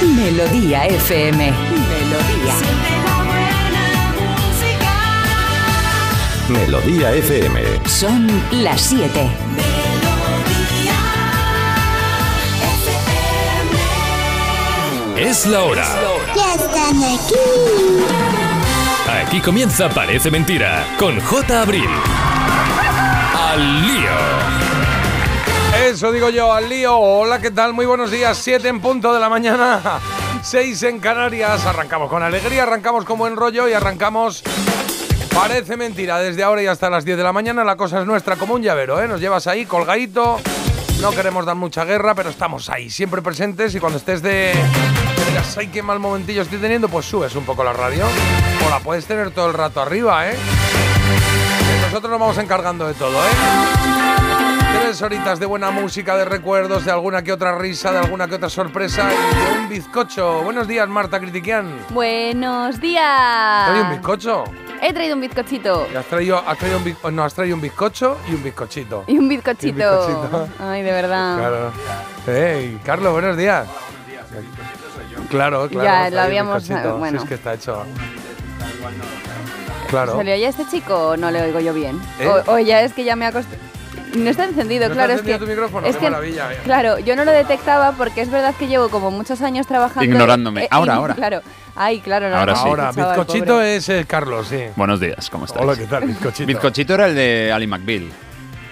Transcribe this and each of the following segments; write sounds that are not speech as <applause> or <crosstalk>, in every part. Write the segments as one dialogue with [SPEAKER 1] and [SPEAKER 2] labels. [SPEAKER 1] Melodía FM. Melodía.
[SPEAKER 2] Melodía FM.
[SPEAKER 1] Son las 7.
[SPEAKER 2] Es la hora.
[SPEAKER 3] Ya están aquí.
[SPEAKER 2] Aquí comienza Parece Mentira con J. Abril. Al lío.
[SPEAKER 4] Eso digo yo, al lío. Hola, ¿qué tal? Muy buenos días. 7 en punto de la mañana. <laughs> 6 en Canarias. Arrancamos con alegría, arrancamos con buen rollo y arrancamos. Parece mentira, desde ahora y hasta las 10 de la mañana la cosa es nuestra como un llavero, ¿eh? Nos llevas ahí colgadito. No queremos dar mucha guerra, pero estamos ahí, siempre presentes y cuando estés de. Miras, ay, qué mal momentillo estoy teniendo, pues subes un poco la radio. O la puedes tener todo el rato arriba, ¿eh? Que Nosotros nos vamos encargando de todo, ¿eh? Tres horitas de buena música, de recuerdos, de alguna que otra risa, de alguna que otra sorpresa y de un bizcocho. Buenos días, Marta Critiquian.
[SPEAKER 5] Buenos días.
[SPEAKER 4] ¿Traes un bizcocho?
[SPEAKER 5] He traído un bizcochito.
[SPEAKER 4] ¿Y ¿Has traído, has traído un, biz- no, has traído un bizcocho y un bizcochito?
[SPEAKER 5] Y un bizcochito. Ah.
[SPEAKER 4] bizcochito.
[SPEAKER 5] Ay, de verdad.
[SPEAKER 4] Claro. Hey, Carlos, buenos días. Claro, claro.
[SPEAKER 5] Ya,
[SPEAKER 4] está
[SPEAKER 5] lo
[SPEAKER 4] ahí el
[SPEAKER 5] habíamos-
[SPEAKER 4] bizcochito.
[SPEAKER 5] bueno.
[SPEAKER 4] Sí, es que está hecho. Claro.
[SPEAKER 5] ¿Salió ya este chico o no le oigo yo bien?
[SPEAKER 4] ¿Eh?
[SPEAKER 5] O, o ya es que ya me ha cost- No está encendido,
[SPEAKER 4] ¿No está
[SPEAKER 5] claro.
[SPEAKER 4] encendido
[SPEAKER 5] es que,
[SPEAKER 4] tu micrófono?
[SPEAKER 5] es
[SPEAKER 4] Qué
[SPEAKER 5] que-
[SPEAKER 4] maravilla, eh.
[SPEAKER 5] Claro, yo no lo detectaba porque es verdad que llevo como muchos años trabajando.
[SPEAKER 6] Ignorándome. Ahora,
[SPEAKER 5] y-
[SPEAKER 6] ahora.
[SPEAKER 5] Claro. Ay, claro, no
[SPEAKER 6] Ahora
[SPEAKER 5] no
[SPEAKER 6] sí.
[SPEAKER 4] Ahora,
[SPEAKER 5] escuchaba el pobre.
[SPEAKER 4] Ah, bizcochito es eh, Carlos, sí.
[SPEAKER 6] Buenos días, ¿cómo estáis?
[SPEAKER 4] Hola, ¿qué tal, bizcochito?
[SPEAKER 6] Bizcochito era el de Ali McBeal.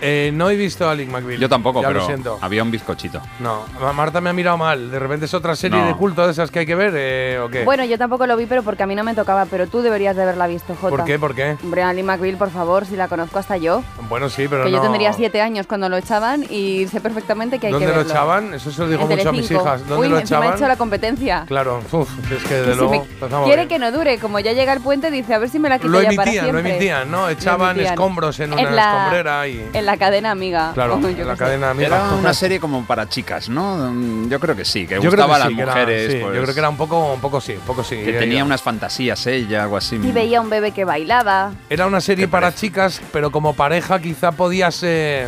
[SPEAKER 4] Eh, no he visto a Alec McBeal.
[SPEAKER 6] Yo tampoco,
[SPEAKER 4] ya
[SPEAKER 6] pero
[SPEAKER 4] lo siento.
[SPEAKER 6] había un bizcochito.
[SPEAKER 4] No, Ma- Marta me ha mirado mal. De repente es otra serie
[SPEAKER 6] No.
[SPEAKER 4] de culto de esas que hay que ver, eh, ¿o qué?
[SPEAKER 5] Bueno, yo tampoco lo vi, pero porque a mí no me tocaba, pero tú deberías de haberla visto, Jota.
[SPEAKER 4] ¿Por qué? ¿Por qué?
[SPEAKER 5] Hombre, Ali McBeal, por favor, si la conozco hasta yo.
[SPEAKER 4] Bueno, sí, pero
[SPEAKER 5] que
[SPEAKER 4] no.
[SPEAKER 5] yo tendría siete años cuando lo echaban y sé perfectamente que hay
[SPEAKER 4] ¿Dónde
[SPEAKER 5] que
[SPEAKER 4] lo
[SPEAKER 5] verlo.
[SPEAKER 4] echaban? Eso se lo digo
[SPEAKER 5] En
[SPEAKER 4] mucho a mis
[SPEAKER 5] Telecinco.
[SPEAKER 4] hijas. ¿Dónde
[SPEAKER 5] Uy,
[SPEAKER 4] lo
[SPEAKER 5] encima
[SPEAKER 4] echaban?
[SPEAKER 5] he hecho la competencia.
[SPEAKER 4] Claro, uf, es que
[SPEAKER 5] Que
[SPEAKER 4] de
[SPEAKER 5] si
[SPEAKER 4] luego
[SPEAKER 5] me-
[SPEAKER 4] empezamos
[SPEAKER 5] quiere
[SPEAKER 4] bien.
[SPEAKER 5] que no dure, como ya llega el puente dice, a ver si me la quita
[SPEAKER 4] Lo
[SPEAKER 5] ya para
[SPEAKER 4] emitían, lo
[SPEAKER 5] siempre.
[SPEAKER 4] emitían, ¿no? Echaban
[SPEAKER 5] emitían.
[SPEAKER 4] escombros en una
[SPEAKER 5] la-
[SPEAKER 4] escombrera y.
[SPEAKER 5] En la cadena amiga.
[SPEAKER 4] Claro,
[SPEAKER 5] Yo
[SPEAKER 4] en
[SPEAKER 5] qué
[SPEAKER 4] la
[SPEAKER 5] sé.
[SPEAKER 4] cadena amiga.
[SPEAKER 6] Era una serie como para chicas, ¿no? Mm, Yo creo que sí, que
[SPEAKER 4] Yo creo
[SPEAKER 6] gustaba
[SPEAKER 4] que
[SPEAKER 6] a
[SPEAKER 4] sí,
[SPEAKER 6] las
[SPEAKER 4] que era-
[SPEAKER 6] mujeres.
[SPEAKER 4] sí,
[SPEAKER 6] pues,
[SPEAKER 4] Yo creo que era un poco, un poco sí, un poco sí.
[SPEAKER 6] que
[SPEAKER 4] Yo-
[SPEAKER 6] tenía
[SPEAKER 4] yo-
[SPEAKER 6] unas fantasías ella, algo así.
[SPEAKER 5] Y veía un bebé que bailaba.
[SPEAKER 4] Era una serie
[SPEAKER 6] ¿Te
[SPEAKER 4] para
[SPEAKER 6] parece?
[SPEAKER 4] chicas, pero como pareja quizá podías eh,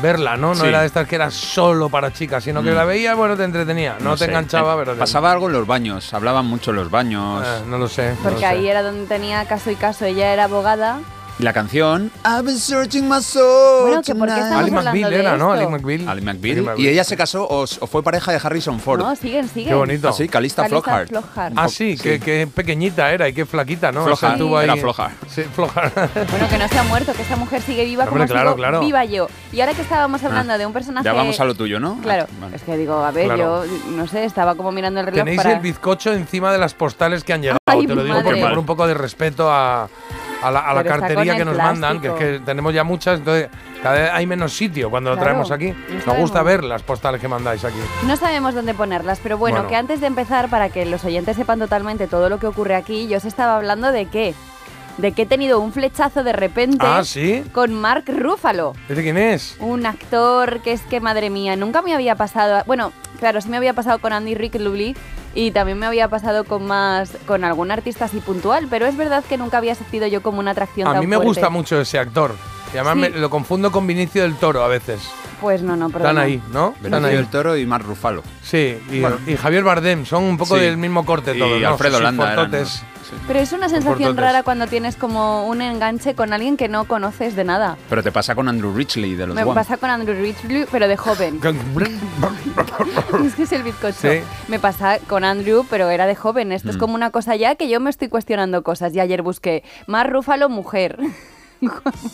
[SPEAKER 4] verla, ¿no? No
[SPEAKER 6] Sí.
[SPEAKER 4] era de estas que era solo para chicas, sino que
[SPEAKER 6] Mm.
[SPEAKER 4] la veías, bueno, te entretenía. No,
[SPEAKER 6] sé,
[SPEAKER 4] te enganchaba,
[SPEAKER 6] eh,
[SPEAKER 4] pero... te-
[SPEAKER 6] Pasaba algo en los baños, hablaban mucho en los baños.
[SPEAKER 4] Eh, no lo sé. no lo
[SPEAKER 5] Porque
[SPEAKER 4] sé.
[SPEAKER 5] ahí era donde tenía caso y caso. Ella era abogada.
[SPEAKER 6] Y la canción. I've been searching my soul.
[SPEAKER 5] Bueno, que ¿por qué
[SPEAKER 6] tonight.
[SPEAKER 5] estamos
[SPEAKER 4] Ali
[SPEAKER 5] hablando
[SPEAKER 4] McBeal
[SPEAKER 5] de
[SPEAKER 4] era, ¿no?
[SPEAKER 5] esto.
[SPEAKER 4] Ali McBeal.
[SPEAKER 6] Ali McBeal. Y ella se casó o, s- o fue pareja de Harrison Ford.
[SPEAKER 5] No, siguen, siguen.
[SPEAKER 4] Qué bonito.
[SPEAKER 6] Ah, sí, Calista,
[SPEAKER 5] Calista
[SPEAKER 6] Flockhart.
[SPEAKER 5] Flockhart.
[SPEAKER 4] Ah, sí,
[SPEAKER 6] Sí.
[SPEAKER 4] Que, que pequeñita era y qué flaquita, ¿no?
[SPEAKER 6] Floja,
[SPEAKER 4] Esa tuvo ahí-
[SPEAKER 6] era floja.
[SPEAKER 4] Sí,
[SPEAKER 5] <laughs>
[SPEAKER 4] floja.
[SPEAKER 5] Bueno, que no se ha muerto, que esta mujer sigue viva
[SPEAKER 4] Hombre,
[SPEAKER 5] como
[SPEAKER 4] claro,
[SPEAKER 5] sigo
[SPEAKER 4] claro.
[SPEAKER 5] viva yo. Y ahora que estábamos hablando
[SPEAKER 6] Ah,
[SPEAKER 5] de un personaje...
[SPEAKER 6] Ya vamos a lo tuyo, ¿no?
[SPEAKER 5] Claro,
[SPEAKER 6] Ah, vale.
[SPEAKER 5] es que digo, a ver,
[SPEAKER 4] Claro.
[SPEAKER 5] yo no sé, estaba como mirando el reloj
[SPEAKER 4] Tenéis
[SPEAKER 5] para...
[SPEAKER 4] el bizcocho encima de las postales que han llegado,
[SPEAKER 5] Ay,
[SPEAKER 4] te lo digo
[SPEAKER 5] madre.
[SPEAKER 4] porque
[SPEAKER 6] Qué mal.
[SPEAKER 4] por un poco de respeto a, a la, a la
[SPEAKER 5] Pero está
[SPEAKER 4] cartería
[SPEAKER 5] con
[SPEAKER 4] que nos
[SPEAKER 5] el
[SPEAKER 4] mandan, que es
[SPEAKER 5] plástico.
[SPEAKER 4] que tenemos ya muchas, entonces cada vez hay menos sitio cuando lo
[SPEAKER 5] Claro,
[SPEAKER 4] traemos aquí.
[SPEAKER 5] no
[SPEAKER 4] Nos gusta
[SPEAKER 5] sabemos.
[SPEAKER 4] ver las postales que mandáis aquí.
[SPEAKER 5] No sabemos dónde ponerlas, pero bueno,
[SPEAKER 4] Bueno.
[SPEAKER 5] que antes de empezar, para que los oyentes sepan totalmente todo lo que ocurre aquí, yo os estaba hablando de qué. De que he tenido un flechazo de repente
[SPEAKER 4] Ah, ¿sí?
[SPEAKER 5] con Mark Ruffalo.
[SPEAKER 4] ¿Ese quién es?
[SPEAKER 5] Un actor que es que, madre mía, nunca me había pasado. a- Bueno, claro, sí me había pasado con Andy Rick Lubly y también me había pasado con más. con algún artista así puntual, pero es verdad que nunca había sentido yo como una atracción
[SPEAKER 4] A
[SPEAKER 5] tan
[SPEAKER 4] mí me
[SPEAKER 5] fuerte.
[SPEAKER 4] gusta mucho ese actor. Y además
[SPEAKER 5] Sí.
[SPEAKER 4] me- lo confundo con Vinicio del Toro a veces.
[SPEAKER 5] Pues no, no, perdón.
[SPEAKER 4] Están ahí, ¿no? Están
[SPEAKER 6] Benicio del
[SPEAKER 4] ahí.
[SPEAKER 6] Toro y Mark Ruffalo.
[SPEAKER 4] Sí, y,
[SPEAKER 6] Bueno.
[SPEAKER 4] y Javier Bardem, son un poco
[SPEAKER 6] Sí.
[SPEAKER 4] del mismo corte
[SPEAKER 6] Y
[SPEAKER 4] todos. ¿no?
[SPEAKER 6] Alfredo
[SPEAKER 4] Sí,
[SPEAKER 6] Landa eran,
[SPEAKER 4] fortotes.
[SPEAKER 6] ¿no? Sí.
[SPEAKER 5] Pero es una sensación
[SPEAKER 4] portotes.
[SPEAKER 5] rara cuando tienes como un enganche con alguien que no conoces de nada.
[SPEAKER 6] Pero te pasa con Andrew Ridgely de los
[SPEAKER 5] Me
[SPEAKER 6] Wham.
[SPEAKER 5] pasa con Andrew Ridgely, pero
[SPEAKER 4] <laughs>
[SPEAKER 5] de joven. <laughs> es que es el bizcocho.
[SPEAKER 4] Sí. Mm.
[SPEAKER 5] Me pasa con Andrew, pero era de joven. Esto es como una cosa ya que yo me estoy cuestionando cosas. Y ayer busqué más Rúfalo mujer.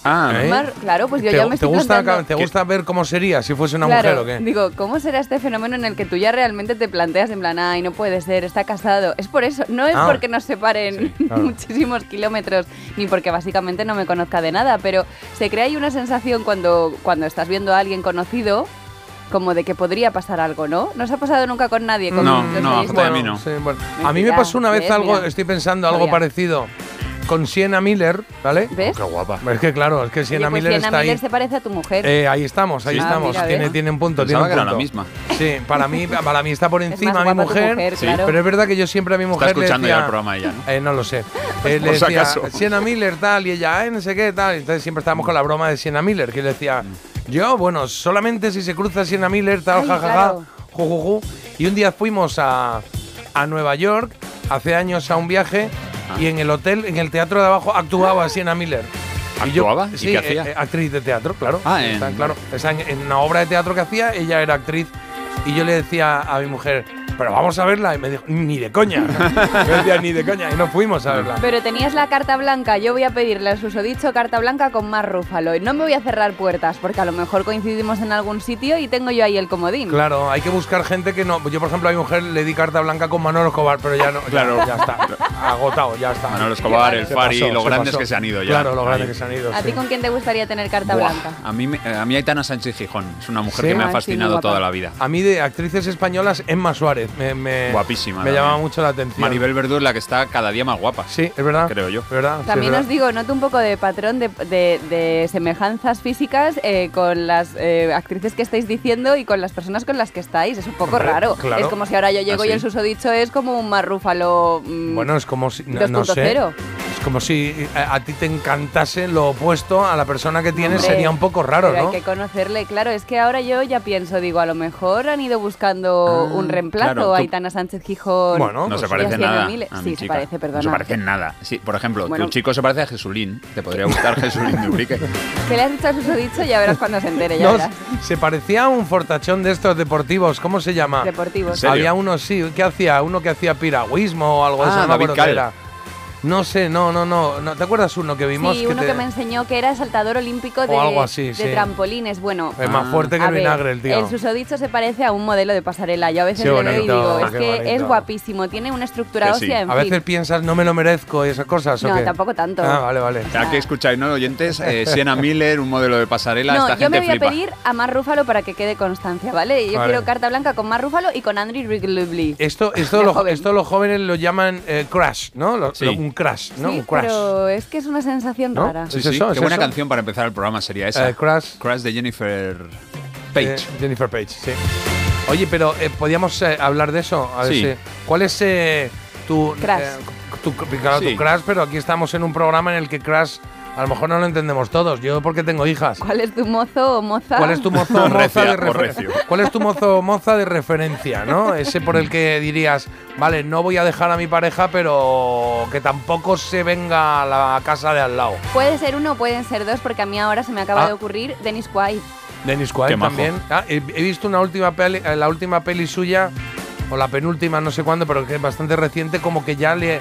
[SPEAKER 6] Ah,
[SPEAKER 4] ¿Eh?
[SPEAKER 5] Mar- claro, pues yo
[SPEAKER 4] ¿Te,
[SPEAKER 5] ya me
[SPEAKER 4] te
[SPEAKER 5] estoy
[SPEAKER 4] gusta,
[SPEAKER 5] planteando-
[SPEAKER 4] ¿Te gusta ver cómo sería si fuese una
[SPEAKER 5] Claro,
[SPEAKER 4] mujer o qué?
[SPEAKER 5] digo, ¿cómo será este fenómeno en el que tú ya realmente te planteas en plan, ay, no puede ser, está casado? Es por eso, no es
[SPEAKER 4] Ah.
[SPEAKER 5] porque nos separen <laughs>
[SPEAKER 4] Sí, claro.
[SPEAKER 5] muchísimos kilómetros, ni porque básicamente no me conozca de nada, pero se crea ahí una sensación cuando, cuando estás viendo a alguien conocido, como de que podría pasar algo, ¿no? ¿No os ha pasado nunca con nadie? Con
[SPEAKER 6] No,
[SPEAKER 5] los
[SPEAKER 6] no,
[SPEAKER 5] gays?
[SPEAKER 6] Jota, a mí no.
[SPEAKER 4] Mm. sí, bueno. A mí me
[SPEAKER 5] Mira,
[SPEAKER 4] pasó una vez
[SPEAKER 5] ¿ves?
[SPEAKER 4] algo,
[SPEAKER 5] Mira.
[SPEAKER 4] estoy pensando
[SPEAKER 5] No
[SPEAKER 4] algo
[SPEAKER 5] había.
[SPEAKER 4] parecido, con Sienna Miller, ¿vale?
[SPEAKER 5] ¿Ves?
[SPEAKER 4] Qué guapa. Es que claro, es que
[SPEAKER 5] Oye,
[SPEAKER 4] Sienna
[SPEAKER 5] pues
[SPEAKER 4] Miller
[SPEAKER 5] Sienna
[SPEAKER 4] está
[SPEAKER 5] Miller
[SPEAKER 4] ahí.
[SPEAKER 5] se parece a tu mujer.
[SPEAKER 4] Eh, ahí estamos, ahí
[SPEAKER 5] Sí. Ah,
[SPEAKER 4] estamos.
[SPEAKER 5] mira,
[SPEAKER 4] tiene,
[SPEAKER 5] ¿ves?
[SPEAKER 4] tiene un punto,
[SPEAKER 6] Pensaba
[SPEAKER 4] tiene
[SPEAKER 6] que
[SPEAKER 4] un
[SPEAKER 6] era la
[SPEAKER 4] punto.
[SPEAKER 6] misma.
[SPEAKER 4] Sí, para mí, para mí está por encima mi
[SPEAKER 5] más guapa tu
[SPEAKER 4] mujer.
[SPEAKER 5] mujer, Sí. claro.
[SPEAKER 4] Pero es verdad que yo siempre a mi mujer. le
[SPEAKER 6] escuchando ya
[SPEAKER 4] decía-
[SPEAKER 6] el programa ella, ¿no?
[SPEAKER 4] Eh, no
[SPEAKER 6] <laughs>
[SPEAKER 4] lo sé. Eh, le
[SPEAKER 6] Por si
[SPEAKER 4] decía,
[SPEAKER 6] acaso.
[SPEAKER 4] Sienna Miller, tal, y ella, eh, no sé qué, tal. Entonces siempre estábamos con la broma de Sienna Miller, que le decía,
[SPEAKER 6] Mm.
[SPEAKER 4] yo, bueno, solamente si se cruza Siena Miller, tal,
[SPEAKER 5] Ay,
[SPEAKER 4] jajaja,
[SPEAKER 5] claro.
[SPEAKER 4] ju, ju, ju. Y un día fuimos a, a Nueva York hace años a un viaje
[SPEAKER 6] Ah.
[SPEAKER 4] y en el hotel, en el teatro de abajo, actuaba Sienna Miller. Y yo-
[SPEAKER 6] ¿Actuaba? ¿Y
[SPEAKER 4] sí,
[SPEAKER 6] qué
[SPEAKER 4] eh,
[SPEAKER 6] hacía?
[SPEAKER 4] eh, actriz de teatro, claro.
[SPEAKER 6] Ah,
[SPEAKER 4] Está
[SPEAKER 6] en-
[SPEAKER 4] claro. Esa- en una obra de teatro que hacía, ella era actriz. Y yo le decía a mi mujer, pero vamos a verla. Y me dijo, ni de coña. <laughs> Yo decía, ni de coña. Y no fuimos a verla.
[SPEAKER 5] Pero tenías la carta blanca, yo voy a pedirle al susodicho carta blanca con más rúfalo. Y no me voy a cerrar puertas, porque a lo mejor coincidimos en algún sitio y tengo yo ahí el comodín.
[SPEAKER 4] Claro, hay que buscar gente que no. Yo, por ejemplo, a mi mujer le di carta blanca con Manolo Escobar, pero ya no. ya-
[SPEAKER 6] Claro.
[SPEAKER 4] ya, está. Agotado, ya está.
[SPEAKER 6] Manolo Escobar, el
[SPEAKER 4] Se
[SPEAKER 6] Fari,
[SPEAKER 4] pasó,
[SPEAKER 6] los
[SPEAKER 4] se
[SPEAKER 6] grandes
[SPEAKER 4] pasó.
[SPEAKER 6] que se han ido ya.
[SPEAKER 4] Claro, los
[SPEAKER 6] Ahí.
[SPEAKER 4] grandes que se han ido.
[SPEAKER 5] ¿A ti
[SPEAKER 4] sí.
[SPEAKER 5] con quién te gustaría tener carta
[SPEAKER 6] Buah,
[SPEAKER 5] blanca?
[SPEAKER 6] A mí, me- a mí Aitana Sánchez Gijón es una mujer
[SPEAKER 4] Sí. Ah,
[SPEAKER 6] que me
[SPEAKER 5] Ah,
[SPEAKER 6] ha
[SPEAKER 5] sí,
[SPEAKER 6] fascinado
[SPEAKER 5] muy guapa.
[SPEAKER 6] toda la vida.
[SPEAKER 4] A mí de actrices españolas, Emma Suárez. Me, me-
[SPEAKER 6] Guapísima
[SPEAKER 4] eh, Me
[SPEAKER 6] también.
[SPEAKER 4] llamaba mucho la atención.
[SPEAKER 6] Maribel Verdú es la que está cada día más guapa.
[SPEAKER 4] Sí, es verdad.
[SPEAKER 6] Creo yo.
[SPEAKER 4] Es verdad. sí, es
[SPEAKER 5] También
[SPEAKER 4] verdad.
[SPEAKER 5] os digo, noto un poco de patrón de, de- de semejanzas físicas eh, con las eh, actrices que estáis diciendo y con las personas con las que estáis. Es un poco
[SPEAKER 4] Hombre,
[SPEAKER 5] raro.
[SPEAKER 4] claro.
[SPEAKER 5] Es como si ahora yo llego
[SPEAKER 6] ¿Ah,
[SPEAKER 5] y
[SPEAKER 6] sí?
[SPEAKER 5] el susodicho es como un marrúfalo. mm,
[SPEAKER 4] Bueno, es como si. No, no sé.
[SPEAKER 5] 2.0.
[SPEAKER 4] Es como si eh, a, a ti te encantase lo opuesto a la persona que tienes.
[SPEAKER 5] Hombre,
[SPEAKER 4] Sería un poco raro,
[SPEAKER 5] pero
[SPEAKER 4] ¿no?
[SPEAKER 5] Hay que conocerle, claro. Es que ahora yo ya pienso, digo, a lo mejor han ido buscando
[SPEAKER 6] Ah,
[SPEAKER 5] un reemplazo
[SPEAKER 6] claro, tú-
[SPEAKER 5] a Aitana Sánchez Gijón.
[SPEAKER 4] Bueno,
[SPEAKER 6] No,
[SPEAKER 4] pues
[SPEAKER 6] se
[SPEAKER 4] sí.
[SPEAKER 5] Y a
[SPEAKER 6] parece
[SPEAKER 5] Sienna
[SPEAKER 6] nada.
[SPEAKER 5] Miller.
[SPEAKER 6] a mi
[SPEAKER 5] Sí, se
[SPEAKER 6] chica.
[SPEAKER 5] parece,
[SPEAKER 6] No se
[SPEAKER 5] perdona.
[SPEAKER 6] parece en nada. Sí, por ejemplo,
[SPEAKER 5] Bueno.
[SPEAKER 6] tu chico se parece a Jesulín. Te
[SPEAKER 5] <laughs>
[SPEAKER 6] podría gustar Jesulín de Ubrique.
[SPEAKER 5] ¿Qué le has dicho a susodicho? Ya verás cuando se entere, ya
[SPEAKER 4] No,
[SPEAKER 5] verás.
[SPEAKER 4] se parecía a un fortachón de estos deportivos. ¿Cómo se llama?
[SPEAKER 5] Deportivos.
[SPEAKER 6] serio?
[SPEAKER 4] Había uno, sí, que hacía? Uno que hacía piragüismo o algo de
[SPEAKER 6] Ah,
[SPEAKER 4] eso. no me
[SPEAKER 6] David
[SPEAKER 4] acuerdo qué
[SPEAKER 6] Cal.
[SPEAKER 4] era. No sé, no, no, no, no. ¿Te acuerdas uno que vimos?
[SPEAKER 5] Sí, uno
[SPEAKER 4] te-
[SPEAKER 5] que me enseñó que era saltador olímpico de,
[SPEAKER 4] algo así,
[SPEAKER 5] de
[SPEAKER 4] sí.
[SPEAKER 5] trampolines. Bueno,
[SPEAKER 4] Es más
[SPEAKER 6] Ah.
[SPEAKER 4] fuerte que
[SPEAKER 5] a
[SPEAKER 4] el
[SPEAKER 5] ver,
[SPEAKER 4] vinagre, el tío.
[SPEAKER 5] el susodicho se parece a un modelo de pasarela. Yo a veces
[SPEAKER 4] Qué
[SPEAKER 5] le veo y
[SPEAKER 4] bonito,
[SPEAKER 5] digo, es
[SPEAKER 4] qué
[SPEAKER 5] que es
[SPEAKER 4] bonito.
[SPEAKER 5] guapísimo, tiene una estructura
[SPEAKER 6] Que sí.
[SPEAKER 5] ósea, en
[SPEAKER 4] a
[SPEAKER 5] fin.
[SPEAKER 4] veces piensas, no me lo merezco y esas cosas. ¿o
[SPEAKER 5] No,
[SPEAKER 4] qué?
[SPEAKER 5] tampoco tanto.
[SPEAKER 4] Ah, vale, vale.
[SPEAKER 6] Ya que escucháis, ¿no, oyentes? Eh, Sienna Miller, un modelo de pasarela.
[SPEAKER 5] No,
[SPEAKER 6] esta
[SPEAKER 5] yo me
[SPEAKER 6] gente
[SPEAKER 5] voy
[SPEAKER 6] flipa.
[SPEAKER 5] a pedir a Mar Rúfalo para que quede constancia, ¿vale? Yo
[SPEAKER 4] Vale.
[SPEAKER 5] quiero carta blanca con Mar Rúfalo y con Andrew Wrigley. <laughs>
[SPEAKER 4] Esto, esto,
[SPEAKER 5] De
[SPEAKER 4] los,
[SPEAKER 5] joven.
[SPEAKER 4] esto los jóvenes lo llaman eh, crash, ¿no? Lo-
[SPEAKER 6] Sí.
[SPEAKER 4] lo- un crash, ¿no?
[SPEAKER 5] sí,
[SPEAKER 4] un crash.
[SPEAKER 5] pero es que es una sensación
[SPEAKER 4] ¿No?
[SPEAKER 5] rara.
[SPEAKER 4] Sí,
[SPEAKER 6] Sí,
[SPEAKER 4] ¿Es
[SPEAKER 6] sí.
[SPEAKER 4] eso?
[SPEAKER 6] Qué
[SPEAKER 4] ¿Es
[SPEAKER 6] buena
[SPEAKER 4] eso?
[SPEAKER 6] canción para empezar el programa sería esa.
[SPEAKER 4] Eh, Crash.
[SPEAKER 6] Crash de Jennifer Page.
[SPEAKER 4] Eh, Jennifer Page, sí. Oye, pero eh, podíamos eh, hablar de eso. A ver
[SPEAKER 6] Sí.
[SPEAKER 4] si- ¿Cuál es eh, tu.
[SPEAKER 5] Crash.
[SPEAKER 4] eh, tu, claro, tu
[SPEAKER 6] Sí.
[SPEAKER 4] crash, pero aquí estamos en un programa en el que crash a lo mejor no lo entendemos todos. Yo porque tengo hijas.
[SPEAKER 5] ¿Cuál es tu mozo o moza?
[SPEAKER 4] ¿Cuál es tu mozo
[SPEAKER 6] <laughs>
[SPEAKER 4] o moza
[SPEAKER 6] Recia,
[SPEAKER 4] de
[SPEAKER 6] o
[SPEAKER 4] refer-
[SPEAKER 6] recio.
[SPEAKER 4] ¿Cuál es tu mozo o moza de referencia, no? Ese por el que dirías, vale, no voy a dejar a mi pareja, pero que tampoco se venga a la casa de al lado.
[SPEAKER 5] Puede ser uno, pueden ser dos, porque a mí ahora se me acaba
[SPEAKER 4] Ah.
[SPEAKER 5] de ocurrir Dennis Quaid.
[SPEAKER 4] Dennis Quaid
[SPEAKER 6] Qué majo.
[SPEAKER 4] también. Ah, he, he visto una última peli, eh, la última peli suya, o la penúltima, no sé cuándo, pero que es bastante reciente, como que ya le,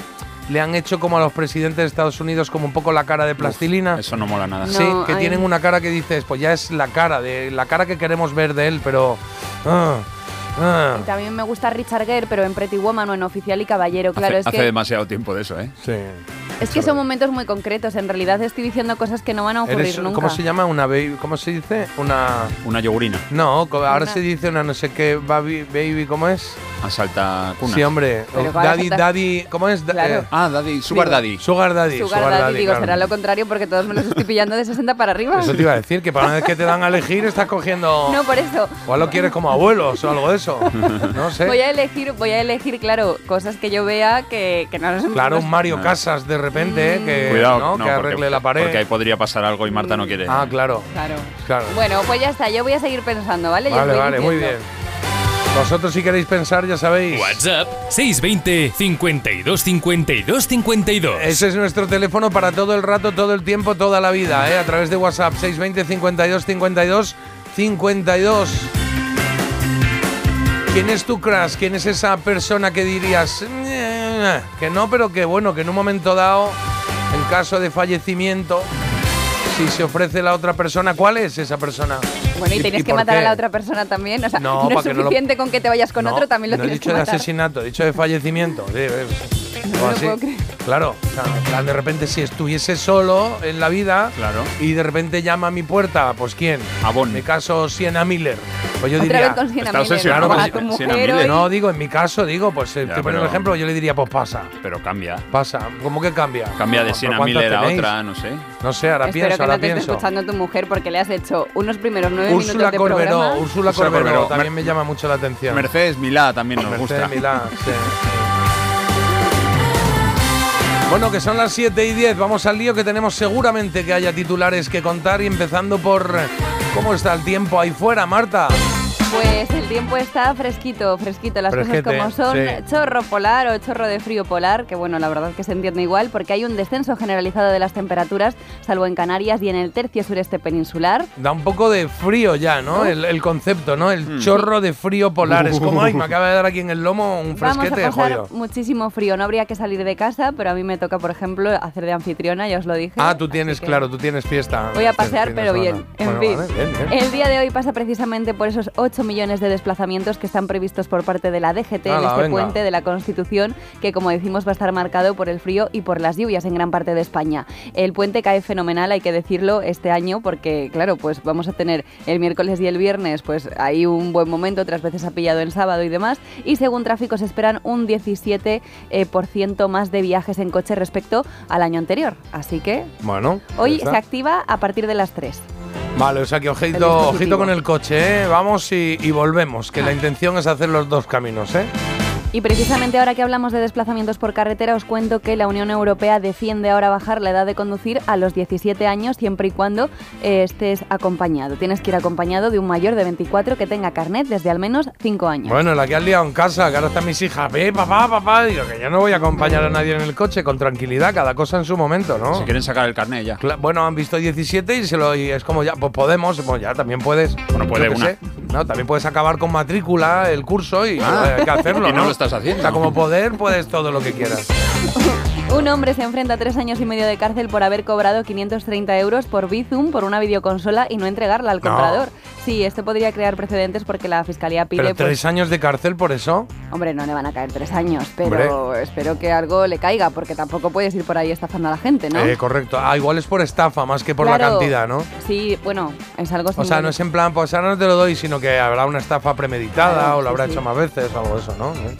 [SPEAKER 4] le han hecho como a los presidentes de Estados Unidos como un poco la cara de plastilina.
[SPEAKER 6] Eso no mola nada.
[SPEAKER 5] No.
[SPEAKER 4] Sí, que
[SPEAKER 5] ay.
[SPEAKER 4] tienen una cara que dices, pues ya es la cara, de la cara que queremos ver de él, pero... ah, ah.
[SPEAKER 5] Y también me gusta Richard Gere, pero en Pretty Woman o en Oficial y Caballero. Claro,
[SPEAKER 6] hace
[SPEAKER 5] es
[SPEAKER 6] hace
[SPEAKER 5] que,
[SPEAKER 6] demasiado tiempo de eso, ¿eh?
[SPEAKER 5] es que son momentos muy concretos. En realidad estoy diciendo cosas que no van a ocurrir
[SPEAKER 4] Eres-
[SPEAKER 5] nunca.
[SPEAKER 4] ¿Cómo se llama? Una baby, ¿Cómo se dice? Una...
[SPEAKER 6] Una yogurina.
[SPEAKER 4] No, co- ahora
[SPEAKER 5] Una-
[SPEAKER 4] se dice una no sé qué, baby, baby ¿cómo es?
[SPEAKER 6] Asalta cunas.
[SPEAKER 4] Sí, hombre. Oh,
[SPEAKER 5] Pero ¿cuál
[SPEAKER 4] Daddy,
[SPEAKER 5] asalta-
[SPEAKER 4] daddy, ¿cómo es? Da- eh,
[SPEAKER 5] Claro.
[SPEAKER 6] Ah, Daddy, Sugar Daddy.
[SPEAKER 4] Sugar Daddy.
[SPEAKER 5] Sugar Daddy, digo, será lo contrario porque todos me los estoy pillando de 60 para arriba.
[SPEAKER 4] Eso te iba a decir, que para una vez que te dan a elegir estás cogiendo...
[SPEAKER 5] <laughs> No, por eso.
[SPEAKER 4] Igual lo quieres como abuelos o algo de eso.
[SPEAKER 6] <laughs>
[SPEAKER 4] No sé.
[SPEAKER 5] Voy a elegir, voy a elegir, claro, cosas que yo vea que, que no nos
[SPEAKER 4] Claro,
[SPEAKER 5] nos-
[SPEAKER 4] un Mario
[SPEAKER 6] No.
[SPEAKER 4] Casas de repente, eh, que,
[SPEAKER 6] Cuidado,
[SPEAKER 4] ¿no?
[SPEAKER 6] no,
[SPEAKER 4] que
[SPEAKER 6] porque-
[SPEAKER 4] arregle la pared.
[SPEAKER 6] Porque ahí podría pasar algo y Marta no quiere.
[SPEAKER 4] Ah, claro.
[SPEAKER 5] Claro.
[SPEAKER 4] Claro.
[SPEAKER 5] Bueno, pues ya está, yo voy a seguir pensando, ¿vale? Yo os
[SPEAKER 4] Vale,
[SPEAKER 5] voy
[SPEAKER 4] vale, muy bien.
[SPEAKER 5] diciendo.
[SPEAKER 4] Vosotros si queréis pensar, ya sabéis.
[SPEAKER 2] WhatsApp 620 52 52 52.
[SPEAKER 4] Ese es nuestro teléfono para todo el rato, todo el tiempo, toda la vida, ¿eh? a través de WhatsApp 620 52 52 52. ¿Quién es tu crush? ¿Quién es esa persona que dirías "Eh, que no, pero que bueno, que en un momento dado, en caso de fallecimiento, si se ofrece la otra persona, ¿cuál es esa persona?
[SPEAKER 5] Bueno, y
[SPEAKER 4] ¿Y-
[SPEAKER 5] tienes
[SPEAKER 4] y
[SPEAKER 5] que
[SPEAKER 4] por
[SPEAKER 5] matar a
[SPEAKER 4] qué?
[SPEAKER 5] la otra persona también. O sea,
[SPEAKER 4] No,
[SPEAKER 5] no,
[SPEAKER 4] para
[SPEAKER 5] es
[SPEAKER 4] que no lo-
[SPEAKER 5] suficiente con que te vayas con
[SPEAKER 4] No,
[SPEAKER 5] otro, también lo
[SPEAKER 4] no he
[SPEAKER 5] tienes
[SPEAKER 4] dicho
[SPEAKER 5] que
[SPEAKER 4] de
[SPEAKER 5] matar.
[SPEAKER 4] asesinato, he dicho de fallecimiento. Sí, eh, o
[SPEAKER 5] <laughs> No lo
[SPEAKER 4] así.
[SPEAKER 5] puedo creer.
[SPEAKER 4] Claro, o sea, en plan, de repente si estuviese solo en la vida
[SPEAKER 6] Claro.
[SPEAKER 4] y de repente llama a mi puerta, pues ¿quién?
[SPEAKER 6] Avon.
[SPEAKER 4] En mi caso, Sienna Miller. Pues yo
[SPEAKER 5] Otra
[SPEAKER 4] diría...
[SPEAKER 5] vez con Sienna
[SPEAKER 6] está
[SPEAKER 5] Miller,
[SPEAKER 6] obsesionado
[SPEAKER 5] ¿no?
[SPEAKER 4] con
[SPEAKER 5] a tu
[SPEAKER 6] Sienna
[SPEAKER 5] mujer
[SPEAKER 6] Miller.
[SPEAKER 5] hoy.
[SPEAKER 4] No, digo, en mi caso, digo, pues eh,
[SPEAKER 6] Ya,
[SPEAKER 4] te pongo un
[SPEAKER 6] pero-
[SPEAKER 4] ejemplo, yo le diría, pues pasa,
[SPEAKER 6] Pero cambia.
[SPEAKER 4] pasa. ¿Cómo que cambia?
[SPEAKER 6] Cambia de
[SPEAKER 4] Pero
[SPEAKER 6] Sienna
[SPEAKER 4] ¿cuántas
[SPEAKER 6] Miller a
[SPEAKER 4] tenéis?
[SPEAKER 6] otra, no sé.
[SPEAKER 4] No sé, ahora
[SPEAKER 5] Espero
[SPEAKER 4] pienso,
[SPEAKER 5] que no
[SPEAKER 4] ahora
[SPEAKER 5] te esté
[SPEAKER 4] pienso.
[SPEAKER 5] escuchando tu mujer porque le has hecho unos primeros nueve
[SPEAKER 4] Úrsula
[SPEAKER 5] minutos de
[SPEAKER 4] Corberó,
[SPEAKER 5] programa.
[SPEAKER 4] Úrsula
[SPEAKER 6] Úrsula
[SPEAKER 4] Corberó,
[SPEAKER 6] Corberó.
[SPEAKER 4] también me
[SPEAKER 6] Mer-
[SPEAKER 4] llama mucho la atención.
[SPEAKER 6] Mercedes Milá también nos
[SPEAKER 4] Mercedes
[SPEAKER 6] gusta.
[SPEAKER 4] Milá, sí, sí. Bueno, que son las 7 y 10, vamos al lío que tenemos seguramente que haya titulares que contar y empezando por eh, cómo está el tiempo ahí fuera, Marta.
[SPEAKER 5] Pues Pues el tiempo está fresquito, fresquito. Las
[SPEAKER 4] Fresquete,
[SPEAKER 5] cosas como son,
[SPEAKER 4] sí.
[SPEAKER 5] chorro polar o chorro de frío polar, que bueno, la verdad es que se entiende igual, porque hay un descenso generalizado de las temperaturas, salvo en Canarias y en el tercio sureste peninsular.
[SPEAKER 4] Da un poco de frío ya, ¿no? El, el concepto, ¿no? El chorro de frío polar. Es como, ay, me acaba de dar aquí en el lomo un
[SPEAKER 5] Vamos a
[SPEAKER 4] fresquete de
[SPEAKER 5] pasar
[SPEAKER 4] jollo.
[SPEAKER 5] muchísimo frío, no habría que salir de casa, pero a mí me toca, por ejemplo, hacer de anfitriona, ya os lo dije.
[SPEAKER 4] Ah, tú
[SPEAKER 5] así
[SPEAKER 4] tienes,
[SPEAKER 5] que-
[SPEAKER 4] claro, tú tienes fiesta.
[SPEAKER 5] Voy a
[SPEAKER 4] este
[SPEAKER 5] pasear,
[SPEAKER 4] fin de
[SPEAKER 5] pero bien.
[SPEAKER 4] semana.
[SPEAKER 5] En
[SPEAKER 4] Bueno,
[SPEAKER 5] fin.
[SPEAKER 4] vale, bien, bien.
[SPEAKER 5] El día de hoy pasa precisamente por esos 8 millones de desplazamientos que están previstos por parte de la DGT en
[SPEAKER 4] Ala,
[SPEAKER 5] este
[SPEAKER 4] venga.
[SPEAKER 5] puente de la Constitución, que como decimos va a estar marcado por el frío y por las lluvias en gran parte de España. El puente cae fenomenal, hay que decirlo, este año, porque claro, pues vamos a tener el miércoles y el viernes, pues hay un buen momento, otras veces ha pillado el sábado y demás. Y según tráfico se esperan un 17% eh, por ciento más de viajes en coche respecto al año anterior. Así que
[SPEAKER 4] Bueno.
[SPEAKER 5] Hoy
[SPEAKER 4] ya está.
[SPEAKER 5] se activa a partir de las 3.
[SPEAKER 4] Vale, o sea que
[SPEAKER 5] El
[SPEAKER 4] ojito,
[SPEAKER 5] dispositivo.
[SPEAKER 4] ojito con el coche, ¿eh? Vamos y, y volvemos, que la intención es hacer los dos caminos, ¿eh?
[SPEAKER 5] Y precisamente ahora que hablamos de desplazamientos por carretera, os cuento que la Unión Europea defiende ahora bajar la edad de conducir a los 17 años siempre y cuando eh, estés acompañado. Tienes que ir acompañado de un mayor de 24 que tenga carnet desde al menos 5 años.
[SPEAKER 4] Bueno, la que has liado en casa, que ahora están mis hijas, ve, papá, papá, digo que yo no voy a acompañar a nadie en el coche, con tranquilidad, cada cosa en su momento, ¿no?
[SPEAKER 6] Si quieren sacar el carnet ya.
[SPEAKER 4] Cla- Bueno, han visto 17 y, se lo, y es como ya, pues podemos, pues ya también puedes.
[SPEAKER 6] Bueno, puede
[SPEAKER 4] yo qué
[SPEAKER 6] una.
[SPEAKER 4] sé. No, también puedes acabar con matrícula el curso y
[SPEAKER 6] Ah.
[SPEAKER 4] hay que
[SPEAKER 6] <laughs>
[SPEAKER 4] hacerlo.
[SPEAKER 6] Y no lo estás haciendo.
[SPEAKER 4] O sea, como poder, puedes todo lo que quieras.
[SPEAKER 5] Un hombre se enfrenta a tres años y medio de cárcel por haber cobrado 530 euros por Bizum por una videoconsola y no entregarla al
[SPEAKER 4] No.
[SPEAKER 5] comprador. Sí, esto podría crear precedentes porque la fiscalía pide.
[SPEAKER 4] Pero
[SPEAKER 5] pues,
[SPEAKER 4] tres años de cárcel por eso.
[SPEAKER 5] Hombre, no le van a caer tres años, pero espero que algo le caiga, porque tampoco puedes ir por ahí estafando a la gente, ¿no?
[SPEAKER 4] Eh, correcto. Ah, igual es por estafa más que por la
[SPEAKER 5] Claro.
[SPEAKER 4] cantidad, ¿no?
[SPEAKER 5] Sí, bueno, es algo
[SPEAKER 4] O sea, no
[SPEAKER 5] simbólico.
[SPEAKER 4] es en plan, pues ahora no te lo doy, sino que habrá una estafa premeditada
[SPEAKER 5] Claro,
[SPEAKER 4] o lo
[SPEAKER 5] sí,
[SPEAKER 4] habrá
[SPEAKER 5] sí.
[SPEAKER 4] hecho más veces o algo de eso, ¿no? Eh.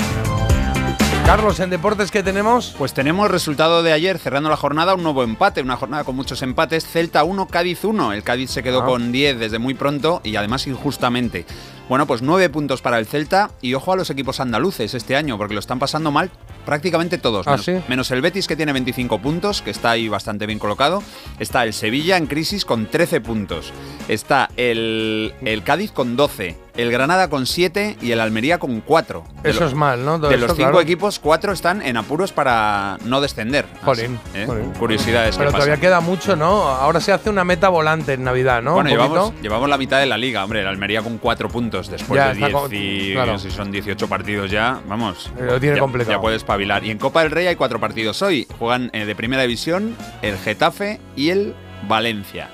[SPEAKER 4] Carlos, ¿en deportes qué tenemos?
[SPEAKER 6] Pues tenemos resultado de ayer, cerrando la jornada, un nuevo empate, una jornada con muchos empates, Celta 1, Cádiz 1. El Cádiz se quedó
[SPEAKER 4] Ah.
[SPEAKER 6] con 10 desde muy pronto y además injustamente. Bueno, pues 9 puntos para el Celta y ojo a los equipos andaluces este año, porque lo están pasando mal prácticamente todos.
[SPEAKER 4] Ah,
[SPEAKER 6] menos,
[SPEAKER 4] ¿sí?
[SPEAKER 6] menos el Betis que tiene 25 puntos, que está ahí bastante bien colocado. Está el Sevilla en crisis con 13 puntos. Está el, el Cádiz con 12, el Granada con 7 y el Almería con 4. De
[SPEAKER 4] Eso
[SPEAKER 6] lo-
[SPEAKER 4] es mal, ¿no? Todo
[SPEAKER 6] de
[SPEAKER 4] esto,
[SPEAKER 6] los cinco
[SPEAKER 4] claro.
[SPEAKER 6] equipos, cuatro están en apuros para no descender. Así,
[SPEAKER 4] Jolín,
[SPEAKER 6] ¿eh?
[SPEAKER 4] jolín.
[SPEAKER 6] Curiosidades. que
[SPEAKER 4] Pero todavía
[SPEAKER 6] pasan.
[SPEAKER 4] queda mucho, ¿no? Ahora se hace una meta volante en Navidad, ¿no?
[SPEAKER 6] Bueno,
[SPEAKER 4] Un poquito.
[SPEAKER 6] llevamos, llevamos la mitad de la liga, hombre. El Almería con cuatro puntos después
[SPEAKER 4] Ya,
[SPEAKER 6] de
[SPEAKER 4] está
[SPEAKER 6] 10
[SPEAKER 4] con-
[SPEAKER 6] y
[SPEAKER 4] claro.
[SPEAKER 6] no sé si son 18 partidos ya. Vamos.
[SPEAKER 4] Lo tiene
[SPEAKER 6] ya,
[SPEAKER 4] complicado.
[SPEAKER 6] Ya puedes pavilar. Y en Copa del Rey hay cuatro partidos hoy. Juegan eh, de primera división el Getafe y el Valencia.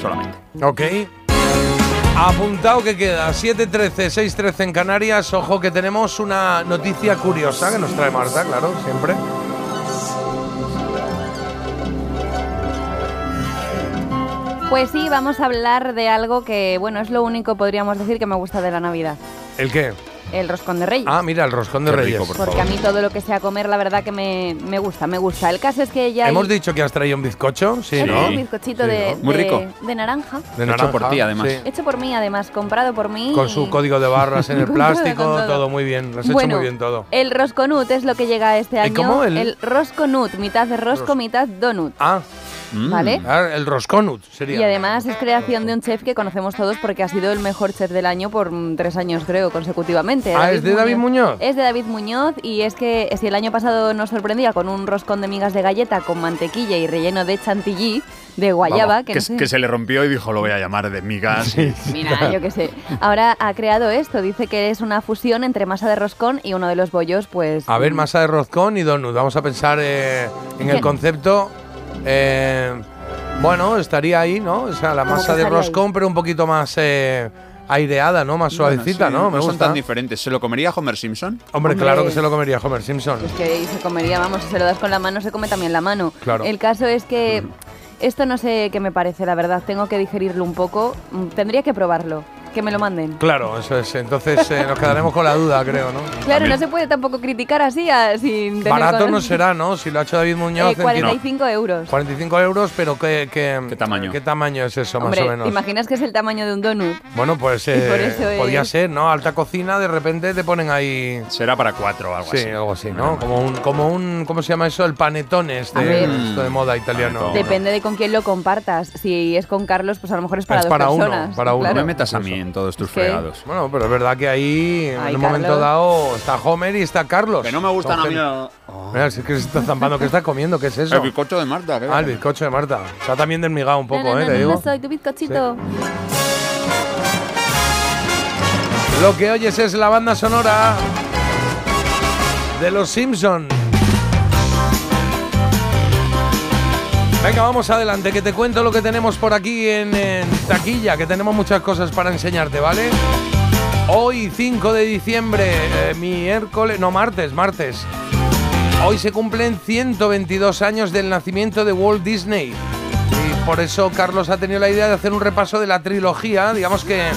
[SPEAKER 6] Solamente.
[SPEAKER 4] Ok. Apuntado que queda 7-13, 6-13 en Canarias. Ojo que tenemos una noticia curiosa que nos trae Marta, claro, siempre.
[SPEAKER 5] Pues sí, vamos a hablar de algo que, bueno, es lo único, podríamos decir, que me gusta de la Navidad.
[SPEAKER 4] ¿El qué?
[SPEAKER 5] El roscón de reyes.
[SPEAKER 4] Ah, mira, el roscón de
[SPEAKER 6] Qué
[SPEAKER 4] Reyes.
[SPEAKER 6] rico, por
[SPEAKER 5] porque a mí todo lo que sea comer, la verdad que me, me gusta, me gusta. El caso es que ya
[SPEAKER 4] Hemos
[SPEAKER 5] hay-
[SPEAKER 4] dicho que has traído un bizcocho, sí,
[SPEAKER 5] he traído
[SPEAKER 4] ¿no?
[SPEAKER 5] un bizcochito
[SPEAKER 4] Sí,
[SPEAKER 5] de,
[SPEAKER 4] ¿no?
[SPEAKER 6] Muy
[SPEAKER 5] de-
[SPEAKER 6] rico.
[SPEAKER 5] de naranja,
[SPEAKER 4] De
[SPEAKER 6] Hecho por ti, además.
[SPEAKER 5] hecho por mí además, comprado por mí.
[SPEAKER 4] Con su
[SPEAKER 5] y-
[SPEAKER 4] código de barras en el
[SPEAKER 5] Mm. <laughs> Con
[SPEAKER 4] plástico,
[SPEAKER 5] todo, con
[SPEAKER 4] todo.
[SPEAKER 5] todo.
[SPEAKER 4] muy bien. Lo has hecho
[SPEAKER 5] Bueno, eh,
[SPEAKER 4] muy bien todo.
[SPEAKER 5] El rosconut es lo que llega este año.
[SPEAKER 4] cómo? El-
[SPEAKER 5] rosconut, mitad de rosco,
[SPEAKER 4] Ros-
[SPEAKER 5] mitad donut.
[SPEAKER 4] Ah,
[SPEAKER 6] Mm.
[SPEAKER 5] ¿Vale?
[SPEAKER 4] ah, el rosconut sería.
[SPEAKER 5] Y además es creación de un chef que conocemos todos porque ha sido el mejor chef del año por mm, tres años, creo, consecutivamente.
[SPEAKER 4] Ah, ¿es de David Muñoz?
[SPEAKER 5] Es de David Muñoz y es que si el año pasado nos sorprendía con un roscón de migas de galleta con mantequilla y relleno de chantilly, de guayaba,
[SPEAKER 6] Vamos,
[SPEAKER 5] que,
[SPEAKER 6] que,
[SPEAKER 5] no sé-
[SPEAKER 6] que se le rompió y dijo, lo voy a llamar de migas.
[SPEAKER 5] Mira, yo qué sé. Ahora ha creado esto, dice que es una fusión entre masa de roscón y uno de los bollos, pues...
[SPEAKER 4] A ver,
[SPEAKER 5] mm,
[SPEAKER 4] masa de roscón y donut. Vamos a pensar eh, en el
[SPEAKER 5] ¿Qué?
[SPEAKER 4] concepto. eh, bueno, estaría ahí, ¿no? O sea, la
[SPEAKER 5] ¿Cómo
[SPEAKER 4] masa
[SPEAKER 5] que
[SPEAKER 4] de
[SPEAKER 5] estaría
[SPEAKER 4] roscón, pero un poquito más eh, aireada, ¿no? Más suavecita,
[SPEAKER 6] Bueno, sí,
[SPEAKER 4] ¿no? Me
[SPEAKER 6] son tan
[SPEAKER 4] gusta.
[SPEAKER 6] diferentes. ¿Se lo comería Homer Simpson?
[SPEAKER 4] Hombre,
[SPEAKER 5] Hombre.
[SPEAKER 4] claro que se lo comería Homer Simpson.
[SPEAKER 5] Es pues que ahí se comería, vamos, si se lo das con la mano, se come también la mano.
[SPEAKER 4] Claro. Mm.
[SPEAKER 5] El caso es que esto no sé qué me parece, la verdad. Tengo que digerirlo un poco. Mm, Tendría que probarlo. Que me lo manden.
[SPEAKER 4] Claro, eso es. Entonces eh, nos quedaremos con la duda, creo, ¿no?
[SPEAKER 5] Claro, no
[SPEAKER 6] También.
[SPEAKER 5] se puede tampoco criticar así a- sin tener
[SPEAKER 4] Barato
[SPEAKER 5] con-
[SPEAKER 4] no será, ¿no? Si lo ha hecho David Muñoz.
[SPEAKER 5] Eh,
[SPEAKER 4] entiendo-
[SPEAKER 5] 45 euros.
[SPEAKER 4] 45 euros, pero ¿qué, qué,
[SPEAKER 6] ¿Qué tamaño?
[SPEAKER 4] ¿qué tamaño es eso,
[SPEAKER 5] Hombre,
[SPEAKER 4] más o menos?
[SPEAKER 5] ¿te imaginas que es el tamaño de un donut?
[SPEAKER 4] Bueno, pues
[SPEAKER 5] Y por
[SPEAKER 4] eh,
[SPEAKER 5] eso es-
[SPEAKER 4] podría ser, ¿no? Alta cocina, de repente te ponen ahí.
[SPEAKER 6] Será para cuatro o algo
[SPEAKER 4] Sí,
[SPEAKER 6] así. Ah.
[SPEAKER 4] algo así, ¿no? Como un, como un, ¿cómo se llama eso? El panetone,
[SPEAKER 5] A
[SPEAKER 4] este,
[SPEAKER 5] ver.
[SPEAKER 4] esto de moda italiano.
[SPEAKER 6] Panetone.
[SPEAKER 5] Depende de con quién lo compartas. Si es con Carlos, pues a lo mejor es para
[SPEAKER 4] es
[SPEAKER 5] dos
[SPEAKER 4] para
[SPEAKER 5] personas.
[SPEAKER 4] uno, para uno.
[SPEAKER 5] claro.
[SPEAKER 6] No me metas a mí en en todos tus
[SPEAKER 5] Es que-
[SPEAKER 6] fregados.
[SPEAKER 4] Bueno, pero es verdad que ahí, en
[SPEAKER 5] Ay,
[SPEAKER 4] un momento
[SPEAKER 5] Carlos.
[SPEAKER 4] dado, está Homer y está Carlos.
[SPEAKER 6] Que no me gustan a
[SPEAKER 4] Son
[SPEAKER 6] mí.
[SPEAKER 4] gen- Mira, si es que se está zampando, ¿qué está comiendo? ¿Qué es eso?
[SPEAKER 6] El bizcocho de Marta, ¿qué
[SPEAKER 4] Ah, el
[SPEAKER 6] va?
[SPEAKER 4] bizcocho de Marta. Está también desmigado un poco,
[SPEAKER 5] No, no,
[SPEAKER 4] ¿eh?
[SPEAKER 5] no,
[SPEAKER 4] te
[SPEAKER 5] no,
[SPEAKER 4] digo.
[SPEAKER 5] no soy tu bizcochito.
[SPEAKER 4] Lo que oyes es la banda sonora de Los Simpson. Venga, vamos adelante, que te cuento lo que tenemos por aquí en, en taquilla, que tenemos muchas cosas para enseñarte, ¿vale? Hoy 5 de diciembre, eh, miércoles, no martes, martes. Hoy se cumplen 122 años del nacimiento de Walt Disney. Y por eso Carlos ha tenido la idea de hacer un repaso de la trilogía, digamos que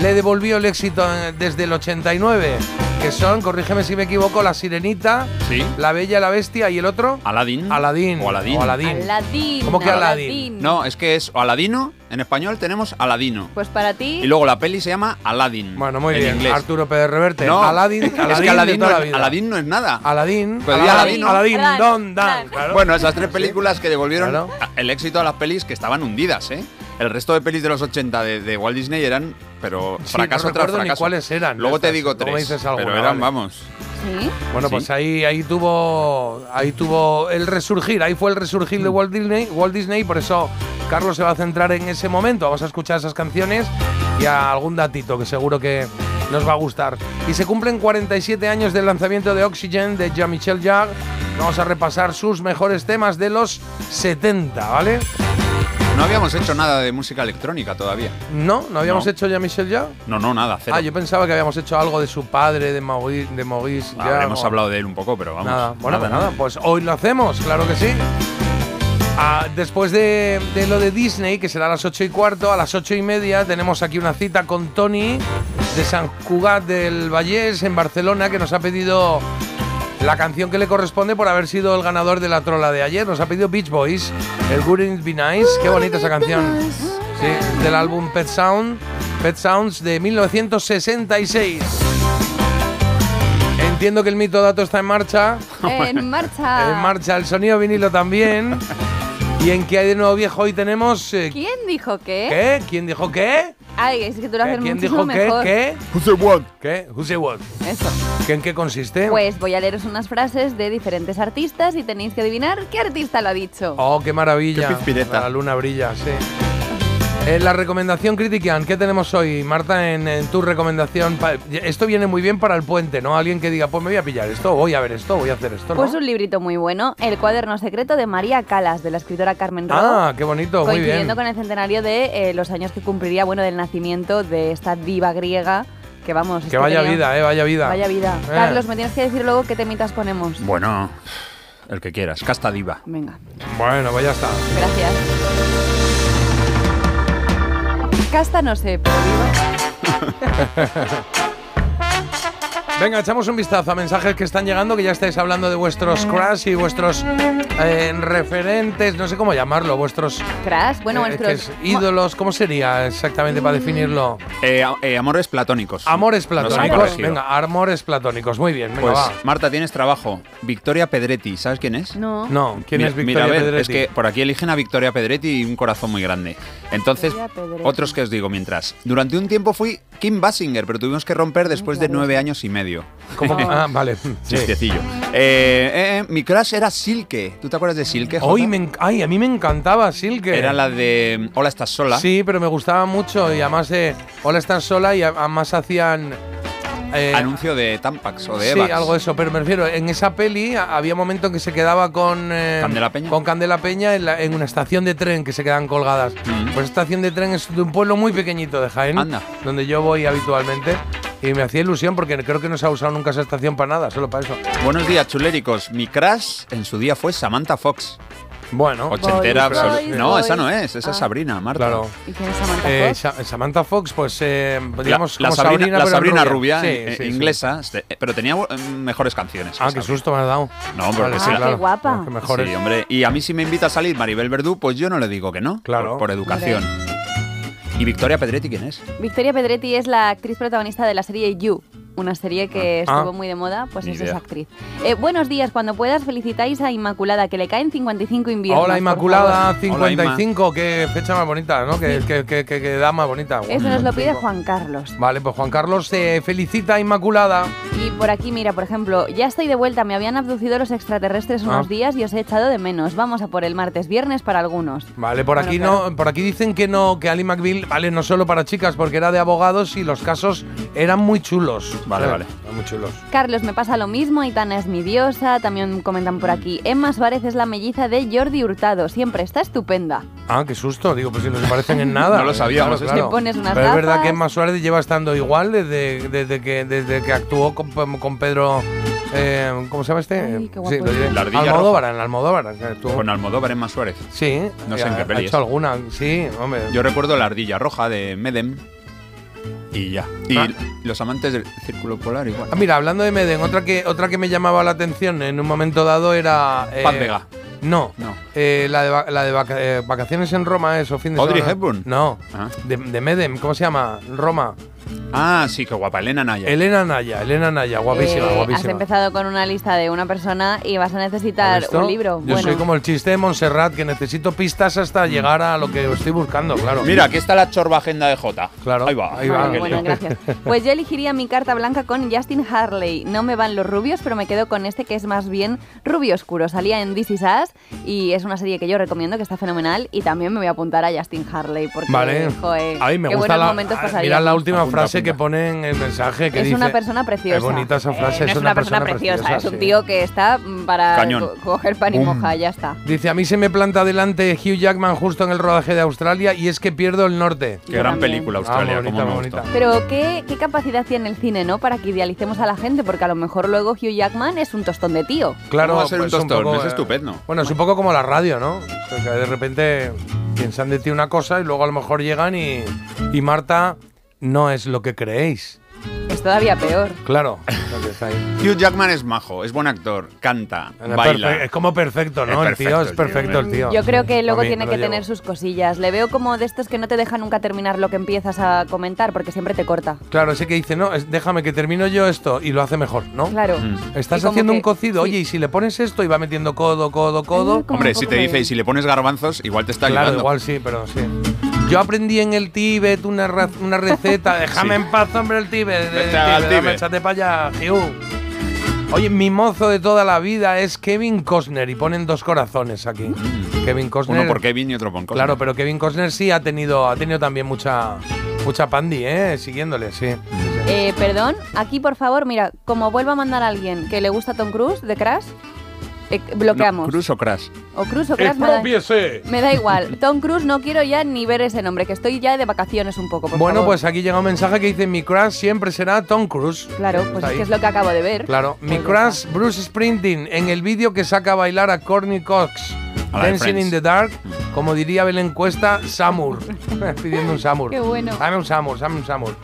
[SPEAKER 4] le devolvió el éxito eh, desde el 89, que son, corrígeme si me equivoco, La Sirenita,
[SPEAKER 6] Sí.
[SPEAKER 4] La Bella, la Bestia y el otro.
[SPEAKER 6] Aladín.
[SPEAKER 4] Aladín.
[SPEAKER 6] O Aladín.
[SPEAKER 5] Aladín.
[SPEAKER 4] ¿Cómo que Aladín?
[SPEAKER 6] No, es que es o Aladino. En español tenemos Aladino.
[SPEAKER 5] Pues para ti.
[SPEAKER 4] <laughs>
[SPEAKER 6] Y luego la peli se llama Aladdin.
[SPEAKER 4] Bueno, muy
[SPEAKER 6] en
[SPEAKER 4] bien.
[SPEAKER 6] Inglés.
[SPEAKER 4] eh, Arturo Pérez Reverte.
[SPEAKER 6] No,
[SPEAKER 4] Aladdin, Aladdin,
[SPEAKER 6] es que Aladdin
[SPEAKER 4] de
[SPEAKER 6] no,
[SPEAKER 4] toda la
[SPEAKER 6] es,
[SPEAKER 4] vida.
[SPEAKER 6] Aladdin no es nada.
[SPEAKER 4] Aladdin.
[SPEAKER 6] Pues di Aladdin, ¿no?
[SPEAKER 4] Aladdin,
[SPEAKER 5] Dan,
[SPEAKER 4] Don, Dan.
[SPEAKER 5] Dan.
[SPEAKER 4] claro.
[SPEAKER 6] Bueno, esas tres películas que devolvieron
[SPEAKER 4] Claro.
[SPEAKER 6] a- el éxito a las pelis que estaban hundidas, ¿eh? El resto de pelis de los 80 de, de Walt Disney eran, pero
[SPEAKER 4] Sí,
[SPEAKER 6] fracaso
[SPEAKER 4] no
[SPEAKER 6] tras
[SPEAKER 4] recuerdo ni
[SPEAKER 6] fracaso.
[SPEAKER 4] cuáles eran
[SPEAKER 6] Luego te
[SPEAKER 4] estas,
[SPEAKER 6] digo
[SPEAKER 4] luego
[SPEAKER 6] tres,
[SPEAKER 4] me dices alguna,
[SPEAKER 6] pero eran,
[SPEAKER 4] vale.
[SPEAKER 6] vamos.
[SPEAKER 5] Sí.
[SPEAKER 4] Bueno,
[SPEAKER 6] Sí.
[SPEAKER 4] pues ahí, ahí tuvo ahí tuvo el resurgir, ahí fue el resurgir
[SPEAKER 6] Mm.
[SPEAKER 4] de Walt Disney, Walt Disney, por eso Carlos se va a centrar en ese momento. Vamos a escuchar esas canciones y a algún datito que seguro que nos va a gustar. Y se cumplen 47 años del lanzamiento de Oxygen de Jean-Michel Jarre. Vamos a repasar sus mejores temas de los 70, ¿vale?
[SPEAKER 6] No habíamos hecho nada de música electrónica todavía.
[SPEAKER 4] No, no habíamos
[SPEAKER 6] No.
[SPEAKER 4] hecho Jean-Michel Jarre.
[SPEAKER 6] No, no, nada, cero.
[SPEAKER 4] Ah, yo pensaba que habíamos hecho algo de su padre, de Maurice, de Maurice
[SPEAKER 6] Ah,
[SPEAKER 4] Jarre,
[SPEAKER 6] Habremos
[SPEAKER 4] o-
[SPEAKER 6] hablado de él un poco, pero vamos.
[SPEAKER 4] Nada, bueno, pues nada, pues hoy lo hacemos, claro que sí. Ah, después de, de lo de Disney, que será a las 8 y cuarto, a las 8 y media tenemos aquí una cita con Tony de San Cugat del Vallés en Barcelona, que nos ha pedido la canción que le corresponde por haber sido el ganador de la trola de ayer. Nos ha pedido Beach Boys, el Wouldn't It Be Nice. Qué bonita esa canción. Sí, del álbum Pet Sound, Pet Sounds de 1966. Entiendo que el mito dato está en marcha.
[SPEAKER 5] En marcha.
[SPEAKER 4] En marcha el sonido vinilo también. y en qué hay de nuevo viejo hoy tenemos. eh,
[SPEAKER 5] ¿Quién dijo qué?
[SPEAKER 4] ¿Qué? ¿Quién dijo qué?
[SPEAKER 5] Ay, es que tú lo haces
[SPEAKER 4] ¿Quién
[SPEAKER 5] muchísimo
[SPEAKER 4] dijo qué?
[SPEAKER 5] mejor.
[SPEAKER 4] ¿Qué?
[SPEAKER 6] Who's the one?
[SPEAKER 4] ¿Qué? Who said what?
[SPEAKER 5] Eso.
[SPEAKER 4] ¿Qué- ¿En qué consiste?
[SPEAKER 5] Pues voy a leeros unas frases de diferentes artistas y tenéis que adivinar qué artista lo ha dicho.
[SPEAKER 4] Oh, qué maravilla.
[SPEAKER 6] Qué pispireta.
[SPEAKER 4] La luna brilla, sí. Eh, la recomendación Critican, ¿qué tenemos hoy, Marta, en, en tu recomendación? Pa- Esto viene muy bien para el puente, ¿no? Alguien que diga, pues me voy a pillar esto, voy a ver esto, voy a hacer esto, ¿no?
[SPEAKER 5] Pues un librito muy bueno, El cuaderno secreto de María Calas, de la escritora Carmen Robo.
[SPEAKER 4] ah, qué bonito, muy bien.
[SPEAKER 5] coincidiendo con el centenario de eh, los años que cumpliría, bueno, del nacimiento de esta diva griega, que vamos... es
[SPEAKER 4] Que vaya
[SPEAKER 5] tenía-
[SPEAKER 4] vida, eh, vaya vida.
[SPEAKER 5] Vaya vida.
[SPEAKER 4] Eh.
[SPEAKER 5] Carlos, me tienes que decir luego qué temitas ponemos.
[SPEAKER 6] Bueno, el que quieras. Casta diva.
[SPEAKER 5] Venga,
[SPEAKER 4] Bueno, pues ya está.
[SPEAKER 5] gracias. Casta no sé, pero diva-
[SPEAKER 4] <laughs> Venga, echamos un vistazo a mensajes que están llegando, que ya estáis hablando de vuestros crush y vuestros eh, referentes, no sé cómo llamarlo, vuestros
[SPEAKER 5] Crash, bueno,
[SPEAKER 4] eh,
[SPEAKER 5] vuestros- Mm.
[SPEAKER 4] que es- ídolos, ¿cómo sería exactamente para definirlo?
[SPEAKER 6] Eh, a- eh, amores platónicos.
[SPEAKER 4] Amores
[SPEAKER 6] Nos han
[SPEAKER 4] platónicos.
[SPEAKER 6] corregido.
[SPEAKER 4] Venga, amores platónicos, muy bien, venga,
[SPEAKER 6] Pues
[SPEAKER 4] va.
[SPEAKER 6] Marta, tienes trabajo. Victoria Pedretti, ¿sabes quién es?
[SPEAKER 5] No.
[SPEAKER 4] No, ¿quién
[SPEAKER 6] Mi-
[SPEAKER 4] es
[SPEAKER 6] mira,
[SPEAKER 4] Victoria
[SPEAKER 6] a ver,
[SPEAKER 4] Pedretti?
[SPEAKER 6] Es que por aquí eligen a Victoria Pedretti y un corazón muy grande. Entonces,
[SPEAKER 5] Victoria Pedretti.
[SPEAKER 6] otros que os digo mientras. Durante un tiempo fui Kim Basinger, pero tuvimos que romper después de nueve años y medio. <laughs>
[SPEAKER 4] ¿Cómo que- Ah, vale. sí.
[SPEAKER 6] Chistecillo. Eh, eh, eh, mi crush era Silke. ¿Tú te acuerdas de Silke? Jota?
[SPEAKER 4] Hoy me en- Ay, a mí me encantaba Silke.
[SPEAKER 6] Era la de mm, Hola, estás sola.
[SPEAKER 4] Sí, pero me gustaba mucho y además eh, Hola están sola y a- además hacían eh,
[SPEAKER 6] Anuncio de Tampax o de
[SPEAKER 4] Sí,
[SPEAKER 6] Evax.
[SPEAKER 4] algo de eso, pero me refiero, en esa peli a- había momentos en que se quedaba con eh,
[SPEAKER 6] Candela Peña.
[SPEAKER 4] con Candela Peña en, la- en una estación de tren que se quedan colgadas.
[SPEAKER 6] Mm.
[SPEAKER 4] Pues estación de tren es de un pueblo muy pequeñito de Jaén,
[SPEAKER 6] Anda.
[SPEAKER 4] donde yo voy habitualmente. Y me hacía ilusión porque creo que no se ha usado nunca esa estación para nada, solo para eso.
[SPEAKER 6] Buenos días, chuléricos. Mi crush en su día fue Samantha Fox.
[SPEAKER 4] Bueno,
[SPEAKER 6] Ochentera
[SPEAKER 4] Boys,
[SPEAKER 6] absoluta.
[SPEAKER 5] boys,
[SPEAKER 6] No,
[SPEAKER 5] boys.
[SPEAKER 6] esa no es, esa es
[SPEAKER 5] Ah.
[SPEAKER 6] Sabrina, Marta.
[SPEAKER 4] claro.
[SPEAKER 5] ¿Y quién es Samantha
[SPEAKER 4] Eh,
[SPEAKER 5] Fox?
[SPEAKER 4] Sa- Samantha Fox, pues eh, digamos
[SPEAKER 6] la, la Sabrina,
[SPEAKER 4] como Sabrina,
[SPEAKER 6] la
[SPEAKER 4] pero en
[SPEAKER 6] Sabrina rubia,
[SPEAKER 4] Sí,
[SPEAKER 6] eh,
[SPEAKER 4] sí,
[SPEAKER 6] eh,
[SPEAKER 4] sí.
[SPEAKER 6] inglesa, este, eh, pero tenía eh, mejores canciones.
[SPEAKER 4] Ah,
[SPEAKER 6] que
[SPEAKER 4] qué
[SPEAKER 6] Sabrina.
[SPEAKER 4] susto me has dado.
[SPEAKER 6] No, pero que
[SPEAKER 5] sí, Ah, qué claro. guapa.
[SPEAKER 4] Que mejor
[SPEAKER 6] Sí,
[SPEAKER 4] es.
[SPEAKER 6] hombre. Y a mí si me invita a salir Maribel Verdú, pues yo no le digo que no.
[SPEAKER 4] Claro.
[SPEAKER 6] Por, por educación. ¿Y Victoria Pedretti quién es?
[SPEAKER 5] Victoria Pedretti es la actriz protagonista de la serie You. una serie que
[SPEAKER 4] Ah.
[SPEAKER 5] estuvo muy de moda, pues
[SPEAKER 6] Ni
[SPEAKER 5] es
[SPEAKER 6] idea.
[SPEAKER 5] esa actriz. Eh, buenos días, cuando puedas felicitáis a Inmaculada, que le caen 55 inviernos.
[SPEAKER 4] Hola
[SPEAKER 5] por favor.
[SPEAKER 4] Inmaculada
[SPEAKER 6] Hola, Inma.
[SPEAKER 4] 55, qué fecha más bonita, ¿no? Qué, qué- qué- qué- qué edad más bonita.
[SPEAKER 5] Eso nos lo pide Juan Carlos.
[SPEAKER 4] Vale, pues Juan Carlos se felicita a Inmaculada.
[SPEAKER 5] Y por aquí, mira, por ejemplo, ya estoy de vuelta, me habían abducido los extraterrestres unos
[SPEAKER 4] Ah.
[SPEAKER 5] días y os he echado de menos. Vamos a por el martes, viernes para algunos.
[SPEAKER 4] Vale, por
[SPEAKER 5] Bueno,
[SPEAKER 4] aquí
[SPEAKER 5] claro.
[SPEAKER 4] no, por aquí dicen que no, que Ali McBeal, vale, no solo para chicas, porque era de abogados y los casos eran muy chulos.
[SPEAKER 6] Vale,
[SPEAKER 4] Sí,
[SPEAKER 6] vale.
[SPEAKER 4] eran Muy chulos.
[SPEAKER 5] Carlos, me pasa lo mismo, Aitana es mi diosa, también comentan por aquí. Emma Suárez es la melliza de Jordi Hurtado, siempre está estupenda.
[SPEAKER 4] Ah, qué susto, digo, pues si no se
[SPEAKER 6] <laughs>
[SPEAKER 4] parecen en nada.
[SPEAKER 6] No lo sabíamos,
[SPEAKER 4] Claro,
[SPEAKER 6] esto.
[SPEAKER 4] claro.
[SPEAKER 5] Te pones unas
[SPEAKER 4] Pero es verdad
[SPEAKER 5] gafas.
[SPEAKER 4] que Emma Suárez lleva estando igual desde, desde, que, desde que actuó con, con Pedro. eh, ¿Cómo se llama este?
[SPEAKER 5] Ay, qué guapo
[SPEAKER 4] Sí, lo diré.
[SPEAKER 6] La ardilla
[SPEAKER 4] Almodóvar, en Almodóvar. que actuó.
[SPEAKER 6] Con Almodóvar en Suárez.
[SPEAKER 4] Sí,
[SPEAKER 6] No sé
[SPEAKER 4] ha-
[SPEAKER 6] en qué
[SPEAKER 4] ha
[SPEAKER 6] peli
[SPEAKER 4] hecho
[SPEAKER 6] es.
[SPEAKER 4] alguna, sí, hombre.
[SPEAKER 6] Yo recuerdo La Ardilla Roja de Medem. Y ya. Y
[SPEAKER 4] Ah.
[SPEAKER 6] Los Amantes del Círculo Polar igual.
[SPEAKER 4] Ah, mira, hablando de Meden, otra que otra que me llamaba la atención en un momento dado era eh,
[SPEAKER 6] Paz Vega.
[SPEAKER 4] No,
[SPEAKER 6] No.
[SPEAKER 4] Eh, la de, va- la de vaca- eh, vacaciones en Roma, eso, fin de
[SPEAKER 6] Audrey
[SPEAKER 4] semana.
[SPEAKER 6] Hepburn.
[SPEAKER 4] No,
[SPEAKER 6] Ah.
[SPEAKER 4] de, de Medem, ¿cómo se llama? Roma.
[SPEAKER 6] Ah, sí, qué guapa. Elena Naya.
[SPEAKER 4] Elena Naya, Elena Naya, guapísima,
[SPEAKER 5] Eh, Has
[SPEAKER 4] guapísima.
[SPEAKER 5] empezado con una lista de una persona y vas a
[SPEAKER 4] ¿Has
[SPEAKER 5] necesitar
[SPEAKER 4] visto?
[SPEAKER 5] un libro.
[SPEAKER 4] Yo
[SPEAKER 5] bueno,
[SPEAKER 4] soy como el chiste de Montserrat, que necesito pistas hasta llegar a lo que estoy buscando, claro.
[SPEAKER 6] Mm. Mira, aquí está la chorba agenda de Jota.
[SPEAKER 4] Claro.
[SPEAKER 6] Ahí va.
[SPEAKER 4] Ahí va.
[SPEAKER 5] Vale,
[SPEAKER 6] Qué
[SPEAKER 5] Ah, bueno,
[SPEAKER 6] lío.
[SPEAKER 5] gracias. Pues yo elegiría mi carta blanca con Justin Harley. No me van los rubios, pero me quedo con este que es más bien rubio oscuro. Salía en This Is Us y es una serie que yo recomiendo, que está fenomenal. Y también me voy a apuntar a Justin Harley porque,
[SPEAKER 4] Vale.
[SPEAKER 5] joe,
[SPEAKER 4] A mí me
[SPEAKER 5] qué
[SPEAKER 4] gusta la,
[SPEAKER 5] buenos momentos
[SPEAKER 4] ah, mira
[SPEAKER 5] pasaríamos.
[SPEAKER 4] la última
[SPEAKER 6] Apunta,
[SPEAKER 4] frase
[SPEAKER 6] apunta.
[SPEAKER 4] que pone en el mensaje que
[SPEAKER 5] es
[SPEAKER 4] dice.
[SPEAKER 5] una persona preciosa.
[SPEAKER 4] Es bonita esa
[SPEAKER 5] Eh,
[SPEAKER 4] frase,
[SPEAKER 5] no
[SPEAKER 4] es, una, persona, preciosa.
[SPEAKER 5] es un
[SPEAKER 4] sí.
[SPEAKER 5] tío que está mm, para
[SPEAKER 6] Cañón.
[SPEAKER 5] co- coger pan y
[SPEAKER 6] Bum.
[SPEAKER 5] moja, ya está.
[SPEAKER 4] Dice, a mí se me planta delante Hugh Jackman justo en el rodaje de Australia y es que pierdo el norte.
[SPEAKER 6] Qué
[SPEAKER 5] Yo
[SPEAKER 6] gran
[SPEAKER 5] también.
[SPEAKER 6] película
[SPEAKER 4] Ah,
[SPEAKER 6] Australia,
[SPEAKER 4] muy
[SPEAKER 6] cómo
[SPEAKER 4] bonita,
[SPEAKER 6] me
[SPEAKER 4] muy
[SPEAKER 6] gustó.
[SPEAKER 4] bonita.
[SPEAKER 5] Pero ¿qué, qué capacidad tiene el cine, ¿no? Para que idealicemos a la gente, porque a lo mejor luego Hugh Jackman es un tostón de tío.
[SPEAKER 4] Claro,
[SPEAKER 6] ¿Cómo va a ser un
[SPEAKER 4] un
[SPEAKER 6] tostón?
[SPEAKER 4] poco,
[SPEAKER 6] pues Es
[SPEAKER 4] eh,
[SPEAKER 6] estupendo.
[SPEAKER 4] Bueno, es un poco como la radio, ¿no? O sea, que de repente piensan de ti una cosa y luego a lo mejor llegan y, y Marta no es lo que creéis.
[SPEAKER 5] Es todavía peor.
[SPEAKER 6] <laughs>
[SPEAKER 4] Claro. lo que está ahí.
[SPEAKER 6] Hugh Jackman es majo, es buen actor, canta,
[SPEAKER 4] Era perfe-
[SPEAKER 6] baila.
[SPEAKER 4] Es como perfecto, ¿no?
[SPEAKER 6] Es
[SPEAKER 4] el tío
[SPEAKER 6] perfecto,
[SPEAKER 4] es perfecto el tío. mm,
[SPEAKER 5] Yo creo que luego
[SPEAKER 4] A mí
[SPEAKER 5] tiene
[SPEAKER 4] me lo
[SPEAKER 5] que
[SPEAKER 4] llevo.
[SPEAKER 5] tener sus cosillas. Le veo como de estos que no te deja nunca terminar lo que empiezas a comentar porque siempre te corta.
[SPEAKER 4] Claro, ese que dice, no, es- déjame que termino yo esto y lo hace mejor, ¿no?
[SPEAKER 5] Claro.
[SPEAKER 6] Mm.
[SPEAKER 5] Y
[SPEAKER 4] Estás
[SPEAKER 5] como
[SPEAKER 4] haciendo un
[SPEAKER 5] que-
[SPEAKER 4] cocido,
[SPEAKER 5] sí.
[SPEAKER 4] oye, y si le pones esto y va metiendo codo, codo, codo.
[SPEAKER 5] Ah, como
[SPEAKER 6] Hombre,
[SPEAKER 5] un
[SPEAKER 6] si
[SPEAKER 5] poco
[SPEAKER 6] te
[SPEAKER 5] de-
[SPEAKER 6] dice y si le pones garbanzos, igual te está
[SPEAKER 4] Claro,
[SPEAKER 6] ayudando.
[SPEAKER 4] igual sí, pero sí. Yo aprendí en el Tíbet una, ra- una receta.
[SPEAKER 6] <laughs>
[SPEAKER 4] Déjame
[SPEAKER 6] Sí.
[SPEAKER 4] en paz, hombre, el Tíbet.
[SPEAKER 6] Vete
[SPEAKER 4] el
[SPEAKER 6] al
[SPEAKER 4] Tíbet, dame,
[SPEAKER 6] Tíbet.
[SPEAKER 4] échate para allá, Giu. Oye, mi mozo de toda la vida es Kevin Costner y ponen dos corazones aquí. Kevin Costner.
[SPEAKER 6] Mm. Uno por Kevin y otro por Costner.
[SPEAKER 4] Claro, pero Kevin Costner sí ha tenido, ha tenido también mucha, mucha pandi, ¿eh? Siguiéndole, sí.
[SPEAKER 5] Eh, perdón, aquí por favor, mira, como vuelva a mandar a alguien que le gusta Tom Cruise de Crash, eh, bloqueamos.
[SPEAKER 6] No, Cruz o Crash.
[SPEAKER 5] O Cruise o Crash, me da, me da igual. Tom Cruise no quiero ya ni ver ese nombre, que estoy ya de vacaciones un poco. por
[SPEAKER 4] Bueno,
[SPEAKER 5] favor.
[SPEAKER 4] pues aquí llega un mensaje que dice: Mi crush siempre será Tom Cruise.
[SPEAKER 5] Claro, pues
[SPEAKER 4] Está
[SPEAKER 5] es
[SPEAKER 4] ahí.
[SPEAKER 5] que es lo que acabo de ver.
[SPEAKER 4] Claro, mi
[SPEAKER 5] Pues ya
[SPEAKER 4] crush Bruce Sprinting en el vídeo que saca a bailar a Courtney Cox.
[SPEAKER 6] A la de
[SPEAKER 4] Dancing
[SPEAKER 6] Friends.
[SPEAKER 4] in the Dark, como diría Belén Cuesta,
[SPEAKER 5] <laughs>
[SPEAKER 4] Samur. <laughs> Pidiendo un Samur.
[SPEAKER 5] Qué bueno.
[SPEAKER 4] Dame un Samur, dame un Samur.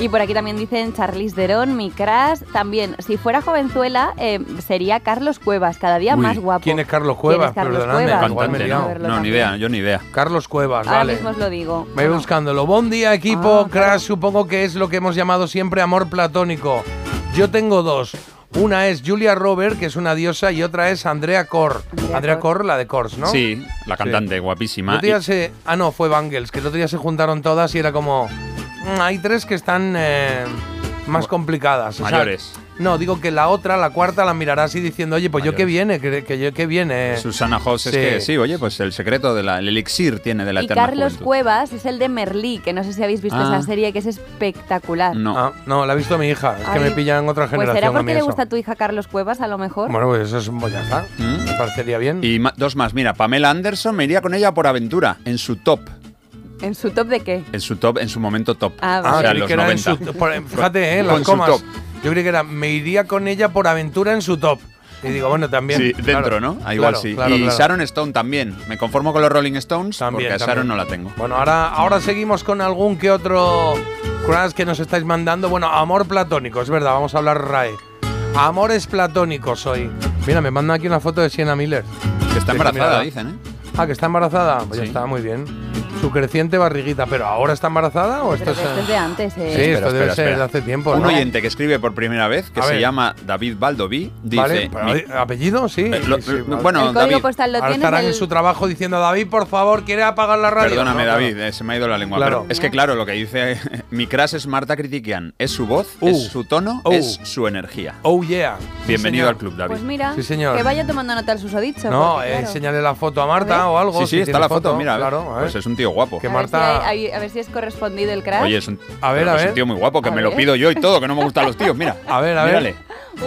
[SPEAKER 5] Y por aquí también dicen Charlize Theron, mi crush. También, si fuera jovenzuela, eh, sería Carlos Cuevas, cada día
[SPEAKER 6] Uy,
[SPEAKER 5] más guapo.
[SPEAKER 4] ¿Quién es Carlos
[SPEAKER 5] ¿Quién es
[SPEAKER 4] Cuevas?
[SPEAKER 5] Carlos
[SPEAKER 4] Perdonadme,
[SPEAKER 5] Cuevas?
[SPEAKER 4] igual me he
[SPEAKER 6] Cantante,
[SPEAKER 5] Vamos a
[SPEAKER 4] liado.
[SPEAKER 6] ¿no?
[SPEAKER 5] verlo
[SPEAKER 6] No, ni
[SPEAKER 5] también.
[SPEAKER 6] idea, yo ni idea.
[SPEAKER 4] Carlos Cuevas,
[SPEAKER 5] Ahora
[SPEAKER 4] vale.
[SPEAKER 5] mismo os lo digo.
[SPEAKER 4] Me voy
[SPEAKER 5] Bueno,
[SPEAKER 4] buscándolo. Buen día, equipo.
[SPEAKER 5] Ah,
[SPEAKER 4] crash supongo que es lo que hemos llamado siempre amor platónico. Yo tengo dos. Una es Julia Robert, que es una diosa, y otra es Andrea Corr.
[SPEAKER 5] Andrea
[SPEAKER 4] Andrea
[SPEAKER 5] Corr.
[SPEAKER 4] Corr, la de Kors, Pues, ¿no?
[SPEAKER 6] Sí, la cantante,
[SPEAKER 4] El
[SPEAKER 6] guapísima.
[SPEAKER 4] otro día
[SPEAKER 6] Y-
[SPEAKER 4] se- ah, no, fue Bangles, que el otro día se juntaron todas y era como. "Mm, hay tres que están eh, más complicadas. o sea,
[SPEAKER 6] Mayores.
[SPEAKER 4] no, digo que la otra, la cuarta, la mirarás y diciendo, oye, pues yo qué
[SPEAKER 6] Mayores.
[SPEAKER 4] viene, que, que yo qué viene.
[SPEAKER 6] Susana Hoss es
[SPEAKER 4] Sí.
[SPEAKER 6] que sí, oye, pues el secreto del elixir tiene de la
[SPEAKER 5] y
[SPEAKER 6] eterna
[SPEAKER 5] Carlos
[SPEAKER 6] juventud.
[SPEAKER 5] Cuevas es el de Merlí, que no sé si habéis visto
[SPEAKER 6] Ah.
[SPEAKER 5] esa serie, que es espectacular.
[SPEAKER 6] No.
[SPEAKER 4] Ah, no, la ha visto mi hija, es que
[SPEAKER 5] Ay,
[SPEAKER 4] me pillan en otra
[SPEAKER 5] Pues
[SPEAKER 4] generación.
[SPEAKER 5] será
[SPEAKER 4] a mí
[SPEAKER 5] porque le
[SPEAKER 4] eso.
[SPEAKER 5] gusta a tu hija Carlos Cuevas, a lo mejor.
[SPEAKER 4] Bueno, pues eso es un boyaza.
[SPEAKER 6] ¿Mm?
[SPEAKER 4] Me parecería bien.
[SPEAKER 6] Y ma- dos más, mira, Pamela Anderson me iría con ella por aventura, en su top,
[SPEAKER 5] ¿En su top
[SPEAKER 4] <laughs>
[SPEAKER 5] de qué?
[SPEAKER 6] en su top, en su momento top.
[SPEAKER 5] Ah,
[SPEAKER 4] Ah,
[SPEAKER 5] vale.
[SPEAKER 6] o sea,
[SPEAKER 4] creí
[SPEAKER 6] los
[SPEAKER 4] que era en
[SPEAKER 6] 90.
[SPEAKER 4] su- por- fíjate, eh,
[SPEAKER 6] Con
[SPEAKER 4] las
[SPEAKER 6] su
[SPEAKER 4] comas.
[SPEAKER 6] top.
[SPEAKER 4] Yo creí que era, me iría con ella por aventura en su top. Y digo, bueno, también.
[SPEAKER 6] Sí, dentro,
[SPEAKER 4] claro.
[SPEAKER 6] ¿no? Ah, igual
[SPEAKER 4] Claro,
[SPEAKER 6] sí.
[SPEAKER 4] claro,
[SPEAKER 6] y
[SPEAKER 4] claro.
[SPEAKER 6] Sharon Stone también. Me conformo con los Rolling Stones
[SPEAKER 4] También,
[SPEAKER 6] porque a
[SPEAKER 4] también.
[SPEAKER 6] Sharon no la tengo.
[SPEAKER 4] Bueno, ahora, ahora seguimos con algún que otro crash que nos estáis mandando. Bueno, amor platónico, es verdad, vamos a hablar RAE. Amores platónicos hoy. Mira, me mandan aquí una foto de Sienna Miller.
[SPEAKER 6] Que está
[SPEAKER 4] Sí, mira,
[SPEAKER 6] embarazada,
[SPEAKER 4] la-
[SPEAKER 6] dicen, ¿eh?
[SPEAKER 4] Ah, que está embarazada. Pues ya
[SPEAKER 6] Sí.
[SPEAKER 4] está, muy bien. su creciente barriguita. ¿Pero ahora está embarazada o esto
[SPEAKER 5] Pero
[SPEAKER 4] es.?
[SPEAKER 5] que esto es de antes,
[SPEAKER 4] Sí,
[SPEAKER 5] eh.
[SPEAKER 6] Espera,
[SPEAKER 4] esto debe
[SPEAKER 6] espera,
[SPEAKER 4] ser de
[SPEAKER 6] espera.
[SPEAKER 4] hace tiempo.
[SPEAKER 6] Un
[SPEAKER 4] ¿no?
[SPEAKER 6] oyente que escribe por primera vez, que
[SPEAKER 4] A
[SPEAKER 6] se
[SPEAKER 4] ver.
[SPEAKER 6] llama David Baldoví, dice...
[SPEAKER 4] Vale, pero,
[SPEAKER 6] "Mi-
[SPEAKER 4] apellido, sí.
[SPEAKER 6] Eh, lo-
[SPEAKER 4] sí, sí,
[SPEAKER 6] lo-
[SPEAKER 4] vale.
[SPEAKER 6] bueno,
[SPEAKER 5] el código
[SPEAKER 6] David,
[SPEAKER 5] postal lo
[SPEAKER 4] Ahora
[SPEAKER 5] tienes.
[SPEAKER 4] estarán en
[SPEAKER 5] el-
[SPEAKER 4] su trabajo diciendo, David, por favor, ¿quiere apagar la radio?
[SPEAKER 6] Perdóname,
[SPEAKER 4] No,
[SPEAKER 6] David,
[SPEAKER 4] claro.
[SPEAKER 6] eh, se me ha ido la lengua.
[SPEAKER 4] Claro.
[SPEAKER 6] pero es que claro, lo que dice <laughs> mi crash es Marta Critiquian. Es su voz,
[SPEAKER 4] Uh.
[SPEAKER 6] es su tono,
[SPEAKER 4] Uh.
[SPEAKER 6] es su energía.
[SPEAKER 4] Oh, yeah. Sí,
[SPEAKER 6] Bienvenido
[SPEAKER 4] señor.
[SPEAKER 6] al club, David.
[SPEAKER 5] Pues mira,
[SPEAKER 4] Sí, señor.
[SPEAKER 5] que vaya tomando nota el susodicho.
[SPEAKER 4] No,
[SPEAKER 5] porque,
[SPEAKER 4] eh,
[SPEAKER 5] claro,
[SPEAKER 4] enséñale la foto a Marta
[SPEAKER 5] A ver.
[SPEAKER 4] o algo.
[SPEAKER 6] sí, sí,
[SPEAKER 4] si
[SPEAKER 6] está
[SPEAKER 4] tiene
[SPEAKER 6] la foto, mira. a ver.
[SPEAKER 4] Claro, a ver.
[SPEAKER 6] Pues es un tío guapo.
[SPEAKER 4] Que
[SPEAKER 5] a ver si
[SPEAKER 4] Marta-
[SPEAKER 5] hay- hay- a ver si es correspondido el crash.
[SPEAKER 6] Oye, es un,
[SPEAKER 4] A ver,
[SPEAKER 6] pero
[SPEAKER 4] a
[SPEAKER 6] es un
[SPEAKER 4] ver.
[SPEAKER 6] tío muy guapo, que
[SPEAKER 5] A
[SPEAKER 6] me lo
[SPEAKER 5] ver.
[SPEAKER 6] pido yo y todo, que no me gustan los tíos. Mira,
[SPEAKER 4] A ver, a ver.
[SPEAKER 6] mírale.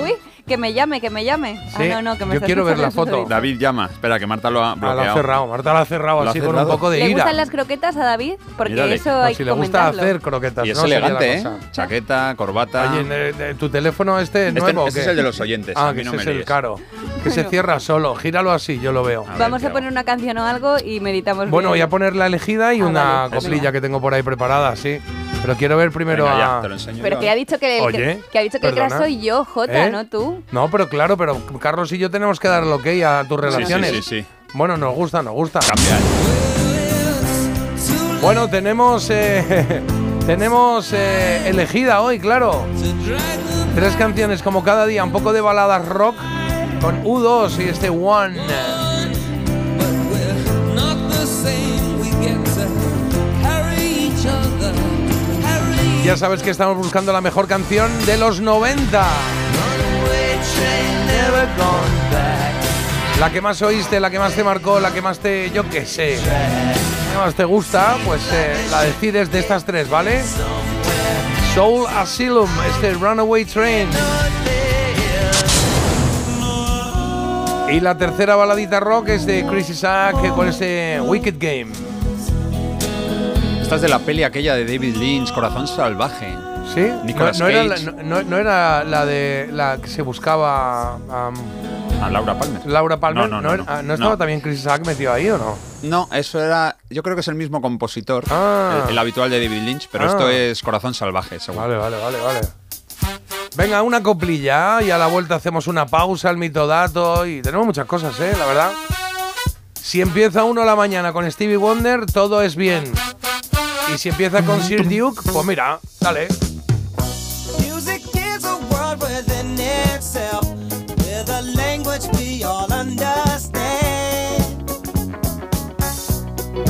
[SPEAKER 5] Uy, que me llame, que me llame.
[SPEAKER 4] Sí,
[SPEAKER 5] ah, no, no, que me
[SPEAKER 4] yo
[SPEAKER 5] está
[SPEAKER 4] quiero ver
[SPEAKER 5] escuchando
[SPEAKER 4] la
[SPEAKER 5] el
[SPEAKER 4] foto.
[SPEAKER 5] susodicho.
[SPEAKER 6] David llama. Espera, que Marta lo ha
[SPEAKER 4] Ah, la ha
[SPEAKER 6] bloqueado.
[SPEAKER 4] cerrado. Marta la ha cerrado
[SPEAKER 6] ¿La ha
[SPEAKER 4] así con un
[SPEAKER 6] cerrado?
[SPEAKER 4] poco de
[SPEAKER 5] ¿Le
[SPEAKER 4] ira.
[SPEAKER 5] gustan las croquetas a David? Porque
[SPEAKER 6] Mírale.
[SPEAKER 5] eso
[SPEAKER 4] No,
[SPEAKER 5] hay
[SPEAKER 4] si
[SPEAKER 5] que
[SPEAKER 4] le gusta
[SPEAKER 5] comentarlo.
[SPEAKER 4] hacer croquetas.
[SPEAKER 6] Y es
[SPEAKER 4] no sería la
[SPEAKER 6] elegante, ¿eh?
[SPEAKER 4] cosa.
[SPEAKER 6] Chaqueta,
[SPEAKER 5] Ah.
[SPEAKER 6] corbata.
[SPEAKER 4] Oye, ne- ne- ¿tu teléfono este es
[SPEAKER 6] Este-
[SPEAKER 4] nuevo? o
[SPEAKER 6] ese
[SPEAKER 4] qué?
[SPEAKER 6] es el de los oyentes,
[SPEAKER 4] Ah,
[SPEAKER 6] a mí
[SPEAKER 4] que
[SPEAKER 6] no
[SPEAKER 4] ese
[SPEAKER 6] me
[SPEAKER 4] es el
[SPEAKER 6] líes.
[SPEAKER 4] caro. Que se cierra solo. Gíralo así, yo lo veo.
[SPEAKER 6] A ver,
[SPEAKER 5] Vamos
[SPEAKER 6] ¿qué
[SPEAKER 5] a poner
[SPEAKER 6] hago?
[SPEAKER 5] una canción o algo y meditamos.
[SPEAKER 4] Bueno, voy
[SPEAKER 5] bien.
[SPEAKER 4] a poner la elegida y
[SPEAKER 5] Ah,
[SPEAKER 4] una
[SPEAKER 5] vale,
[SPEAKER 4] coplilla
[SPEAKER 5] venga.
[SPEAKER 4] que tengo por ahí preparada, sí. Pero quiero ver primero
[SPEAKER 6] Venga, ya,
[SPEAKER 4] a.
[SPEAKER 6] te lo enseño
[SPEAKER 5] Pero
[SPEAKER 6] yo.
[SPEAKER 5] que ha dicho que el,
[SPEAKER 4] Oye,
[SPEAKER 5] que, que ha dicho que el crash
[SPEAKER 4] perdona.
[SPEAKER 5] soy yo, Jota,
[SPEAKER 4] ¿Eh?
[SPEAKER 5] no tú.
[SPEAKER 4] No, pero claro, pero Carlos y yo tenemos que dar el ok a tus
[SPEAKER 6] Sí,
[SPEAKER 4] relaciones.
[SPEAKER 6] Sí, sí, sí.
[SPEAKER 4] Bueno, nos gusta, nos gusta.
[SPEAKER 6] Cambia, ¿eh?
[SPEAKER 4] Bueno, tenemos eh, <laughs> tenemos eh, elegida hoy, claro. Tres canciones como cada día, un poco de baladas rock con U2 y este One. Ya sabes que estamos buscando la mejor canción de los 90. La que más oíste, la que más te marcó, la que más te, yo qué sé, que más te gusta, pues eh, la decides de estas tres, ¿vale? Soul Asylum, este Runaway Train. Y la tercera baladita rock es de Chris Isaac eh, con este Wicked Game.
[SPEAKER 6] Esta es de la peli aquella de David Lynch, Corazón Salvaje.
[SPEAKER 4] ¿Sí?
[SPEAKER 6] Nicolas
[SPEAKER 4] no, no era la,
[SPEAKER 6] Cage.
[SPEAKER 4] no- no- no era la de la que se buscaba am,
[SPEAKER 6] A Laura Palmer.
[SPEAKER 4] Laura Palmer.
[SPEAKER 6] No, no, no,
[SPEAKER 4] era-
[SPEAKER 6] no.
[SPEAKER 4] ah, estaba
[SPEAKER 6] No.
[SPEAKER 4] también Chris Isaac metido ahí o no?
[SPEAKER 6] No, eso era. Yo creo que es el mismo compositor,
[SPEAKER 4] Ah.
[SPEAKER 6] el, el habitual de David Lynch, pero
[SPEAKER 4] Ah.
[SPEAKER 6] esto es Corazón Salvaje, seguro.
[SPEAKER 4] Vale, vale, vale, vale. Venga, una coplilla y a la vuelta hacemos una pausa al mitodato y tenemos muchas cosas, ¿eh? La verdad. Si empieza uno la mañana con Stevie Wonder, todo es bien. Y si empieza con Sir Duke, pues mira, dale.
[SPEAKER 7] Music is a world within itself, with a language we all understand.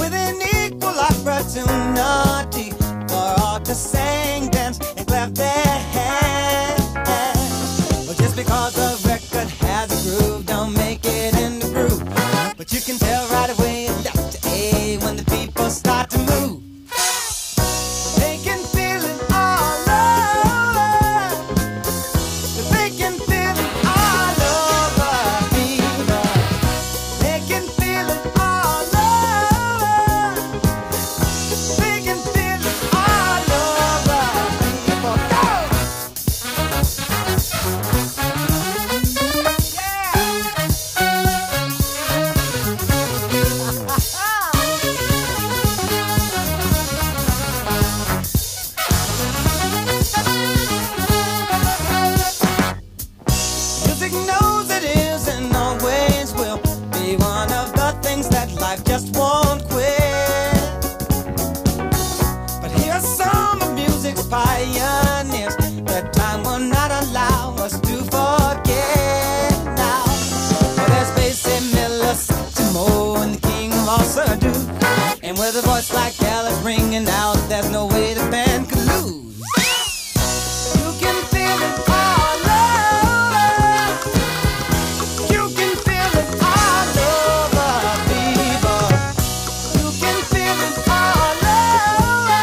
[SPEAKER 7] With an equal opportunity for all to sing, dance, and clap their hands. But just because a record has a groove, don't make it in the groove. But you can tell right away, left to A, when the people start to move. They can feel it all over. They can feel it all over me. They can feel it all over. They can feel it all over me. Come on, go! Music knows it is and always will be one of the things that life just won't quit. But here are some of music's pioneers that time will not allow us to forget now. Well, there's Basie Miller, Satchmo, and the King of all Surdu. And with a voice like Alice ringing out, there's no way the band could lose. You can feel it all over. You can feel it all over, people. You can feel it all over.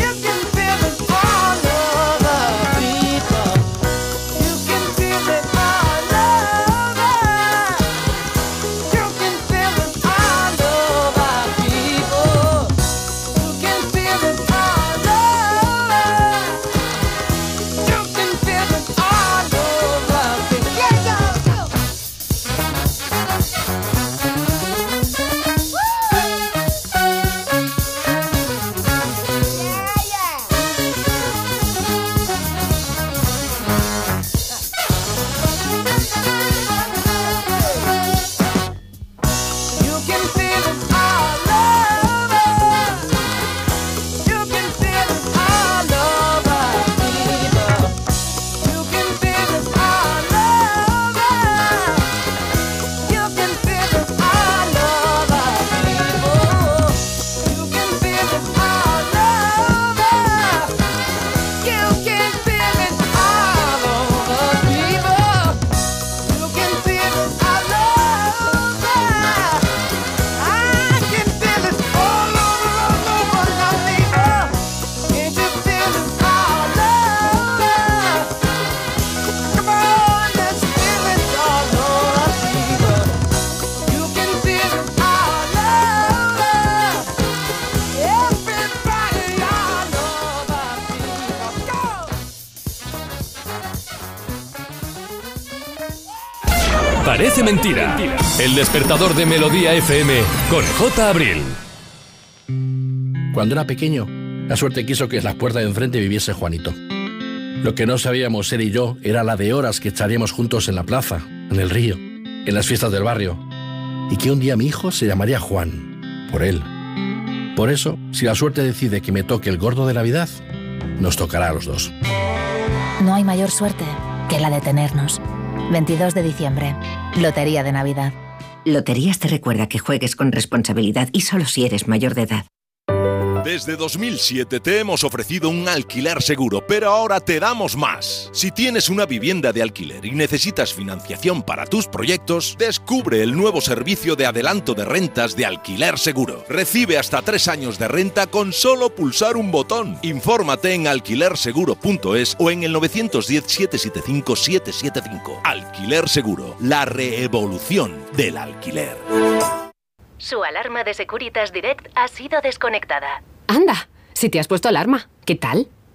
[SPEAKER 7] You can feel it all over, people. You can feel it all over. You can feel it all over, people. You can feel it all
[SPEAKER 2] Parece mentira. El despertador de Melodía FM con J. Abril.
[SPEAKER 8] Cuando era pequeño, la suerte quiso que en las puertas de enfrente viviese Juanito. Lo que no sabíamos él y yo era la de horas que echaríamos juntos en la plaza, en el río, en las fiestas del barrio. Y que un día mi hijo se llamaría Juan, por él. Por eso, si la suerte decide que me toque el gordo de Navidad, nos tocará a los dos.
[SPEAKER 9] No hay mayor suerte que la de tenernos. 22 de diciembre, Lotería de Navidad.
[SPEAKER 10] Loterías te recuerda que juegues con responsabilidad y solo si eres mayor de edad.
[SPEAKER 11] Desde 2007 te hemos ofrecido un alquiler seguro, pero ahora te damos más. Si tienes una vivienda de alquiler y necesitas financiación para tus proyectos, descubre el nuevo servicio de adelanto de rentas de alquiler seguro. Recibe hasta tres años de renta con solo pulsar un botón. Infórmate en alquilerseguro.es o en el 910-775-775. Alquiler seguro, la revolución del alquiler.
[SPEAKER 12] Su alarma de Securitas Direct ha sido desconectada.
[SPEAKER 13] Anda, si te has puesto alarma, ¿qué tal?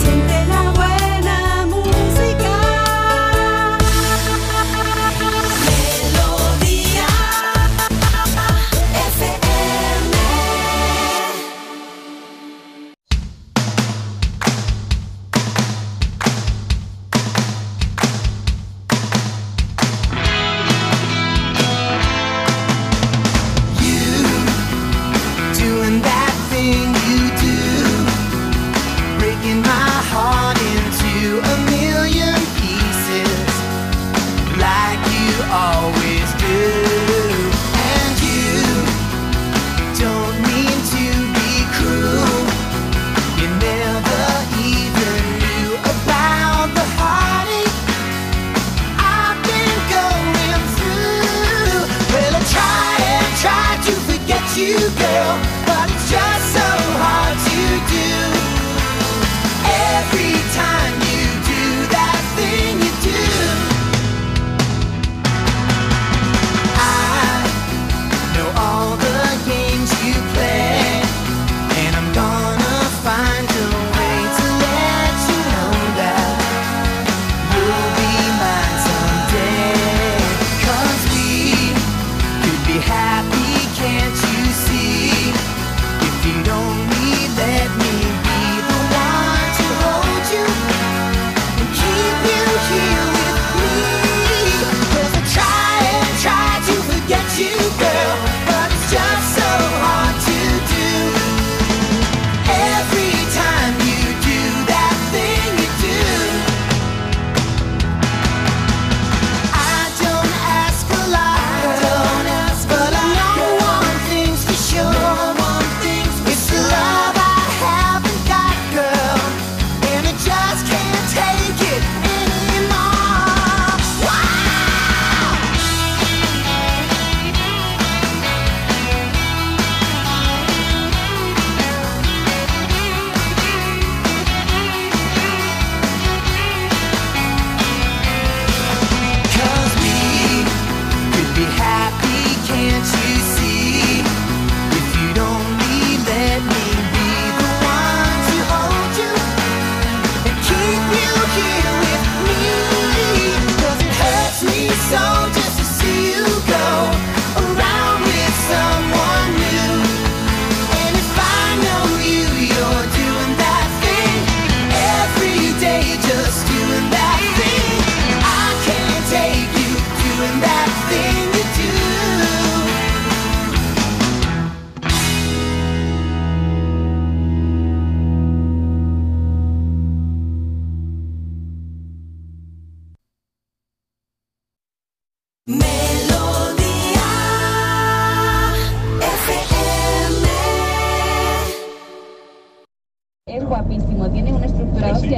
[SPEAKER 14] Siente la buena música. Melodía FM.
[SPEAKER 15] You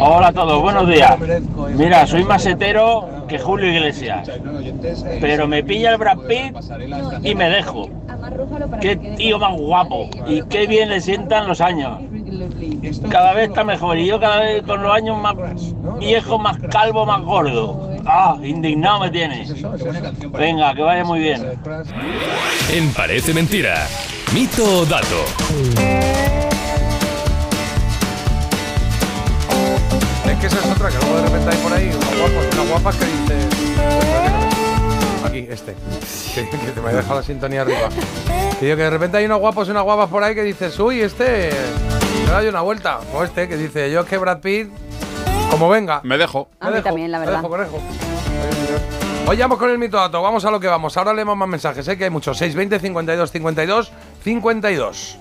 [SPEAKER 11] Hola a todos, buenos días. Mira, soy masetero que Julio Iglesias, pero me pilla el Brad Pitt y me dejo. pues, Qué tío más guapo y qué bien le sientan los años. Cada vez está mejor y yo cada vez con los años más viejo, más calvo, más gordo. Ah, indignado me tienes. Venga, que vaya muy bien.
[SPEAKER 2] En Parece Mentira, mito o dato.
[SPEAKER 4] Es que esa es otra que luego de repente hay por ahí unos guapos y unas guapas que dices. Aquí, este. Que, que te me deja la sintonía arriba. Que digo que de repente hay unos guapos y unas guapas por ahí que dices, uy, este. Me doy una vuelta. O este que dice, yo es que Brad Pitt, como venga.
[SPEAKER 6] Me dejo.
[SPEAKER 5] A mí también, la
[SPEAKER 4] me
[SPEAKER 5] verdad.
[SPEAKER 4] dejo, Hoy vamos con el mito dato, vamos a lo que vamos. Ahora leemos más mensajes, sé que hay muchos. 620 52 52 52.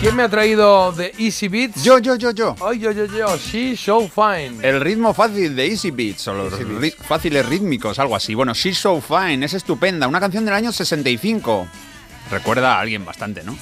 [SPEAKER 4] ¿Quién me ha traído de Easy Beats?
[SPEAKER 6] Yo, yo, yo, yo.
[SPEAKER 4] Ay, yo, yo, yo. She So Fine.
[SPEAKER 6] El ritmo fácil de Easy Beats, o los ri- fáciles rítmicos, algo así. Bueno, She's So Fine, es estupenda. Una canción del año 65. Recuerda a alguien bastante, ¿no?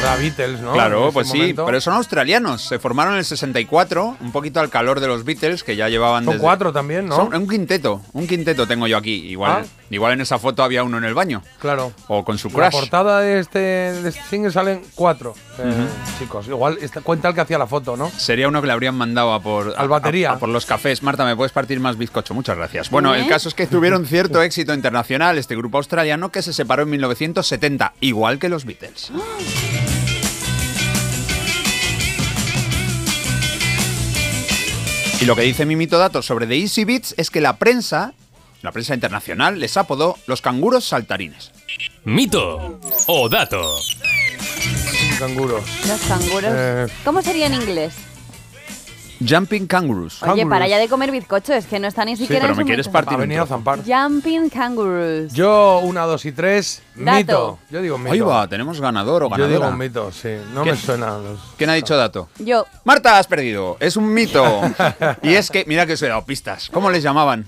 [SPEAKER 4] Ahora Beatles, ¿no? En
[SPEAKER 6] Claro,
[SPEAKER 4] ese
[SPEAKER 6] pues sí,
[SPEAKER 4] momento.
[SPEAKER 6] pero son australianos. Se formaron en el 64, un poquito al calor de los Beatles, que ya llevaban
[SPEAKER 4] Son
[SPEAKER 6] desde-
[SPEAKER 4] cuatro también, ¿no?
[SPEAKER 6] Son un quinteto, un quinteto tengo yo aquí. Igual,
[SPEAKER 4] Ah.
[SPEAKER 6] igual en esa foto había uno en el baño.
[SPEAKER 4] Claro.
[SPEAKER 6] O con su
[SPEAKER 4] La
[SPEAKER 6] crush.
[SPEAKER 4] portada de este, de este single salen cuatro eh,
[SPEAKER 6] Ujú.
[SPEAKER 4] chicos. Igual esta- cuenta el que hacía la foto, ¿no?
[SPEAKER 6] Sería uno que le habrían mandado a por,
[SPEAKER 4] Al batería.
[SPEAKER 6] a- a por los cafés. Marta, ¿me puedes partir más bizcocho? Muchas gracias. Bueno,
[SPEAKER 4] ¿Eh?
[SPEAKER 6] el caso es que tuvieron cierto éxito internacional este grupo australiano que se separó en 1970, igual que los Beatles. Y lo que dice mi mito dato sobre The Easy Beats es que la prensa, la prensa internacional, les apodó los canguros saltarines.
[SPEAKER 2] Mito o dato.
[SPEAKER 4] Canguros.
[SPEAKER 5] Los canguros.
[SPEAKER 6] Eh.
[SPEAKER 5] ¿Cómo sería en inglés?
[SPEAKER 6] Jumping kangaroos.
[SPEAKER 5] Oye, para allá de comer bizcocho, es que no está ni siquiera en su menú.
[SPEAKER 4] Ha venido a zampar.
[SPEAKER 5] Jumping kangaroos.
[SPEAKER 4] Yo, una, dos y tres,
[SPEAKER 5] Dato.
[SPEAKER 4] mito. Yo digo mito.
[SPEAKER 6] Ahí va, tenemos ganador o
[SPEAKER 4] Yo
[SPEAKER 6] ganadora.
[SPEAKER 4] digo un mito, sí. No
[SPEAKER 6] ¿Qué?
[SPEAKER 4] me suena. los-
[SPEAKER 6] ¿Quién ha dicho dato?
[SPEAKER 5] Yo.
[SPEAKER 6] Marta, has perdido. Es un mito.
[SPEAKER 4] <laughs>
[SPEAKER 6] y es que, mira que os he dado pistas. ¿Cómo les llamaban?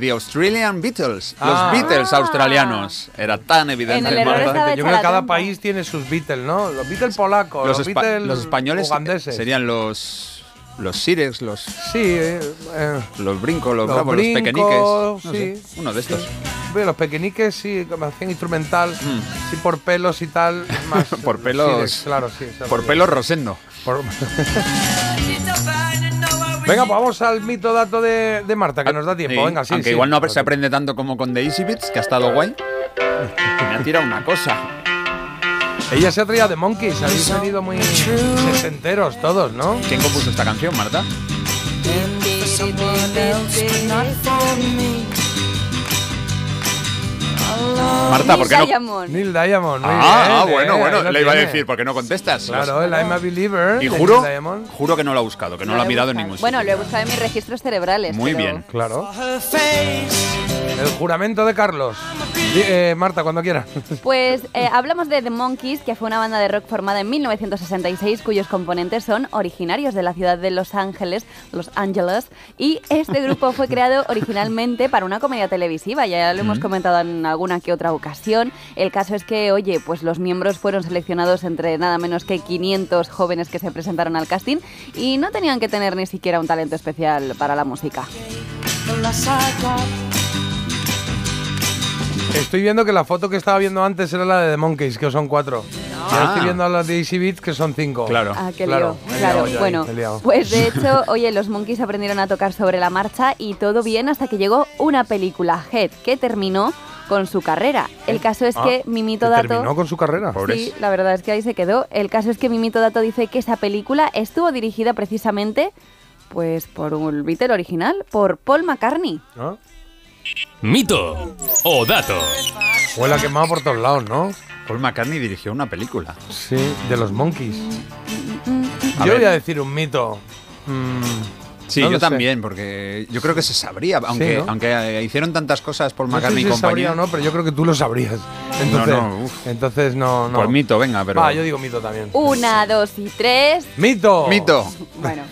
[SPEAKER 6] The Australian Beatles. Los
[SPEAKER 4] Ah.
[SPEAKER 6] Beatles australianos. Era tan evidente. Marta.
[SPEAKER 4] Yo creo que cada país tiene sus Beatles, ¿no? Los Beatles polacos, los,
[SPEAKER 6] Los, espa-
[SPEAKER 4] Beatles
[SPEAKER 6] los españoles
[SPEAKER 4] ugandeses.
[SPEAKER 6] serían los. Los Sires, los.
[SPEAKER 4] Sí, eh, eh,
[SPEAKER 6] Los brincos, los,
[SPEAKER 4] Los
[SPEAKER 6] bravos,
[SPEAKER 4] Brincos,
[SPEAKER 6] los pequeñiques. No
[SPEAKER 4] sí.
[SPEAKER 6] sé, uno de estos. Mm.
[SPEAKER 4] ve, los pequeñiques sí, que me hacían instrumental, sí por pelos y tal, más
[SPEAKER 6] <laughs> Por
[SPEAKER 4] los
[SPEAKER 6] pelos-
[SPEAKER 4] Sirex, claro, sí. se
[SPEAKER 6] Por
[SPEAKER 4] refiere.
[SPEAKER 6] pelos Rosendo.
[SPEAKER 4] Por- <laughs> Venga, pues vamos al mito dato de, de Marta, que nos da tiempo.
[SPEAKER 6] Ah, Sí,
[SPEAKER 4] Venga, sí,
[SPEAKER 6] Aunque
[SPEAKER 4] sí.
[SPEAKER 6] igual no se aprende tanto como con The Easy Beats, que ha estado guay. Me ha tirado una cosa.
[SPEAKER 4] Ella se ha traído de Monkeys, habéis venido muy sesenteros todos, ¿no?
[SPEAKER 6] ¿Quién compuso esta canción, Marta?
[SPEAKER 7] For someone else, but not for me.
[SPEAKER 6] Marta, ¿por qué no?
[SPEAKER 4] Neil Diamond. muy
[SPEAKER 6] Ah, ah,
[SPEAKER 4] bien,
[SPEAKER 6] bueno,
[SPEAKER 4] eh, ahí
[SPEAKER 6] bueno,
[SPEAKER 4] lo
[SPEAKER 6] le iba a
[SPEAKER 4] tiene.
[SPEAKER 6] decir, ¿por qué no contestas?
[SPEAKER 4] Claro, el I'm a Believer.
[SPEAKER 6] Y
[SPEAKER 4] de
[SPEAKER 6] juro,
[SPEAKER 4] Neil Diamond.
[SPEAKER 6] juro que no lo ha buscado, que no, lo ha mirado en ningún sitio.
[SPEAKER 5] Bueno, lo he buscado en mis registros cerebrales.
[SPEAKER 6] Muy
[SPEAKER 5] pero-
[SPEAKER 6] bien.
[SPEAKER 4] Claro. El juramento de Carlos. Di- eh, Marta, cuando quiera.
[SPEAKER 5] Pues eh, hablamos de The Monkeys, que fue una banda de rock formada en 1966, cuyos componentes son originarios de la ciudad de Los Ángeles, Los Ángeles, y este grupo fue creado originalmente para una comedia televisiva, ya lo hemos
[SPEAKER 16] Mm.
[SPEAKER 5] comentado en alguna que otra ocasión. El caso es que, oye, pues los miembros fueron seleccionados entre nada menos que 500 jóvenes que se presentaron al casting y no tenían que tener ni siquiera un talento especial para la música.
[SPEAKER 4] <laughs> Estoy viendo que la foto que estaba viendo antes era la de The Monkeys, que son cuatro. Y ahora
[SPEAKER 6] Ah.
[SPEAKER 4] estoy viendo a las de Easy Beats, que son cinco. Claro.
[SPEAKER 5] Ah, qué lío. Claro,
[SPEAKER 4] ya,
[SPEAKER 5] bueno.
[SPEAKER 4] he liado. <laughs>
[SPEAKER 5] Pues de hecho, oye, los Monkeys aprendieron a tocar sobre la marcha y todo bien hasta que llegó una película, Head, que terminó con su carrera. El caso es
[SPEAKER 4] Ah,
[SPEAKER 5] que mi mito
[SPEAKER 4] que
[SPEAKER 5] dato...
[SPEAKER 4] Terminó con su carrera.
[SPEAKER 5] Sí, la verdad es que ahí se quedó. El caso es que mi mito dato dice que esa película estuvo dirigida precisamente pues por un Beatle original, por Paul McCartney.
[SPEAKER 2] Mito o dato.
[SPEAKER 4] Huele a quemado por todos lados, ¿no?
[SPEAKER 6] Paul McCartney dirigió una película.
[SPEAKER 4] Sí, de los Monkeys.
[SPEAKER 5] Mm,
[SPEAKER 4] Yo
[SPEAKER 6] ver.
[SPEAKER 4] voy a decir un mito. Mm,
[SPEAKER 6] Sí,
[SPEAKER 4] No
[SPEAKER 6] yo
[SPEAKER 4] lo sé.
[SPEAKER 6] también, porque yo creo que se sabría, aunque,
[SPEAKER 4] ¿no?
[SPEAKER 6] aunque eh, hicieron tantas cosas por
[SPEAKER 4] No sé
[SPEAKER 6] Macarmi
[SPEAKER 4] si
[SPEAKER 6] y compañía.
[SPEAKER 4] sabría o no, pero yo creo que tú lo sabrías. Entonces,
[SPEAKER 6] no,
[SPEAKER 4] entonces no, no.
[SPEAKER 6] Pues mito, venga, pero.
[SPEAKER 4] Va, yo digo mito también.
[SPEAKER 5] Una, dos y tres.
[SPEAKER 4] ¡Mito!
[SPEAKER 6] Mito.
[SPEAKER 5] Bueno,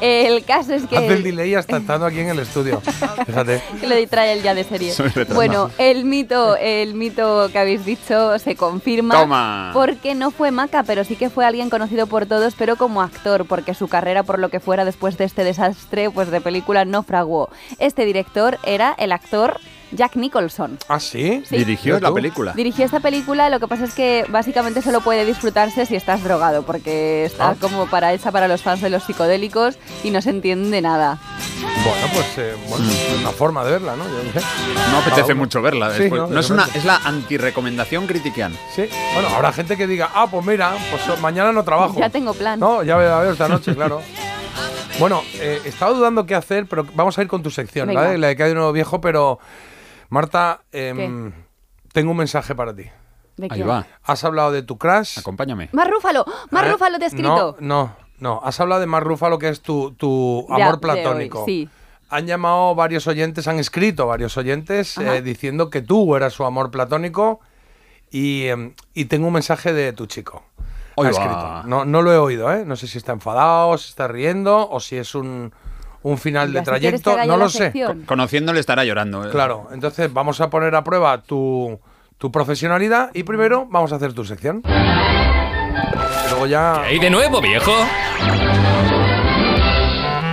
[SPEAKER 5] el caso es que.
[SPEAKER 4] Hace el delay hasta estando aquí en el
[SPEAKER 5] <laughs>
[SPEAKER 4] estudio. Fíjate.
[SPEAKER 5] que le trae el ya
[SPEAKER 6] <laughs>
[SPEAKER 5] de serie.
[SPEAKER 4] Soy retrasado.
[SPEAKER 5] Bueno, el mito, el mito que habéis dicho se confirma.
[SPEAKER 6] Toma.
[SPEAKER 5] Porque no fue Maca, pero sí que fue alguien conocido por todos, pero como actor, porque su carrera, por lo que fuera después de este desastre, pues de película naufragó. Este director era el actor Jack Nicholson.
[SPEAKER 4] ¿Ah, sí?
[SPEAKER 5] Sí.
[SPEAKER 6] Dirigió la película.
[SPEAKER 5] Dirigió esta película, lo que pasa es que básicamente solo puede disfrutarse si estás drogado, porque está
[SPEAKER 4] Ah.
[SPEAKER 5] como para hecha para los fans de los psicodélicos y no se entiende nada.
[SPEAKER 4] Bueno, pues eh, bueno, es una forma de verla, ¿no? Yo qué sé.
[SPEAKER 6] Mm. No
[SPEAKER 4] Cada
[SPEAKER 6] apetece
[SPEAKER 4] uno.
[SPEAKER 6] mucho verla.
[SPEAKER 4] Sí,
[SPEAKER 6] después.
[SPEAKER 4] no,
[SPEAKER 6] no,
[SPEAKER 4] de
[SPEAKER 6] es una,
[SPEAKER 4] repente.
[SPEAKER 6] es la antirecomendación critiquian.
[SPEAKER 4] Sí. Bueno, habrá gente que diga, ah, pues mira, pues mañana no trabajo.
[SPEAKER 5] Ya tengo plan.
[SPEAKER 4] No, ya voy a ver esta noche, claro. Bueno, eh, estaba dudando qué hacer, pero vamos a ir con tu sección,
[SPEAKER 5] Venga.
[SPEAKER 4] ¿la de- La de que hay de nuevo viejo, pero Marta, em,
[SPEAKER 5] ¿Qué?
[SPEAKER 4] tengo un mensaje para ti.
[SPEAKER 5] ¿De quién?
[SPEAKER 4] Has hablado de tu crush.
[SPEAKER 6] Acompáñame.
[SPEAKER 5] Más Rúfalo, más Rúfalo te ha escrito.
[SPEAKER 4] No, no, no. Has hablado de Mar Rúfalo, que es tu, tu
[SPEAKER 5] Ya,
[SPEAKER 4] amor
[SPEAKER 5] de hoy,
[SPEAKER 4] platónico.
[SPEAKER 5] sí.
[SPEAKER 4] Han llamado varios oyentes, han escrito varios oyentes
[SPEAKER 5] Ajá.
[SPEAKER 4] eh, diciendo que tú eras su amor platónico y, em, y tengo un mensaje de tu chico.
[SPEAKER 6] Hoy
[SPEAKER 4] Ha
[SPEAKER 6] va.
[SPEAKER 4] escrito. No, no lo he oído, ¿eh? No sé si está enfadado, si está riendo o si es un, un final de
[SPEAKER 5] Ya, si quieres que
[SPEAKER 4] trayecto.
[SPEAKER 5] haga yo
[SPEAKER 4] No
[SPEAKER 5] la
[SPEAKER 4] lo sé.
[SPEAKER 5] sección.
[SPEAKER 6] Conociéndole estará llorando. eh.
[SPEAKER 4] Claro, entonces vamos a poner a prueba tu, tu profesionalidad y primero vamos a hacer tu sección. Y Luego ya...
[SPEAKER 2] ¿Qué hay de nuevo, viejo?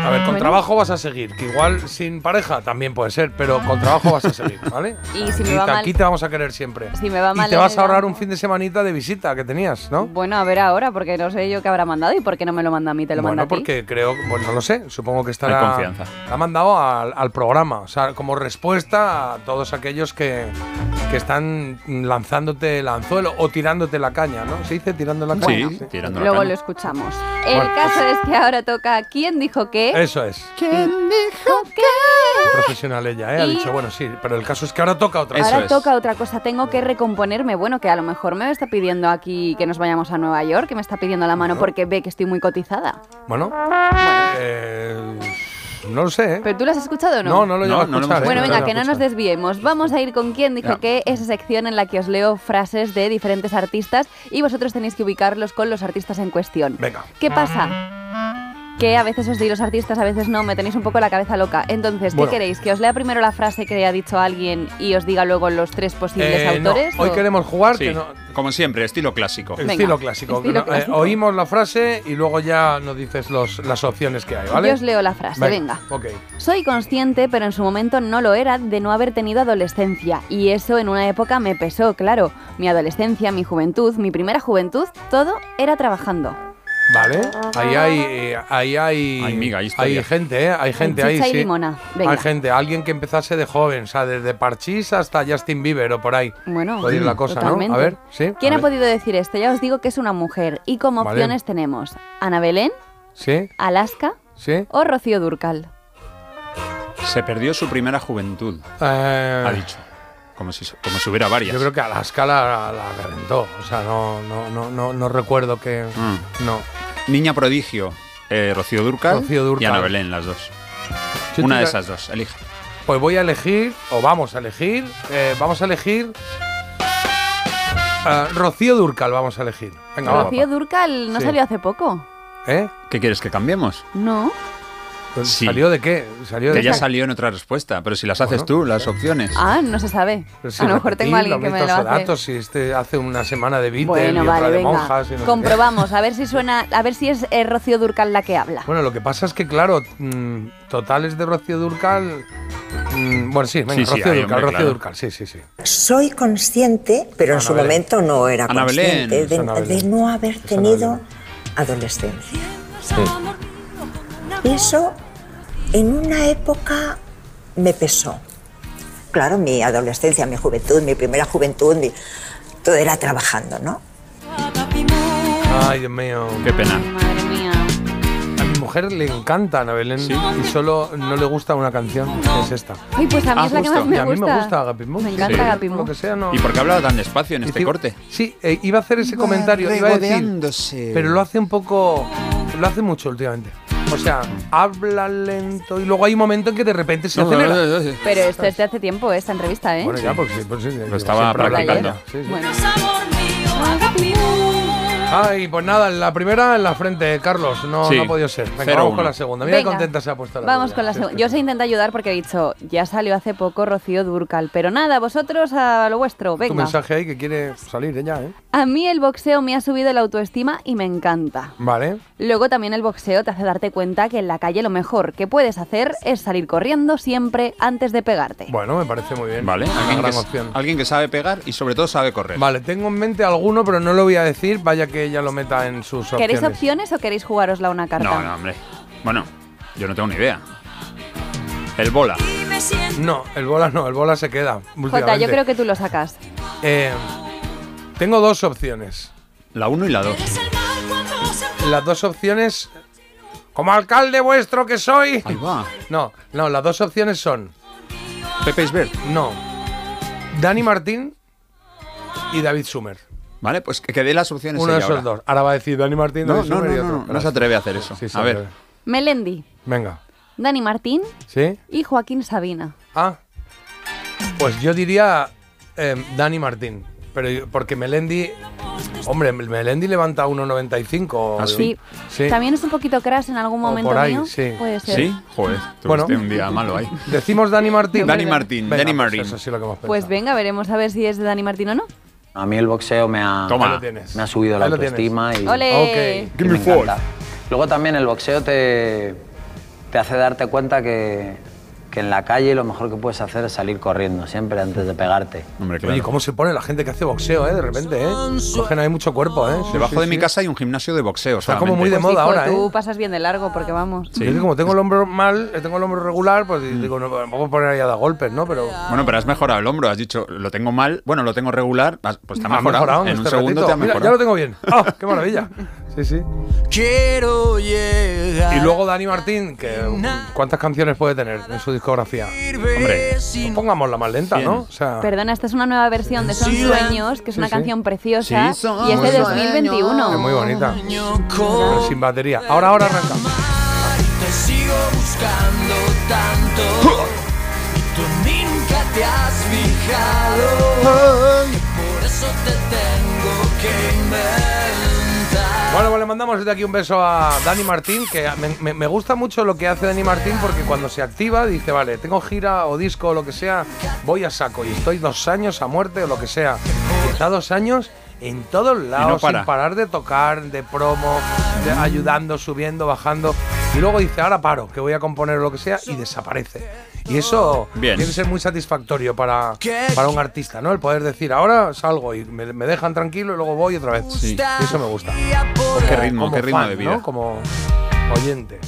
[SPEAKER 4] A ver, con
[SPEAKER 5] Bueno.
[SPEAKER 4] trabajo vas a seguir, que igual sin pareja también puede ser, pero con trabajo vas a seguir, ¿vale?
[SPEAKER 5] <laughs> Y si me
[SPEAKER 4] Aquí
[SPEAKER 5] va
[SPEAKER 4] te-
[SPEAKER 5] mal-
[SPEAKER 4] Aquí te vamos a querer siempre.
[SPEAKER 5] Si me va mal
[SPEAKER 4] y te
[SPEAKER 5] en
[SPEAKER 4] vas
[SPEAKER 5] el
[SPEAKER 4] a ahorrar
[SPEAKER 5] banco.
[SPEAKER 4] un fin de semanita de visita que tenías, ¿no?
[SPEAKER 5] Bueno, a ver ahora, porque no sé yo qué habrá mandado y por qué no me lo manda a mí, te lo
[SPEAKER 4] bueno,
[SPEAKER 5] manda a ti.
[SPEAKER 4] porque creo, bueno, no lo sé, supongo que estará...
[SPEAKER 6] Hay confianza.
[SPEAKER 4] La ha mandado al, al programa, o sea, como respuesta a todos aquellos que, que están lanzándote el anzuelo o tirándote la caña, ¿no? ¿Se dice tirando la caña?
[SPEAKER 6] Sí, tirando la
[SPEAKER 5] Luego
[SPEAKER 6] caña.
[SPEAKER 5] lo escuchamos. El
[SPEAKER 4] Bueno.
[SPEAKER 5] caso es que ahora toca ¿Quién dijo qué?
[SPEAKER 4] Eso es.
[SPEAKER 5] ¿Quién dijo qué?
[SPEAKER 4] Profesional ella, ¿eh? Ha
[SPEAKER 5] Y-
[SPEAKER 4] dicho, bueno, sí, pero el caso es que ahora toca otra
[SPEAKER 5] Ahora toca otra cosa, tengo que recomponerme. Bueno, que a lo mejor me está pidiendo aquí que nos vayamos a Nueva York, que me está pidiendo la mano porque ve que estoy muy cotizada.
[SPEAKER 4] Bueno, eh, no lo sé. ¿eh?
[SPEAKER 5] ¿Pero tú lo has escuchado o no?
[SPEAKER 4] No, no lo he llegado
[SPEAKER 6] No, no
[SPEAKER 4] a
[SPEAKER 6] lo hemos
[SPEAKER 4] escuchar. ¿eh? No
[SPEAKER 5] Bueno,
[SPEAKER 4] lo he
[SPEAKER 5] venga,
[SPEAKER 4] llegado
[SPEAKER 5] que
[SPEAKER 4] a
[SPEAKER 5] no nos
[SPEAKER 4] escuchar.
[SPEAKER 5] desviemos. Vamos a ir con quién dijo
[SPEAKER 6] Ya.
[SPEAKER 5] que esa sección en la que os leo frases de diferentes artistas y vosotros tenéis que ubicarlos con los artistas en cuestión.
[SPEAKER 4] Venga.
[SPEAKER 5] ¿Qué pasa? Que a veces os digo los artistas, a veces no, me tenéis un poco la cabeza loca. Entonces, ¿qué
[SPEAKER 4] Bueno.
[SPEAKER 5] queréis? ¿Que os lea primero la frase que ha dicho alguien y os diga luego los tres posibles
[SPEAKER 4] Eh, no,
[SPEAKER 5] autores?
[SPEAKER 4] hoy
[SPEAKER 5] o-
[SPEAKER 4] queremos jugar
[SPEAKER 6] Sí,
[SPEAKER 4] que no-
[SPEAKER 6] Como siempre, estilo clásico.
[SPEAKER 5] Venga,
[SPEAKER 4] estilo clásico.
[SPEAKER 5] estilo
[SPEAKER 4] Eh,
[SPEAKER 5] clásico.
[SPEAKER 4] oímos la frase y luego ya nos dices los, las opciones que hay, ¿vale?
[SPEAKER 5] Yo os leo la frase, venga.
[SPEAKER 4] Ok.
[SPEAKER 5] Soy consciente, pero en su momento no lo era, de no haber tenido adolescencia. Y eso en una época me pesó, claro. Mi adolescencia, mi juventud, mi primera juventud, todo era trabajando.
[SPEAKER 4] Vale. Ahí hay. eh, Ahí hay.
[SPEAKER 6] Ay, miga, hay historia.
[SPEAKER 4] hay gente, ¿eh? Hay gente ahí.
[SPEAKER 5] Chicha y
[SPEAKER 4] sí.
[SPEAKER 5] limona. Venga.
[SPEAKER 4] Hay gente, alguien que empezase de joven, o sea, desde Parchís hasta Justin Bieber o por ahí.
[SPEAKER 5] Bueno, mm,
[SPEAKER 4] Puede ir la cosa, ¿no?
[SPEAKER 5] totalmente.
[SPEAKER 4] A ver, sí.
[SPEAKER 5] ¿Quién
[SPEAKER 4] a
[SPEAKER 5] ha
[SPEAKER 4] ver.
[SPEAKER 5] podido decir esto? Ya os digo que es una mujer. Y como
[SPEAKER 4] Vale.
[SPEAKER 5] opciones tenemos Ana Belén,
[SPEAKER 4] Sí,
[SPEAKER 5] Alaska
[SPEAKER 4] sí.
[SPEAKER 5] o Rocío Durcal.
[SPEAKER 6] Se perdió su primera juventud,
[SPEAKER 4] Eh,
[SPEAKER 6] ha dicho. Como si, como si hubiera varias.
[SPEAKER 4] Yo creo que Alaska la, la calentó. O sea, no, no, no, no, no recuerdo que.
[SPEAKER 6] Mm.
[SPEAKER 4] No.
[SPEAKER 6] Niña prodigio, eh, Rocío, Durcal
[SPEAKER 4] Rocío Dúrcal.
[SPEAKER 6] y Ana Belén, las dos.
[SPEAKER 4] Yo
[SPEAKER 6] Una de
[SPEAKER 4] tira-
[SPEAKER 6] esas dos, elige.
[SPEAKER 4] Pues voy a elegir, o vamos a elegir, eh, vamos a elegir. ah, Rocío Durcal, vamos a elegir. Venga, va,
[SPEAKER 5] Rocío Durcal no
[SPEAKER 4] Sí.
[SPEAKER 5] salió hace poco.
[SPEAKER 4] ¿Eh? Pues,
[SPEAKER 6] ¿Qué quieres que cambiemos?
[SPEAKER 5] No.
[SPEAKER 6] Sí.
[SPEAKER 4] ¿Salió de qué? ¿Salió de
[SPEAKER 6] Que ya
[SPEAKER 4] qué?
[SPEAKER 6] salió en otra respuesta, pero si las haces
[SPEAKER 4] Bueno, pues,
[SPEAKER 6] tú, las opciones.
[SPEAKER 5] Ah, no se sabe.
[SPEAKER 4] Pero si
[SPEAKER 5] a lo mejor
[SPEAKER 4] repetí
[SPEAKER 5] tengo a alguien que
[SPEAKER 4] los
[SPEAKER 5] me lo
[SPEAKER 4] mismos
[SPEAKER 5] hace.
[SPEAKER 4] datos, si este hace una semana de Beatles
[SPEAKER 5] Bueno,
[SPEAKER 4] y otra
[SPEAKER 5] vale,
[SPEAKER 4] de
[SPEAKER 5] venga.
[SPEAKER 4] monjas. y no sé qué.
[SPEAKER 5] Comprobamos, a ver si suena, a ver si es eh, Rocío Durcal la que habla.
[SPEAKER 4] Bueno, lo que pasa es que, claro, mm, totales de Rocío Durcal. mm, bueno, sí, venga,
[SPEAKER 6] Sí, sí,
[SPEAKER 4] Rocío
[SPEAKER 6] hay,
[SPEAKER 4] Durcal,
[SPEAKER 6] hombre,
[SPEAKER 4] Rocío
[SPEAKER 6] claro.
[SPEAKER 4] Durcal, sí, sí, sí.
[SPEAKER 16] Soy consciente, pero en
[SPEAKER 4] Ana
[SPEAKER 16] su
[SPEAKER 4] Belén.
[SPEAKER 16] momento no era
[SPEAKER 6] Ana Belén,
[SPEAKER 16] consciente
[SPEAKER 6] es
[SPEAKER 16] de,
[SPEAKER 6] Ana Belén.
[SPEAKER 16] de no haber tenido adolescencia. Y eso en una época me pesó. Claro, mi adolescencia, mi juventud, mi primera juventud, mi- todo era trabajando, ¿no?
[SPEAKER 4] Ay, Dios mío.
[SPEAKER 6] Qué pena.
[SPEAKER 5] Madre mía.
[SPEAKER 4] A mi mujer le encanta Ana Belén y solo no le gusta una canción, que es esta.
[SPEAKER 5] Ay, pues a mí
[SPEAKER 6] Ah,
[SPEAKER 5] es la que
[SPEAKER 6] justo.
[SPEAKER 5] más me
[SPEAKER 4] Y a mí
[SPEAKER 5] gusta.
[SPEAKER 4] me gusta Agapit Moon.
[SPEAKER 5] Me encanta
[SPEAKER 6] Sí.
[SPEAKER 5] Agapit Moon.
[SPEAKER 4] Lo que sea, no.
[SPEAKER 6] ¿Y por qué hablaba tan despacio en
[SPEAKER 4] Y
[SPEAKER 6] este
[SPEAKER 4] te-
[SPEAKER 6] corte?
[SPEAKER 4] Sí, eh, iba a hacer ese comentario, iba a decir,
[SPEAKER 6] regodeándose.
[SPEAKER 4] pero lo hace un poco, lo hace mucho últimamente. O sea, habla lento y luego hay un momento en que de repente se acelera.
[SPEAKER 5] Pero esto es de hace tiempo, esta entrevista, ¿eh?
[SPEAKER 4] Bueno, ya, pues sí, pues sí. Lo
[SPEAKER 6] estaba practicando.
[SPEAKER 5] Bueno.
[SPEAKER 4] Ay, pues nada, en la primera en la frente, Carlos. No,
[SPEAKER 6] Sí.
[SPEAKER 4] no ha podido ser. Venga,
[SPEAKER 6] Cero
[SPEAKER 4] vamos
[SPEAKER 6] uno.
[SPEAKER 4] con la segunda. Mira qué
[SPEAKER 5] Venga.
[SPEAKER 4] contenta se ha puesto la
[SPEAKER 5] Vamos
[SPEAKER 4] Nuria.
[SPEAKER 5] con la
[SPEAKER 4] Sí,
[SPEAKER 5] segunda. Yo os he intentado ayudar porque he dicho, ya salió hace poco Rocío Durcal, pero nada, vosotros a lo vuestro,
[SPEAKER 4] Tu
[SPEAKER 5] venga.
[SPEAKER 4] mensaje ahí que quiere salir ella, ¿eh?
[SPEAKER 5] A mí el boxeo me ha subido la autoestima y me encanta.
[SPEAKER 4] Vale.
[SPEAKER 5] Luego también el boxeo te hace darte cuenta que en la calle lo mejor que puedes hacer es salir corriendo siempre antes de pegarte.
[SPEAKER 4] Bueno, me parece muy bien.
[SPEAKER 6] Vale,
[SPEAKER 4] Una
[SPEAKER 6] alguien que,
[SPEAKER 4] gran
[SPEAKER 6] s-
[SPEAKER 4] opción.
[SPEAKER 6] alguien que sabe pegar y sobre todo sabe correr.
[SPEAKER 4] Vale, tengo en mente alguno, pero no lo voy a decir. Vaya que ella lo meta en sus opciones.
[SPEAKER 5] ¿Queréis opciones o queréis jugarosla una carta?
[SPEAKER 6] No, no, hombre. Bueno, yo no tengo ni idea. El bola.
[SPEAKER 4] No, el bola no, el bola se queda.
[SPEAKER 5] Jota, yo creo que tú lo sacas.
[SPEAKER 4] Eh, tengo dos opciones.
[SPEAKER 6] La 1 y la 2.
[SPEAKER 4] Las dos opciones. Como alcalde vuestro que soy. No, no, las dos opciones son.
[SPEAKER 6] Pepe Isbert.
[SPEAKER 4] No. Dani Martín y David Sumer.
[SPEAKER 6] Vale, pues que, que dé las opciones.
[SPEAKER 4] Uno de
[SPEAKER 6] ella
[SPEAKER 4] esos
[SPEAKER 6] ahora.
[SPEAKER 4] dos. Ahora va a decir Dani Martín,
[SPEAKER 6] No,
[SPEAKER 4] David
[SPEAKER 6] no,
[SPEAKER 4] Sumer y
[SPEAKER 6] no,
[SPEAKER 4] otro.
[SPEAKER 6] no, no, no se atreve a hacer eso.
[SPEAKER 4] Sí, sí,
[SPEAKER 6] a
[SPEAKER 4] se
[SPEAKER 6] ver.
[SPEAKER 4] atreve.
[SPEAKER 5] Melendi,
[SPEAKER 4] Venga.
[SPEAKER 5] Dani Martín
[SPEAKER 4] ¿Sí?
[SPEAKER 5] y Joaquín Sabina.
[SPEAKER 4] Ah. Pues yo diría eh, Dani Martín. Pero yo- porque Melendi. Hombre, Melendi levanta 1.95.
[SPEAKER 6] ¿Ah, sí?
[SPEAKER 4] Sí.
[SPEAKER 5] También es un poquito crash en algún momento
[SPEAKER 4] por ahí,
[SPEAKER 5] mío.
[SPEAKER 4] sí.
[SPEAKER 5] Puede ser.
[SPEAKER 6] Sí, joder. Tuviste
[SPEAKER 4] Bueno.
[SPEAKER 6] un día malo ahí.
[SPEAKER 4] Decimos Dani Martín.
[SPEAKER 6] Dani Martín,
[SPEAKER 4] Venga,
[SPEAKER 6] Dani
[SPEAKER 4] pues
[SPEAKER 6] Martín.
[SPEAKER 4] eso sí lo que hemos
[SPEAKER 5] Pues venga, veremos a ver si es de Dani Martín o no.
[SPEAKER 17] A mí el boxeo me ha,
[SPEAKER 4] Toma. Ahí lo tienes.
[SPEAKER 17] me ha subido la
[SPEAKER 4] Ahí lo tienes.
[SPEAKER 17] autoestima y,
[SPEAKER 5] Ole.
[SPEAKER 4] Ok.
[SPEAKER 17] y me encanta. Luego también el boxeo te, te hace darte cuenta que, que en la calle lo mejor que puedes hacer es salir corriendo siempre antes de pegarte.
[SPEAKER 6] Hombre,
[SPEAKER 4] Oye, ¿cómo se pone la gente que hace boxeo, eh? De repente, eh. Cogen ahí mucho cuerpo, eh. Sí,
[SPEAKER 6] Debajo
[SPEAKER 4] sí,
[SPEAKER 6] de mi
[SPEAKER 4] sí.
[SPEAKER 6] casa hay un gimnasio de boxeo.
[SPEAKER 4] Está como
[SPEAKER 6] solamente.
[SPEAKER 4] muy de
[SPEAKER 5] Pues,
[SPEAKER 4] moda
[SPEAKER 5] hijo,
[SPEAKER 4] ahora,
[SPEAKER 5] Tú
[SPEAKER 4] ¿eh?
[SPEAKER 5] pasas bien de largo porque vamos.
[SPEAKER 4] Es que como tengo el hombro mal, eh, tengo el hombro regular, pues
[SPEAKER 6] Mm.
[SPEAKER 4] digo, no, vamos a poner ahí a dar golpes, ¿no? Pero.
[SPEAKER 6] Bueno, pero has mejorado el hombro. Has dicho, lo tengo mal. Bueno, lo tengo regular. has- Pues te ha
[SPEAKER 4] Ha
[SPEAKER 6] mejorado.
[SPEAKER 4] mejorado en
[SPEAKER 6] en un
[SPEAKER 4] este
[SPEAKER 6] segundo
[SPEAKER 4] ratito.
[SPEAKER 6] te ha
[SPEAKER 4] Mira,
[SPEAKER 6] mejorado.
[SPEAKER 4] ya lo
[SPEAKER 6] <laughs>
[SPEAKER 4] tengo bien. ¡Ah, qué maravilla! Sí, sí.
[SPEAKER 7] Quiero llegar.
[SPEAKER 4] Y luego Dani Martín, que ¿cuántas canciones puede tener en su discografía? Hombre, pues pongámosla más lenta, ¿no? O sea,
[SPEAKER 5] Perdona, esta es una nueva versión de Son Sueños, que es
[SPEAKER 4] Sí,
[SPEAKER 5] una
[SPEAKER 4] sí.
[SPEAKER 5] canción preciosa y es de
[SPEAKER 4] Muy
[SPEAKER 5] 2021.
[SPEAKER 4] Es muy bonita. Pero sin batería. Ahora, ahora arranca.
[SPEAKER 7] Te sigo buscando tanto. Y tú nunca te has fijado. que por eso te tengo que inventar.
[SPEAKER 4] Bueno, pues le mandamos desde aquí un beso a Dani Martín, que me, me- me gusta mucho lo que hace Dani Martín porque cuando se activa dice, vale, tengo gira o disco o lo que sea, voy a saco y estoy dos años a muerte o lo que sea. Y está dos años en todos lados,
[SPEAKER 6] para.
[SPEAKER 4] sin parar de tocar, de promo, de ayudando, subiendo, bajando. Y luego dice, ahora paro, que voy a componer o lo que sea y desaparece. Y eso
[SPEAKER 6] Bien.
[SPEAKER 4] tiene que ser muy satisfactorio para, para un artista, ¿no? El poder decir, ahora salgo y me, me dejan tranquilo y luego voy otra vez.
[SPEAKER 6] Sí.
[SPEAKER 4] Y eso me gusta.
[SPEAKER 6] Qué ritmo,
[SPEAKER 4] Como
[SPEAKER 6] qué ritmo
[SPEAKER 4] fan,
[SPEAKER 6] de vida.
[SPEAKER 4] ¿no? Como oyente.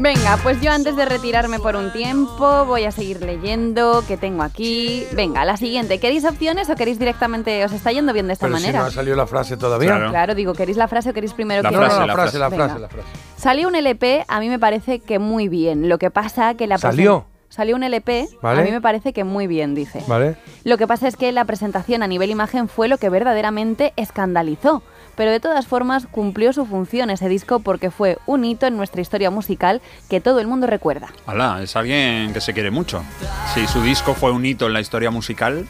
[SPEAKER 5] Venga, pues yo antes de retirarme por un tiempo voy a seguir leyendo que tengo aquí. Venga, la siguiente. ¿Queréis opciones o queréis directamente? ¿Os está yendo bien de esta
[SPEAKER 4] Pero si no
[SPEAKER 5] manera?
[SPEAKER 4] ha salido la frase todavía.
[SPEAKER 5] claro. digo, ¿queréis la frase o queréis primero
[SPEAKER 4] La
[SPEAKER 5] que
[SPEAKER 4] frase,
[SPEAKER 5] lea?
[SPEAKER 4] la frase, la
[SPEAKER 5] Venga.
[SPEAKER 4] frase, la frase.
[SPEAKER 5] Salió un LP, a mí me parece que muy bien. Lo que pasa que la presen-
[SPEAKER 4] ¿Salió?
[SPEAKER 5] Salió un LP,
[SPEAKER 4] Vale.
[SPEAKER 5] a mí me parece que muy bien, dice.
[SPEAKER 4] ¿Vale?
[SPEAKER 5] Lo que pasa es que la presentación a nivel imagen fue lo que verdaderamente escandalizó, pero de todas formas cumplió su función ese disco porque fue un hito en nuestra historia musical que todo el mundo recuerda.
[SPEAKER 6] Alá, es alguien que se quiere mucho. Si su disco fue un hito en la historia musical,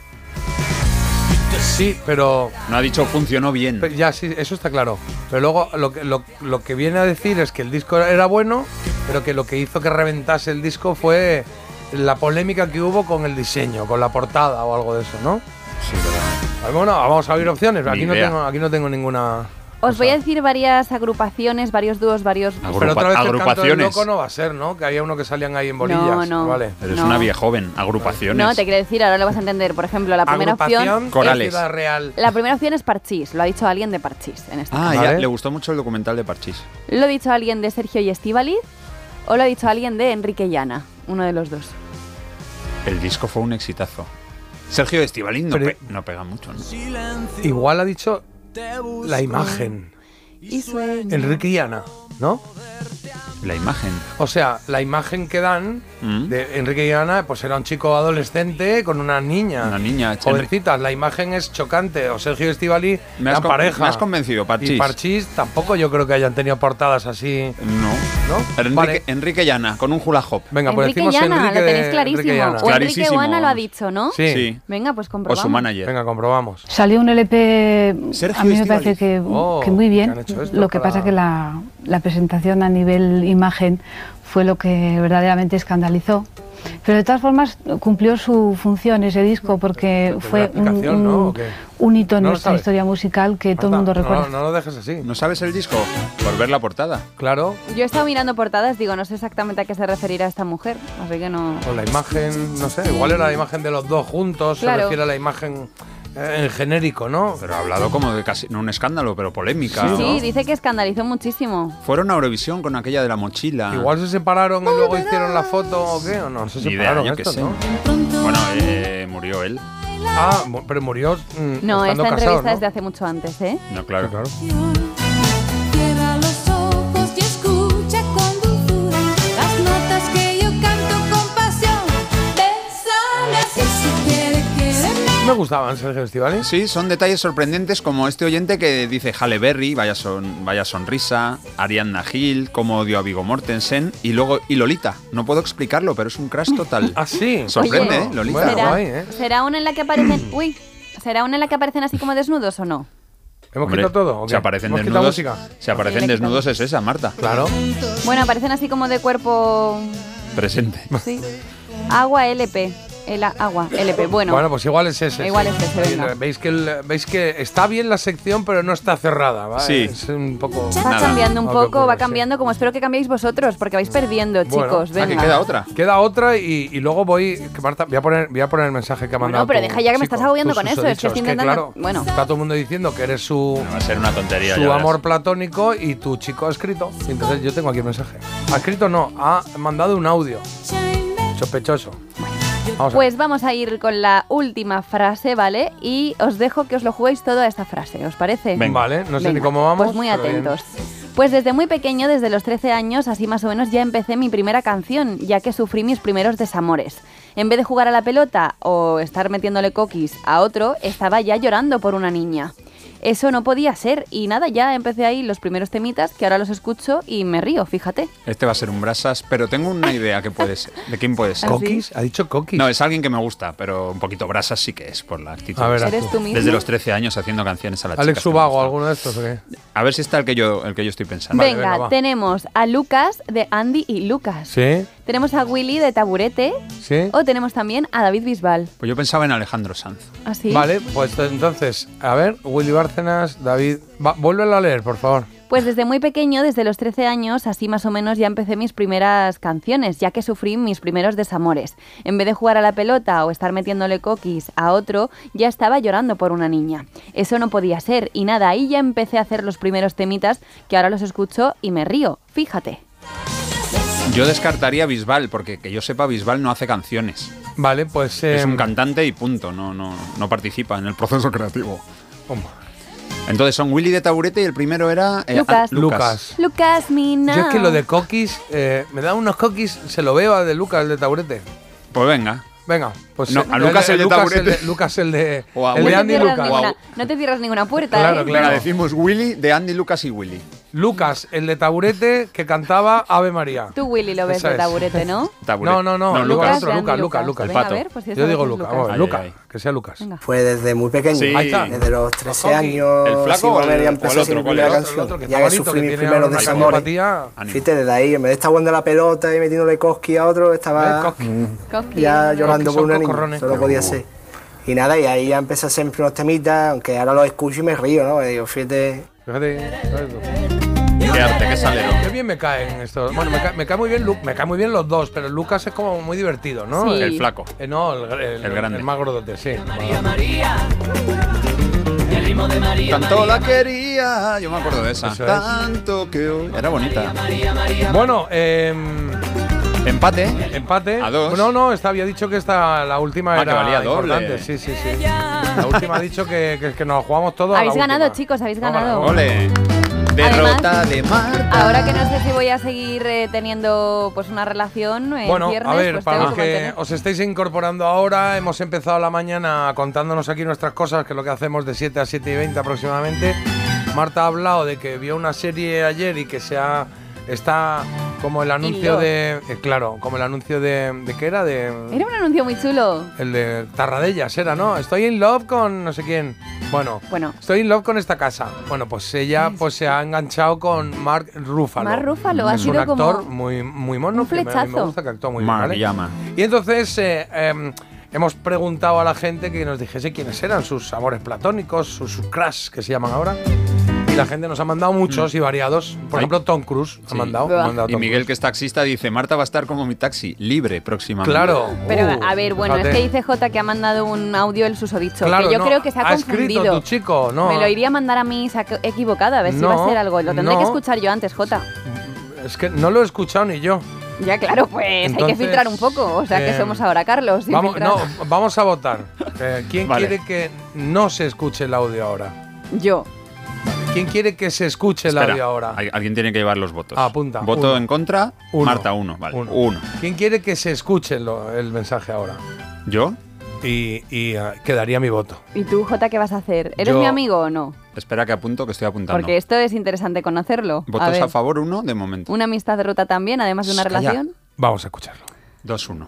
[SPEAKER 4] Sí, pero.
[SPEAKER 6] no ha dicho funcionó bien.
[SPEAKER 4] Pe- Ya, sí, eso está claro. Pero luego lo que, lo, lo que viene a decir es que el disco era bueno, pero que lo que hizo que reventase el disco fue la polémica que hubo con el diseño, con la portada o algo de eso, ¿no? Pues
[SPEAKER 6] Sí, verdad.
[SPEAKER 4] Bueno, vamos a abrir opciones.
[SPEAKER 6] Ni
[SPEAKER 4] Aquí no,
[SPEAKER 6] idea.
[SPEAKER 4] tengo, aquí no tengo ninguna.
[SPEAKER 5] Os voy a decir varias agrupaciones, varios dúos, varios...
[SPEAKER 6] Agrupa-
[SPEAKER 4] Pero otra vez que el canto del
[SPEAKER 6] agrupaciones.
[SPEAKER 4] loco no va a ser, ¿no? Que había uno que salían ahí en bolillas.
[SPEAKER 5] No, no.
[SPEAKER 4] Vale.
[SPEAKER 6] Eres
[SPEAKER 5] No.
[SPEAKER 6] una vieja joven. Agrupaciones.
[SPEAKER 5] No, te quiero decir, ahora lo vas a entender. Por ejemplo, la primera opción...
[SPEAKER 4] Agrupación
[SPEAKER 6] Corales.
[SPEAKER 4] es Ciudad Real.
[SPEAKER 5] La primera opción es Parchís, lo ha dicho alguien de Parchís en este
[SPEAKER 6] Ah,
[SPEAKER 5] caso.
[SPEAKER 6] ya, le gustó mucho el documental de Parchís.
[SPEAKER 5] ¿Lo ha dicho alguien de Sergio y Estivaliz o lo ha dicho alguien de Enrique Llana? Uno de los dos.
[SPEAKER 6] El disco fue un exitazo. Sergio Estivalín no,
[SPEAKER 4] Pero-
[SPEAKER 6] pe- no pega mucho, ¿no?
[SPEAKER 4] Igual ha dicho la imagen.
[SPEAKER 5] Y sueño.
[SPEAKER 4] Enrique y Ana, ¿no?
[SPEAKER 6] La imagen.
[SPEAKER 4] O sea, la imagen que dan
[SPEAKER 6] Mm.
[SPEAKER 4] de Enrique y Ana, pues era un chico adolescente con una niña.
[SPEAKER 6] Una niña.
[SPEAKER 4] Jovencitas, la imagen es chocante. O Sergio Estivali,
[SPEAKER 6] Me has
[SPEAKER 4] gran
[SPEAKER 6] con-
[SPEAKER 4] pareja.
[SPEAKER 6] me has convencido, Parchís.
[SPEAKER 4] Y Parchís tampoco yo creo que hayan tenido portadas así.
[SPEAKER 6] No.
[SPEAKER 4] ¿No?
[SPEAKER 6] Enrique,
[SPEAKER 4] Vale.
[SPEAKER 6] Enrique Llana, con un hula hop.
[SPEAKER 4] Venga, pues
[SPEAKER 5] Enrique Llana, lo tenéis clarísimo. o Enrique
[SPEAKER 6] Clarísimo.
[SPEAKER 5] Guana lo ha dicho, ¿no?
[SPEAKER 6] Sí. Sí.
[SPEAKER 5] Venga, pues comprobamos.
[SPEAKER 4] Venga, comprobamos.
[SPEAKER 18] Salió un LP,
[SPEAKER 4] Sergio
[SPEAKER 18] a mí me
[SPEAKER 4] Estíbaliz.
[SPEAKER 18] parece que,
[SPEAKER 4] Oh,
[SPEAKER 18] que muy
[SPEAKER 4] que
[SPEAKER 18] bien.
[SPEAKER 4] han hecho esto
[SPEAKER 18] lo que
[SPEAKER 4] para-
[SPEAKER 18] pasa que la, la presentación a nivel imagen fue lo que verdaderamente escandalizó. Pero de todas formas cumplió su función ese disco porque fue un,
[SPEAKER 4] explicación,
[SPEAKER 18] un-
[SPEAKER 4] ¿no? ¿O qué?
[SPEAKER 18] un hito en
[SPEAKER 4] No lo
[SPEAKER 18] nuestra
[SPEAKER 4] sabes.
[SPEAKER 18] historia musical que todo el mundo recuerda.
[SPEAKER 4] No, no lo dejes así.
[SPEAKER 6] ¿No sabes el disco? Por ver la portada.
[SPEAKER 4] Claro.
[SPEAKER 5] Yo he estado mirando portadas, digo, no sé exactamente a qué se referirá esta mujer, así que no...
[SPEAKER 4] O la imagen, no sé, igual era la imagen de los dos juntos,
[SPEAKER 5] Claro.
[SPEAKER 4] se refiere a la imagen eh, en genérico, ¿no?
[SPEAKER 6] Pero ha hablado como de casi, no un escándalo, pero polémica.
[SPEAKER 5] Sí,
[SPEAKER 6] ¿no?
[SPEAKER 5] dice que escandalizó muchísimo.
[SPEAKER 6] Fueron a Eurovisión con aquella de la mochila.
[SPEAKER 4] Igual se separaron y luego hicieron la foto o qué, o no, se
[SPEAKER 6] Ni idea,
[SPEAKER 4] separaron
[SPEAKER 6] yo qué
[SPEAKER 4] estos,
[SPEAKER 6] sé.
[SPEAKER 4] ¿no?
[SPEAKER 6] Bueno, eh, murió él.
[SPEAKER 4] Ah, mu- pero murió mm,
[SPEAKER 5] No,
[SPEAKER 4] estando
[SPEAKER 5] esta
[SPEAKER 4] casado,
[SPEAKER 5] entrevista
[SPEAKER 4] ¿no?
[SPEAKER 5] es de hace mucho antes, ¿eh?
[SPEAKER 6] No, claro. claro.
[SPEAKER 3] Cierra los ojos y escucha con dulzura las notas que yo canto con pasión. Bésame así si quiere, quiere.
[SPEAKER 4] Me gustaban Sergio Estivali.
[SPEAKER 6] Sí, son detalles sorprendentes como este oyente que dice Halle Berry, vaya, son, vaya sonrisa, Ariadna Hill, como odio a Vigo Mortensen y luego y Lolita. No puedo explicarlo, pero es un crash total.
[SPEAKER 4] <laughs> ¿Ah, sí?
[SPEAKER 6] Sorprende,
[SPEAKER 4] Oye,
[SPEAKER 6] ¿eh? Lolita.
[SPEAKER 5] ¿Será, ¿Será una en la que
[SPEAKER 6] <clears throat>
[SPEAKER 5] aparecen... Uy, ¿será una en la que aparecen así como desnudos o no?
[SPEAKER 4] ¿Hemos
[SPEAKER 6] Hombre,
[SPEAKER 4] quitado todo?
[SPEAKER 6] Si aparecen
[SPEAKER 4] ¿Hemos quitado
[SPEAKER 6] desnudos,
[SPEAKER 4] música?
[SPEAKER 6] si aparecen
[SPEAKER 5] Sí, le
[SPEAKER 6] desnudos es esa, Marta.
[SPEAKER 4] Claro.
[SPEAKER 5] Bueno, aparecen así como de cuerpo...
[SPEAKER 4] <laughs>
[SPEAKER 6] Presente.
[SPEAKER 5] Sí. Agua LP. El a- agua LP. Bueno,
[SPEAKER 4] Bueno, pues igual es ese.
[SPEAKER 5] Igual
[SPEAKER 4] sí.
[SPEAKER 5] es ese, venga.
[SPEAKER 4] Veis que, el- veis que está bien la sección, pero no está cerrada, ¿vale?
[SPEAKER 6] Sí.
[SPEAKER 4] Es un poco...
[SPEAKER 5] va cambiando un poco, va cambiando como espero que cambiéis vosotros, porque vais perdiendo,
[SPEAKER 4] pues,
[SPEAKER 5] chicos.
[SPEAKER 6] Ah,
[SPEAKER 4] Bueno,
[SPEAKER 5] venga.
[SPEAKER 4] Queda otra y, y luego voy. Que Marta, voy a poner, voy a poner el mensaje que ha mandado.
[SPEAKER 5] pero
[SPEAKER 4] tu
[SPEAKER 5] deja ya que me estás
[SPEAKER 4] chico, Pues
[SPEAKER 5] agobiando
[SPEAKER 4] tu
[SPEAKER 5] con eso, es que
[SPEAKER 4] susodicho.
[SPEAKER 5] estoy intentando-
[SPEAKER 4] claro,
[SPEAKER 5] bueno.
[SPEAKER 4] Está todo el mundo diciendo que eres su.
[SPEAKER 6] Va a ser una tontería. ya
[SPEAKER 4] Su
[SPEAKER 6] verás.
[SPEAKER 4] amor platónico y tu chico ha escrito. Y Entonces yo tengo aquí el mensaje. Ha escrito no, ha mandado un audio. Sospechoso. Vamos a ver.
[SPEAKER 5] Pues vamos a ir con la última frase, ¿vale? Y os dejo que os lo juguéis todo a esta frase, ¿os parece?
[SPEAKER 4] Vale, no sé ni
[SPEAKER 5] Venga,
[SPEAKER 4] cómo vamos.
[SPEAKER 5] Pues muy
[SPEAKER 4] pero bien.
[SPEAKER 5] atentos. Pues desde muy pequeño, desde los 13 años, así más o menos, ya empecé mi primera canción, ya que sufrí mis primeros desamores. En vez de jugar a la pelota o estar metiéndole coquis a otro, estaba ya llorando por una niña. Eso no podía ser y nada, ya empecé ahí los primeros temitas que ahora los escucho y me río, fíjate.
[SPEAKER 6] Este va a ser un brasas, pero tengo una idea que puede ser. ¿De quién puede ser?
[SPEAKER 5] ¿Ah, sí? ¿Coquis?
[SPEAKER 4] ¿Ha dicho Coquis?
[SPEAKER 6] No, es alguien que me gusta, pero un poquito brasas sí que es por la actitud.
[SPEAKER 4] A ver, ¿Eres
[SPEAKER 5] tú. tú mismo?
[SPEAKER 6] Desde los 13 años haciendo canciones a la
[SPEAKER 4] Alex Subago, ¿alguno de estos o qué?
[SPEAKER 6] A ver si está el que yo, el que yo estoy pensando.
[SPEAKER 5] venga, tenemos a Lucas de Andy y Lucas.
[SPEAKER 4] Sí,
[SPEAKER 5] Tenemos a Willy de Taburete
[SPEAKER 4] sí.
[SPEAKER 5] o tenemos también a David Bisbal.
[SPEAKER 6] Pues yo pensaba en Alejandro Sanz.
[SPEAKER 5] Así.
[SPEAKER 4] Vale, pues entonces, a ver, Willy Bárcenas, David. Va, vuélvelo a leer, por favor.
[SPEAKER 5] Pues desde muy pequeño, desde los 13 años, así más o menos ya empecé mis primeras canciones, ya que sufrí mis primeros desamores. En vez de jugar a la pelota o estar metiéndole coquis a otro, ya estaba llorando por una niña. Eso no podía ser, y nada, ahí ya empecé a hacer los primeros temitas que ahora los escucho y me río. Fíjate.
[SPEAKER 6] Yo descartaría a Bisbal, porque que yo sepa, Bisbal no hace canciones.
[SPEAKER 4] Vale, pues.
[SPEAKER 6] Es
[SPEAKER 4] em,
[SPEAKER 6] un cantante y punto, no, no, no participa en el proceso creativo.
[SPEAKER 4] Hombre.
[SPEAKER 6] Entonces son Willy de Taburete y el primero era eh,
[SPEAKER 5] Lucas.
[SPEAKER 6] ah,
[SPEAKER 4] Lucas.
[SPEAKER 5] Lucas Mina.
[SPEAKER 4] Yo es que lo de coquis, eh, me da unos coquis, se lo veo al de Lucas, el de taburete.
[SPEAKER 6] Pues venga.
[SPEAKER 4] Venga, pues
[SPEAKER 6] No,
[SPEAKER 4] eh,
[SPEAKER 6] a Lucas el de
[SPEAKER 4] Lucas
[SPEAKER 6] taburete.
[SPEAKER 4] el de- Lucas el
[SPEAKER 5] <laughs>
[SPEAKER 4] de,
[SPEAKER 6] a
[SPEAKER 4] el de
[SPEAKER 6] Willy.
[SPEAKER 4] Andy
[SPEAKER 5] No te
[SPEAKER 4] Lucas.
[SPEAKER 5] cierras ninguna- no te cierras ninguna puerta.
[SPEAKER 4] Claro,
[SPEAKER 5] ¿eh?
[SPEAKER 4] claro.
[SPEAKER 6] decimos Willy de Andy, Lucas y Willy.
[SPEAKER 4] Lucas, el de taburete que cantaba Ave María.
[SPEAKER 5] Tú, Willy, lo ves
[SPEAKER 4] Esa
[SPEAKER 5] de
[SPEAKER 4] es.
[SPEAKER 6] <laughs>
[SPEAKER 5] taburete, ¿no?
[SPEAKER 4] No, no, no,
[SPEAKER 6] No,
[SPEAKER 4] Lucas,
[SPEAKER 6] Lucas.
[SPEAKER 4] otro,
[SPEAKER 5] De Andy
[SPEAKER 4] Lucas, Lucas,
[SPEAKER 5] Lucas.
[SPEAKER 4] Lucas.
[SPEAKER 6] El pato.
[SPEAKER 5] pues si esta
[SPEAKER 4] Yo
[SPEAKER 5] vez
[SPEAKER 4] digo
[SPEAKER 5] es
[SPEAKER 4] Lucas,
[SPEAKER 5] Lucas.
[SPEAKER 4] vamos,
[SPEAKER 6] Ay,
[SPEAKER 4] Lucas,
[SPEAKER 6] ay,
[SPEAKER 4] que sea Lucas.
[SPEAKER 19] Fue desde muy pequeño,
[SPEAKER 4] Sí. Ahí está.
[SPEAKER 19] desde los 13
[SPEAKER 4] Ojo,
[SPEAKER 19] años,
[SPEAKER 4] ¿el flaco
[SPEAKER 19] sin
[SPEAKER 4] o el-
[SPEAKER 19] comer, ya
[SPEAKER 4] o el
[SPEAKER 19] empecé a
[SPEAKER 4] otro,
[SPEAKER 19] hacer mi
[SPEAKER 4] cuál
[SPEAKER 19] primera
[SPEAKER 4] era? El otro,
[SPEAKER 19] canción.
[SPEAKER 4] el otro, que
[SPEAKER 19] ya
[SPEAKER 4] está
[SPEAKER 19] que
[SPEAKER 4] bonito, que
[SPEAKER 19] sufrí mis
[SPEAKER 4] tiene
[SPEAKER 19] primeros
[SPEAKER 4] una
[SPEAKER 19] desamores.
[SPEAKER 4] psicopatía.
[SPEAKER 19] Fíjate, desde ahí, en vez de estar jugando a la pelota y metiéndole cosqui a otro, estaba
[SPEAKER 5] Coqui.
[SPEAKER 19] ya llorando
[SPEAKER 4] Coqui Eh,
[SPEAKER 19] por
[SPEAKER 4] son
[SPEAKER 19] una niña.
[SPEAKER 4] cocorrones.
[SPEAKER 19] Eso no podía ser. Y nada, y ahí ya empecé a hacer unos temitas, aunque ahora los escucho y me río, ¿no? Y digo, fíjate,
[SPEAKER 4] Fíjate, ¿sabes tú?
[SPEAKER 6] Qué arte, qué salero.
[SPEAKER 4] Qué bien me caen estos. Bueno, me cae, me cae muy bien Lu- me cae muy bien los dos, pero Lucas es como muy divertido, ¿no?
[SPEAKER 6] Sí. El flaco.
[SPEAKER 4] Eh, no, el, el-
[SPEAKER 6] El grande.
[SPEAKER 4] El más gordote, sí.
[SPEAKER 6] Tanto la quería. Yo me acuerdo de esa.
[SPEAKER 4] Eso es.
[SPEAKER 6] Tanto que hoy. Era bonita.
[SPEAKER 4] Bueno, em,
[SPEAKER 6] Empate.
[SPEAKER 4] empate.
[SPEAKER 6] A dos.
[SPEAKER 4] No, no, esta había dicho que esta la última
[SPEAKER 6] Ah, que
[SPEAKER 4] era
[SPEAKER 6] valía doble.
[SPEAKER 4] importante. Sí, sí, sí. La última ha dicho que, que, que nos jugamos todos. a la
[SPEAKER 5] Habéis ganado,
[SPEAKER 4] última.
[SPEAKER 5] chicos, habéis
[SPEAKER 4] Vamos a la
[SPEAKER 5] ganado.
[SPEAKER 4] última.
[SPEAKER 6] Ole. Derrota de Marta.
[SPEAKER 5] Ahora que no sé si voy a seguir eh, teniendo pues una relación en
[SPEAKER 4] Bueno,
[SPEAKER 5] viernes,
[SPEAKER 4] a ver,
[SPEAKER 5] pues
[SPEAKER 4] para
[SPEAKER 5] tengo
[SPEAKER 4] los
[SPEAKER 5] que
[SPEAKER 4] que
[SPEAKER 5] mantener.
[SPEAKER 4] os estáis incorporando ahora, hemos empezado la mañana contándonos aquí nuestras cosas, que es lo que hacemos de 7 a 7 y 20 aproximadamente. Marta ha hablado de que vio una serie ayer y que se ha, está como el anuncio
[SPEAKER 5] Hilo.
[SPEAKER 4] de... eh, claro, como el anuncio de... ¿De qué era? De,
[SPEAKER 5] Era un anuncio muy chulo.
[SPEAKER 4] el de Tarradellas era, ¿no? Estoy in love con no sé quién. Bueno,
[SPEAKER 5] Bueno.
[SPEAKER 4] estoy in love con esta casa. Bueno, pues ella pues se ha enganchado con Mark Ruffalo.
[SPEAKER 5] Mark Ruffalo, ha
[SPEAKER 4] es
[SPEAKER 5] sido
[SPEAKER 4] un actor
[SPEAKER 5] como
[SPEAKER 4] muy, muy mono,
[SPEAKER 5] un
[SPEAKER 4] que me- a mí me
[SPEAKER 5] flechazo.
[SPEAKER 4] gusta que actúa muy
[SPEAKER 6] Mark
[SPEAKER 4] bien. ¿vale?
[SPEAKER 6] llama.
[SPEAKER 4] Y entonces eh, em, hemos preguntado a la gente que nos dijese quiénes eran sus amores platónicos, sus, sus crush, que se llaman ahora. Y la gente nos ha mandado muchos y variados. Por
[SPEAKER 6] Mm. Ay.
[SPEAKER 4] ejemplo, Tom Cruise ha
[SPEAKER 6] Sí.
[SPEAKER 4] mandado. ha mandado
[SPEAKER 6] Y
[SPEAKER 4] Tom
[SPEAKER 6] Miguel, que es taxista, dice, Marta va a estar como mi taxi, libre próximamente.
[SPEAKER 4] Claro. Uh,
[SPEAKER 5] Pero a ver, bueno,
[SPEAKER 6] fíjate.
[SPEAKER 5] es que dice J que ha mandado un audio el susodicho.
[SPEAKER 6] Claro,
[SPEAKER 5] que yo
[SPEAKER 6] no,
[SPEAKER 5] creo que se ha,
[SPEAKER 4] ha
[SPEAKER 5] confundido.
[SPEAKER 4] escrito tu chico, no.
[SPEAKER 5] Me lo iría a mandar a mí se ha equ- equivocado, a ver si
[SPEAKER 4] No,
[SPEAKER 5] va a ser algo. Lo tendré
[SPEAKER 4] no.
[SPEAKER 5] que escuchar yo antes, J.
[SPEAKER 4] Cruise. Es que no lo he escuchado ni yo.
[SPEAKER 5] Ya, claro, pues hay que
[SPEAKER 4] Entonces,
[SPEAKER 5] filtrar un poco. O sea,
[SPEAKER 4] eh,
[SPEAKER 5] que somos ahora, Carlos. sin
[SPEAKER 4] Vamos,
[SPEAKER 5] filtrar.
[SPEAKER 4] no, vamos a votar. Eh, ¿Quién
[SPEAKER 6] Vale.
[SPEAKER 4] quiere que no se escuche el audio ahora?
[SPEAKER 5] Yo.
[SPEAKER 4] ¿Quién quiere que se escuche el
[SPEAKER 6] Espera,
[SPEAKER 4] audio ahora? Ah,
[SPEAKER 6] al- alguien tiene que llevar los votos.
[SPEAKER 4] Apunta,
[SPEAKER 6] Voto
[SPEAKER 4] uno.
[SPEAKER 6] en contra,
[SPEAKER 4] Uno.
[SPEAKER 6] Marta uno, vale. Uno.
[SPEAKER 4] ¿Quién quiere que se escuche lo- el mensaje ahora?
[SPEAKER 6] ¿Yo?
[SPEAKER 4] Y, y, eh, quedaría mi voto.
[SPEAKER 5] ¿Y tú, J, qué vas a hacer? ¿Eres
[SPEAKER 6] Yo-
[SPEAKER 5] mi amigo o no?
[SPEAKER 6] Espera que apunto, que estoy apuntando.
[SPEAKER 5] Porque esto es interesante conocerlo. a,
[SPEAKER 6] Votos
[SPEAKER 5] ver,
[SPEAKER 6] a, favor uno de momento.
[SPEAKER 5] Una amistad rota también, además de una
[SPEAKER 6] Calla.
[SPEAKER 5] relación.
[SPEAKER 4] Vamos a escucharlo.
[SPEAKER 6] 2-1.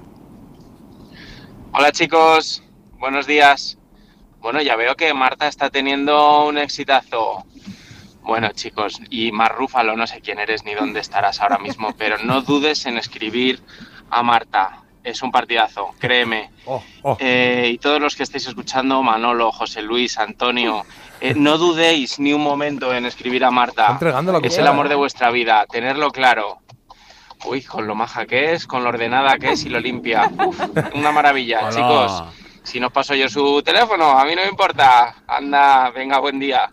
[SPEAKER 20] Hola chicos, buenos días. Bueno, ya veo que Marta está teniendo un exitazo. Bueno chicos, y Mar Rúfalo, no sé quién eres ni dónde estarás ahora mismo, pero no dudes en escribir a Marta. Es un partidazo, créeme.
[SPEAKER 4] Oh.
[SPEAKER 20] Eh, y todos los que estáis escuchando, Manolo, José Luis, Antonio, eh, no dudéis ni un momento en escribir a Marta.
[SPEAKER 4] entregando la
[SPEAKER 20] es
[SPEAKER 4] cuchara,
[SPEAKER 20] el amor
[SPEAKER 4] ¿eh?
[SPEAKER 20] de vuestra vida, tenerlo claro. Uy, con lo maja que es, con lo ordenada que es y lo limpia. Uf, una maravilla,
[SPEAKER 6] Hola.
[SPEAKER 20] chicos. Si no paso yo su teléfono, a mí no me importa. Anda, venga, buen día.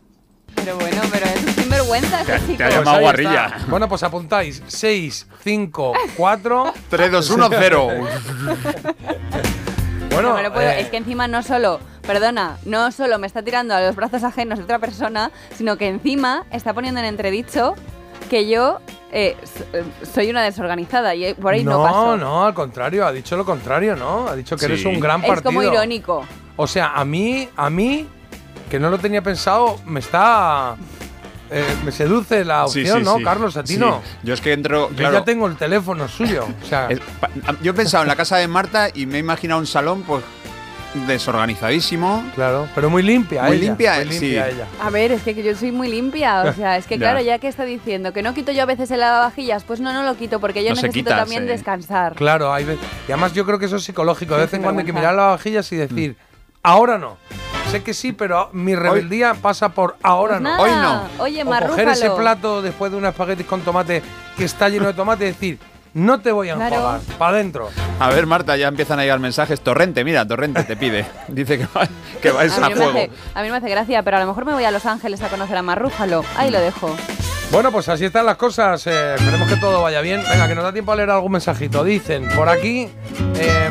[SPEAKER 5] Pero bueno, pero es sinvergüenza ese chico.
[SPEAKER 6] ha llamado
[SPEAKER 4] Pues ahí
[SPEAKER 6] guarrilla.
[SPEAKER 4] está. Bueno, pues apuntáis 6, 5,
[SPEAKER 6] <laughs>
[SPEAKER 4] 4,
[SPEAKER 6] 3, 2, 1, 0.
[SPEAKER 4] Bueno,
[SPEAKER 5] No me lo puedo-
[SPEAKER 4] eh,
[SPEAKER 5] es que encima no solo, perdona, no solo me está tirando a los brazos ajenos de otra persona, sino que encima está poniendo en entredicho que yo eh, s- eh, soy una desorganizada y eh, por ahí no,
[SPEAKER 4] no,
[SPEAKER 5] paso.
[SPEAKER 4] no, al contrario, ha dicho lo contrario, ¿no? Ha dicho que eres
[SPEAKER 6] Sí.
[SPEAKER 4] un gran
[SPEAKER 5] es
[SPEAKER 4] partido.
[SPEAKER 5] como irónico.
[SPEAKER 4] O sea, a mí, a mí, que no lo tenía pensado, me está. eh, me seduce la
[SPEAKER 6] Sí,
[SPEAKER 4] opción,
[SPEAKER 6] sí,
[SPEAKER 4] ¿no,
[SPEAKER 6] sí.
[SPEAKER 4] Carlos? A ti
[SPEAKER 6] Sí.
[SPEAKER 4] no.
[SPEAKER 6] Yo es que entro.
[SPEAKER 4] Yo
[SPEAKER 6] claro,
[SPEAKER 4] ya tengo el teléfono suyo. O sea,
[SPEAKER 6] <laughs> es- pa- yo he pensado en la casa de Marta y me he imaginado un salón, pues, desorganizadísimo.
[SPEAKER 4] Claro, pero muy limpia,
[SPEAKER 6] Muy
[SPEAKER 4] ella,
[SPEAKER 6] limpia,
[SPEAKER 4] muy
[SPEAKER 6] sí.
[SPEAKER 4] limpia ella.
[SPEAKER 5] A ver, es que yo soy muy limpia, o sea, es que
[SPEAKER 6] Ya.
[SPEAKER 5] claro, ya que está diciendo que no quito yo a veces el lavavajillas, pues no, no lo quito porque yo
[SPEAKER 4] No se
[SPEAKER 5] necesito
[SPEAKER 4] quita,
[SPEAKER 5] también
[SPEAKER 4] sí.
[SPEAKER 5] descansar.
[SPEAKER 4] Claro, hay veces. Y además yo creo que eso es psicológico. De
[SPEAKER 5] Sí,
[SPEAKER 4] vez en cuando hay que mirar
[SPEAKER 5] sinvergüenza.
[SPEAKER 4] las vajillas y decir, ahora no. Sé que sí, pero mi rebeldía pasa por ahora
[SPEAKER 5] Pues
[SPEAKER 4] no.
[SPEAKER 5] nada, Hoy no. oye,
[SPEAKER 4] o coger ese
[SPEAKER 5] marrúfalo.
[SPEAKER 4] plato después de unos espaguetis con tomate que está lleno de tomate y decir, no te voy a
[SPEAKER 5] Claro.
[SPEAKER 4] enjuagar, para adentro.
[SPEAKER 6] A ver, Marta, ya empiezan a llegar mensajes. Torrente, mira, Torrente te
[SPEAKER 4] <laughs>
[SPEAKER 6] pide. Dice que va, que va eso
[SPEAKER 5] A
[SPEAKER 6] a
[SPEAKER 5] mí, me
[SPEAKER 6] juego.
[SPEAKER 5] hace, a mí me hace gracia, pero a lo mejor me voy a Los Ángeles a conocer a Marrúfalo. Ahí lo dejo.
[SPEAKER 4] Bueno, pues así están las cosas. eh, esperemos que todo vaya bien. Venga, que nos da tiempo a leer algún mensajito. Dicen, por aquí. eh,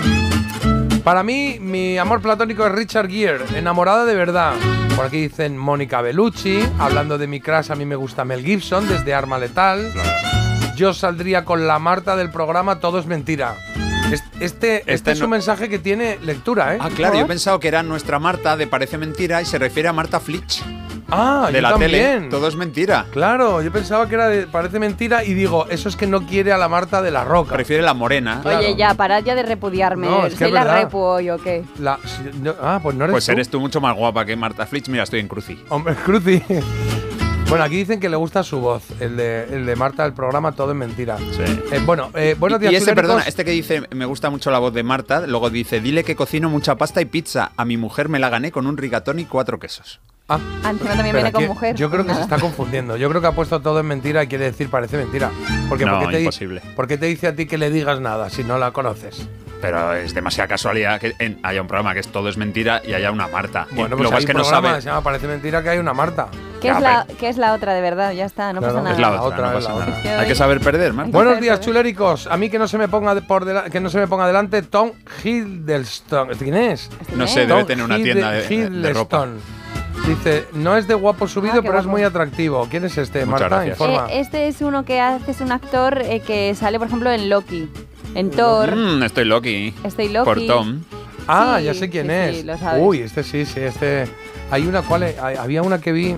[SPEAKER 4] para mí, mi amor platónico es Richard Gere, enamorada de verdad. Por aquí dicen Mónica Bellucci, hablando de mi crush, a mí me gusta Mel Gibson desde Arma Letal. Yo saldría con la Marta del programa Todo es Mentira. Es- Este, este, es
[SPEAKER 6] no-
[SPEAKER 4] un mensaje que tiene lectura, ¿eh?
[SPEAKER 6] Ah, claro, yo he pensado que era nuestra Marta de Parece Mentira y se refiere a Marta Flitch.
[SPEAKER 4] Ah,
[SPEAKER 6] de
[SPEAKER 4] yo
[SPEAKER 6] la tele.
[SPEAKER 4] también.
[SPEAKER 6] Todo es mentira.
[SPEAKER 4] Claro, yo pensaba que era de, parece mentira y digo, eso es que no quiere a la Marta de la Roca.
[SPEAKER 6] Prefiere la morena.
[SPEAKER 5] Oye, ya, parad ya de repudiarme.
[SPEAKER 6] No, es que
[SPEAKER 5] ¿Soy
[SPEAKER 6] es
[SPEAKER 5] la
[SPEAKER 6] verdad.
[SPEAKER 5] repu hoy o qué?
[SPEAKER 4] La- no- ah, pues no eres
[SPEAKER 6] pues
[SPEAKER 4] tú.
[SPEAKER 6] eres tú mucho más guapa que Marta Flitch. Mira, estoy en cruci.
[SPEAKER 4] Hombre, <laughs> Cruci. Bueno, aquí dicen que le gusta su voz, el de, el de Marta del programa Todo es Mentira. Eh, bueno, eh, buenos
[SPEAKER 6] Y-
[SPEAKER 4] días,
[SPEAKER 6] y este,
[SPEAKER 4] Ibéricos.
[SPEAKER 6] perdona, este que dice, me gusta mucho la voz de Marta, luego dice, dile que cocino mucha pasta y pizza. A mi mujer me la gané con un rigatón y cuatro quesos.
[SPEAKER 4] Ah,
[SPEAKER 5] Ah, encima
[SPEAKER 4] espera,
[SPEAKER 5] también viene con
[SPEAKER 4] que-
[SPEAKER 5] mujer. pues
[SPEAKER 4] Yo creo que se
[SPEAKER 5] Nada.
[SPEAKER 4] está confundiendo. Yo creo que ha puesto Todo es Mentira y quiere decir parece mentira. Porque
[SPEAKER 6] No,
[SPEAKER 4] ¿por, qué te,
[SPEAKER 6] imposible.
[SPEAKER 4] por qué te dice a ti que le digas nada si no la conoces?
[SPEAKER 6] Pero es demasiada casualidad que en- haya un programa que es todo es mentira y haya una Marta. Y
[SPEAKER 4] Bueno,
[SPEAKER 6] lo
[SPEAKER 4] pues
[SPEAKER 6] más
[SPEAKER 4] hay
[SPEAKER 6] que
[SPEAKER 4] un
[SPEAKER 6] no
[SPEAKER 4] programa
[SPEAKER 6] sabe.
[SPEAKER 4] que se llama Parece Mentira que hay una Marta.
[SPEAKER 5] ¿Qué es, la, ¿Qué es la otra de verdad? Ya está, no
[SPEAKER 4] Claro,
[SPEAKER 5] pasa nada.
[SPEAKER 6] Es la otra,
[SPEAKER 4] otra,
[SPEAKER 6] no
[SPEAKER 4] es
[SPEAKER 6] pasa
[SPEAKER 4] la
[SPEAKER 6] nada.
[SPEAKER 5] otra.
[SPEAKER 6] Hay que saber perder, Marta.
[SPEAKER 4] Buenos días, chuléricos. A mí que no se me ponga de- por dela- que no se me ponga delante Tom Hiddleston. ¿Este ¿Quién es?
[SPEAKER 6] No sé,
[SPEAKER 4] Tom
[SPEAKER 6] debe tener una
[SPEAKER 4] Hidde-
[SPEAKER 6] tienda de- de- de ropa.
[SPEAKER 4] Hiddleston. Dice, no es de guapo subido,
[SPEAKER 5] Ah, qué
[SPEAKER 4] pero es
[SPEAKER 5] guapo.
[SPEAKER 4] muy atractivo. ¿Quién es este?
[SPEAKER 21] Muchas
[SPEAKER 4] Marta,
[SPEAKER 21] gracias.
[SPEAKER 4] informa.
[SPEAKER 5] Eh, este es uno que hace, es un actor eh, que sale, por ejemplo, en Loki, en Thor.
[SPEAKER 6] Mm, estoy Loki.
[SPEAKER 5] Estoy Loki.
[SPEAKER 6] Por Tom.
[SPEAKER 4] Ah,
[SPEAKER 5] Sí,
[SPEAKER 4] ya sé quién
[SPEAKER 5] sí,
[SPEAKER 4] es.
[SPEAKER 5] sí, lo sabes.
[SPEAKER 4] Uy, este sí, sí, este. Hay una cual eh, hay- había una que vi.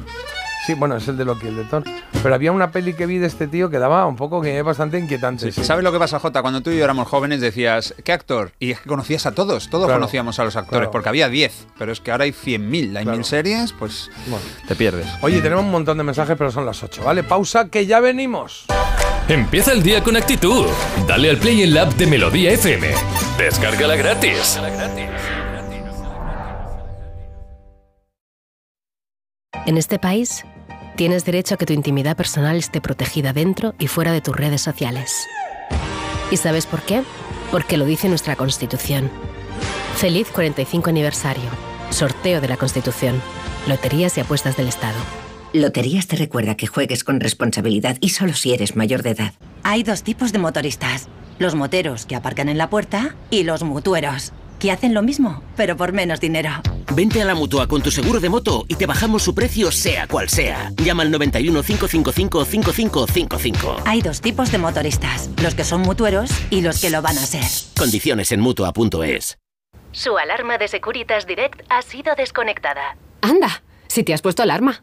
[SPEAKER 4] Sí, bueno, es el de Loki, el de Thor. Pero había una peli que vi de este tío que daba un poco que es bastante inquietante. sí.
[SPEAKER 6] ¿Sabes lo que pasa, Jota? Cuando tú y yo éramos jóvenes decías, ¿qué actor? Y es que conocías a todos, todos
[SPEAKER 4] Claro,
[SPEAKER 6] conocíamos a los actores,
[SPEAKER 4] claro.
[SPEAKER 6] porque había 10, pero es que ahora hay 100.000, hay 1.000 series, pues te pierdes.
[SPEAKER 4] Oye, tenemos un montón de mensajes, pero son las 8, ¿vale? Pausa, que ya venimos.
[SPEAKER 2] Empieza el día con actitud. Dale al Play en la app de Melodía FM. Descárgala gratis.
[SPEAKER 9] En este país, tienes derecho a que tu intimidad personal esté protegida dentro y fuera de tus redes sociales. ¿Y sabes por qué? Porque lo dice nuestra Constitución. Feliz 45 aniversario. Sorteo de la Constitución. Loterías y apuestas del Estado.
[SPEAKER 10] Loterías te recuerda que juegues con responsabilidad y solo si eres mayor de edad.
[SPEAKER 22] Hay dos tipos de motoristas. Los moteros que aparcan en la puerta y los mutueros, que hacen lo mismo, pero por menos dinero.
[SPEAKER 23] Vente a la mutua con tu seguro de moto y te bajamos su precio, sea cual sea. Llama al 91 555 5555.
[SPEAKER 22] Hay dos tipos de motoristas, los que son mutueros y los que lo van a ser.
[SPEAKER 23] Condiciones en mutua.es.
[SPEAKER 9] Su alarma de Securitas Direct ha sido desconectada.
[SPEAKER 12] Anda, si te has puesto alarma,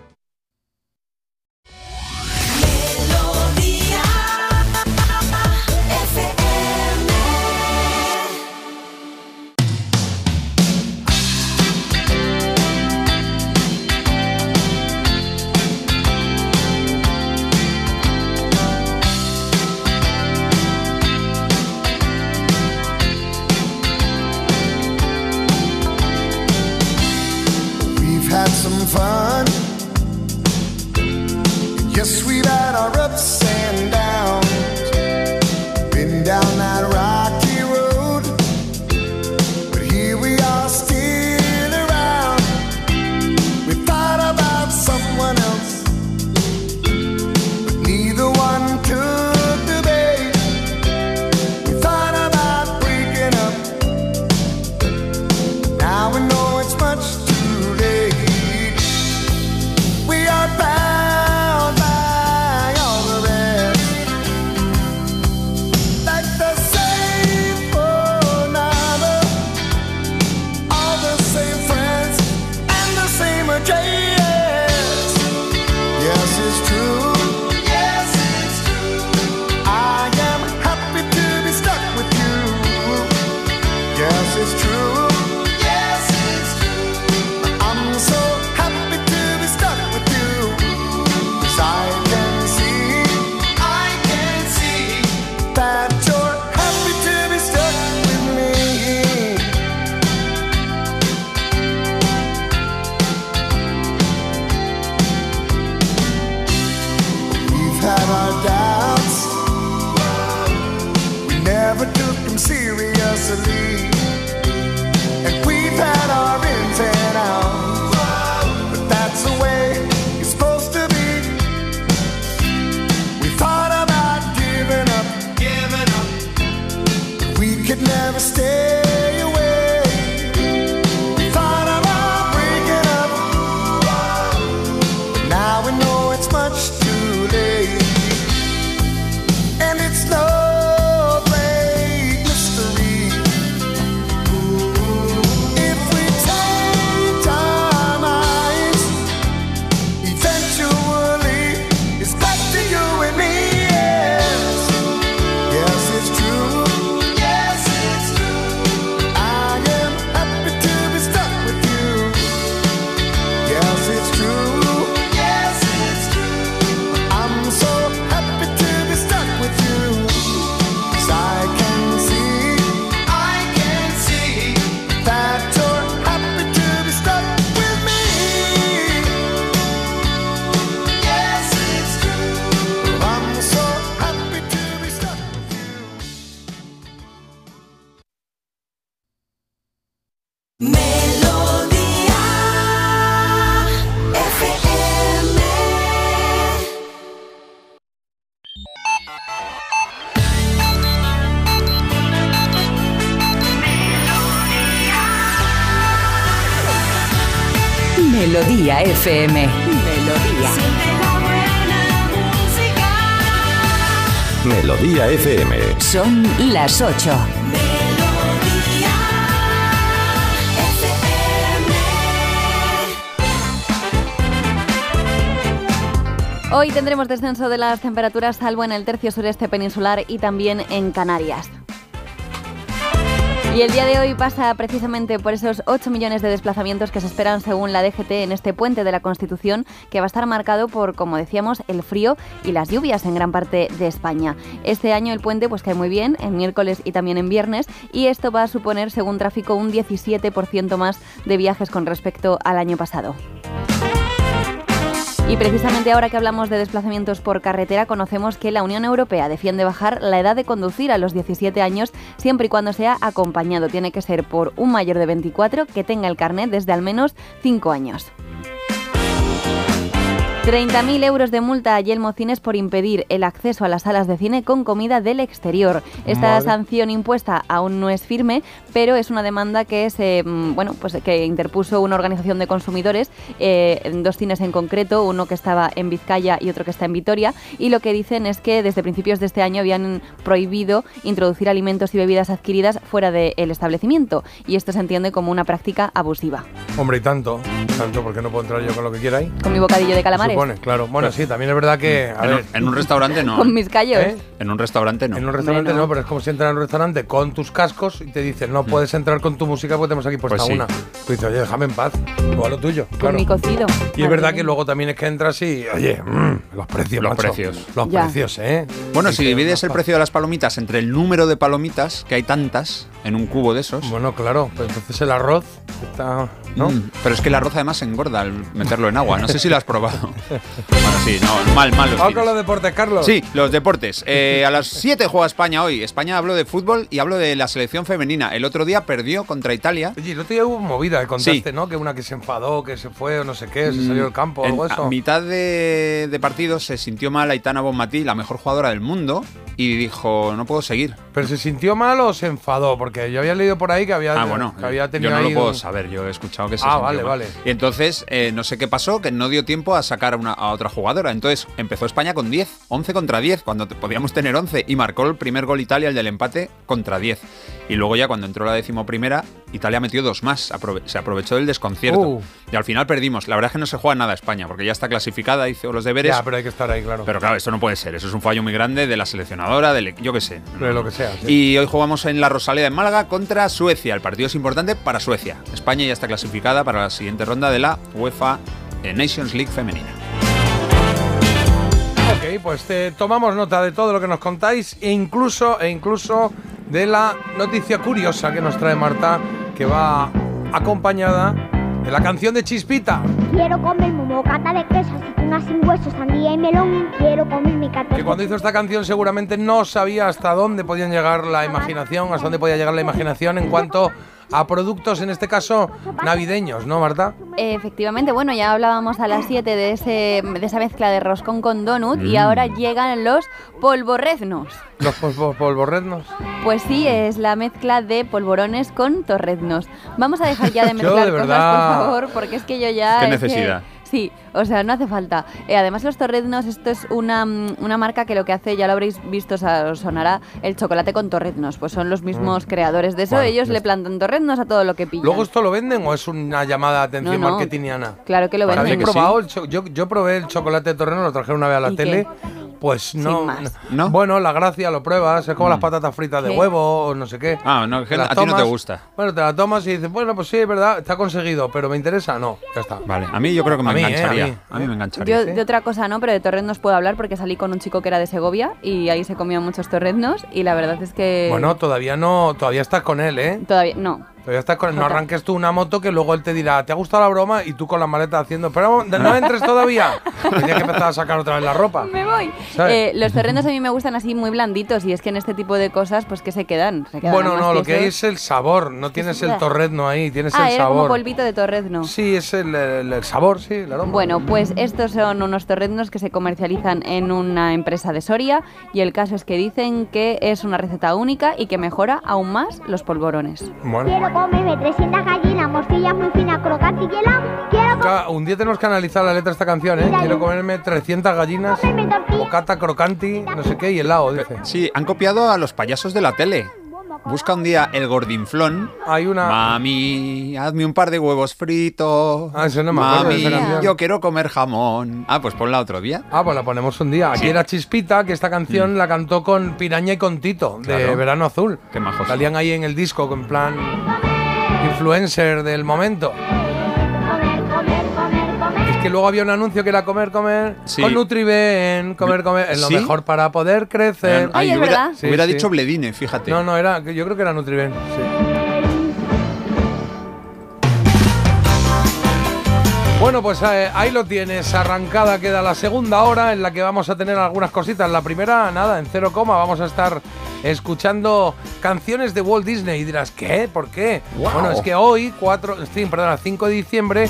[SPEAKER 14] We've had some fun. Yes, we've had our ups and downs. Been down that rocky road. But here we are still around. We thought about someone else. But neither one took the bait. We thought about breaking up. Now we know it's much too late. We are bound by all the rest. Like the same phone number, all the same friends, and the same address. Yes, it's true. Yes, it's true. I am happy to be stuck with you. Yes, it's true. Yes, it's true. I'm so happy to be stuck with you. 'Cause I can see, I can see that you're happy to be stuck with me. We've had our doubts. We never took them seriously. And we've had our ins and outs. But that's the way it's supposed to be. We thought about giving up, giving up. But we could never stay away. We thought about breaking up. But now we know it's much too late. And it's no great mystery. If we change our minds, eventually it's back to you and me. Yes, yes, it's true. Yes, it's true.
[SPEAKER 8] Melodía FM.
[SPEAKER 24] Melodía FM.
[SPEAKER 8] Son las 8.
[SPEAKER 5] Hoy tendremos descenso de las temperaturas, salvo en el tercio sureste peninsular y también en Canarias. Y el día de hoy pasa precisamente por esos 8 millones de desplazamientos que se esperan según la DGT en este puente de la Constitución, que va a estar marcado por, como decíamos, el frío y las lluvias en gran parte de España. Este año el puente pues cae muy bien, en miércoles y también en viernes, y esto va a suponer, según tráfico, un 17% más de viajes con respecto al año pasado. Y precisamente ahora que hablamos de desplazamientos por carretera, conocemos que la Unión Europea defiende bajar la edad de conducir a los 17 años siempre y cuando sea acompañado. Tiene que ser por un mayor de 24 que tenga el carnet desde al menos 5 años. 30.000 euros de multa a Yelmo Cines por impedir el acceso a las salas de cine con comida del exterior. Esta
[SPEAKER 25] Madre.
[SPEAKER 5] sanción impuesta aún no es firme, pero es una demanda que se, mm, bueno, pues que interpuso una organización de consumidores eh, en dos cines en concreto, uno que estaba en Vizcaya y otro que está en Vitoria, y lo que dicen es que desde principios de este año habían prohibido introducir alimentos y bebidas adquiridas fuera del establecimiento, y esto se entiende como una práctica abusiva.
[SPEAKER 4] Hombre, y tanto, tanto, porque no puedo entrar yo con lo que quiera ahí.
[SPEAKER 5] Con mi bocadillo de calamares.
[SPEAKER 4] Supone, claro. Bueno, sí, también es verdad que. a
[SPEAKER 6] Pues En un-
[SPEAKER 4] ver.
[SPEAKER 6] en un restaurante no.
[SPEAKER 5] <laughs> Con mis callos.
[SPEAKER 4] ¿Eh?
[SPEAKER 6] En un restaurante no.
[SPEAKER 4] En un restaurante no, pero es como si entras en un restaurante con tus cascos y te dicen, no puedes entrar con tu música porque tenemos aquí puesta
[SPEAKER 6] Mm. Pues sí.
[SPEAKER 4] una. Tú dices, oye, déjame en paz, tú a lo tuyo. Claro.
[SPEAKER 5] mi cocido.
[SPEAKER 4] Y es verdad que luego también es que entras y, oye, mm, los precios.
[SPEAKER 6] Los
[SPEAKER 4] macho.
[SPEAKER 6] precios.
[SPEAKER 4] Los
[SPEAKER 6] Ya.
[SPEAKER 4] precios, ¿eh?
[SPEAKER 6] Bueno, si divides el precio de las palomitas entre el número de palomitas, que hay tantas en un cubo de esos.
[SPEAKER 4] Bueno, claro, pues entonces el arroz está. ¿no?
[SPEAKER 6] Mm, pero es que el arroz además engorda al meterlo en agua. No sé si lo has
[SPEAKER 4] <laughs>
[SPEAKER 6] probado. Bueno, sí, no, mal, mal. los
[SPEAKER 4] Vamos
[SPEAKER 6] cines.
[SPEAKER 4] con los deportes, Ah, Carlos.
[SPEAKER 6] Sí, los deportes. Eh, a las 7 juega España hoy. España habló de fútbol y hablo de la selección femenina. El otro día perdió contra Italia.
[SPEAKER 4] Oye, no te hubo movida, eh, contaste, ¿no? Que una que se enfadó, que se fue o no sé qué, se salió del campo,
[SPEAKER 6] Mm, En-
[SPEAKER 4] algo de
[SPEAKER 6] A
[SPEAKER 4] eso.
[SPEAKER 6] mitad de, de partido se sintió mal Aitana Bonmatí, la mejor jugadora del mundo, y dijo, no puedo seguir.
[SPEAKER 4] Pero se sintió mal o se enfadó, porque yo había leído por ahí que había,
[SPEAKER 6] Ah, bueno,
[SPEAKER 4] que había tenido
[SPEAKER 6] yo no
[SPEAKER 4] ahí
[SPEAKER 6] lo puedo
[SPEAKER 4] un-
[SPEAKER 6] saber, yo he escuchado que se
[SPEAKER 4] Ah,
[SPEAKER 6] sintió
[SPEAKER 4] vale,
[SPEAKER 6] mal.
[SPEAKER 4] vale.
[SPEAKER 6] Y entonces, eh, no sé qué pasó, que no dio tiempo a sacar a, una- a otra jugadora. Entonces, empezó España con 10, 11 contra 10, cuando te- podíamos tener 11, y marcó el primer gol Italia, el del empate, contra 10. Y luego ya cuando entró la decimoprimera, Italia metió dos más, aprove- se aprovechó del desconcierto.
[SPEAKER 4] Uh.
[SPEAKER 6] Y al final perdimos. La verdad es que no se juega nada España, porque ya está clasificada, hizo los deberes.
[SPEAKER 4] Ya, pero hay que estar ahí, claro.
[SPEAKER 6] Pero claro, esto no puede ser. Eso es un fallo muy grande de la seleccionadora, del, yo qué sé.
[SPEAKER 4] De lo que sea. sí.
[SPEAKER 6] Y hoy jugamos en la Rosaleda en Málaga contra Suecia. El partido es importante para Suecia. España ya está clasificada para la siguiente ronda de la UEFA eh, Nations League femenina.
[SPEAKER 4] Ok, pues eh, tomamos nota de todo lo que nos contáis e incluso, e incluso de la noticia curiosa que nos trae Marta, que va acompañada de la canción de Chispita.
[SPEAKER 26] Quiero comer momocata de queso, aceituna sin hueso, sandía y melón. Quiero comer mi cate.
[SPEAKER 4] Que cuando hizo esta canción seguramente no sabía hasta dónde podían llegar la imaginación, hasta dónde podía llegar la imaginación en cuanto a productos, en este caso navideños, ¿no, Marta?
[SPEAKER 5] Efectivamente, bueno, ya hablábamos a las 7 de, ese, de esa mezcla de roscón con donut y
[SPEAKER 4] Mm.
[SPEAKER 5] ahora llegan los polvorreznos.
[SPEAKER 4] Los polvo- polvorrednos.
[SPEAKER 5] Pues sí, es la mezcla de polvorones con torreznos. Vamos a dejar ya
[SPEAKER 4] <laughs>
[SPEAKER 5] de
[SPEAKER 4] Yo,
[SPEAKER 5] mezclar
[SPEAKER 4] de
[SPEAKER 5] cosas,
[SPEAKER 4] verdad.
[SPEAKER 5] por favor, porque es que yo ya...
[SPEAKER 6] Qué
[SPEAKER 5] es que-
[SPEAKER 6] necesidad.
[SPEAKER 5] Sí, o sea, no hace falta. Eh, además, los torreznos, esto es una, mm, una marca que lo que hace, ya lo habréis visto, o sea, os sonará el chocolate con torreznos. Pues son los mismos
[SPEAKER 4] Mm.
[SPEAKER 5] creadores de eso.
[SPEAKER 4] Bueno,
[SPEAKER 5] Ellos
[SPEAKER 4] ya
[SPEAKER 5] le plantan torreznos a todo lo que pillan.
[SPEAKER 4] ¿Luego esto lo venden o es una llamada de atención
[SPEAKER 5] No, no.
[SPEAKER 4] marketingiana?
[SPEAKER 5] Claro que lo
[SPEAKER 4] Ahora,
[SPEAKER 5] venden.
[SPEAKER 4] yo, he probado el cho- yo, yo probé el chocolate de torreno, lo trajeron una vez a la
[SPEAKER 5] ¿Y
[SPEAKER 4] tele.
[SPEAKER 5] qué?
[SPEAKER 4] Pues no,
[SPEAKER 5] más.
[SPEAKER 6] no. Mm.
[SPEAKER 4] Bueno, la gracia lo pruebas, es como las patatas fritas de
[SPEAKER 6] ¿Qué?
[SPEAKER 4] huevo o no sé qué.
[SPEAKER 6] Ah, no, que
[SPEAKER 4] Las
[SPEAKER 6] a ti no te
[SPEAKER 4] tomas-
[SPEAKER 6] gusta.
[SPEAKER 4] Bueno, te la tomas y dices, bueno, pues sí, es verdad, está conseguido, pero me interesa, no, ya está.
[SPEAKER 6] Vale, a mí yo creo que me
[SPEAKER 4] A mí, ¿eh?
[SPEAKER 6] engancharía.
[SPEAKER 4] A mí.
[SPEAKER 6] a mí me engancharía.
[SPEAKER 4] ¿eh?
[SPEAKER 5] Yo de otra cosa no, pero de torreznos puedo hablar porque salí con un chico que era de Segovia y ahí se comían muchos torreznos y la verdad es que
[SPEAKER 4] Bueno, todavía no, todavía estás con él, ¿eh?
[SPEAKER 5] todavía no.
[SPEAKER 4] Todavía estás con él. No
[SPEAKER 5] Jota.
[SPEAKER 4] arranques tú una moto que luego él te dirá, ¿te ha gustado la broma? Y tú con la maleta haciendo, pero no, no entres
[SPEAKER 5] <laughs>
[SPEAKER 4] todavía. Tienes que empezar a sacar otra vez la ropa.
[SPEAKER 5] Me voy.
[SPEAKER 4] Ah. ¿Sabes?
[SPEAKER 5] Eh, los torreznos a mí me gustan así muy blanditos y es que en este tipo de cosas pues que se quedan. Se quedan
[SPEAKER 4] Bueno,
[SPEAKER 5] más
[SPEAKER 4] no, lo que hay
[SPEAKER 5] tiesos.
[SPEAKER 4] es el sabor, no tienes el
[SPEAKER 5] verdad.
[SPEAKER 4] torrezno ahí, tienes
[SPEAKER 5] Ah,
[SPEAKER 4] el
[SPEAKER 5] era como
[SPEAKER 4] sabor.
[SPEAKER 5] polvito de torrezno.
[SPEAKER 4] Sí, es el, el- el sabor, sí, el aroma.
[SPEAKER 5] Bueno, pues estos son unos torreznos que se comercializan en una empresa de Soria y el caso es que dicen que es una receta única y que mejora aún más los polvorones.
[SPEAKER 4] Bueno,
[SPEAKER 27] quiero comerme 300 gallinas, morcillas muy finas, crocantes y hielo. Quiero
[SPEAKER 4] Ca- Un día tenemos que analizar la letra de esta canción, ¿eh? Quiero comerme 300 gallinas, bocata crocanti, no sé qué, y helado, dice.
[SPEAKER 6] Sí, han copiado a los payasos de la tele. Busca un día el gordinflón.
[SPEAKER 4] Hay una.
[SPEAKER 6] Mami, hazme un par de huevos fritos.
[SPEAKER 4] Ah, eso no me acuerdo de
[SPEAKER 6] Mami,
[SPEAKER 4] esa canción.
[SPEAKER 6] yo quiero comer jamón. Ah, pues ponla otro día.
[SPEAKER 4] Ah, pues la ponemos un día. Aquí
[SPEAKER 6] Sí. Mm.
[SPEAKER 4] era Chispita, que esta canción la cantó con Piraña y con Tito, de
[SPEAKER 6] Claro.
[SPEAKER 4] Verano Azul.
[SPEAKER 6] Qué majos.
[SPEAKER 4] Salían ahí en el disco, en plan influencer del momento. Es que luego había un anuncio que era comer, comer,
[SPEAKER 6] Sí.
[SPEAKER 4] con Nutriben, comer, comer, es lo
[SPEAKER 6] ¿Sí?
[SPEAKER 4] mejor para poder crecer.
[SPEAKER 6] Ay, Ay, es hubiera- verdad.
[SPEAKER 4] Sí,
[SPEAKER 6] hubiera
[SPEAKER 4] sí.
[SPEAKER 6] dicho Bledine, fíjate.
[SPEAKER 4] No, no, era, yo creo que era Nutriben.
[SPEAKER 6] Ah,
[SPEAKER 4] Bueno, pues eh, ahí lo tienes. Arrancada queda la segunda hora en la que vamos a tener algunas cositas. La primera, nada, en cero coma. Vamos a estar escuchando canciones de Walt Disney. Y dirás, ¿qué? ¿Por qué?
[SPEAKER 28] Guau.
[SPEAKER 4] Bueno, es que hoy, 4, sí, perdona, 5 de diciembre,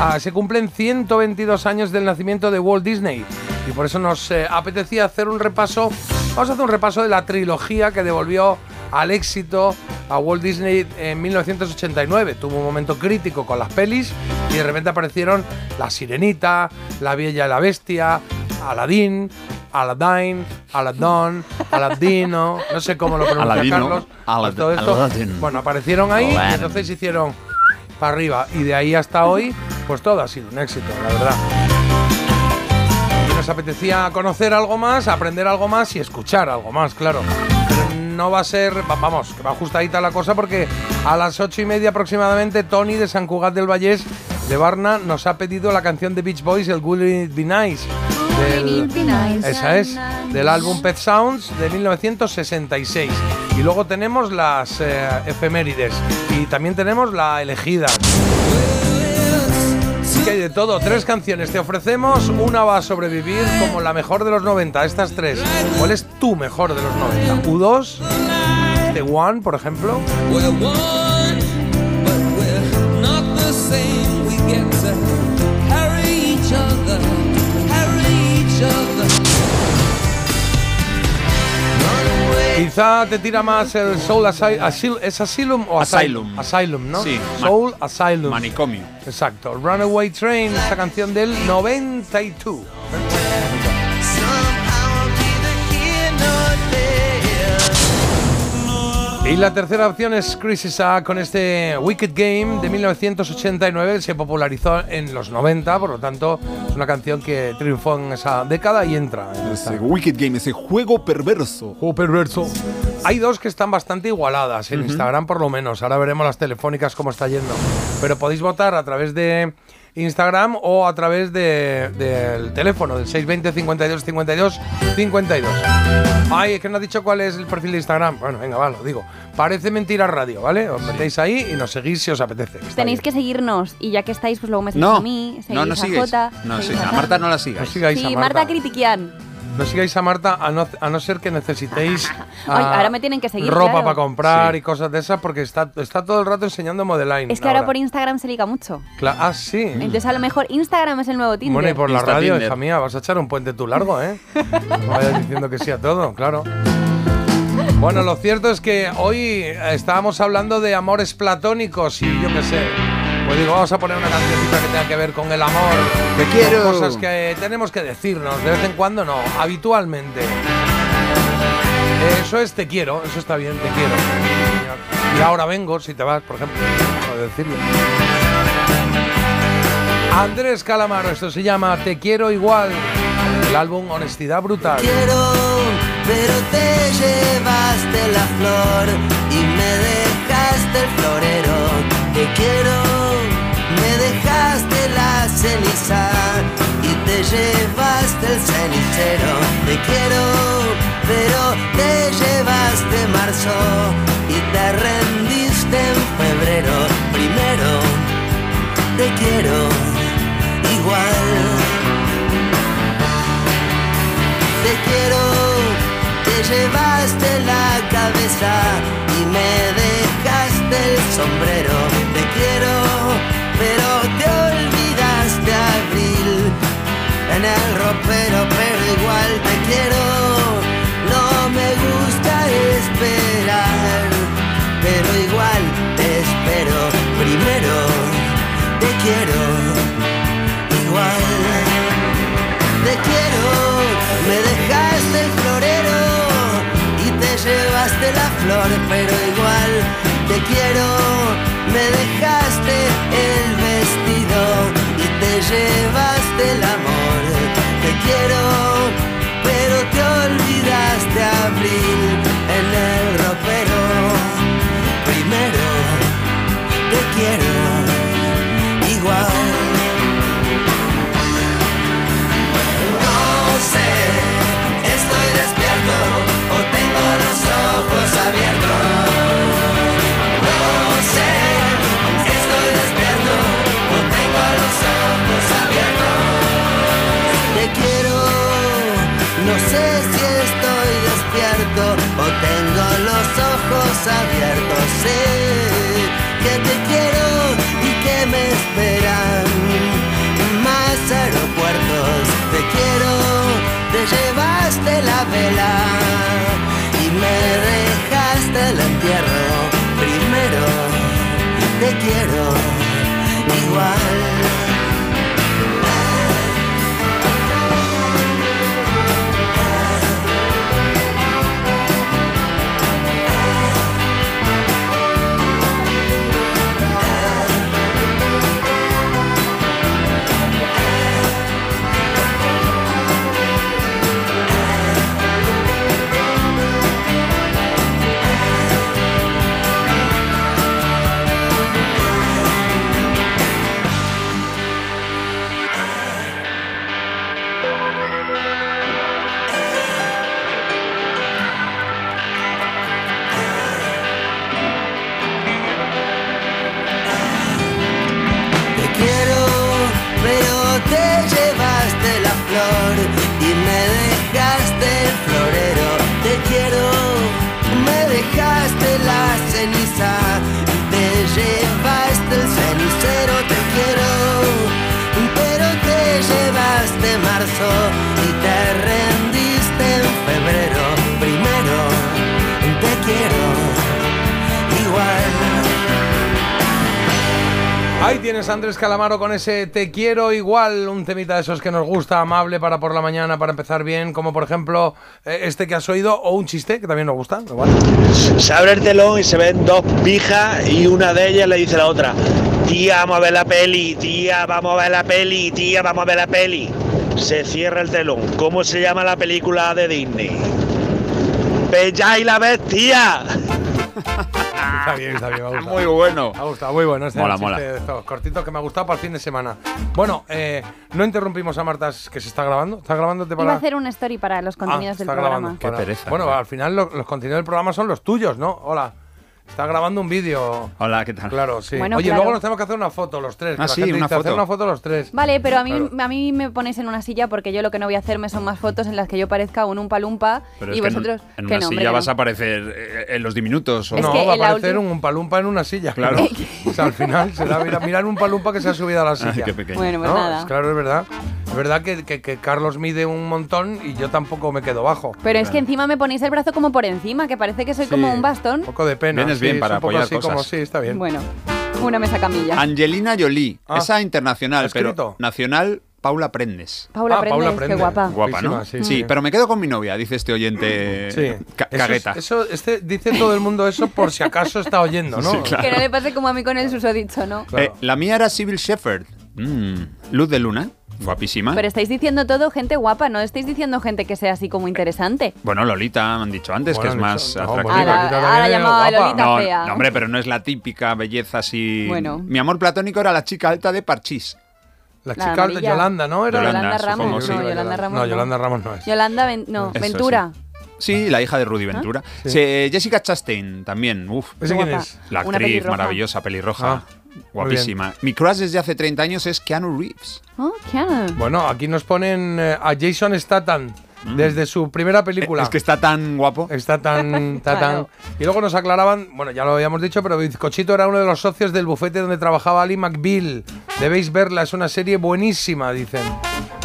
[SPEAKER 4] ah, se cumplen 122 años del nacimiento de Walt Disney. Y por eso nos eh, apetecía hacer un repaso. Vamos a hacer un repaso de la trilogía que devolvió al éxito a Walt Disney en 1989. Tuvo un momento crítico con las pelis y de repente aparecieron La Sirenita, La Bella y la Bestia, Aladdin, Aladdin,
[SPEAKER 6] <laughs>
[SPEAKER 4] Aladdon, Aladino, no sé cómo lo pronuncia
[SPEAKER 6] Aladino,
[SPEAKER 4] Carlos. pues
[SPEAKER 6] Alad-
[SPEAKER 4] todo esto.
[SPEAKER 6] Aladdin.
[SPEAKER 4] Bueno, aparecieron ahí y
[SPEAKER 6] Aladdin.
[SPEAKER 4] entonces hicieron para arriba y de ahí hasta hoy, pues todo ha sido un éxito, la verdad. Y nos apetecía conocer algo más, aprender algo más y escuchar algo más, claro. Pero no va a ser, va- vamos, que va ajustadita la cosa porque a las ocho y media aproximadamente Tony de San Cugat del Vallés de Barna nos ha pedido la canción de Beach Boys, el Will It Be Nice. del- esa es, del álbum Pet Sounds de 1966. Y luego tenemos las eh, efemérides. Y también tenemos la elegida. Así Que hay de todo, tres canciones te ofrecemos, una va a sobrevivir como la mejor de los 90, estas tres. ¿Cuál es tu mejor de los 90? ¿U2? ¿The One, por ejemplo?
[SPEAKER 14] We're one, but we're not the same. We get to carry each other, carry each other.
[SPEAKER 4] Quizá te tira más el Soul Asy- Asyl- ¿es Asylum o Asylum?
[SPEAKER 6] Asylum.
[SPEAKER 4] ¿no?
[SPEAKER 6] Sí, ma-
[SPEAKER 4] Soul Asylum.
[SPEAKER 6] Manicomio.
[SPEAKER 4] Exacto. Runaway Train, esa canción del 92. Y la tercera opción es Chris Isaac con este Wicked Game de 1989. Se popularizó en los 90, por lo tanto, es una canción que triunfó en esa década y entra. en esta.
[SPEAKER 6] Ese Wicked Game, ese juego perverso.
[SPEAKER 4] Juego perverso. Hay dos que están bastante igualadas en Instagram, por lo menos. Ahora veremos las telefónicas cómo está yendo. Pero podéis votar a través de Instagram o a través de- del teléfono, del 620 52 52 52. Ay, es que no ha dicho cuál es el perfil de Instagram. Bueno, venga, va, lo digo. Parece mentira radio, ¿vale? Os metéis ahí y nos seguís si os apetece. que está
[SPEAKER 5] Tenéis que seguirnos y ya que estáis, pues luego me seguís
[SPEAKER 4] No,
[SPEAKER 5] a Este mí, seguís
[SPEAKER 4] no, no
[SPEAKER 5] a
[SPEAKER 4] sigues.
[SPEAKER 5] Jota,
[SPEAKER 6] No,
[SPEAKER 5] seguís
[SPEAKER 6] sí, a
[SPEAKER 5] Carlos.
[SPEAKER 6] Marta no la sigas.
[SPEAKER 4] No sigáis
[SPEAKER 5] Sí,
[SPEAKER 4] a
[SPEAKER 5] Marta,
[SPEAKER 4] Marta.
[SPEAKER 5] Critiquian.
[SPEAKER 4] No sigáis a Marta a no, a no ser que necesitéis
[SPEAKER 5] <laughs> Ay,
[SPEAKER 4] ah,
[SPEAKER 5] ahora me tienen que seguir,
[SPEAKER 4] ropa
[SPEAKER 5] claro.
[SPEAKER 4] para comprar y cosas de esas porque está, está todo el rato enseñando modeline.
[SPEAKER 5] Es que ahora por Instagram se liga mucho.
[SPEAKER 4] Cla- ah, sí.
[SPEAKER 5] Entonces a lo mejor Instagram es el nuevo Tinder.
[SPEAKER 4] Bueno, y por la
[SPEAKER 6] Insta
[SPEAKER 4] radio,
[SPEAKER 6] Tinder.
[SPEAKER 4] hija mía, vas a echar un puente tú largo, ¿eh? No vayas diciendo que sí a todo, claro. Bueno, lo cierto es que hoy eh, estábamos hablando de amores platónicos y yo qué sé. Pues digo, vamos a poner una cancioncita que tenga que ver con el amor.
[SPEAKER 6] Te
[SPEAKER 4] con
[SPEAKER 6] quiero.
[SPEAKER 4] Cosas que tenemos que decirnos, de vez en cuando no, habitualmente. Eso Eh, es te quiero, eso está bien, te quiero. Y ahora vengo, si te vas, por ejemplo, por decirlo. Andrés Calamaro, esto se llama Te quiero igual, el álbum Honestidad Brutal.
[SPEAKER 28] quiero, pero te llevaste la flor y me dejaste el florero. Te quiero, me dejaste la ceniza y te llevaste el cenicero. Te quiero, pero te llevaste marzo y te rendiste en febrero. Primero, te quiero igual. Te quiero, te llevaste la cabeza y me dejaste el sombrero. Te quiero, pero te olvidaste abril en el ropero, pero igual te quiero. No me gusta esperar, pero igual te espero. dejaste la flor, pero igual te quiero. Me dejaste el vestido y te llevaste el amor. Te quiero, pero te olvidaste abril en el ropero. Primero te quiero igual. No sé, estoy despierto o tengo los ojos abiertos. No sé, estoy despierto o tengo los ojos abiertos. Te quiero, no sé si estoy despierto o tengo los ojos abiertos. Sé que te quiero y que me esperan más aeropuertos. Te quiero, te llevaste la vela y me dejaste el entierro. Primero, te quiero igual. Te quiero, pero te llevaste la flor y me dejaste el florero. Te quiero, me dejaste la ceniza, te llevaste el cenicero. Te quiero, pero te llevaste marzo y te rendiste en febrero. Primero, te quiero igual.
[SPEAKER 4] Ahí tienes a Andrés Calamaro con ese Te quiero igual, un temita de esos que nos gusta, amable para por la mañana, para empezar bien, como por ejemplo eh, este que has oído, o un chiste que también nos gusta. igual.
[SPEAKER 23] Se abre el telón y se ven dos pijas y una de ellas le dice a la otra, tía, vamos a ver la peli, tía, vamos a ver la peli, tía, vamos a ver la peli. Se cierra el telón. ¿Cómo se llama la película de Disney? Bella y la bestia.
[SPEAKER 4] Está bien, está bien, me ha gustado.
[SPEAKER 6] Ah. Muy bueno.
[SPEAKER 4] Me ha gustado, muy bueno. Este
[SPEAKER 6] Mola,
[SPEAKER 4] chiste
[SPEAKER 6] mola.
[SPEAKER 4] de estos cortitos que me ha gustado para el fin de semana. Bueno, eh, no interrumpimos a Marta, es que se está grabando. ¿Está grabándote
[SPEAKER 5] Iba
[SPEAKER 4] para...?
[SPEAKER 5] a hacer un story para los contenidos
[SPEAKER 4] Ah,
[SPEAKER 5] del
[SPEAKER 4] está
[SPEAKER 5] programa.
[SPEAKER 4] grabando. Para- Bueno,
[SPEAKER 6] ¿eh?
[SPEAKER 4] al final lo- los contenidos del programa son los tuyos, ¿no? Hola. Está grabando un vídeo.
[SPEAKER 6] Hola, ¿qué tal?
[SPEAKER 4] Claro, sí.
[SPEAKER 5] Bueno,
[SPEAKER 4] Oye,
[SPEAKER 5] claro.
[SPEAKER 4] luego nos tenemos que hacer una foto los tres. que
[SPEAKER 6] Ah,
[SPEAKER 4] la
[SPEAKER 6] sí,
[SPEAKER 4] gente
[SPEAKER 6] una
[SPEAKER 4] dice, hacer
[SPEAKER 6] foto.
[SPEAKER 4] una foto los tres.
[SPEAKER 5] Vale, pero a mí,
[SPEAKER 4] Claro.
[SPEAKER 5] a mí me ponéis en una silla porque yo lo que no voy a hacerme son más fotos en las que yo parezca un umpalumpa
[SPEAKER 6] Pero
[SPEAKER 5] y
[SPEAKER 6] es que en-
[SPEAKER 5] vosotros.
[SPEAKER 6] en,
[SPEAKER 5] que
[SPEAKER 6] una
[SPEAKER 5] no, hombre,
[SPEAKER 6] silla
[SPEAKER 5] que
[SPEAKER 6] vas
[SPEAKER 5] no.
[SPEAKER 6] a aparecer eh, en los diminutos. o
[SPEAKER 4] no,
[SPEAKER 5] que
[SPEAKER 4] va a
[SPEAKER 5] en la
[SPEAKER 4] aparecer
[SPEAKER 5] última-
[SPEAKER 4] un palumpa en una silla.
[SPEAKER 6] Claro.
[SPEAKER 4] <laughs> O sea, al final será mira, mirar un palumpa que se ha subido
[SPEAKER 6] <laughs>
[SPEAKER 4] a la silla.
[SPEAKER 6] qué pequeño.
[SPEAKER 5] Bueno, pues
[SPEAKER 4] No,
[SPEAKER 5] nada.
[SPEAKER 4] es claro, es verdad. Es verdad que, que- que Carlos mide un montón y yo tampoco me quedo bajo.
[SPEAKER 5] Pero es que encima me ponéis el brazo como por encima, que parece que soy
[SPEAKER 4] Sí.
[SPEAKER 5] como un bastón.
[SPEAKER 4] Un poco de pena.
[SPEAKER 6] Vienes
[SPEAKER 4] sí,
[SPEAKER 6] bien
[SPEAKER 4] es
[SPEAKER 6] para
[SPEAKER 4] un poco
[SPEAKER 6] apoyar
[SPEAKER 4] así
[SPEAKER 6] cosas.
[SPEAKER 4] Como, sí, este, está bien. Ah.
[SPEAKER 5] Bueno, una mesa camilla.
[SPEAKER 6] Ah, Angelina Jolie, esa internacional,
[SPEAKER 4] escrito.
[SPEAKER 6] pero nacional, Paula Prendes.
[SPEAKER 5] Ah, Paula Prendes, qué guapa.
[SPEAKER 6] Guapa, ¿no?
[SPEAKER 4] Guapísima, sí,
[SPEAKER 6] Sí,
[SPEAKER 4] sí.
[SPEAKER 6] pero me quedo con mi novia, dice este oyente ca-
[SPEAKER 4] Eso es-
[SPEAKER 6] cagueta.
[SPEAKER 4] Eso, este, dice todo el mundo eso por si acaso
[SPEAKER 6] <laughs>
[SPEAKER 4] está oyendo, ¿no?
[SPEAKER 6] Sí, claro.
[SPEAKER 5] <laughs> Que no le pase como a mí con el susodicho, ¿no?
[SPEAKER 6] Eh, la mía era Sybil Shepherd. Mm, Luz de luna, guapísima.
[SPEAKER 5] Pero estáis diciendo todo gente guapa, no estáis diciendo gente que sea así como interesante.
[SPEAKER 6] Bueno, Lolita, me han dicho antes
[SPEAKER 4] Bueno,
[SPEAKER 6] que es
[SPEAKER 4] han
[SPEAKER 6] más
[SPEAKER 4] dicho- no,
[SPEAKER 6] atractiva.
[SPEAKER 4] bueno, Lolita Ahora-
[SPEAKER 5] ahora también, llamaba guapa. Lolita
[SPEAKER 6] No,
[SPEAKER 5] fea.
[SPEAKER 6] no, hombre, pero no es la típica belleza así.
[SPEAKER 5] Bueno.
[SPEAKER 6] Mi amor platónico era la chica alta de Parchís.
[SPEAKER 4] La
[SPEAKER 5] La chica alta, amarilla. Yolanda, ¿no? Era- Yolanda
[SPEAKER 6] su
[SPEAKER 5] Ramos,
[SPEAKER 6] famosa.
[SPEAKER 5] no, Yolanda Ramos
[SPEAKER 4] No,
[SPEAKER 5] no.
[SPEAKER 4] Yolanda Ramos no es.
[SPEAKER 5] Yolanda, Ven- no,
[SPEAKER 6] Eso,
[SPEAKER 5] Ventura.
[SPEAKER 6] Sí, la hija de Rudy Ventura. Se- Jessica Chastain también. Uf.
[SPEAKER 4] ¿Ese quién Guapa. es? Ah,
[SPEAKER 6] La
[SPEAKER 5] Una
[SPEAKER 6] actriz
[SPEAKER 5] pelirroja.
[SPEAKER 6] maravillosa, pelirroja.
[SPEAKER 4] muy
[SPEAKER 6] guapísima. Mi crush desde hace 30 años es Keanu Reeves.
[SPEAKER 5] Oh, claro.
[SPEAKER 4] Bueno, aquí nos ponen eh, a Jason Statham desde su primera película.
[SPEAKER 6] Mm. Es que está tan guapo.
[SPEAKER 4] Está tan, está tan-
[SPEAKER 6] Claro.
[SPEAKER 4] Y luego nos aclaraban, bueno, ya lo habíamos dicho, pero Bizcochito era uno de los socios del bufete donde trabajaba Ali McBeal. Debéis verla, es una serie buenísima, dicen.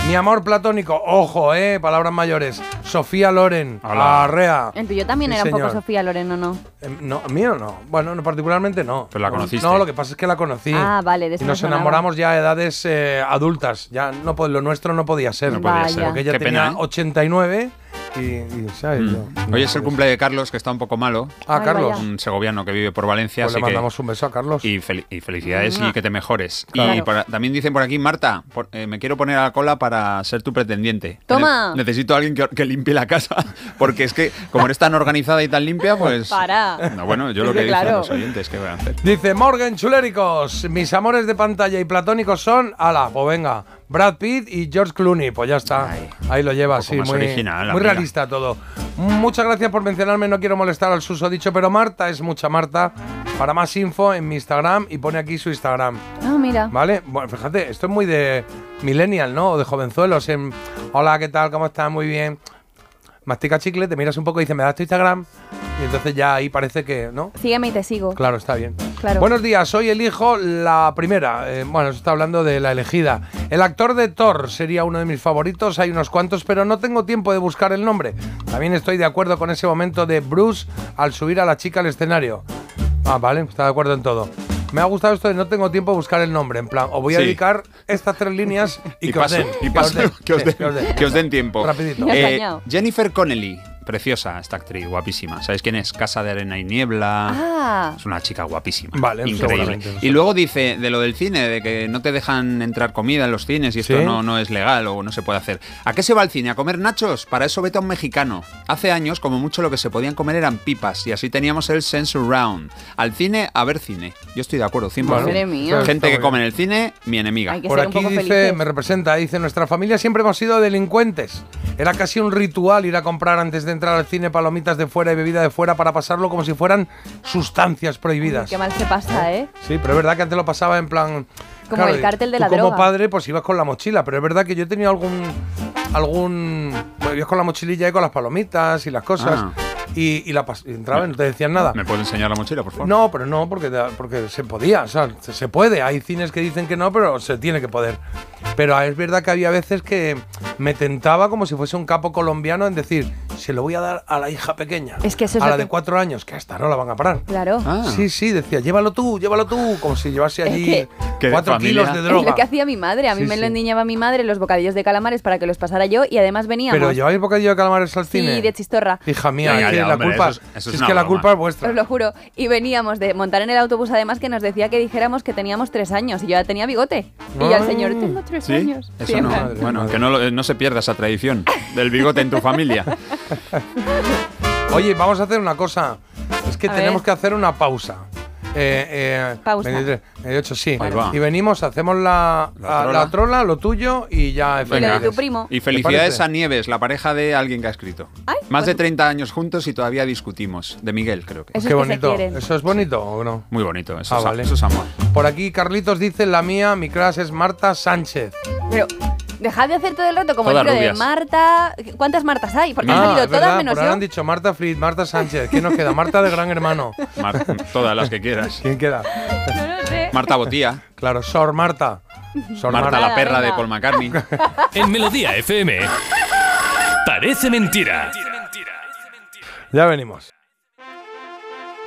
[SPEAKER 4] Mi amor platónico, ojo, eh, palabras mayores. Sofía Loren,
[SPEAKER 6] Hola.
[SPEAKER 4] arrea.
[SPEAKER 5] El tuyo también
[SPEAKER 4] Sí,
[SPEAKER 5] era un poco
[SPEAKER 4] señor.
[SPEAKER 5] Sofía Lorenzo, ¿no?
[SPEAKER 4] Eh, No, mío no. Bueno, no, particularmente no. Pero
[SPEAKER 6] la conociste.
[SPEAKER 4] No, lo que pasa es que la conocí.
[SPEAKER 5] Ah, vale,
[SPEAKER 4] Y
[SPEAKER 5] de eso
[SPEAKER 4] nos
[SPEAKER 5] me sonaba.
[SPEAKER 4] enamoramos ya a edades eh, adultas. Ya no po- lo nuestro no podía ser.
[SPEAKER 5] No podía Vaya. ser.
[SPEAKER 4] Porque ella
[SPEAKER 6] Qué Mm.
[SPEAKER 4] tenía
[SPEAKER 6] pena, ¿eh?
[SPEAKER 4] 89 Y, y, ¿sabes? Yo-
[SPEAKER 6] Hoy es el cumple de Carlos, que está un poco malo.
[SPEAKER 4] Ah, Ay, Carlos. vaya.
[SPEAKER 6] Un segoviano que vive por Valencia.
[SPEAKER 4] Pues le
[SPEAKER 6] así que-
[SPEAKER 4] mandamos un beso a Carlos.
[SPEAKER 6] Y, fel- y felicidades
[SPEAKER 4] Mua.
[SPEAKER 6] y que te mejores. Y
[SPEAKER 4] Claro.
[SPEAKER 6] por- también dicen por aquí, Marta, por- eh, me quiero poner a la cola para ser tu pretendiente.
[SPEAKER 5] Toma.
[SPEAKER 6] Ne- necesito a alguien que, que limpie la casa, <laughs> porque es que como eres tan organizada y tan limpia, pues...
[SPEAKER 5] Para.
[SPEAKER 6] No, bueno, yo
[SPEAKER 5] Es
[SPEAKER 6] lo
[SPEAKER 5] que
[SPEAKER 6] que dicen
[SPEAKER 5] claro.
[SPEAKER 6] los oyentes, ¿qué voy a hacer?
[SPEAKER 4] Dice Morgan Chuléricos, mis amores de pantalla y platónicos son, ala, pues venga, Brad Pitt y George Clooney, pues ya está, ahí lo lleva, sí,
[SPEAKER 6] más
[SPEAKER 4] muy,
[SPEAKER 6] original,
[SPEAKER 4] muy
[SPEAKER 6] amiga.
[SPEAKER 4] realista todo. Muchas gracias por mencionarme, no quiero molestar al suso dicho, pero Marta es mucha Marta. Para más info en mi Instagram y pone aquí su Instagram.
[SPEAKER 5] Ah, mira.
[SPEAKER 4] ¿Vale? Bueno, fíjate, esto es muy de millennial, ¿no? O de jovenzuelos. En, Hola, ¿qué tal? ¿Cómo estás? Muy bien. Mastica chicle, te miras un poco y dices, ¿me das tu Instagram? Y entonces ya ahí parece que, ¿no?
[SPEAKER 5] Sígueme y te sigo.
[SPEAKER 4] Claro, está bien.
[SPEAKER 5] Claro.
[SPEAKER 4] Buenos días, soy el hijo, la primera. Eh, bueno, se está hablando de la elegida. El actor de Thor sería uno de mis favoritos, hay unos cuantos, pero no tengo tiempo de buscar el nombre. También estoy de acuerdo con ese momento de Bruce al subir a la chica al escenario. Ah, vale, está de acuerdo en todo. Me ha gustado esto de no tengo tiempo de buscar el nombre. En plan, os voy a
[SPEAKER 6] Sí.
[SPEAKER 4] dedicar estas tres líneas
[SPEAKER 6] <laughs>
[SPEAKER 4] y,
[SPEAKER 6] Y
[SPEAKER 4] que,
[SPEAKER 6] paso,
[SPEAKER 4] os den,
[SPEAKER 6] y paso, que os
[SPEAKER 4] sí,
[SPEAKER 6] den, que os den tiempo.
[SPEAKER 4] Rapidito.
[SPEAKER 6] Eh,
[SPEAKER 4] Ya has dañado.
[SPEAKER 6] Jennifer Connelly, preciosa esta actriz, guapísima. ¿Sabéis quién es? Casa de Arena y Niebla.
[SPEAKER 5] Ah.
[SPEAKER 6] Es una chica guapísima.
[SPEAKER 4] Vale,
[SPEAKER 6] increíble.
[SPEAKER 4] seguramente.
[SPEAKER 6] Y luego dice de lo del cine, de que no te dejan entrar comida en los cines y esto
[SPEAKER 4] Sí.
[SPEAKER 6] no, no es legal o no se puede hacer. ¿A qué se va al cine? ¿A comer nachos? Para eso vete a un mexicano. Hace años, como mucho, lo que se podían comer eran pipas y así teníamos el Censor Round. Al cine, a ver cine. Yo estoy de acuerdo, 100%.
[SPEAKER 5] Madre mía.
[SPEAKER 4] Está
[SPEAKER 6] Gente
[SPEAKER 4] muy
[SPEAKER 6] que come en el cine, mi enemiga.
[SPEAKER 5] Hay que
[SPEAKER 4] Por
[SPEAKER 5] ser un
[SPEAKER 4] aquí
[SPEAKER 5] poco
[SPEAKER 4] dice,
[SPEAKER 5] felices.
[SPEAKER 4] me representa, dice, nuestra familia siempre hemos sido delincuentes. Era casi un ritual ir a comprar antes de entrar al cine palomitas de fuera y bebida de fuera para pasarlo como si fueran sustancias prohibidas.
[SPEAKER 5] Qué mal se pasa, ¿eh?
[SPEAKER 4] Sí, pero es verdad que antes lo pasaba en plan...
[SPEAKER 5] Como el cártel de
[SPEAKER 4] tú
[SPEAKER 5] la
[SPEAKER 4] como
[SPEAKER 5] droga.
[SPEAKER 4] padre, pues ibas con la mochila, pero es verdad que yo he tenido algún... algún pues, ibas con la mochililla y con las palomitas y las cosas.
[SPEAKER 6] Ah.
[SPEAKER 4] Y, y la pas- y entraba y no te decían nada.
[SPEAKER 6] ¿Me puedes enseñar la mochila, por favor?
[SPEAKER 4] No, pero no, porque, da- porque se podía, o sea, se- se puede. Hay cines que dicen que no, pero se tiene que poder. Pero es verdad que había veces que me tentaba como si fuese un capo colombiano en decir, se lo voy a dar a la hija pequeña.
[SPEAKER 5] Es que eso es
[SPEAKER 4] A
[SPEAKER 5] lo
[SPEAKER 4] la
[SPEAKER 5] que-
[SPEAKER 4] de cuatro años, que hasta no la van a parar.
[SPEAKER 5] Claro.
[SPEAKER 6] Ah.
[SPEAKER 4] Sí, sí, decía, llévalo tú, llévalo tú, como si llevase allí
[SPEAKER 5] que-
[SPEAKER 6] Qué
[SPEAKER 4] cuatro
[SPEAKER 6] familia.
[SPEAKER 4] kilos de
[SPEAKER 5] Es lo
[SPEAKER 4] droga.
[SPEAKER 5] que hacía mi madre. A mí
[SPEAKER 4] Sí,
[SPEAKER 5] me
[SPEAKER 4] sí.
[SPEAKER 5] lo endiñaba mi madre los bocadillos de calamares para que los pasara yo y además veníamos.
[SPEAKER 4] Pero lleváis bocadillo de calamares al cine.
[SPEAKER 5] Sí, de chistorra.
[SPEAKER 4] Hija mía,
[SPEAKER 6] Venga,
[SPEAKER 4] es que
[SPEAKER 6] ya,
[SPEAKER 4] la
[SPEAKER 6] hombre,
[SPEAKER 4] culpa,
[SPEAKER 6] eso es- eso
[SPEAKER 4] si
[SPEAKER 6] es
[SPEAKER 4] es
[SPEAKER 6] una
[SPEAKER 4] que la
[SPEAKER 6] broma.
[SPEAKER 4] culpa es vuestra.
[SPEAKER 5] Os lo juro. Y veníamos de montar en el autobús, además que nos decía que dijéramos que teníamos tres años y yo ya tenía bigote. Y
[SPEAKER 4] Ah.
[SPEAKER 5] yo al señor, tengo tres
[SPEAKER 6] ¿Sí?
[SPEAKER 5] años.
[SPEAKER 6] Eso
[SPEAKER 5] Siempre.
[SPEAKER 6] no. bueno, que no, lo- no se pierda esa tradición del bigote en tu
[SPEAKER 4] <laughs>
[SPEAKER 6] familia.
[SPEAKER 4] Oye, vamos a hacer una cosa. Es que
[SPEAKER 5] A
[SPEAKER 4] tenemos
[SPEAKER 5] ver.
[SPEAKER 4] que hacer una pausa. Eh, eh,
[SPEAKER 5] Pausa.
[SPEAKER 4] 23, 28, sí.
[SPEAKER 6] Ahí va.
[SPEAKER 4] Y venimos, hacemos la, la,
[SPEAKER 6] trola.
[SPEAKER 4] la trola, lo tuyo y ya efemérides.
[SPEAKER 6] Y
[SPEAKER 4] ¿Te
[SPEAKER 6] felicidades
[SPEAKER 4] parece?
[SPEAKER 6] a Nieves, la pareja de alguien que ha escrito. Más de 30 años juntos y todavía discutimos. De Miguel, creo que.
[SPEAKER 4] Qué bonito. ¿Eso es bonito o no?
[SPEAKER 6] Muy bonito, eh. eso,
[SPEAKER 4] Ah,
[SPEAKER 6] es,
[SPEAKER 4] vale.
[SPEAKER 6] eso es amor.
[SPEAKER 4] Por aquí Carlitos dice la mía, mi clase es Marta Sánchez.
[SPEAKER 5] Pero dejad de hacer todo el rato como el
[SPEAKER 4] Todas
[SPEAKER 5] libro de
[SPEAKER 4] rubias.
[SPEAKER 5] Marta. ¿Cuántas Martas hay? Porque han salido
[SPEAKER 4] Ah, es verdad,
[SPEAKER 5] todas menos
[SPEAKER 4] por ahora han
[SPEAKER 5] yo.
[SPEAKER 4] dicho Marta Fritz, Marta Sánchez. ¿Quién nos queda? Marta de Gran Hermano.
[SPEAKER 6] Mar- todas las que quieras.
[SPEAKER 4] ¿Quién queda?
[SPEAKER 6] Marta Botía.
[SPEAKER 4] Claro, Sor Marta. Sor
[SPEAKER 6] Marta,
[SPEAKER 4] Marta.
[SPEAKER 6] la perra
[SPEAKER 4] Venga.
[SPEAKER 6] de Paul McCartney.
[SPEAKER 2] <laughs> En Melodía FM. Parece mentira.
[SPEAKER 4] Ya venimos.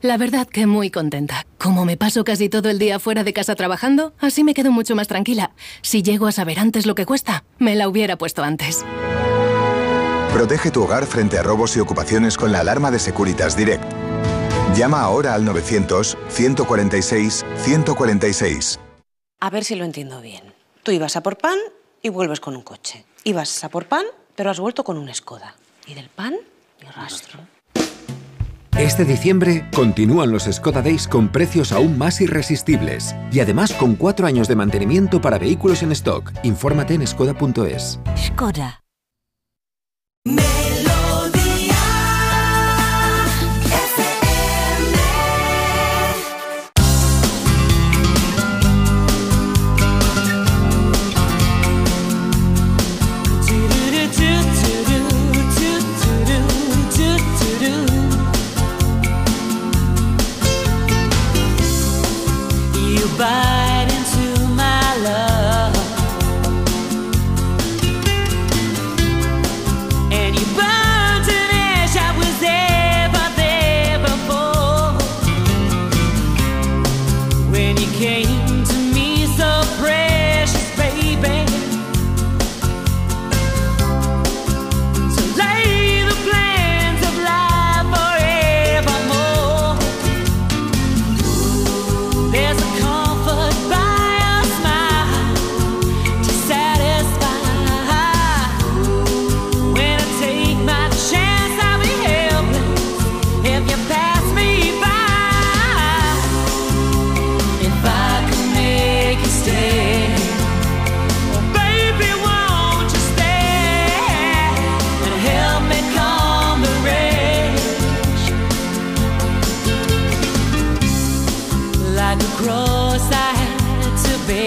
[SPEAKER 12] La verdad que muy contenta. Como me paso casi todo el día fuera de casa trabajando, así me quedo mucho más tranquila. Si llego a saber antes lo que cuesta, me la hubiera puesto antes.
[SPEAKER 29] Protege tu hogar frente a robos y ocupaciones con la alarma de Securitas Direct. Llama ahora al 900-146-146.
[SPEAKER 17] A ver si lo entiendo bien. Tú ibas a por pan y vuelves con un coche. Ibas a por pan, pero has vuelto con un Skoda. Y del pan, y rastro.
[SPEAKER 18] Este diciembre continúan los Skoda Days con precios aún más irresistibles y además con cuatro años de mantenimiento para vehículos en stock. Infórmate en skoda.es.
[SPEAKER 25] Skoda.
[SPEAKER 14] Too, too, too, too, too, too. Mm-hmm. Ah,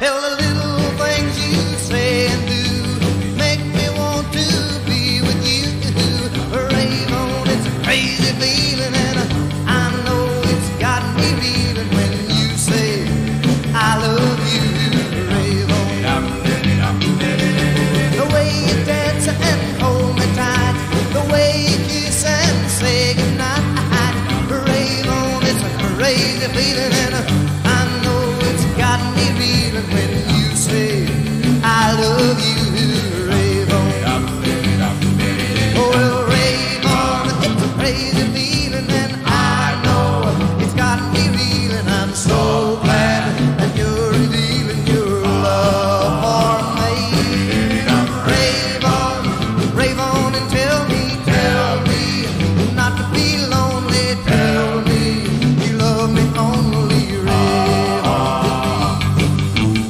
[SPEAKER 14] Hell, the little things you say and do make me want to be with you. Rave on, it's a crazy feeling, and I know it's got me reeling when you say I love you. Rave on, the way you dance and hold me tight, the way you kiss and say goodnight. Rave on, it's a crazy feeling, and I know it's got me reeling when you say I love you. Rave on, Oh, well, rave on, it's a crazy feeling, and I know it's got me reeling. I'm so glad that you're revealing your love for me. Rave on, rave on, and tell me, tell me not to be lonely. Tell me you love me only. Rave on with me.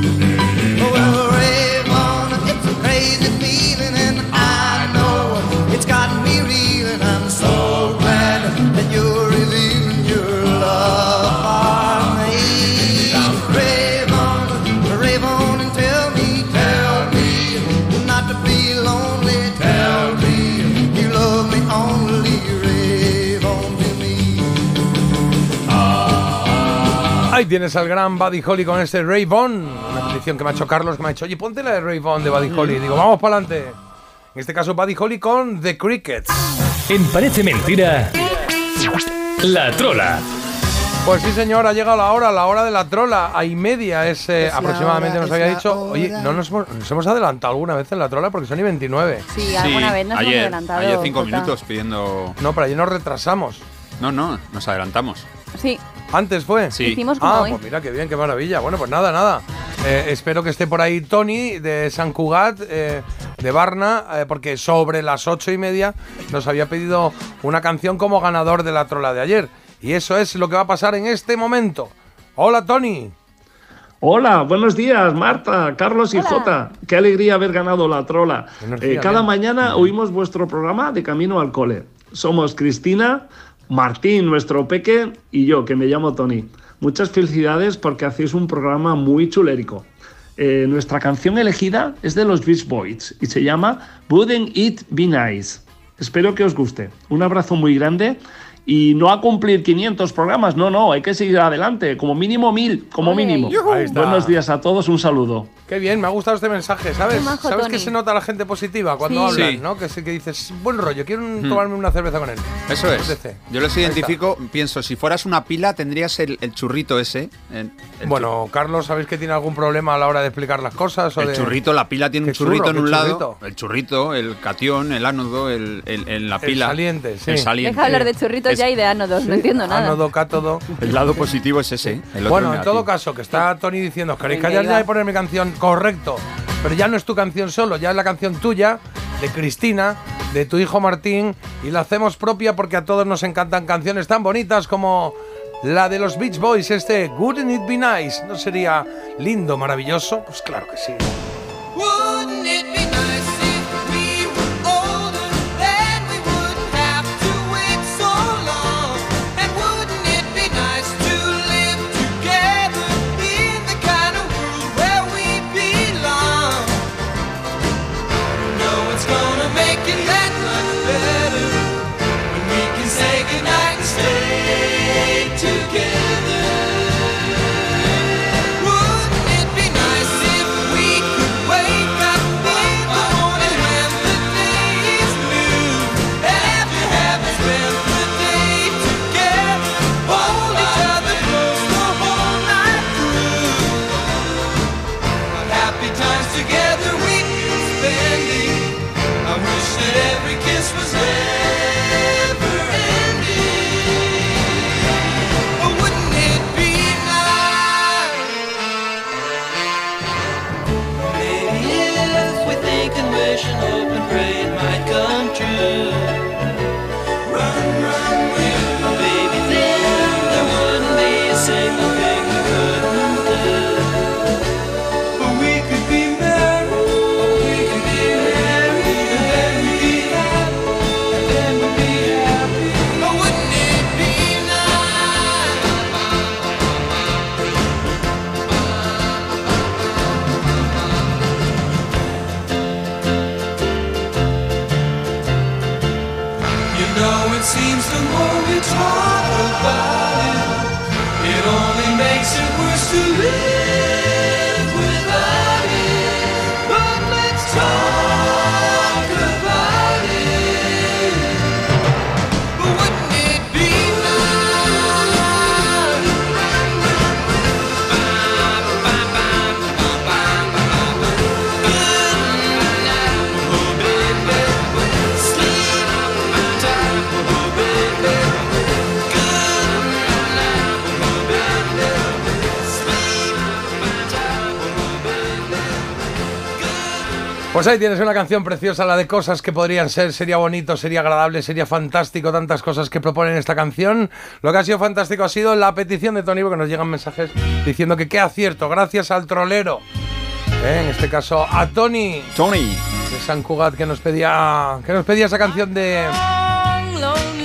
[SPEAKER 14] Well, rave on, Oh, it's a crazy feeling, and I know it's got me reeling. I'm so glad that you're relieving your love for me. Rave on, rave on, and tell me, tell me not to be lonely. Tell me you love me only. Rave on to me.
[SPEAKER 4] Ahí tienes al gran Buddy Holly con este Ray Vaughan. Una petición que me ha hecho Carlos, que me ha hecho, oye, ponte la de Ray Vaughan de Buddy Holly. Digo, vamos para adelante. En este caso, Buddy Holly con The Crickets.
[SPEAKER 2] En Parece Mentira, La Trola.
[SPEAKER 4] Pues sí, señor, ha llegado la hora, la hora de la trola. A y media es eh,
[SPEAKER 2] Es la
[SPEAKER 4] aproximadamente, nos
[SPEAKER 2] hora, es
[SPEAKER 4] había
[SPEAKER 2] la
[SPEAKER 4] dicho.
[SPEAKER 2] hora.
[SPEAKER 4] Oye, no nos hemos, nos hemos adelantado alguna vez en la trola porque son y 29.
[SPEAKER 5] Sí, alguna vez nos hemos
[SPEAKER 6] ayer,
[SPEAKER 5] adelantado.
[SPEAKER 6] ayer cinco
[SPEAKER 5] Jota.
[SPEAKER 6] minutos pidiendo...
[SPEAKER 4] No, pero ayer nos retrasamos.
[SPEAKER 6] No, no, nos adelantamos.
[SPEAKER 5] Sí,
[SPEAKER 4] ¿Antes fue?
[SPEAKER 6] Sí. Hicimos como
[SPEAKER 4] Ah,
[SPEAKER 6] hoy.
[SPEAKER 4] pues mira, qué bien, qué maravilla. Bueno, pues nada, nada. Eh, espero que esté por ahí Tony de San Cugat, eh, de Barna, eh, porque sobre las ocho y media nos había pedido una canción como ganador de la trola de ayer. Y eso es lo que va a pasar en este momento. Hola, Tony.
[SPEAKER 3] Hola, buenos días, Marta, Carlos y Jota. Qué alegría haber ganado la trola.
[SPEAKER 4] Buenos
[SPEAKER 3] Eh,
[SPEAKER 4] días,
[SPEAKER 3] cada
[SPEAKER 4] bien.
[SPEAKER 3] mañana oímos vuestro programa de camino al cole. Somos Cristina, Martín, nuestro peque, y yo, que me llamo Tony. Muchas felicidades porque hacéis un programa muy chulérico. Eh, nuestra canción elegida es de los Beach Boys y se llama Wouldn't It Be Nice. Espero que os guste. Un abrazo muy grande y no a cumplir 500 programas, no, no, hay que seguir adelante, como mínimo 1000, como
[SPEAKER 4] Ole.
[SPEAKER 3] mínimo.
[SPEAKER 4] Yujú. Ahí está.
[SPEAKER 3] Buenos días a todos, un saludo.
[SPEAKER 4] Qué bien, me ha gustado este mensaje, ¿sabes?
[SPEAKER 5] Qué majo,
[SPEAKER 4] ¿Sabes
[SPEAKER 5] Tony.
[SPEAKER 4] que se nota la gente positiva cuando
[SPEAKER 6] Sí.
[SPEAKER 4] hablan,
[SPEAKER 6] Sí.
[SPEAKER 4] no? Que, sí que dices, buen rollo, quiero un-
[SPEAKER 6] Hmm.
[SPEAKER 4] tomarme una cerveza con él.
[SPEAKER 6] Eso
[SPEAKER 4] Me
[SPEAKER 6] es.
[SPEAKER 4] apetece.
[SPEAKER 6] Yo los
[SPEAKER 4] Ahí está.
[SPEAKER 6] identifico, pienso, si fueras una pila tendrías el, el churrito ese. el- el
[SPEAKER 4] Bueno, Carlos, ¿sabéis que tiene algún problema a la hora de explicar las cosas? O
[SPEAKER 6] El
[SPEAKER 4] de-
[SPEAKER 6] churrito, la pila tiene un
[SPEAKER 4] ¿Qué churro?
[SPEAKER 6] churrito en
[SPEAKER 4] ¿Qué
[SPEAKER 6] un
[SPEAKER 4] churrito?
[SPEAKER 6] lado. El churrito, el catión, el ánodo, el, el- el- la
[SPEAKER 4] El
[SPEAKER 6] pila.
[SPEAKER 4] saliente, sí.
[SPEAKER 6] El saliente.
[SPEAKER 5] deja
[SPEAKER 4] eh,
[SPEAKER 5] hablar de churritos
[SPEAKER 6] Es-
[SPEAKER 5] ya y de ánodos, no entiendo nada.
[SPEAKER 4] Ánodo, cátodo.
[SPEAKER 6] <laughs> El lado positivo es ese. el otro
[SPEAKER 4] bueno, en
[SPEAKER 6] negativo.
[SPEAKER 4] todo caso, que está Tony diciendo, os queréis
[SPEAKER 5] Venga,
[SPEAKER 4] callar ya
[SPEAKER 5] iba.
[SPEAKER 4] y poner mi canción, correcto. Pero ya no es tu canción solo, ya es la canción tuya, de Cristina, de tu hijo Martín, y la hacemos propia porque a todos nos encantan canciones tan bonitas como la de los Beach Boys, este Wouldn't It Be Nice. ¿No sería lindo, maravilloso? Pues claro que sí.
[SPEAKER 14] Wouldn't it be nice if we were older? Then we wouldn't have to wait so long. And wouldn't it be nice to live together in the kind of world where we belong? No, it's gonna make it that much better when we can say goodnight and stay together. Wouldn't it be nice if we could wake up in the morning when the day is new? And after having spent the day together, hold each other close the whole night through. Our happy times together we spending. I wish that every kiss was never ending. Oh, wouldn't it be nice? Maybe if we think and wish and hope and pray it might come true. Run, run, run. Baby, then there wouldn't be a single thing we couldn't do. But we could be married. We could be married. though it seems the more we talk about it, it only makes it worse to live without it. But let's talk about it. But wouldn't it be nice?
[SPEAKER 4] Pues ahí tienes una canción preciosa, la de cosas que podrían ser. Sería bonito, sería agradable, sería fantástico. Tantas cosas que proponen esta canción. Lo que ha sido fantástico ha sido la petición de Tony, porque nos llegan mensajes diciendo que qué acierto, gracias al trolero. Eh, En este caso, a Tony.
[SPEAKER 6] Tony.
[SPEAKER 4] De San Cugat, que nos pedía, que nos pedía esa canción de,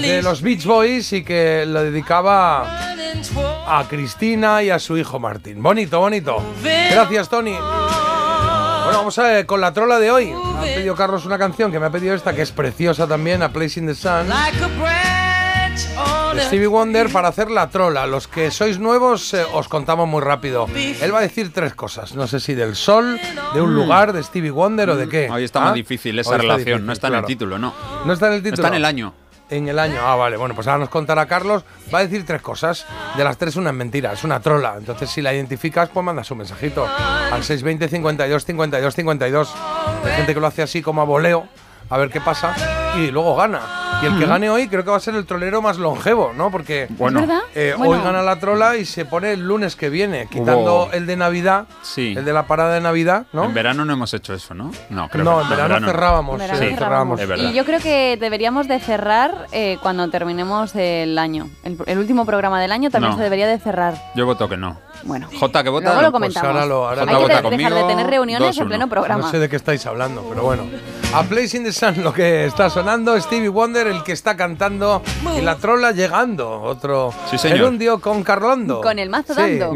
[SPEAKER 4] de los Beach Boys y que lo dedicaba a Cristina y a su hijo Martín. Bonito, bonito. Gracias, Tony. Bueno, vamos a ver, con la trola de hoy. Me ha pedido Carlos una canción que me ha pedido esta, que es preciosa también, A Place in the Sun.
[SPEAKER 14] Like a branch on
[SPEAKER 4] de
[SPEAKER 14] a
[SPEAKER 4] Stevie Wonder para hacer la trola. Los que sois nuevos eh, os contamos muy rápido. Él va a decir tres cosas. No sé si del sol, de un
[SPEAKER 6] Mm.
[SPEAKER 4] lugar, de Stevie Wonder o de qué.
[SPEAKER 6] Hoy está más
[SPEAKER 4] ¿Ah?
[SPEAKER 6] difícil
[SPEAKER 4] Hoy
[SPEAKER 6] esa
[SPEAKER 4] está
[SPEAKER 6] relación,
[SPEAKER 4] difícil,
[SPEAKER 6] no está en
[SPEAKER 4] claro.
[SPEAKER 6] el título, no.
[SPEAKER 4] No está en el título.
[SPEAKER 6] Está en el año.
[SPEAKER 4] En el año, ah, vale. Bueno, pues ahora nos contará Carlos. Va a decir tres cosas. De las tres, una es mentira, es una trola. Entonces, si la identificas, pues mandas un mensajito al 620 52 52 52. Hay gente que lo hace así como a voleo, a ver qué pasa, y luego gana. Y el que
[SPEAKER 6] Ujú.
[SPEAKER 4] gane hoy creo que va a ser el trolero más longevo, ¿no? Porque
[SPEAKER 6] Bueno. ¿Es verdad?
[SPEAKER 4] eh, hoy
[SPEAKER 6] Bueno.
[SPEAKER 4] gana la trola y se pone el lunes que viene, quitando
[SPEAKER 6] Hubo-
[SPEAKER 4] el de Navidad,
[SPEAKER 6] Sí.
[SPEAKER 4] el de la parada de Navidad, ¿no?
[SPEAKER 6] En verano no hemos hecho eso, ¿no? No, creo
[SPEAKER 4] No,
[SPEAKER 6] que
[SPEAKER 4] en verano cerrábamos,
[SPEAKER 5] En verano
[SPEAKER 6] sí,
[SPEAKER 5] cerrábamos.
[SPEAKER 6] Es verdad.
[SPEAKER 5] Y yo creo que deberíamos de cerrar eh, cuando terminemos el año. El, el último programa del año también
[SPEAKER 6] No.
[SPEAKER 5] se debería de cerrar.
[SPEAKER 6] Yo voto que no.
[SPEAKER 5] Bueno.
[SPEAKER 6] Jota que vota.
[SPEAKER 4] Pues
[SPEAKER 5] Luego lo comentamos. Hay que de- dejar de tener reuniones en pleno programa.
[SPEAKER 4] No sé de qué estáis hablando, pero bueno. A Place in the Sun, lo que está sonando, Stevie Wonder, el que está cantando, y la trola llegando. Otro
[SPEAKER 6] Sí, señor.
[SPEAKER 4] gerundio con Carlondo.
[SPEAKER 5] Con el mazo dando.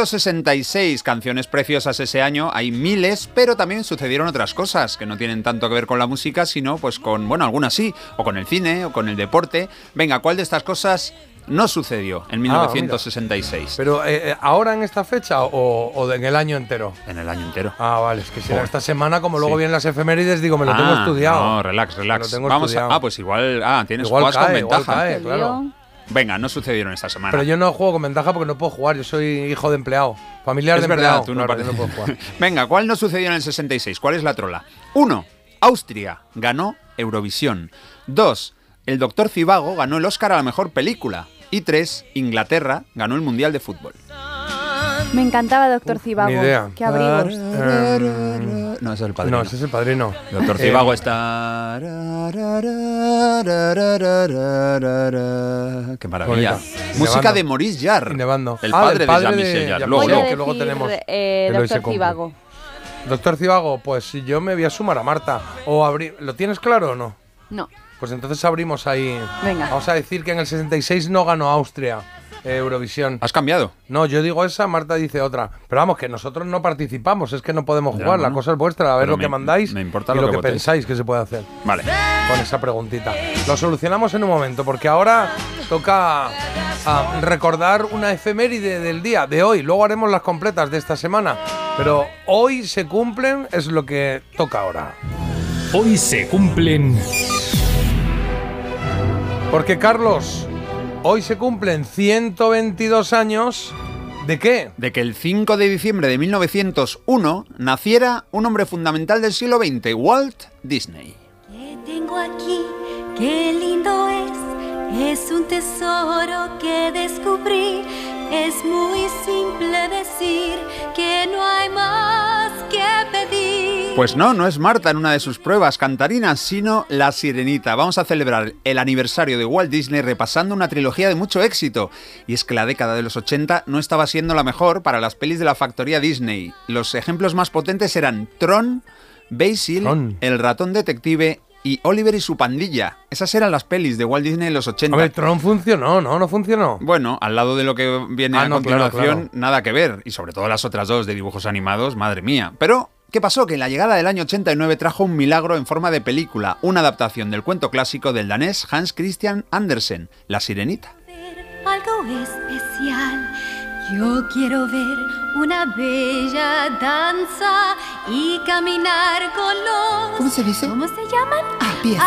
[SPEAKER 6] 1966, canciones preciosas ese año, hay miles, pero también sucedieron otras cosas que no tienen tanto que ver con la música, sino pues con, bueno, algunas sí, o con el cine, o con el deporte. Venga, ¿cuál de estas cosas no sucedió en 1966?
[SPEAKER 4] Ah, Pero eh, eh, ahora en esta fecha o, o en el año entero.
[SPEAKER 6] En el año entero.
[SPEAKER 4] Ah, vale, es que si era
[SPEAKER 6] Joder.
[SPEAKER 4] esta semana, como luego
[SPEAKER 6] Sí.
[SPEAKER 4] vienen las efemérides, digo, me lo tengo
[SPEAKER 6] Ah,
[SPEAKER 4] estudiado.
[SPEAKER 6] No, relax,
[SPEAKER 4] Me
[SPEAKER 6] relax.
[SPEAKER 4] lo tengo
[SPEAKER 6] Vamos
[SPEAKER 4] estudiado.
[SPEAKER 6] a, ah, pues igual, ah, tienes
[SPEAKER 4] Igual
[SPEAKER 6] jugadas con
[SPEAKER 4] cae, igual
[SPEAKER 6] ventaja.
[SPEAKER 4] cae, claro.
[SPEAKER 6] Venga, no sucedieron esta semana.
[SPEAKER 4] Pero yo no juego con ventaja porque no puedo jugar, yo soy hijo de empleado, familiar de
[SPEAKER 6] es verdad,
[SPEAKER 4] empleado.
[SPEAKER 6] tú no
[SPEAKER 4] claro, yo
[SPEAKER 6] pareces-
[SPEAKER 4] puedo jugar.
[SPEAKER 6] <laughs> Venga, ¿cuál no sucedió en el 66? ¿Cuál es la trola? 1. Austria ganó Eurovisión. 2. El doctor Cibago ganó el Oscar a la mejor película. Y 3. Inglaterra ganó el Mundial de Fútbol.
[SPEAKER 5] Me encantaba Doctor Cibago.
[SPEAKER 6] idea.
[SPEAKER 5] Qué
[SPEAKER 4] Ah,
[SPEAKER 5] abrigos.
[SPEAKER 6] Eh, No, ese es el padrino.
[SPEAKER 4] No, ese es el padrino.
[SPEAKER 6] El doctor
[SPEAKER 4] Eh,
[SPEAKER 6] Cibago está. Qué maravilla.
[SPEAKER 4] Bonita.
[SPEAKER 6] Música
[SPEAKER 4] Nevando.
[SPEAKER 6] de Maurice Jarre.
[SPEAKER 4] Nevando.
[SPEAKER 6] El
[SPEAKER 4] Ah,
[SPEAKER 6] padre,
[SPEAKER 4] del padre
[SPEAKER 6] de
[SPEAKER 4] de
[SPEAKER 6] Jean-Michel Jarre.
[SPEAKER 4] Jean-Michel
[SPEAKER 6] Luego,
[SPEAKER 4] Jarre.
[SPEAKER 5] Voy a
[SPEAKER 4] que luego
[SPEAKER 5] decir,
[SPEAKER 4] tenemos.
[SPEAKER 5] eh,
[SPEAKER 4] Que lo hice
[SPEAKER 5] Doctor
[SPEAKER 4] con-
[SPEAKER 5] Cibago.
[SPEAKER 4] Doctor Cibago, pues yo me voy a sumar a Marta. O abrir. ¿Lo tienes claro o no?
[SPEAKER 5] No.
[SPEAKER 4] Pues entonces abrimos ahí.
[SPEAKER 5] Venga.
[SPEAKER 4] Vamos a decir que en el 66 no ganó Austria eh, Eurovisión.
[SPEAKER 6] ¿Has cambiado?
[SPEAKER 4] No, yo digo esa, Marta dice otra. Pero vamos, que nosotros no participamos, es que no podemos jugar, la
[SPEAKER 6] bueno.
[SPEAKER 4] cosa es vuestra, a ver
[SPEAKER 6] Pero
[SPEAKER 4] lo
[SPEAKER 6] me-
[SPEAKER 4] que mandáis
[SPEAKER 6] me importa
[SPEAKER 4] y
[SPEAKER 6] lo
[SPEAKER 4] lo
[SPEAKER 6] que
[SPEAKER 4] que
[SPEAKER 6] votéis.
[SPEAKER 4] pensáis que se puede hacer.
[SPEAKER 6] Vale.
[SPEAKER 4] Con esa preguntita. Lo solucionamos en un momento, porque ahora toca ah, recordar una efeméride del día, de hoy. Luego haremos las completas de esta semana. Pero hoy se cumplen, es lo que toca ahora.
[SPEAKER 2] Hoy se cumplen.
[SPEAKER 4] Porque Carlos, hoy se cumplen 122 años. ¿De qué?
[SPEAKER 6] De que el 5 de diciembre de 1901 naciera un hombre fundamental del siglo XX, Walt Disney.
[SPEAKER 1] Tengo aquí, qué lindo es, es un tesoro que descubrí. Es muy simple decir que no hay más que pedir.
[SPEAKER 6] Pues no, no es Marta en una de sus pruebas cantarinas, sino La Sirenita. Vamos a celebrar el aniversario de Walt Disney repasando una trilogía de mucho éxito. Y es que la década de los 80 no estaba siendo la mejor para las pelis de la factoría Disney. Los ejemplos más potentes eran Tron, Basil, El ratón detective y Oliver y su pandilla. Esas eran las pelis de Walt Disney en los 80.
[SPEAKER 4] A ver, Tron funcionó, ¿no? No funcionó.
[SPEAKER 6] Bueno, al lado de lo que viene
[SPEAKER 4] Ah,
[SPEAKER 6] a
[SPEAKER 4] no, claro,
[SPEAKER 6] continuación,
[SPEAKER 4] claro.
[SPEAKER 6] nada que ver. Y sobre todo las otras dos de dibujos animados, madre mía. Pero ¿Qué pasó? Que la llegada del año 89 trajo un milagro en forma de película, una adaptación del cuento clásico del danés Hans Christian Andersen, La Sirenita.
[SPEAKER 14] algo especial. Yo quiero ver una bella danza y caminar con los... ¿Cómo se dice? ¿Cómo se llaman? Ah, pies.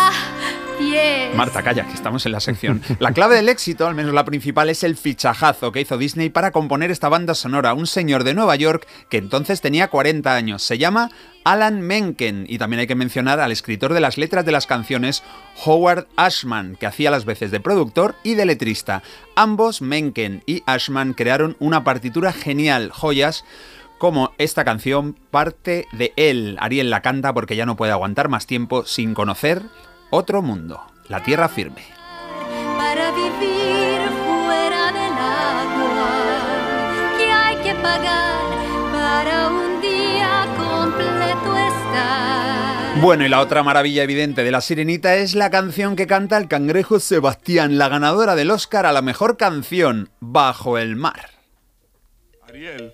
[SPEAKER 14] pies.
[SPEAKER 6] Marta, calla, que estamos en la sección. La clave del éxito, al menos la principal, es el fichajazo que hizo Disney para componer esta banda sonora. Un señor de Nueva York que entonces tenía 40 años. Se llama Alan Menken. Y también hay que mencionar al escritor de las letras de las canciones, Howard Ashman, que hacía las veces de productor y de letrista. Ambos, Menken y Ashman, crearon una partitura genial, joyas como esta canción parte de él. Ariel la canta porque ya no puede aguantar más tiempo sin conocer otro mundo, la tierra firme.
[SPEAKER 14] para vivir fuera del agua que hay que pagar para un día completo estar.
[SPEAKER 6] Bueno, y la otra maravilla evidente de La Sirenita es la canción que canta el cangrejo Sebastián, la ganadora del Oscar a la mejor canción, Bajo el mar.
[SPEAKER 19] Ariel,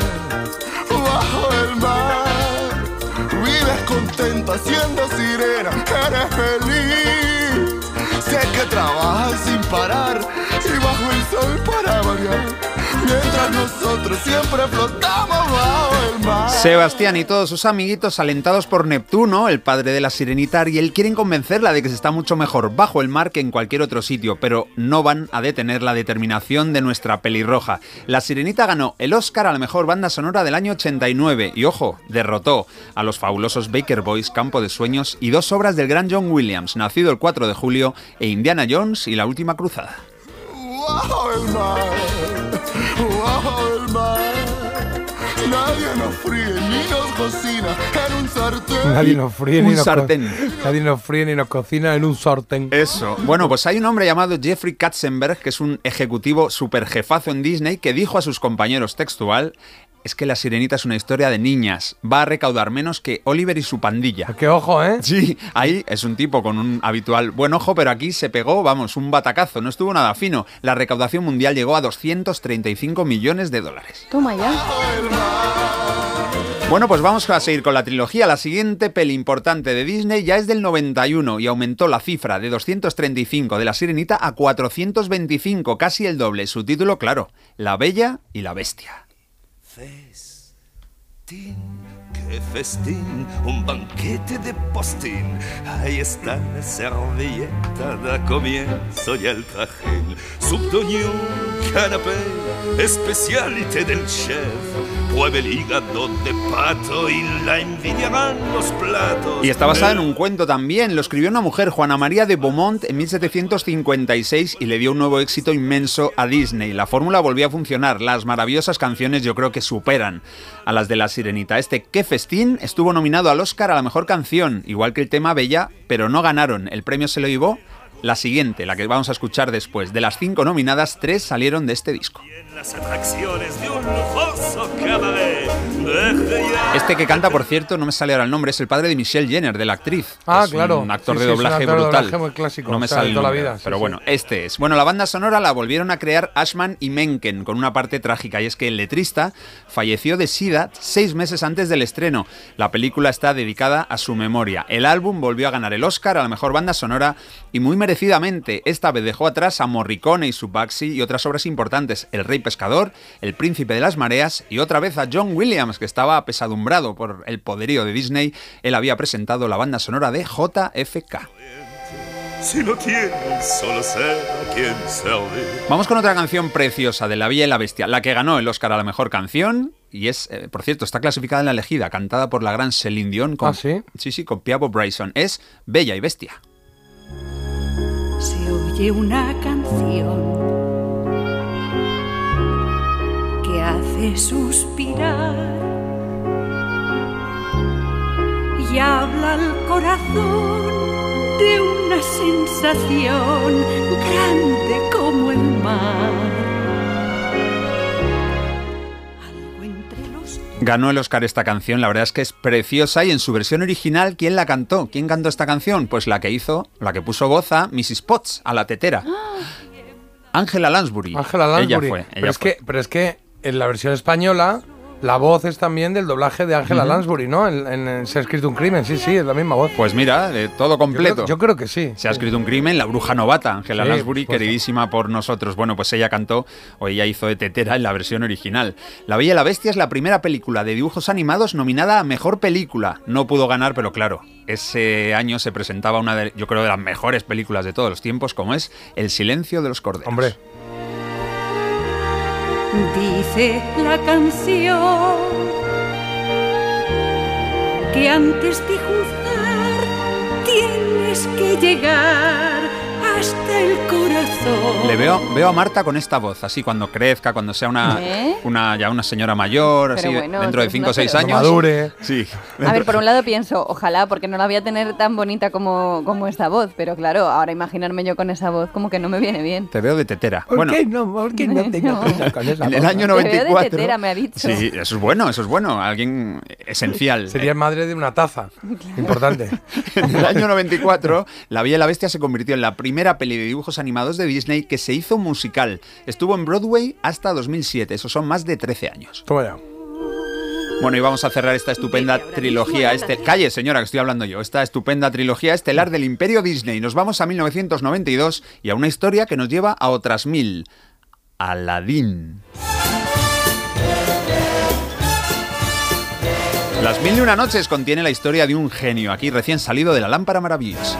[SPEAKER 19] bajo el mar. Vives contenta siendo sirena, eres feliz. Sé que trabajas sin parar y bajo el sol para variar. Mientras nosotros siempre flotamos bajo el mar.
[SPEAKER 6] Sebastián y todos sus amiguitos, alentados por Neptuno, el padre de la sirenita Ariel, quieren convencerla de que se está mucho mejor bajo el mar que en cualquier otro sitio, pero no van a detener la determinación de nuestra pelirroja. La sirenita ganó el Oscar a la mejor banda sonora del año 89 y, ojo, derrotó a los fabulosos Baker Boys, Campo de Sueños y dos obras del gran John Williams, nacido el 4 de julio, e Indiana Jones y La Última Cruzada.
[SPEAKER 19] bajo el mar, bajo el mar. Nadie nos fríe ni nos cocina en un sartén.
[SPEAKER 4] Nadie nos fríe
[SPEAKER 6] Un
[SPEAKER 4] ni nos co-
[SPEAKER 6] sartén.
[SPEAKER 4] Nadie nos fríe ni nos cocina en un sartén.
[SPEAKER 6] Eso. Bueno, pues hay un hombre llamado Jeffrey Katzenberg, que es un ejecutivo superjefazo en Disney, que dijo a sus compañeros textual, es que La Sirenita es una historia de niñas, va a recaudar menos que Oliver y su pandilla.
[SPEAKER 4] ¡Qué ojo, eh!
[SPEAKER 6] Sí, ahí es un tipo con un habitual buen ojo, pero aquí se pegó, vamos, un batacazo, no estuvo nada fino. La recaudación mundial llegó a 235 millones de dólares.
[SPEAKER 18] Toma ya.
[SPEAKER 6] Bueno, pues vamos a seguir con la trilogía. La siguiente peli importante de Disney ya es del 91 y aumentó la cifra de 235 de La Sirenita a 425, casi el doble. Su título, claro, La Bella y la Bestia.
[SPEAKER 30] ¡Qué festín! Un banquete de postín. Ahí está la servilleta, da comienzo y el trajín. Subdoñó un canapé, especialité del chef. Pruebe el hígado de pato y la envidiarán los platos.
[SPEAKER 6] Y está basada en un cuento también. Lo escribió una mujer, Juana María de Beaumont, en 1756 y le dio un nuevo éxito inmenso a Disney. La fórmula volvió a funcionar. Las maravillosas canciones yo creo que superan a las de La Sirenita. Este Qué Festín estuvo nominado al Oscar a la mejor canción, igual que el tema Bella, pero no ganaron. El premio se lo llevó la siguiente, la que vamos a escuchar después. De las cinco nominadas, tres salieron de este disco.
[SPEAKER 30] Las atracciones de un lujoso cabaret. Deje ya
[SPEAKER 6] Este que canta, por cierto, no me sale ahora el nombre, es el padre de Michelle Jenner, de la actriz.
[SPEAKER 4] Ah,
[SPEAKER 6] Es
[SPEAKER 4] claro.
[SPEAKER 6] Un actor
[SPEAKER 4] Sí,
[SPEAKER 6] de
[SPEAKER 4] sí, es un
[SPEAKER 6] doblaje
[SPEAKER 4] actor de
[SPEAKER 6] brutal.
[SPEAKER 4] doblaje muy clásico,
[SPEAKER 6] No me
[SPEAKER 4] o sea, de
[SPEAKER 6] sale el
[SPEAKER 4] toda la
[SPEAKER 6] nombre,
[SPEAKER 4] vida, sí,
[SPEAKER 6] pero
[SPEAKER 4] sí.
[SPEAKER 6] bueno, este es. Bueno, la banda sonora la volvieron a crear Ashman y Menken con una parte trágica y es que el letrista falleció de SIDA seis meses antes del estreno. La película está dedicada a su memoria. El álbum volvió a ganar el Oscar a la mejor banda sonora y muy merecidamente. Esta vez dejó atrás a Morricone y su Baxi y otras obras importantes, El Rey Pescador, El Príncipe de las Mareas y otra vez a John Williams que estaba apesadumbrado por el poderío de Disney. Él había presentado la banda sonora de JFK.
[SPEAKER 30] Si no tienen, solo sé a quién servir.
[SPEAKER 6] Vamos con otra canción preciosa de La Bella y la Bestia, la que ganó el Oscar a la mejor canción. Y es, eh, por cierto, está clasificada en la elegida, cantada por la gran Celine Dion. Con, sí? Sí, con Piavo Bryson. Es Bella y Bestia.
[SPEAKER 25] se oye una canción que hace suspirar
[SPEAKER 31] y habla al corazón de una sensación grande como el mar.
[SPEAKER 6] Ganó el Oscar esta canción, la verdad es que es preciosa y en su versión original, ¿quién la cantó? ¿Quién cantó esta canción? Pues la que hizo, la que puso voz a Mrs. Potts, a la tetera. Ángela Lansbury.
[SPEAKER 4] Ángela Lansbury.
[SPEAKER 6] Ella fue.
[SPEAKER 4] pero, es Que, pero es que en la versión española la voz es también del doblaje de Ángela
[SPEAKER 6] Ujú.
[SPEAKER 4] Lansbury, ¿no? En, en- en Se ha escrito un crimen, sí, sí, es la misma voz.
[SPEAKER 6] Pues mira, de todo completo.
[SPEAKER 4] Yo creo, que sí.
[SPEAKER 6] Se ha escrito un crimen, La Bruja Novata, Angela
[SPEAKER 4] Sí,
[SPEAKER 6] Lansbury,
[SPEAKER 4] por supuesto.
[SPEAKER 6] queridísima por nosotros. Bueno, pues ella cantó o ella hizo de tetera en la versión original. La Bella y la Bestia es la primera película de dibujos animados nominada a Mejor Película. No pudo ganar, pero claro, ese año se presentaba una de, yo creo, de las mejores películas de todos los tiempos, como es El Silencio de los Corderos. Hombre.
[SPEAKER 31] Dice la canción que antes de juzgar tienes que llegar hasta el corazón.
[SPEAKER 6] Le veo, veo a Marta con esta voz, así cuando crezca, cuando sea una,
[SPEAKER 5] ¿Eh?
[SPEAKER 6] una ya una señora mayor,
[SPEAKER 5] Pero
[SPEAKER 6] así
[SPEAKER 5] bueno,
[SPEAKER 6] dentro de
[SPEAKER 5] pues
[SPEAKER 6] 5
[SPEAKER 5] no,
[SPEAKER 6] o 6
[SPEAKER 5] pero-
[SPEAKER 6] años.
[SPEAKER 4] Madure.
[SPEAKER 6] Sí.
[SPEAKER 5] A ver, por un lado pienso, ojalá, porque no la voy a tener tan bonita como, como esta voz, pero claro, ahora imaginarme yo con esa voz como que no me viene bien.
[SPEAKER 6] Te veo de tetera. bueno,
[SPEAKER 4] no? ¿Por qué
[SPEAKER 5] <laughs>
[SPEAKER 4] no tengo con esa
[SPEAKER 6] En el año
[SPEAKER 5] Te veo
[SPEAKER 6] 94.
[SPEAKER 5] de tetera, me ha dicho.
[SPEAKER 6] Sí, eso es bueno, eso es bueno. Alguien esencial. Eh,
[SPEAKER 4] Sería madre de una taza. Importante.
[SPEAKER 6] <laughs> En el año 94, La Bella y la Bestia se convirtió en la primera peli de dibujos animados de Disney que se hizo musical. Estuvo en Broadway hasta 2007, eso son más de 13 años.
[SPEAKER 4] Toma ya.
[SPEAKER 6] Bueno, y vamos a cerrar esta estupenda trilogía. Este... Calle, señora, que estoy hablando yo. Esta estupenda trilogía estelar del Imperio Disney. Nos vamos a 1992 y a una historia que nos lleva a otras mil. Aladdin. Las mil y una noches contiene la historia de un genio, aquí recién salido de la lámpara maravillosa.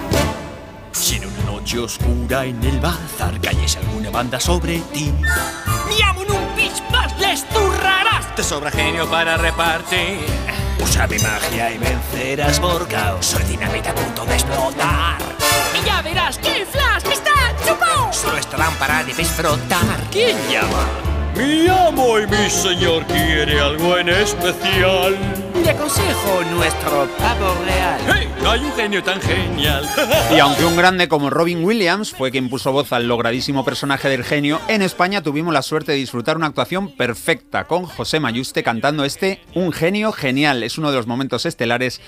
[SPEAKER 23] Será una noche oscura en el bazar, calles alguna banda sobre ti.
[SPEAKER 14] ¡Miamun un pispas les zurrarás!
[SPEAKER 23] Te sobra genio para repartir. Usa mi magia y vencerás por caos. Soy dinamita a punto de explotar.
[SPEAKER 14] ¡Y ya verás que el flash está chupado!
[SPEAKER 23] Solo esta lámpara debes frotar. ¿Quién llama? Mi amo y mi señor quiere algo en especial.
[SPEAKER 14] Le aconsejo nuestro pavo real.
[SPEAKER 23] ¡Hey! No hay un genio tan genial.
[SPEAKER 6] <laughs> Y aunque un grande como Robin Williams fue quien puso voz al logradísimo personaje del genio, en España tuvimos la suerte de disfrutar una actuación perfecta con José Mayuste cantando este Un genio genial. Es uno de los momentos estelares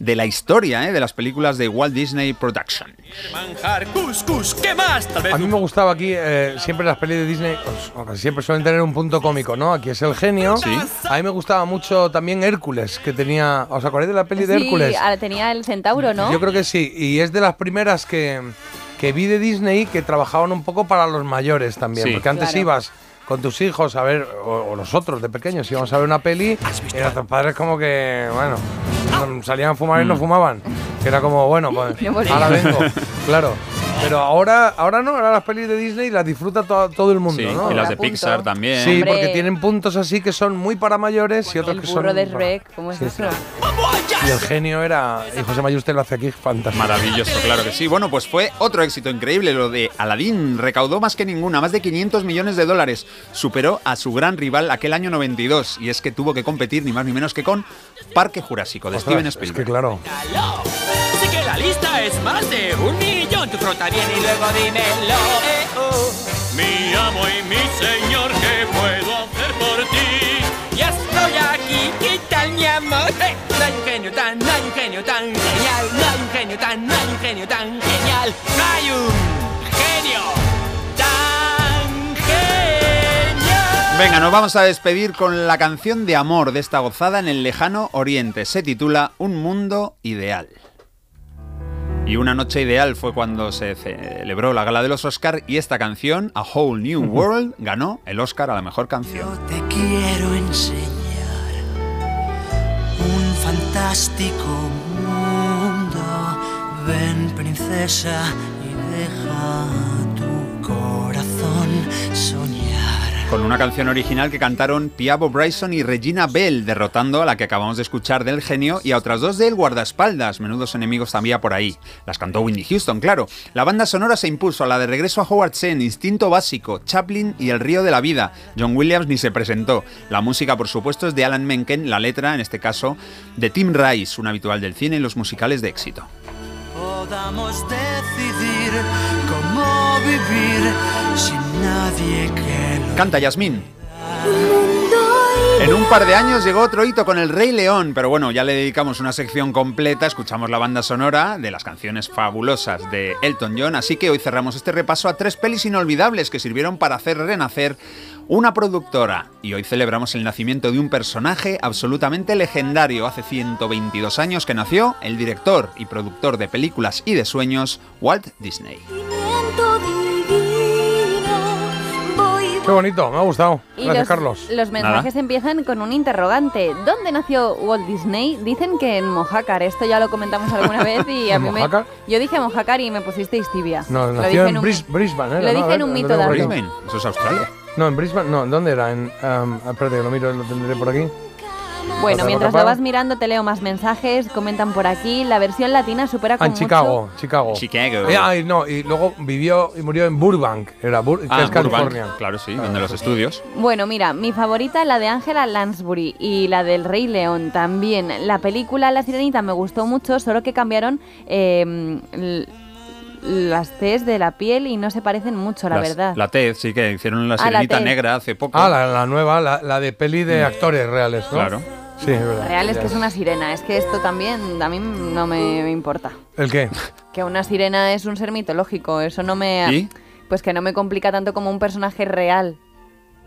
[SPEAKER 6] de la historia ¿eh? de las películas de Walt Disney Production.
[SPEAKER 23] Manjar, cuscus, ¿qué más? Tal vez
[SPEAKER 4] A mí me gustaba aquí, eh, siempre las pelis de Disney pues, o casi siempre suelen tener un punto cómico, ¿no? Aquí es el genio. A mí me gustaba mucho también Hércules, que tenía... ¿Os acordáis de la peli de Hércules?
[SPEAKER 5] ahora ah, tenía el centauro, ¿no?
[SPEAKER 4] Yo creo que sí, y es de las primeras que, que vi de Disney que trabajaban un poco para los mayores también,
[SPEAKER 6] Sí.
[SPEAKER 4] porque antes
[SPEAKER 6] Claro.
[SPEAKER 4] ibas con tus hijos a ver, o, o nosotros de pequeños íbamos a ver una peli y nuestros padres como que, bueno, no- salían a fumar y
[SPEAKER 6] Mm.
[SPEAKER 4] no fumaban, que era como, bueno,
[SPEAKER 6] <laughs>
[SPEAKER 4] pues
[SPEAKER 5] Me morí.
[SPEAKER 4] ahora vengo, claro. Pero ahora, ahora no, ahora las pelis de Disney las disfruta to- todo el mundo,
[SPEAKER 6] Sí,
[SPEAKER 4] ¿no?
[SPEAKER 6] y las de Pixar también.
[SPEAKER 4] Sí,
[SPEAKER 5] Hombre.
[SPEAKER 4] porque tienen puntos así que son muy para mayores y otros
[SPEAKER 5] El
[SPEAKER 4] que son...
[SPEAKER 5] burro de
[SPEAKER 4] para-
[SPEAKER 5] Shrek, ¿cómo es
[SPEAKER 4] Sí,
[SPEAKER 5] eso?
[SPEAKER 4] Y el genio era... Y José Mayuste lo hace aquí fantástico.
[SPEAKER 6] Maravilloso, claro que sí. Bueno, pues fue otro éxito increíble lo de Aladdin. Recaudó más que ninguna, más de 500 millones de dólares. Superó a su gran rival aquel año 92 y es que tuvo que competir ni más ni menos que con Parque Jurásico de
[SPEAKER 4] Ostras,
[SPEAKER 6] Steven
[SPEAKER 4] es
[SPEAKER 6] Spielberg.
[SPEAKER 4] que claro.
[SPEAKER 14] Así que la lista es más de un millón. Tú trota bien y luego dímelo. Eh, oh.
[SPEAKER 23] Mi amo y mi señor, ¿qué puedo hacer por ti?
[SPEAKER 14] Ya estoy aquí, ¿qué tal mi amor? Eh, no hay un genio tan, no hay un genio tan genial. No hay un genio tan, no hay un genio tan genial. No hay un genio tan genial.
[SPEAKER 6] Venga, nos vamos a despedir con la canción de amor de esta gozada en el lejano oriente. Se titula Un mundo ideal. Y una noche ideal fue cuando se celebró la gala de los Oscar y esta canción, A Whole New World, ganó el Oscar a la mejor canción.
[SPEAKER 14] Te quiero enseñar un fantástico mundo. Ven, princesa, y deja tu corazón soñar.
[SPEAKER 6] con una canción original que cantaron Piabo Bryson y Regina Bell, derrotando a la que acabamos de escuchar del genio y a otras dos del guardaespaldas, menudos enemigos también por ahí. Las cantó Whitney Houston, claro. La banda sonora se impuso a la de Regreso a Howard Chen, Instinto Básico, Chaplin y El Río de la Vida. John Williams ni se presentó. La música, por supuesto, es de Alan Menken, la letra, en este caso, de Tim Rice, un habitual del cine y los musicales de éxito.
[SPEAKER 14] podamos decidir cómo vivir sin nadie que nos
[SPEAKER 6] Canta Yasmín. En un par de años llegó otro hito con el Rey León, pero bueno, ya le dedicamos una sección completa, escuchamos la banda sonora de las canciones fabulosas de Elton John, así que hoy cerramos este repaso a tres pelis inolvidables que sirvieron para hacer renacer una productora. Y hoy celebramos el nacimiento de un personaje absolutamente legendario. Hace 122 años que nació el director y productor de películas y de sueños, Walt Disney.
[SPEAKER 4] Qué bonito, me ha gustado.
[SPEAKER 5] Y
[SPEAKER 4] Gracias,
[SPEAKER 5] los,
[SPEAKER 4] Carlos.
[SPEAKER 5] los mensajes empiezan con un interrogante. ¿Dónde nació Walt Disney? Dicen que en Mojácar. Esto ya lo comentamos
[SPEAKER 4] <laughs>
[SPEAKER 5] alguna vez y a
[SPEAKER 4] ¿En
[SPEAKER 5] mí me...
[SPEAKER 4] Mojácar?
[SPEAKER 5] Yo dije Mojácar y me pusisteis tibia.
[SPEAKER 4] No,
[SPEAKER 5] Lo
[SPEAKER 4] nació
[SPEAKER 5] dije
[SPEAKER 4] en
[SPEAKER 5] un-
[SPEAKER 4] Bris- Brisbane, ¿eh?
[SPEAKER 5] lo dije en un mito de algo.
[SPEAKER 6] Brisbane, eso es Australia.
[SPEAKER 4] No, en Brisbane, no, ¿dónde era? En, em, espérate, lo miro, lo tendré por aquí. Ah,
[SPEAKER 5] Bueno,
[SPEAKER 4] Para
[SPEAKER 5] mientras
[SPEAKER 4] tapar.
[SPEAKER 5] lo vas mirando te leo más mensajes, comentan por aquí. La versión latina supera
[SPEAKER 4] Ah,
[SPEAKER 5] con
[SPEAKER 4] en Chicago, Chicago.
[SPEAKER 6] Chicago.
[SPEAKER 4] Eh, ay, no, y luego vivió y murió en Burbank, era Bur que
[SPEAKER 6] Ah,
[SPEAKER 4] es California. Ah,
[SPEAKER 6] Burbank, claro, sí, donde los estudios.
[SPEAKER 5] mucho. Bueno, mira, mi favorita la de Angela Lansbury y la del Rey León también. La película La Sirenita me gustó mucho, solo que cambiaron eh, l- las T's de la piel y no se parecen mucho, la
[SPEAKER 6] Las-
[SPEAKER 5] verdad.
[SPEAKER 6] La TED, sí, que hicieron la
[SPEAKER 5] Ah, la
[SPEAKER 6] sirenita
[SPEAKER 5] TED.
[SPEAKER 6] negra hace poco. Mm.
[SPEAKER 4] Ah, la, la nueva, la, la de peli de actores reales, ¿no?
[SPEAKER 6] Claro.
[SPEAKER 4] Sí, es verdad.
[SPEAKER 5] Real es que es una sirena, es que esto también a mí no me importa.
[SPEAKER 4] ¿El qué?
[SPEAKER 5] Que una sirena es un ser mitológico, eso no me...
[SPEAKER 6] ¿Y?
[SPEAKER 5] Pues que no me complica tanto como un personaje real.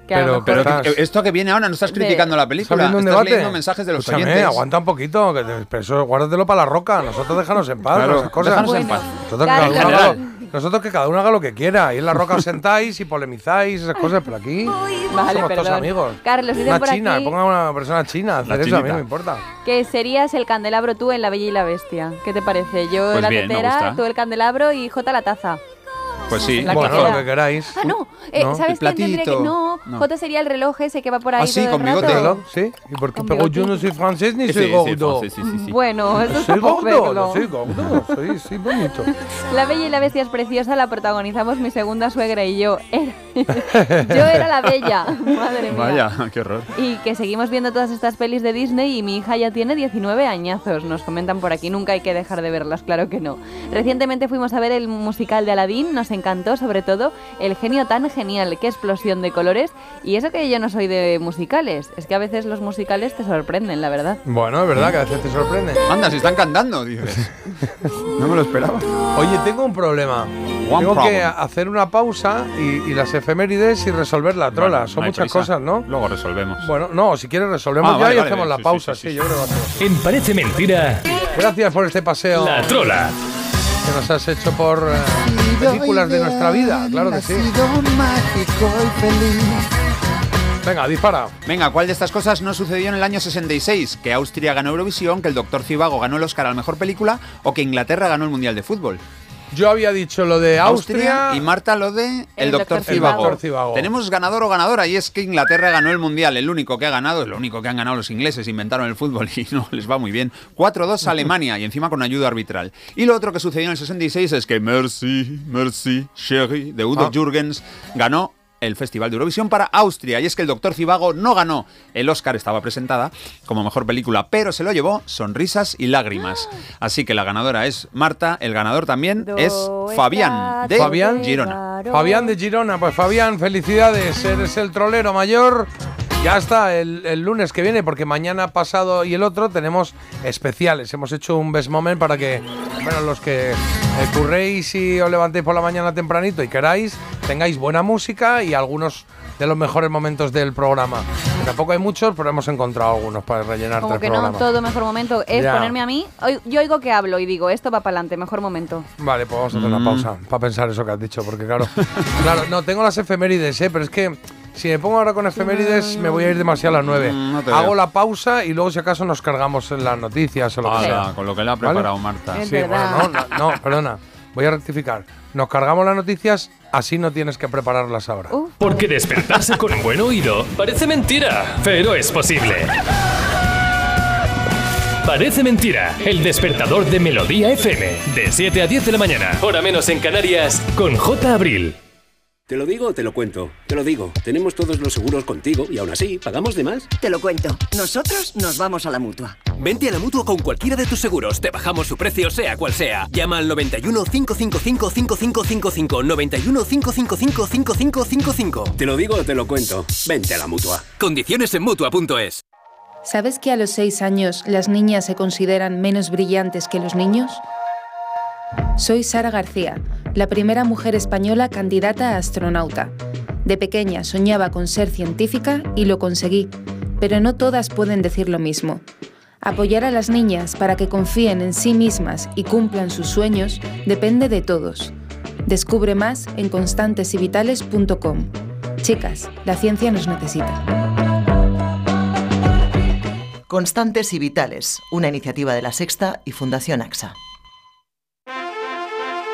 [SPEAKER 5] Que a lo
[SPEAKER 6] Pero,
[SPEAKER 5] mejor-
[SPEAKER 6] pero que- esto que viene ahora, no estás
[SPEAKER 5] De-
[SPEAKER 6] criticando la película,
[SPEAKER 4] abriendo
[SPEAKER 6] estás
[SPEAKER 4] un debate?
[SPEAKER 6] leyendo mensajes de los
[SPEAKER 4] Escúchame,
[SPEAKER 6] oyentes.
[SPEAKER 4] aguanta un poquito, que te- pero eso guárdatelo para la roca. Nosotros déjanos en paz.
[SPEAKER 6] Claro,
[SPEAKER 4] con esas cosas.
[SPEAKER 6] déjanos en paz.
[SPEAKER 4] Nosotros,
[SPEAKER 6] Claro.
[SPEAKER 4] que cada uno
[SPEAKER 6] En
[SPEAKER 4] haga lo, nosotros que cada uno haga lo que quiera. Y en la roca os sentáis y polemizáis, esas cosas, pero aquí
[SPEAKER 5] Vale,
[SPEAKER 4] somos todos
[SPEAKER 5] perdón.
[SPEAKER 4] amigos.
[SPEAKER 5] Carlos, dicen
[SPEAKER 4] una
[SPEAKER 5] por
[SPEAKER 4] china,
[SPEAKER 5] aquí-
[SPEAKER 4] ponga una persona china, hacer eso a mí
[SPEAKER 6] chinita.
[SPEAKER 4] no me importa.
[SPEAKER 5] Que serías el candelabro tú en La Bella y la Bestia. ¿Qué te parece? Yo
[SPEAKER 6] Pues
[SPEAKER 5] la
[SPEAKER 6] bien, me
[SPEAKER 5] tetera,
[SPEAKER 6] gusta.
[SPEAKER 5] tú el candelabro y Jota la taza.
[SPEAKER 6] Pues sí,
[SPEAKER 5] La que
[SPEAKER 6] bueno,
[SPEAKER 5] quiera.
[SPEAKER 6] lo que
[SPEAKER 4] queráis.
[SPEAKER 5] Ah, no. eh,
[SPEAKER 6] No.
[SPEAKER 5] ¿Sabes
[SPEAKER 6] El
[SPEAKER 5] quién tendría que...?
[SPEAKER 6] platito.
[SPEAKER 5] No,
[SPEAKER 6] No.
[SPEAKER 5] Jota sería el reloj ese que va por ahí
[SPEAKER 6] Ah, sí,
[SPEAKER 5] todo el
[SPEAKER 6] con
[SPEAKER 5] rato.
[SPEAKER 6] bigote.
[SPEAKER 4] ¿Verdad? Sí, y porque pero yo no soy francés ni
[SPEAKER 6] Sí,
[SPEAKER 4] soy
[SPEAKER 6] sí,
[SPEAKER 4] gordo.
[SPEAKER 6] francés, sí, sí, sí.
[SPEAKER 5] Bueno, eso
[SPEAKER 4] soy
[SPEAKER 5] tampoco es
[SPEAKER 4] gordo,
[SPEAKER 5] verlo.
[SPEAKER 4] no soy gordo, soy, soy bonito.
[SPEAKER 5] La Bella y la Bestia es preciosa, la protagonizamos mi segunda suegra y yo. <laughs> Era- yo era la bella, <laughs> madre mía.
[SPEAKER 6] <laughs> Vaya, qué horror.
[SPEAKER 5] Y que seguimos viendo todas estas pelis de Disney y mi hija ya tiene 19 añazos. Nos comentan por aquí, nunca hay que dejar de verlas, claro que no. Recientemente fuimos a ver el musical de Aladdin, nos encantó sobre todo el genio tan genial, qué explosión de colores. Y eso que yo no soy de musicales, es que a veces los musicales te sorprenden, la verdad.
[SPEAKER 4] Bueno, es verdad que a veces te sorprende.
[SPEAKER 6] Anda, si están cantando, dices. No me lo esperaba.
[SPEAKER 4] Oye, tengo un problema.
[SPEAKER 6] One
[SPEAKER 4] tengo que
[SPEAKER 6] problem.
[SPEAKER 4] hacer una pausa y, y las efemérides y resolver la trola.
[SPEAKER 6] Bueno,
[SPEAKER 4] Son
[SPEAKER 6] no hay
[SPEAKER 4] muchas
[SPEAKER 6] prisa.
[SPEAKER 4] cosas, ¿no?
[SPEAKER 6] Luego resolvemos.
[SPEAKER 4] Bueno, no, si quieres resolvemos
[SPEAKER 6] Ah,
[SPEAKER 4] ya
[SPEAKER 6] vale,
[SPEAKER 4] y
[SPEAKER 6] vale,
[SPEAKER 4] hacemos
[SPEAKER 6] sí,
[SPEAKER 4] la
[SPEAKER 6] sí,
[SPEAKER 4] pausa, sí,
[SPEAKER 6] sí, sí,
[SPEAKER 4] yo
[SPEAKER 6] sí.
[SPEAKER 4] creo. que hacemos.
[SPEAKER 2] En Parece Mentira,
[SPEAKER 4] Gracias por este paseo
[SPEAKER 2] la trola.
[SPEAKER 4] que nos has hecho por eh, películas de nuestra vida, claro que sí.
[SPEAKER 14] mágico y feliz.
[SPEAKER 4] Venga, dispara.
[SPEAKER 6] Venga, ¿cuál de estas cosas no sucedió en el año 66? Que Austria ganó Eurovisión, que el Doctor Cibago ganó el Oscar a la mejor película o que Inglaterra ganó el Mundial de Fútbol.
[SPEAKER 4] Yo había dicho lo de Austria.
[SPEAKER 6] y Marta lo de el, Doctor, Cibago.
[SPEAKER 4] Doctor Cibago.
[SPEAKER 6] Tenemos ganador o ganadora y es que Inglaterra ganó el Mundial, el único que ha ganado, es lo único que han ganado los ingleses, inventaron el fútbol y <laughs> no les va muy bien.
[SPEAKER 4] <laughs>
[SPEAKER 6] 4-2 a Alemania y encima con ayuda arbitral. Y lo otro que sucedió en el 66 es que Merci, Merci, Chéri de Udo
[SPEAKER 4] Ah.
[SPEAKER 6] Jürgens ganó el Festival de Eurovisión para Austria y es que el Doctor Cibago no ganó. El Oscar estaba presentada como mejor película, pero se lo llevó Sonrisas y Lágrimas.
[SPEAKER 4] Ah.
[SPEAKER 6] Así que la ganadora es Marta, el ganador también es Fabián de
[SPEAKER 4] Fabián
[SPEAKER 6] Girona.
[SPEAKER 4] Fabián de Girona, pues Fabián, felicidades, eres el trolero mayor. Ya está, el, el lunes que viene, porque mañana pasado y el otro tenemos especiales. Hemos hecho un best moment para que, bueno, los que eh, curréis y os levantéis por la mañana tempranito y queráis, tengáis buena música y algunos de los mejores momentos del programa. Que Tampoco hay muchos, pero hemos encontrado algunos para rellenar
[SPEAKER 5] Como
[SPEAKER 4] tres
[SPEAKER 5] que no,
[SPEAKER 4] programas.
[SPEAKER 5] todo mejor momento es
[SPEAKER 4] Ya.
[SPEAKER 5] ponerme a mí. Oy- Yo oigo que hablo y digo, esto va para adelante, mejor momento.
[SPEAKER 4] Vale, pues vamos a
[SPEAKER 6] Mm.
[SPEAKER 4] hacer una pausa para pensar eso que has dicho, porque claro, claro, no tengo las efemérides, ¿eh? pero es que si me pongo ahora con efemérides me voy a ir demasiado a las 9.
[SPEAKER 6] Mm, no te
[SPEAKER 4] Hago
[SPEAKER 6] veo.
[SPEAKER 4] la pausa y luego si acaso nos cargamos en las noticias o lo que
[SPEAKER 6] Ala,
[SPEAKER 4] sea.
[SPEAKER 6] con lo que le ha
[SPEAKER 4] ¿Vale?
[SPEAKER 6] preparado Marta.
[SPEAKER 4] Sí, bueno, no, no, no, perdona. Voy a rectificar. Nos cargamos las noticias, así no tienes que prepararlas ahora.
[SPEAKER 2] Porque despertarse con un buen oído parece mentira, pero es posible. Parece mentira. El despertador de Melodía FM. De 7 a 10 de la mañana. Hora menos en Canarias. Con J. Abril.
[SPEAKER 8] ¿Te lo digo o te lo cuento? Te lo digo. Tenemos todos los seguros contigo y aún así, ¿pagamos de más?
[SPEAKER 23] Te lo cuento. Nosotros nos vamos a la mutua.
[SPEAKER 8] Vente a la mutua con cualquiera de tus seguros. Te bajamos su precio, sea cual sea. Llama al 91 555 5555. 91 555 5555. Te lo digo o te lo cuento. Vente a la mutua. Condiciones en mutua.es.
[SPEAKER 32] ¿Sabes que a los 6 años las niñas se consideran menos brillantes que los niños? Soy Sara García, la primera mujer española candidata a astronauta. De pequeña soñaba con ser científica y lo conseguí, pero no todas pueden decir lo mismo. Apoyar a las niñas para que confíen en sí mismas y cumplan sus sueños depende de todos. Descubre más en constantesivitales.com. Chicas, la ciencia nos necesita.
[SPEAKER 26] Constantes y Vitales, una iniciativa de La Sexta y Fundación AXA.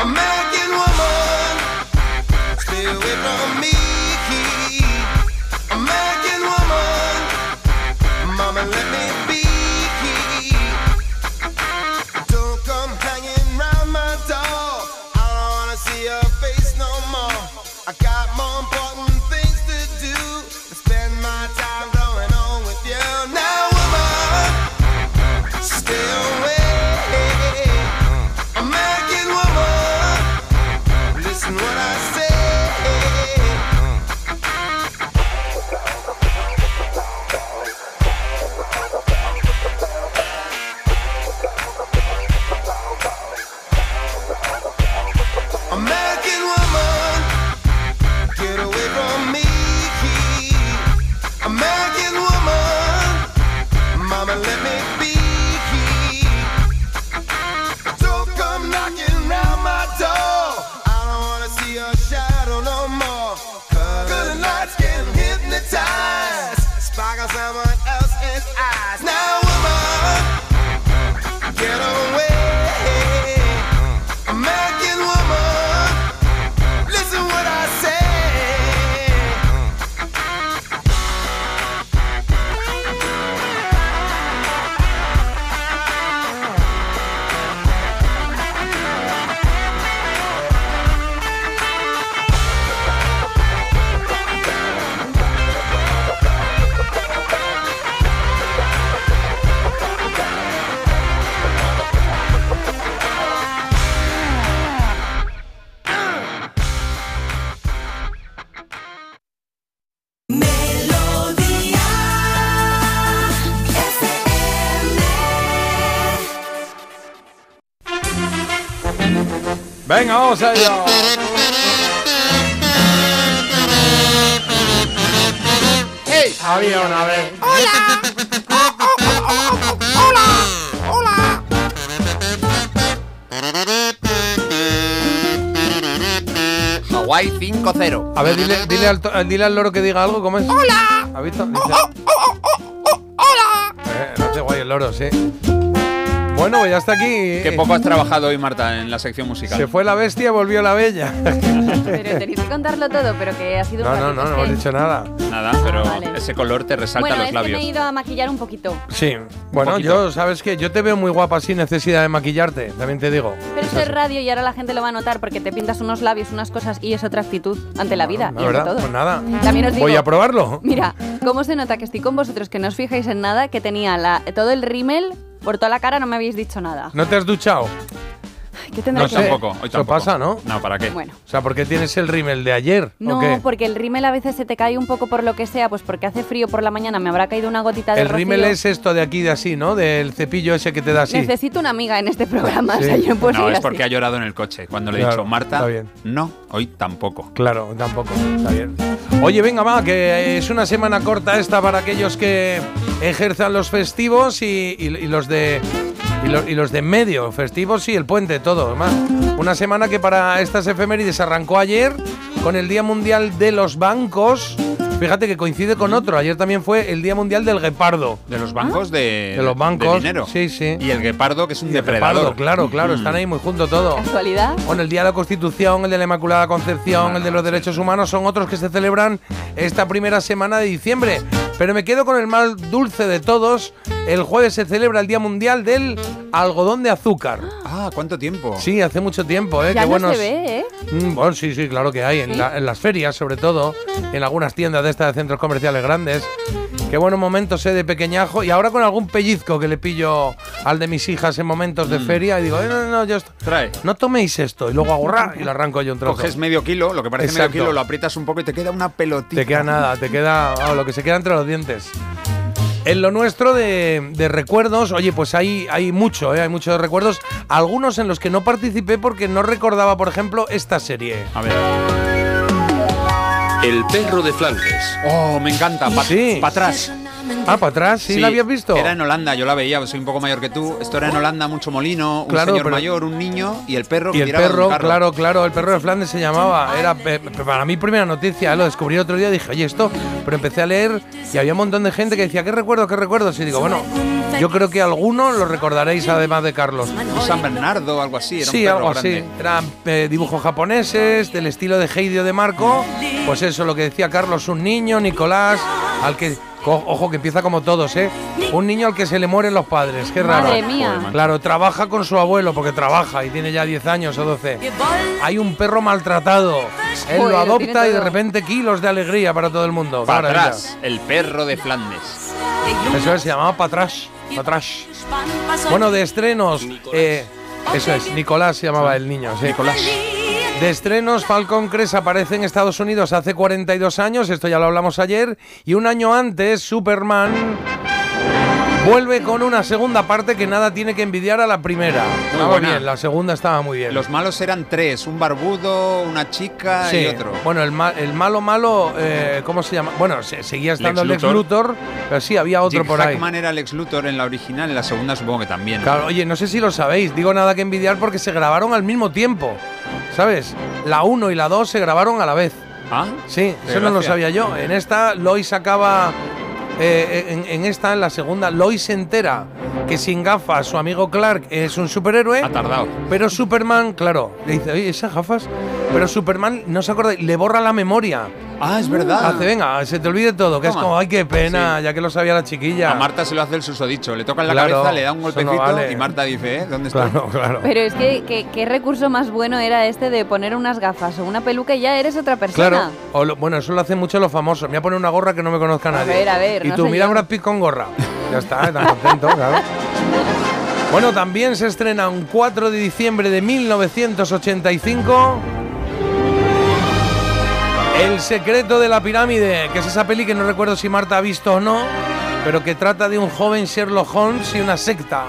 [SPEAKER 14] American woman, stay away from me. American woman, mama, let me be. Don't come hanging round my door. I don't wanna see your face no more. I got more important things to do than spend my time going on with you. Now, woman, stay away. American woman, listen what I say. American woman, get away from me. American woman, mama, let me be. Don't come knocking round my door. I don't wanna see your shadow no more. Cause the lights can hypnotize. Spark on someone else's eyes. Now, woman, get away. American woman, listen what I say.
[SPEAKER 4] Venga, vamos allá. Había una vez.
[SPEAKER 14] ¡Hola! ¡Hola!
[SPEAKER 6] Hawái 5-0.
[SPEAKER 4] A ver, dile, dile al, to- eh, dile al loro que diga algo, ¿cómo es?
[SPEAKER 14] ¡Hola!
[SPEAKER 4] ¿Has visto? Dice- Eh, no hace guay el loro, sí. Bueno, pues ya está aquí.
[SPEAKER 6] Qué poco has trabajado hoy, Marta, en la sección musical.
[SPEAKER 4] Se fue la bestia, volvió la bella.
[SPEAKER 5] Pero tenéis que contarlo todo, pero que ha sido un
[SPEAKER 4] No, no,
[SPEAKER 5] ratito,
[SPEAKER 4] no, no
[SPEAKER 5] es
[SPEAKER 4] hemos
[SPEAKER 5] que-
[SPEAKER 4] dicho nada.
[SPEAKER 6] Nada, pero ese color te resalta
[SPEAKER 5] Ah, Bueno,
[SPEAKER 6] los
[SPEAKER 5] es que
[SPEAKER 6] labios.
[SPEAKER 5] me he ido a maquillar un poquito.
[SPEAKER 4] Sí. Bueno, yo, ¿sabes qué? Yo te veo muy guapa sin necesidad de maquillarte, también te digo.
[SPEAKER 5] Pero esto es radio y ahora la gente lo va a notar porque te pintas unos labios, unas cosas y es otra actitud ante la vida
[SPEAKER 4] La
[SPEAKER 5] y ante
[SPEAKER 4] verdad,
[SPEAKER 5] todo.
[SPEAKER 4] pues nada.
[SPEAKER 5] También os digo-
[SPEAKER 4] Voy a probarlo.
[SPEAKER 5] Mira, cómo se nota que estoy con vosotros, que no os fijáis en nada, que tenía la, todo el rímel por toda la cara, no me habéis dicho nada.
[SPEAKER 4] ¿No te has duchado?
[SPEAKER 5] Yo tendré
[SPEAKER 4] no
[SPEAKER 5] que
[SPEAKER 4] sé,
[SPEAKER 5] ver.
[SPEAKER 6] Tampoco, hoy
[SPEAKER 4] Eso
[SPEAKER 6] tampoco.
[SPEAKER 4] pasa, ¿no?
[SPEAKER 6] No, ¿para qué?
[SPEAKER 5] Bueno.
[SPEAKER 4] O sea, ¿por qué tienes el rímel de ayer?
[SPEAKER 5] No,
[SPEAKER 4] ¿O qué?
[SPEAKER 5] porque el rímel a veces se te cae un poco por lo que sea, pues porque hace frío por la mañana, me habrá caído una gotita de
[SPEAKER 4] El rímel
[SPEAKER 5] rocío.
[SPEAKER 4] es esto de aquí, de así, ¿no? Del cepillo ese que te da así.
[SPEAKER 5] Necesito una amiga en este programa, o sea,
[SPEAKER 4] Ah, Sí.
[SPEAKER 5] yo puedo
[SPEAKER 6] no,
[SPEAKER 5] ir
[SPEAKER 6] es
[SPEAKER 5] así.
[SPEAKER 6] porque ha llorado en el coche. Cuando le he
[SPEAKER 4] Claro,
[SPEAKER 6] dicho, Marta,
[SPEAKER 4] está bien.
[SPEAKER 6] no, hoy tampoco.
[SPEAKER 4] Claro, tampoco. Está bien. Oye, venga, va, que es una semana corta esta para aquellos que ejerzan los festivos y, y- y los de. Y, lo- y los de en medio, festivos y el puente, todo. Además, una semana que para estas efemérides arrancó ayer con el Día Mundial de los Bancos. Fíjate que coincide con otro. Ayer también fue el Día Mundial del Guepardo.
[SPEAKER 6] De los bancos
[SPEAKER 5] Ah.
[SPEAKER 6] de,
[SPEAKER 4] De los bancos,
[SPEAKER 6] dinero.
[SPEAKER 4] Sí, sí.
[SPEAKER 6] Y el guepardo, que es un
[SPEAKER 4] Y el
[SPEAKER 6] depredador.
[SPEAKER 4] guepardo, claro, claro,
[SPEAKER 6] Mm.
[SPEAKER 4] están ahí muy junto todo.
[SPEAKER 5] ¿Casualidad?
[SPEAKER 4] Bueno, el Día de la Constitución, el de la Inmaculada Concepción, el de los Derechos Humanos son otros que se celebran esta primera semana de diciembre. Pero me quedo con el más dulce de todos. El jueves se celebra el Día Mundial del Algodón de Azúcar.
[SPEAKER 6] Ah, ¿cuánto tiempo?
[SPEAKER 4] Sí, hace mucho tiempo, ¿eh?
[SPEAKER 5] ya
[SPEAKER 4] Qué
[SPEAKER 5] no
[SPEAKER 4] buenos-
[SPEAKER 5] se ve, ¿eh?
[SPEAKER 4] Mm, bueno, sí, sí, claro que hay. En,
[SPEAKER 5] ¿Sí?
[SPEAKER 4] la- en las ferias, sobre todo. En algunas tiendas de estas de centros comerciales grandes. Qué buenos momentos, ¿eh? De pequeñajo. Y ahora con algún pellizco que le pillo al de mis hijas en momentos
[SPEAKER 24] Mm.
[SPEAKER 4] de feria. Y digo, "Eh, no, no, no, yo esto-
[SPEAKER 6] Trae.
[SPEAKER 4] no toméis esto. Y luego agurra y lo arranco yo un trozo.
[SPEAKER 6] Coges medio kilo, lo que parece
[SPEAKER 4] Exacto.
[SPEAKER 6] medio kilo, lo aprietas un poco y te queda una pelotita.
[SPEAKER 4] Te queda nada, te queda ah, lo que se queda entre los dientes. En lo nuestro de, de recuerdos, oye, pues hay, hay mucho, ¿eh? hay muchos recuerdos. Algunos en los que no participé porque no recordaba, por ejemplo, esta serie.
[SPEAKER 6] A ver.
[SPEAKER 4] El perro de Flandes.
[SPEAKER 6] Oh, me encanta. Pa-
[SPEAKER 4] Sí.
[SPEAKER 6] pa' atrás.
[SPEAKER 4] Ah, para atrás, sí, la habías visto.
[SPEAKER 6] Era en Holanda, yo la veía, soy un poco mayor que tú. Esto era en Holanda, mucho molino, un
[SPEAKER 4] Claro,
[SPEAKER 6] señor
[SPEAKER 4] pero-
[SPEAKER 6] mayor, un niño y el perro que
[SPEAKER 4] Y el
[SPEAKER 6] tiraba de un
[SPEAKER 4] perro,
[SPEAKER 6] carro.
[SPEAKER 4] claro, claro, el perro de Flandes se llamaba. Era pe- pe- para mí primera noticia, lo descubrí el otro día, dije, oye, esto, pero empecé a leer y había un montón de gente que decía, ¿qué recuerdo, qué recuerdo? Y digo, bueno, yo creo que alguno lo recordaréis además de Carlos.
[SPEAKER 6] Un San Bernardo, algo así, era
[SPEAKER 4] Sí,
[SPEAKER 6] un perro
[SPEAKER 4] algo
[SPEAKER 6] grande.
[SPEAKER 4] así. Eran eh, dibujos japoneses, del estilo de Heidio de Marco. Pues eso, lo que decía Carlos, un niño, Nicolás, al que. co- Ojo, que empieza como todos, ¿eh? Un niño al que se le mueren los padres, qué raro.
[SPEAKER 5] Madre mía. Joder, macho.
[SPEAKER 4] Claro, trabaja con su abuelo, porque trabaja y tiene ya 10 años o 12. Hay un perro maltratado. Él
[SPEAKER 6] Joder,
[SPEAKER 4] lo
[SPEAKER 6] lo
[SPEAKER 4] adopta
[SPEAKER 6] tiene
[SPEAKER 4] y de
[SPEAKER 6] todo.
[SPEAKER 4] repente kilos de alegría para todo el mundo.
[SPEAKER 6] Para
[SPEAKER 4] Maravilla.
[SPEAKER 6] atrás, el perro de Flandes.
[SPEAKER 4] Eso es, se llamaba Patrash. Patrash. Bueno, de estrenos. eh, eso es, Nicolás se llamaba el niño. sí. De estrenos, Falcon Crest aparece en Estados Unidos hace 42 años, esto ya lo hablamos ayer, y un año antes, Superman vuelve con una segunda parte que nada tiene que envidiar a la primera. Estaba
[SPEAKER 6] buena.
[SPEAKER 4] bien, la segunda estaba muy bien.
[SPEAKER 6] Los malos eran tres, un barbudo, una chica
[SPEAKER 4] Sí.
[SPEAKER 6] y otro.
[SPEAKER 4] Bueno, el, ma- el malo malo, eh, ¿cómo se llama? Bueno, se- seguía estando
[SPEAKER 6] Lex
[SPEAKER 4] Lex Luthor. pero sí, había otro
[SPEAKER 6] Jim
[SPEAKER 4] por ahí.
[SPEAKER 6] Hackman era Lex Luthor en la original, en la segunda supongo que también.
[SPEAKER 4] Claro, oye, no sé si lo sabéis, digo nada que envidiar porque se grabaron al mismo tiempo. ¿Sabes? La 1 y la 2 se grabaron a la vez.
[SPEAKER 6] Ah,
[SPEAKER 4] Sí,
[SPEAKER 6] qué
[SPEAKER 4] eso no lo
[SPEAKER 6] gracia.
[SPEAKER 4] sabía yo. En esta, Lois acaba. eh, en, en esta, en la segunda, Lois se entera que sin gafas su amigo Clark es un superhéroe. Ha
[SPEAKER 6] tardado.
[SPEAKER 4] Pero Superman, claro, le dice, oye, esas gafas. Pero Superman, no se acuerda, le borra la memoria.
[SPEAKER 6] Ah, es verdad.
[SPEAKER 4] Hace, venga, se te olvide todo, que es
[SPEAKER 6] Toma.
[SPEAKER 4] como, ay, qué pena, ya que lo sabía la chiquilla.
[SPEAKER 6] A Marta se lo hace el susodicho, le toca en la
[SPEAKER 4] Claro,
[SPEAKER 6] cabeza, le da un
[SPEAKER 4] eso no
[SPEAKER 6] golpecito
[SPEAKER 4] vale.
[SPEAKER 6] y Marta dice, ¿eh? ¿Dónde está?
[SPEAKER 4] Claro, claro.
[SPEAKER 5] Pero es que, que- qué recurso más bueno era este de poner unas gafas o una peluca y ya eres otra persona.
[SPEAKER 4] Claro, o lo- bueno, eso lo hacen mucho los famosos. Me voy a poner una gorra que no me conozca nadie.
[SPEAKER 5] ver, a ver,
[SPEAKER 4] Y
[SPEAKER 5] no
[SPEAKER 4] tú,
[SPEAKER 5] sé
[SPEAKER 4] mira a
[SPEAKER 5] yo.
[SPEAKER 4] Brad Pitt con gorra. Ya está, tan contento, claro. Bueno, también se estrena un 4 de diciembre de 1985. El secreto de la pirámide, que es esa peli que no recuerdo si Marta ha visto o no, pero que trata de un joven Sherlock Holmes y una secta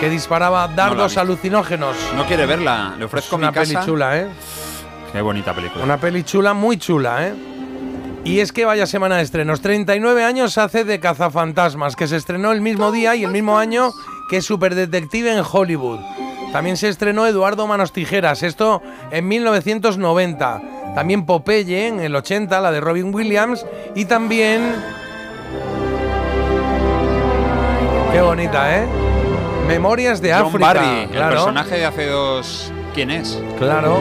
[SPEAKER 4] que disparaba dardos alucinógenos.
[SPEAKER 6] No quiere verla, le ofrezco mi
[SPEAKER 4] una
[SPEAKER 6] casa.
[SPEAKER 4] peli chula, ¿eh?
[SPEAKER 6] Qué bonita película.
[SPEAKER 4] Una peli chula, muy chula, ¿eh? Y es que vaya semana de estrenos. 39 años hace de Cazafantasmas, que se estrenó el mismo día y el mismo año que Superdetective en Hollywood. También se estrenó Eduardo Manos Tijeras, esto en 1990. También Popeye en el 80, la de Robin Williams. Y también. Qué bonita, ¿eh? Memorias de
[SPEAKER 6] John
[SPEAKER 4] África.
[SPEAKER 6] Barry, el
[SPEAKER 4] claro.
[SPEAKER 6] personaje de hace dos... ¿Quién es?
[SPEAKER 4] Claro.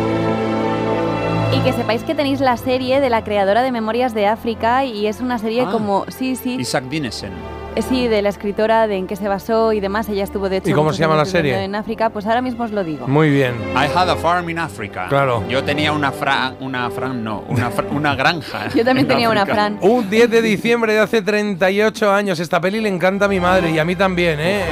[SPEAKER 5] Y que sepáis que tenéis la serie de la creadora de Memorias de África y es una serie
[SPEAKER 6] Ah.
[SPEAKER 5] como, sí, sí,
[SPEAKER 6] Isaac Dinesen.
[SPEAKER 5] eh, sí, de la escritora de en qué se basó y demás. Ella estuvo de hecho
[SPEAKER 4] ¿Y cómo
[SPEAKER 5] muchos
[SPEAKER 4] se llama la
[SPEAKER 5] años viviendo
[SPEAKER 4] serie?
[SPEAKER 5] En África, pues ahora mismo os lo digo.
[SPEAKER 4] Muy bien.
[SPEAKER 6] I had a farm in Africa.
[SPEAKER 4] Claro.
[SPEAKER 6] Yo tenía una fra... Una fran... No, una, fra- una granja.
[SPEAKER 5] <laughs> Yo también
[SPEAKER 6] en
[SPEAKER 5] tenía una
[SPEAKER 6] África.
[SPEAKER 5] Fran.
[SPEAKER 4] Un 10 de diciembre de hace 38 años. Esta peli le encanta a mi madre y a mí también, ¿eh?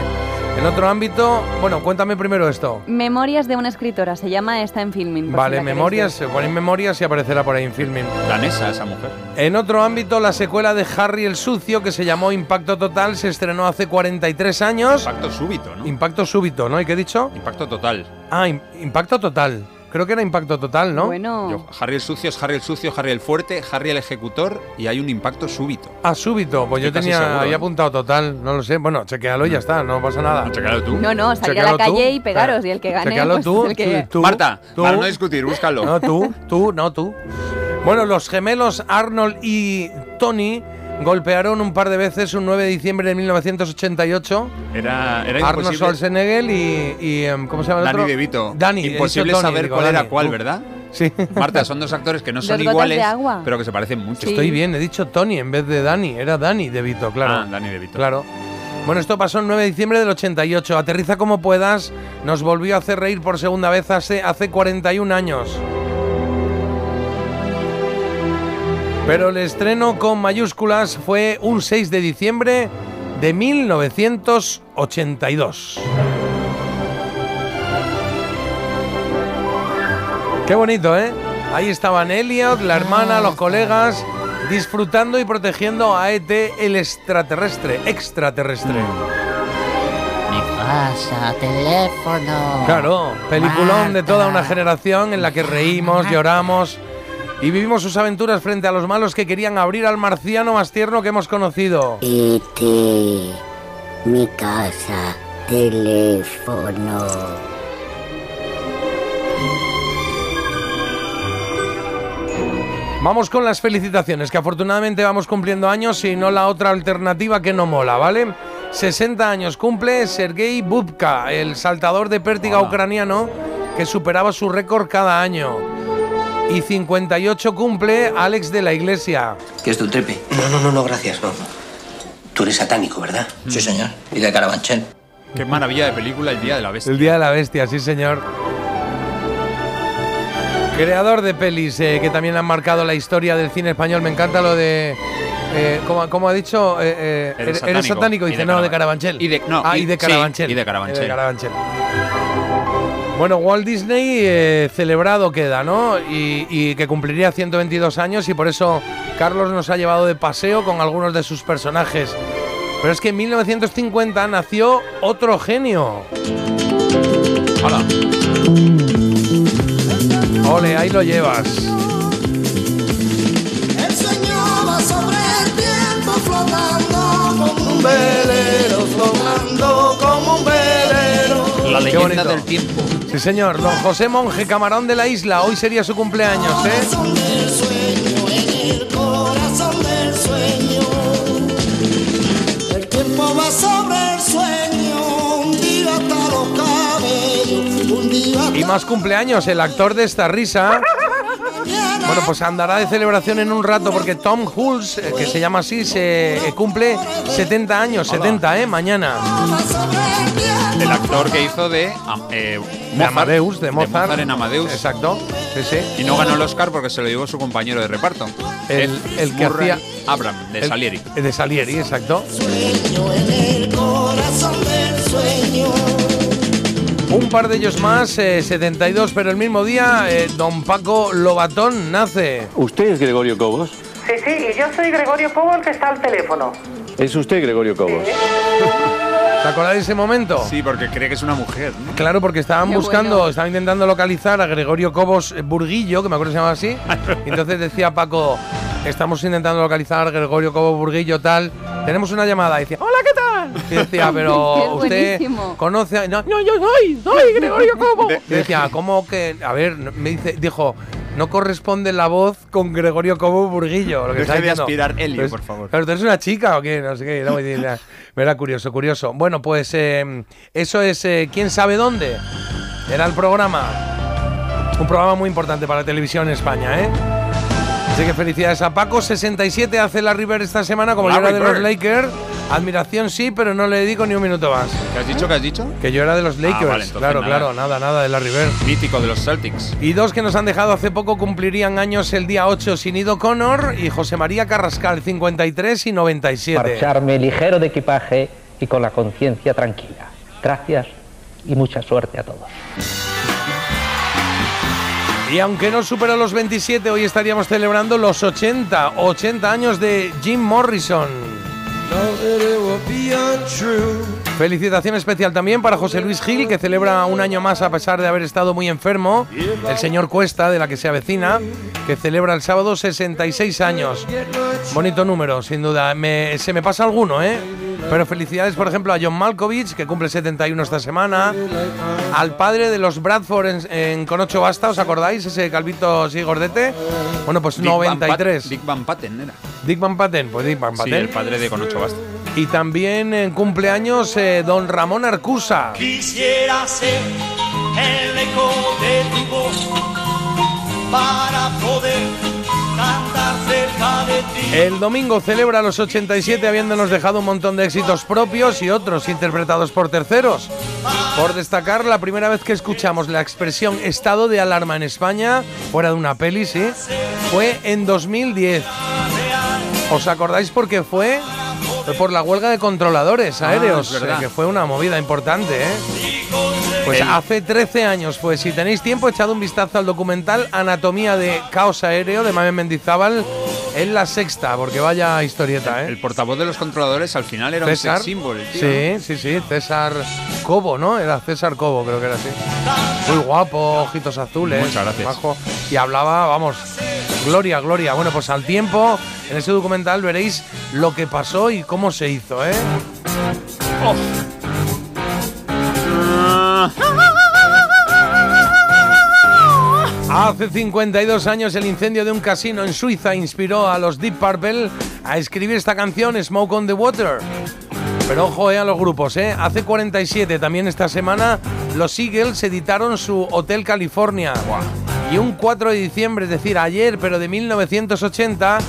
[SPEAKER 4] En otro ámbito, bueno, cuéntame primero esto.
[SPEAKER 5] Memorias de una escritora, se llama Está en Filming. por Pues si
[SPEAKER 4] Vale,
[SPEAKER 5] la queréis
[SPEAKER 4] memorias, se ponen memorias y aparecerá por ahí en filming.
[SPEAKER 6] Danesa esa mujer.
[SPEAKER 4] En otro ámbito, la secuela de Harry el Sucio, que se llamó Impacto Total, se estrenó hace 43 años.
[SPEAKER 6] Impacto súbito, ¿no?
[SPEAKER 4] Impacto súbito, ¿no? ¿Y qué he dicho?
[SPEAKER 6] Impacto total.
[SPEAKER 4] Ah, im- Impacto Total. Creo que era Impacto Total, ¿no?
[SPEAKER 6] Yo- Harry el sucio es Harry el sucio, Harry el fuerte, Harry el ejecutor y hay un impacto súbito.
[SPEAKER 4] Ah, súbito. Pues yo
[SPEAKER 6] Estoy casi
[SPEAKER 4] tenía,
[SPEAKER 6] seguro,
[SPEAKER 4] había
[SPEAKER 6] ¿eh?
[SPEAKER 4] apuntado total, no lo sé. Bueno, chequealo y ya está, no pasa nada.
[SPEAKER 6] Chequealo tú.
[SPEAKER 5] No, no, salir a la calle y pegaros, y el que gane,
[SPEAKER 4] Chequealo
[SPEAKER 5] pues,
[SPEAKER 4] tú,
[SPEAKER 5] el que-
[SPEAKER 4] tú, tú,
[SPEAKER 6] Marta,
[SPEAKER 4] tú.
[SPEAKER 6] para no discutir, búscalo.
[SPEAKER 4] No, tú, tú, no tú. Bueno, los gemelos Arnold y Tony golpearon un par de veces un 9 de diciembre de 1988.
[SPEAKER 6] Era, era
[SPEAKER 4] Arnold
[SPEAKER 6] imposible.
[SPEAKER 4] Schwarzenegger y, y, em, ¿cómo se llama el
[SPEAKER 6] Danny
[SPEAKER 4] otro?
[SPEAKER 6] DeVito.
[SPEAKER 4] Dani, he
[SPEAKER 6] Imposible
[SPEAKER 4] dicho Tony,
[SPEAKER 6] saber
[SPEAKER 4] digo,
[SPEAKER 6] cuál
[SPEAKER 4] Dani.
[SPEAKER 6] era cuál,
[SPEAKER 4] Uf.
[SPEAKER 6] ¿verdad?
[SPEAKER 4] Sí.
[SPEAKER 6] Marta, son dos actores que no
[SPEAKER 5] Dos
[SPEAKER 6] son
[SPEAKER 5] gotas de
[SPEAKER 6] iguales,
[SPEAKER 5] agua.
[SPEAKER 6] pero que se parecen mucho.
[SPEAKER 4] Estoy bien, he dicho Tony en vez de Dani. Era Dani DeVito, claro.
[SPEAKER 6] Ah, Danny DeVito.
[SPEAKER 4] Claro. Bueno, esto pasó el 9 de diciembre del 88. Aterriza como puedas. Nos volvió a hacer reír por segunda vez hace, hace 41 años. Pero el estreno con mayúsculas fue un 6 de diciembre de 1982. Qué bonito, ¿eh? Ahí estaban Elliot, la hermana, los colegas, disfrutando y protegiendo a ET el extraterrestre, extraterrestre.
[SPEAKER 7] Pasa teléfono.
[SPEAKER 4] Claro, peliculón de toda una generación en la que reímos, lloramos y vivimos sus aventuras frente a los malos que querían abrir al marciano más tierno que hemos conocido.
[SPEAKER 7] Ete, mi casa, teléfono.
[SPEAKER 4] Vamos con las felicitaciones, que afortunadamente vamos cumpliendo años y no la otra alternativa que no mola, ¿vale? 60 años cumple Sergei Bubka, el saltador de pértiga ucraniano que superaba su récord cada año. Y 58 cumple Alex de la Iglesia.
[SPEAKER 12] ¿Quieres tu trepe? No, no, no, no, gracias, no. Tú eres satánico, ¿verdad? Sí, señor. Y de Carabanchel.
[SPEAKER 6] Qué maravilla de película El Día de la Bestia.
[SPEAKER 4] El Día de la Bestia, sí señor. Creador de pelis eh, que también han marcado la historia del cine español. Me encanta lo de... eh, como, como ha dicho, eh, eh, eres, satánico.
[SPEAKER 6] Y
[SPEAKER 4] Dice, no, de Carabanchel.
[SPEAKER 6] Y de, no,
[SPEAKER 4] ah, y, de
[SPEAKER 6] sí,
[SPEAKER 4] Carabanchel.
[SPEAKER 6] y de
[SPEAKER 4] Y de
[SPEAKER 6] Carabanchel.
[SPEAKER 4] Carabanchel. Bueno, Walt Disney eh, celebrado queda, ¿no? Y, y que cumpliría 122 años y por eso Carlos nos ha llevado de paseo con algunos de sus personajes. Pero es que en 1950 nació otro genio.
[SPEAKER 6] Hola.
[SPEAKER 4] Ole, ahí lo llevas.
[SPEAKER 14] Enseñaba sobre el tiempo flotando como un velero, flotando como un velero.
[SPEAKER 6] La
[SPEAKER 4] Qué
[SPEAKER 6] leyenda
[SPEAKER 4] bonito.
[SPEAKER 6] del tiempo.
[SPEAKER 4] Sí, señor. Don José Monje, camarón de la isla. Hoy sería su cumpleaños, ¿eh?
[SPEAKER 14] El sueño en el corazón del sueño. El tiempo va sobre el sueño, hundido hasta los cabellos, hundido hasta
[SPEAKER 4] Y más cumpleaños, el actor de esta risa. Bueno, pues andará de celebración en un rato porque Tom Hulce, eh, que se llama así, se eh, cumple 70 años, 70, ¿eh? Mañana.
[SPEAKER 6] El actor que hizo de, am- eh, Mozart,
[SPEAKER 4] De Amadeus, de Mozart.
[SPEAKER 6] en Amadeus.
[SPEAKER 4] Exacto. Sí, sí.
[SPEAKER 6] Y no ganó el Oscar porque se lo llevó su compañero de reparto.
[SPEAKER 4] El- el que
[SPEAKER 6] Murray
[SPEAKER 4] hacía-
[SPEAKER 6] Abram, de
[SPEAKER 4] El-
[SPEAKER 6] Salieri.
[SPEAKER 4] eh, De Salieri, exacto.
[SPEAKER 14] el corazón del sueño.
[SPEAKER 4] Un par de ellos más, eh, 72, pero el mismo día, eh, don Paco Lobatón nace.
[SPEAKER 9] ¿Usted es Gregorio Cobos?
[SPEAKER 11] Sí, sí, y yo soy Gregorio Cobo, el que está al teléfono.
[SPEAKER 9] ¿Es usted Gregorio Cobos?
[SPEAKER 4] ¿Te acordás de ese momento?
[SPEAKER 6] Sí, porque cree que es una mujer. ¿no?
[SPEAKER 4] Claro, porque estaban
[SPEAKER 6] Qué
[SPEAKER 4] buscando,
[SPEAKER 6] bueno.
[SPEAKER 4] estaban intentando localizar a Gregorio Cobos eh, Burguillo, que me acuerdo que se llamaba así.
[SPEAKER 6] <laughs>
[SPEAKER 4] Y entonces decía Paco, estamos intentando localizar a Gregorio Cobos Burguillo, tal. Tenemos una llamada. Y decía, hola, ¿qué tal? Y decía, pero
[SPEAKER 5] Qué
[SPEAKER 4] usted
[SPEAKER 5] buenísimo.
[SPEAKER 4] conoce a... No, no, yo soy, soy Gregorio Cobos. Y decía, ¿cómo que...? A ver, no- me dice, dijo... No corresponde la voz con Gregorio Cobos Burguillo. Lo que
[SPEAKER 6] Deje
[SPEAKER 4] está
[SPEAKER 6] de
[SPEAKER 4] diciendo.
[SPEAKER 6] aspirar helio,
[SPEAKER 4] Entonces,
[SPEAKER 6] por favor.
[SPEAKER 4] Claro, ¿tú eres una chica o qué? No sé qué. era muy- era- era curioso, curioso. Bueno, pues eh, eso es eh, ¿Quién sabe dónde? Era el programa. Un programa muy importante para la televisión en España, ¿eh? Así que felicidades a Paco. 67 hace la River esta semana, como yo
[SPEAKER 6] Larry
[SPEAKER 4] era de los
[SPEAKER 6] Bird.
[SPEAKER 4] Lakers. Admiración sí, pero no le dedico ni un minuto más.
[SPEAKER 6] ¿Qué has dicho? ¿Qué has dicho?
[SPEAKER 4] Que yo era de los
[SPEAKER 6] Ah,
[SPEAKER 4] Lakers.
[SPEAKER 6] vale, entonces
[SPEAKER 4] claro,
[SPEAKER 6] nada.
[SPEAKER 4] claro, nada, nada de la River.
[SPEAKER 6] Mítico de los Celtics.
[SPEAKER 4] Y dos que nos han dejado hace poco cumplirían años el día 8, Sinido Connor y José María Carrascal, 53 y 97.
[SPEAKER 33] marcharme ligero de equipaje y con la conciencia tranquila.
[SPEAKER 3] Gracias y mucha suerte a todos.
[SPEAKER 4] Y aunque no supera los 27, hoy estaríamos celebrando los 80, 80 años de Jim Morrison. Felicitación especial también para José Luis Gil, que celebra un año más a pesar de haber estado muy enfermo. El señor Cuesta, de la que se avecina, que celebra el sábado 66 años. Bonito número, sin duda. Me- se me pasa alguno, ¿eh? Pero felicidades, por ejemplo, a John Malkovich, que cumple 71 esta semana. Al padre de los Bradford en, en Con 8 Basta, ¿os acordáis? Ese calvito así gordete. Bueno, pues
[SPEAKER 6] Dick Van
[SPEAKER 4] 93.
[SPEAKER 6] Pat- Dick Van Patten era.
[SPEAKER 4] Dick Van Patten, pues Dick Van
[SPEAKER 6] Sí,
[SPEAKER 4] Patten.
[SPEAKER 6] el padre de Con ocho basta.
[SPEAKER 4] Y también en cumpleaños eh, don Ramón Arcusa.
[SPEAKER 14] Quisiera ser el eco de tu voz para poder cantar cerca de ti.
[SPEAKER 4] El domingo celebra los 87 habiéndonos dejado un montón de éxitos propios y otros interpretados por terceros. Por destacar, la primera vez que escuchamos la expresión estado de alarma en España, fuera de una peli, sí, fue en 2010. ¿Os acordáis por qué fue? Fue Por la huelga de controladores
[SPEAKER 6] Ah,
[SPEAKER 4] aéreos,
[SPEAKER 6] es verdad.
[SPEAKER 4] eh, que fue una movida importante, ¿eh? Pues hace 13 años fue. Si tenéis tiempo, echad un vistazo al documental Anatomía de Caos Aéreo de Mame Mendizábal en la sexta, porque vaya historieta, ¿eh?
[SPEAKER 6] El portavoz de los controladores al final era un sex symbol, el tío.
[SPEAKER 4] Sí, sí, sí, César Cobo, ¿no? Era César Cobo, creo que era así. Muy guapo, ojitos azules.
[SPEAKER 6] Muchas gracias.
[SPEAKER 4] bajo. Y hablaba, vamos, gloria, gloria. Bueno, pues al tiempo, en ese documental veréis lo que pasó y cómo se hizo, ¿eh? Hace 52 años el incendio de un casino en Suiza inspiró a los Deep Purple a escribir esta canción Smoke on the Water. Pero ojo eh, a los grupos, ¿eh? Hace 47, también esta semana, los Eagles editaron su Hotel California. Y un 4 de diciembre, es decir, ayer, pero de 1980,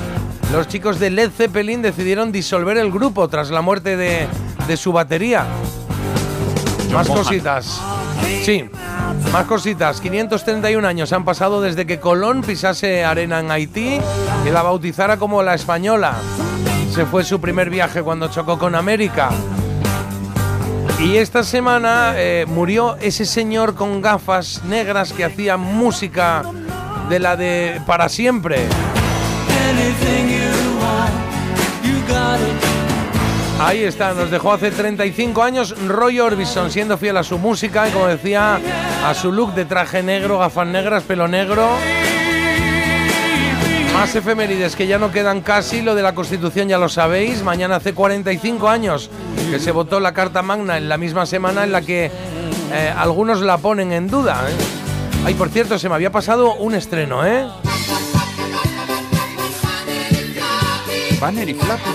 [SPEAKER 4] los chicos de Led Zeppelin decidieron disolver el grupo tras la muerte de, de su batería. Más
[SPEAKER 6] Bonham.
[SPEAKER 4] cositas. Sí, más cositas. 531 años han pasado desde que Colón pisase arena en Haití y la bautizara como la española. Se fue su primer viaje cuando chocó con América. Y esta semana eh, murió ese señor con gafas negras que hacía música de la de para siempre. Ahí está, nos dejó hace 35 años Roy Orbison, siendo fiel a su música y, como decía, a su look de traje negro, gafas negras, pelo negro. Más efemérides que ya no quedan casi, lo de la Constitución ya lo sabéis, mañana hace 45 años que se votó la Carta Magna en la misma semana en la que eh, algunos la ponen en duda. ¿eh? Ay, por cierto, se me había pasado un estreno, ¿eh?
[SPEAKER 6] Banner y Flappy.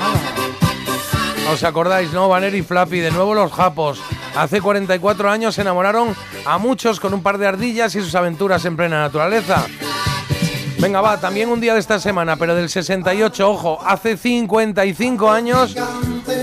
[SPEAKER 4] Ah. ¿Os acordáis, no? Banner y Flappy, de nuevo los japos. Hace 44 años se enamoraron a muchos con un par de ardillas y sus aventuras en plena naturaleza. Venga, va, también un día de esta semana, pero del 68, ojo, hace 55 años,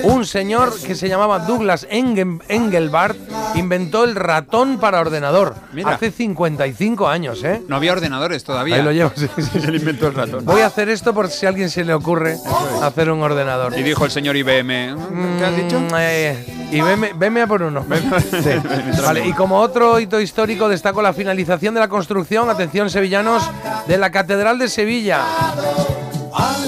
[SPEAKER 4] un señor que se llamaba Douglas Engel- Engelbart inventó el ratón para ordenador.
[SPEAKER 6] Mira.
[SPEAKER 4] Hace 55 años, ¿eh?
[SPEAKER 6] No había ordenadores todavía.
[SPEAKER 4] Ahí lo <laughs> llevas.
[SPEAKER 6] Se le inventó el ratón.
[SPEAKER 4] Voy a hacer esto por si a alguien se le ocurre hacer un ordenador.
[SPEAKER 6] Y dijo el señor IBM. ¿Qué has dicho?
[SPEAKER 4] Mm, eh, y veme, veme a por uno. Sí. Vale, y como otro hito histórico destaco la finalización de la construcción, atención sevillanos, de la Catedral de Sevilla.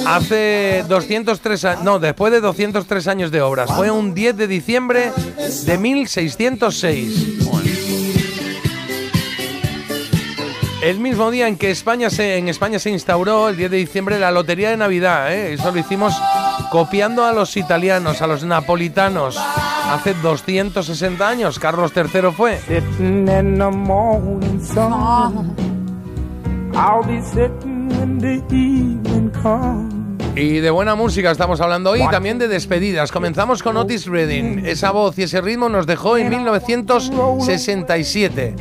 [SPEAKER 4] Hace 203 años, no, después de 203 años de obras. Fue un 10 de diciembre de 1606. El mismo día en que España se, en España se instauró, el 10 de diciembre, la Lotería de Navidad. ¿eh? Eso lo hicimos copiando a los italianos, a los napolitanos. Hace 260 años, Carlos III fue.
[SPEAKER 29] in the morning sun. I'll be sitting when the evening comes.
[SPEAKER 4] Y de buena música estamos hablando hoy y también de despedidas. Comenzamos con Otis Redding. Esa voz y ese ritmo nos dejó en 1967.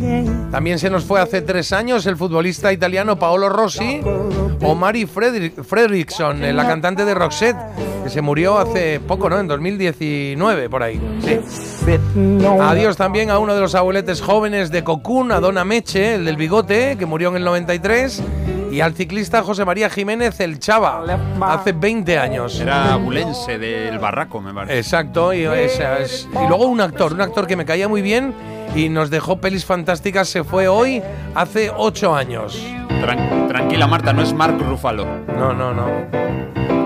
[SPEAKER 4] También se nos fue hace tres años el futbolista italiano Paolo Rossi o Mari Fredri- Fredriksson, eh, la cantante de Roxette, que se murió hace poco, ¿no? En 2019, por ahí. Sí. Adiós también a uno de los abueletes jóvenes de Cocoon, a Donna Meche, el del bigote, que murió en el 93. y al ciclista José María Jiménez El Chava, hace 20 años.
[SPEAKER 6] Era bulense del barraco, me parece.
[SPEAKER 4] Exacto, y, esa es- y luego un actor, un actor que me caía muy bien y nos dejó pelis fantásticas, se fue hoy hace 8 años.
[SPEAKER 6] Tran- tranquila, Marta, no es Mark Ruffalo.
[SPEAKER 4] No, no, no.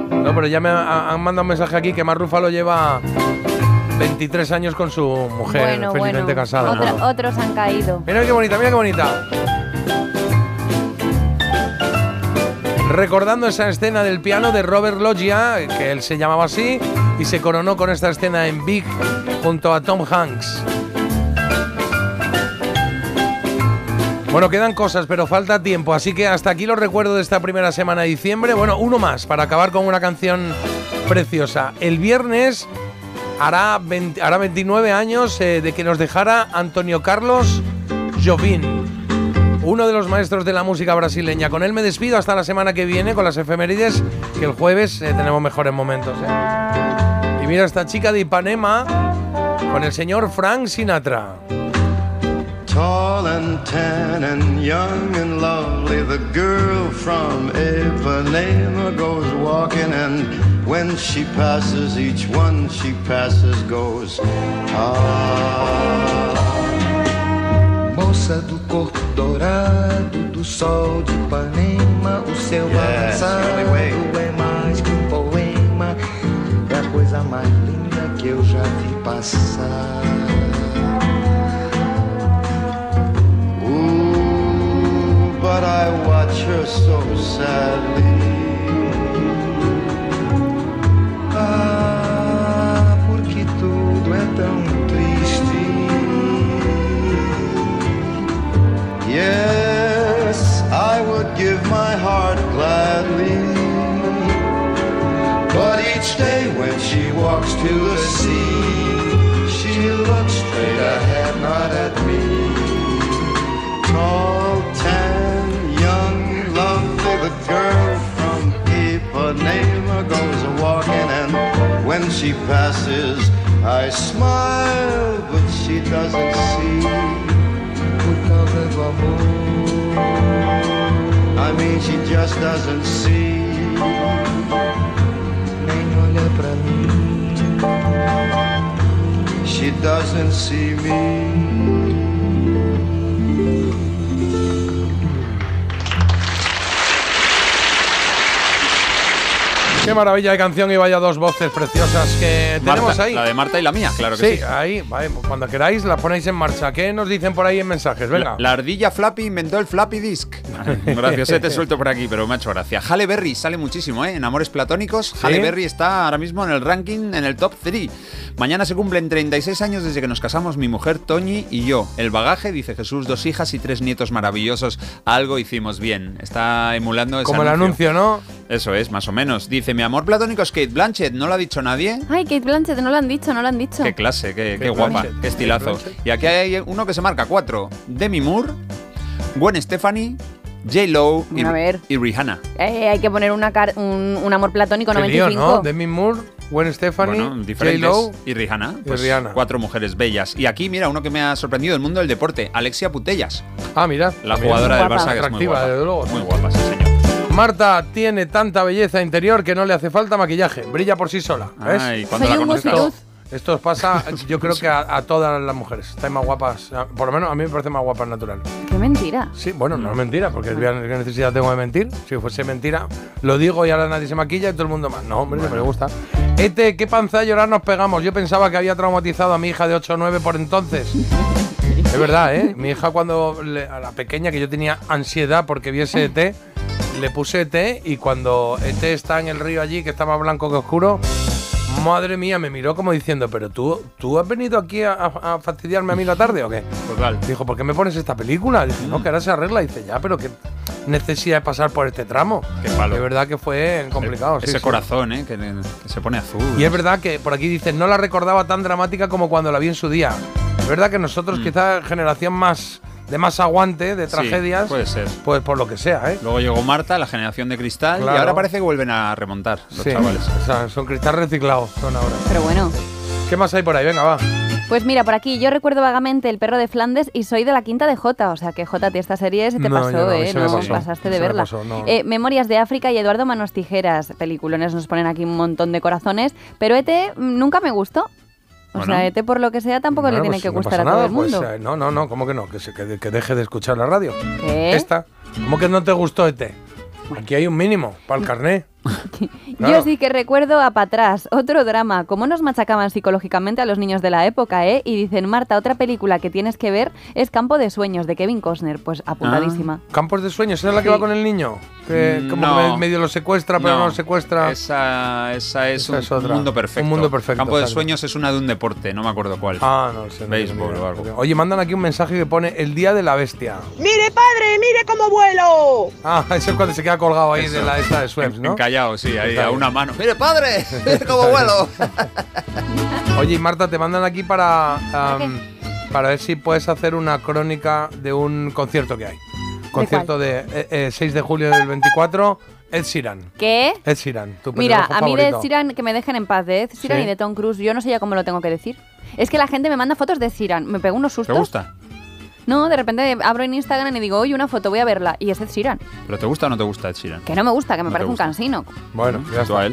[SPEAKER 4] No, pero ya me ha- han mandado un mensaje aquí que Mar Rufalo lleva 23 años con su mujer,
[SPEAKER 5] bueno,
[SPEAKER 4] felizmente
[SPEAKER 5] bueno.
[SPEAKER 4] casada.
[SPEAKER 5] Otra- Otros han caído.
[SPEAKER 4] Mira qué bonita, mira qué bonita. Recordando esa escena del piano de Robert Loggia, que él se llamaba así, y se coronó con esta escena en Big junto a Tom Hanks. Bueno, quedan cosas, pero falta tiempo, así que hasta aquí los recuerdos de esta primera semana de diciembre. Bueno, uno más para acabar con una canción preciosa. El viernes hará, 20 hará 29 años eh, de que nos dejara Antonio Carlos Jobim, uno de los maestros de la música brasileña. Con él me despido hasta la semana que viene con las efemérides, que el jueves eh, tenemos mejores momentos. ¿eh? Y mira esta chica de Ipanema con el señor Frank Sinatra.
[SPEAKER 1] Tall and tan and young and lovely, the girl from Ipanema goes walking, and when she passes, each one she passes goes. Ah.
[SPEAKER 17] Moça do corpo dourado do sol de Ipanema, o seu
[SPEAKER 1] Yes,
[SPEAKER 17] avançado
[SPEAKER 1] really way.
[SPEAKER 17] é mais que um poema, é a coisa mais linda que eu já vi passar.
[SPEAKER 1] But I watch her so sadly.
[SPEAKER 17] Ah, porque tudo é tão triste.
[SPEAKER 1] Yes, I would give my heart gladly. But each day when she walks to the sea, she looks straight ahead, not at me. Tall, tan, young, lovely, the girl from Ipanema goes walking, and when she passes, I smile, but she doesn't see. I mean, she just doesn't see. She doesn't see me.
[SPEAKER 4] Qué maravilla de canción y vaya dos voces preciosas que
[SPEAKER 6] Marta,
[SPEAKER 4] tenemos ahí.
[SPEAKER 6] La de Marta y la mía, claro que sí.
[SPEAKER 4] ahí, vale, pues cuando queráis las ponéis en marcha. ¿Qué nos dicen por ahí en mensajes? Venga.
[SPEAKER 6] La, la ardilla Flappy inventó el Flappy
[SPEAKER 4] <laughs>
[SPEAKER 6] Disc. <laughs> Gracias, eh, te suelto por aquí, pero me ha hecho gracia. Halle Berry sale muchísimo, ¿eh? En Amores Platónicos, Halle Berry está ahora mismo en el ranking, en el top 3. Mañana se cumplen 36 años desde que nos casamos mi mujer Toñi y yo. El bagaje, dice Jesús, dos hijas y tres nietos maravillosos. Algo hicimos bien. Está emulando ese
[SPEAKER 4] Como el anuncio, ¿no?
[SPEAKER 6] Eso es, más o menos. Dice, mi amor platónico es Kate Blanchett, no lo ha dicho nadie.
[SPEAKER 5] Ay, Kate Blanchett, no lo han dicho, no lo han dicho.
[SPEAKER 6] Qué clase, qué, qué
[SPEAKER 5] Kate
[SPEAKER 6] guapa,
[SPEAKER 5] Blanchett.
[SPEAKER 6] qué estilazo. Y aquí hay uno que se marca cuatro. Demi Moore, Gwen Stefani, J. Lo y,
[SPEAKER 5] A ver.
[SPEAKER 6] y Rihanna.
[SPEAKER 5] Eh, hay que poner una car- un, un amor platónico
[SPEAKER 6] Qué
[SPEAKER 5] 95.
[SPEAKER 6] lío, ¿no? De-
[SPEAKER 4] Demi Moore, Gwen Stefani,
[SPEAKER 6] Bueno, diferentes.
[SPEAKER 4] J-Lo.
[SPEAKER 6] Y Rihanna. pues,
[SPEAKER 4] y Rihanna.
[SPEAKER 6] Cuatro mujeres bellas. Y aquí, mira, uno que me ha sorprendido, el mundo del deporte, Alexia Putellas.
[SPEAKER 4] Ah, mira.
[SPEAKER 6] La
[SPEAKER 4] mira,
[SPEAKER 6] jugadora del
[SPEAKER 4] guapa.
[SPEAKER 6] Barça que es muy
[SPEAKER 4] Atractiva,
[SPEAKER 6] guapa.
[SPEAKER 4] desde luego.
[SPEAKER 6] Muy guapa, sí, señor.
[SPEAKER 4] Marta tiene tanta belleza interior que no le hace falta maquillaje. Brilla por sí sola. ¿ves?
[SPEAKER 6] Ay, cuando Soy la un conozcas.
[SPEAKER 4] Esto,
[SPEAKER 6] multiluz.
[SPEAKER 4] esto
[SPEAKER 6] <laughs>
[SPEAKER 4] os pasa, yo creo que a, a todas las mujeres. Están más guapas. a- Por lo menos a mí me parece más guapas natural.
[SPEAKER 5] Qué mentira.
[SPEAKER 4] Sí, bueno, no es mentira, porque vean qué necesidad tengo de mentir. Si fuese mentira, lo digo y ahora nadie se maquilla y todo el mundo más. No, hombre, me gusta. Este, qué panza de llorar nos pegamos. Yo pensaba que había traumatizado a mi hija de 8 o 9 por entonces. Es verdad, ¿eh? Mi hija cuando, le- a la pequeña, que yo tenía ansiedad porque viese ET, le puse ET y cuando ET está en el río allí, que está más blanco que oscuro, madre mía, me miró como diciendo, pero tú, ¿tú has venido aquí a, a- a fastidiarme a mí la tarde o qué?
[SPEAKER 6] Total.
[SPEAKER 4] Dijo, ¿por qué me pones esta película? Dice, no, que ahora se arregla. Dice, ya, pero qué necesidad de pasar por este tramo.
[SPEAKER 6] Qué palo.
[SPEAKER 4] De verdad que fue complicado. sí,
[SPEAKER 6] Ese
[SPEAKER 4] sí.
[SPEAKER 6] corazón, ¿eh? Que, que se pone azul.
[SPEAKER 4] Y es verdad que por aquí dicen, no la recordaba tan dramática como cuando la vi en su día. Es verdad que nosotros, quizá generación más de más aguante, de
[SPEAKER 6] Mm. Sí,
[SPEAKER 4] tragedias,
[SPEAKER 6] puede ser.
[SPEAKER 4] pues por lo que sea, ¿eh?
[SPEAKER 6] Luego llegó Marta, la generación de cristal,
[SPEAKER 4] Claro.
[SPEAKER 6] y ahora parece que vuelven a remontar los
[SPEAKER 4] Sí,
[SPEAKER 6] chavales.
[SPEAKER 4] o sea, son cristal reciclado, son ahora.
[SPEAKER 5] Pero bueno.
[SPEAKER 4] ¿Qué más hay por ahí? Venga, va.
[SPEAKER 5] Pues mira, por aquí yo recuerdo vagamente El perro de Flandes y soy de la quinta de Jota, o sea que Jota, a ti esta serie se te
[SPEAKER 4] No,
[SPEAKER 5] pasó,
[SPEAKER 4] yo no,
[SPEAKER 5] ¿eh?
[SPEAKER 4] se me
[SPEAKER 5] no
[SPEAKER 4] pasó,
[SPEAKER 5] pasaste
[SPEAKER 4] se
[SPEAKER 5] de
[SPEAKER 4] me
[SPEAKER 5] verla.
[SPEAKER 4] pasó, no.
[SPEAKER 5] Eh, Memorias de África y Eduardo Manos Tijeras, peliculones, nos ponen aquí un montón de corazones, pero ET nunca me gustó. O
[SPEAKER 4] Bueno.
[SPEAKER 5] sea, ET por lo que sea tampoco
[SPEAKER 4] Bueno,
[SPEAKER 5] le tiene
[SPEAKER 4] pues
[SPEAKER 5] que
[SPEAKER 4] no
[SPEAKER 5] gustar
[SPEAKER 4] pasa
[SPEAKER 5] a todo
[SPEAKER 4] nada,
[SPEAKER 5] el mundo.
[SPEAKER 4] Pues, eh, no, no, no, ¿cómo que no? Que, se- que, de- que deje de escuchar la radio.
[SPEAKER 5] ¿Qué?
[SPEAKER 4] Esta. ¿Cómo que no te gustó este? Aquí hay un mínimo, para el carné.
[SPEAKER 5] <laughs> Yo sí que recuerdo a Patrás, otro drama, cómo nos machacaban psicológicamente a los niños de la época, ¿eh? Y dicen, Marta, otra película que tienes que ver es Campo de Sueños, de Kevin Costner, pues apuntadísima.
[SPEAKER 4] ¿Ah? Campos de sueños, ¿esa es la que
[SPEAKER 5] Sí.
[SPEAKER 4] va con el niño? Que como
[SPEAKER 6] Mm, No.
[SPEAKER 4] que me- medio lo secuestra, pero no,
[SPEAKER 6] No.
[SPEAKER 4] lo secuestra.
[SPEAKER 6] Esa, esa es
[SPEAKER 4] Esa
[SPEAKER 6] un
[SPEAKER 4] es otra.
[SPEAKER 6] mundo perfecto.
[SPEAKER 4] Un mundo perfecto,
[SPEAKER 6] Campo de
[SPEAKER 4] exacto.
[SPEAKER 6] Sueños es una de un deporte, no me acuerdo cuál.
[SPEAKER 4] Ah, no lo sé. no
[SPEAKER 6] Béisbol
[SPEAKER 4] tengo ni
[SPEAKER 6] o
[SPEAKER 4] idea.
[SPEAKER 6] algo.
[SPEAKER 4] Oye, mandan aquí un mensaje que pone el día de la bestia.
[SPEAKER 18] ¡Mire, padre! ¡Mire cómo vuelo!
[SPEAKER 4] Ah, <laughs> eso es cuando se queda colgado ahí de la esta de Sweps, ¿no?
[SPEAKER 6] Encallado, sí, ahí a una mano.
[SPEAKER 4] <laughs>
[SPEAKER 18] ¡Mire, padre!
[SPEAKER 6] ¡Mire cómo vuelo!
[SPEAKER 4] Oye, y Marta, te mandan aquí para, am, para ver si puedes hacer una crónica de un concierto que hay. Concierto de, eh, eh, 6 de julio del 24, Ed Sheeran.
[SPEAKER 5] ¿Qué?
[SPEAKER 4] Ed Sheeran, tu
[SPEAKER 5] Mira,
[SPEAKER 4] pelirrojo
[SPEAKER 5] a mí de Ed
[SPEAKER 4] favorito.
[SPEAKER 5] Sheeran, que me dejen en paz, de Ed Sheeran
[SPEAKER 4] Sí.
[SPEAKER 5] y de Tom Cruise, yo no sé ya cómo lo tengo que decir. Es que la gente me manda fotos de Ed Sheeran, me pego unos
[SPEAKER 6] ¿Te
[SPEAKER 5] sustos.
[SPEAKER 6] gusta?
[SPEAKER 5] No, de repente abro en Instagram y digo, oye, una foto, voy a verla, y es Ed Sheeran.
[SPEAKER 6] ¿Pero te gusta o no te gusta Ed Sheeran?
[SPEAKER 5] Que no me gusta, que me
[SPEAKER 6] No te
[SPEAKER 5] parece un
[SPEAKER 6] gusta.
[SPEAKER 5] cansino.
[SPEAKER 4] Bueno, ya
[SPEAKER 6] está.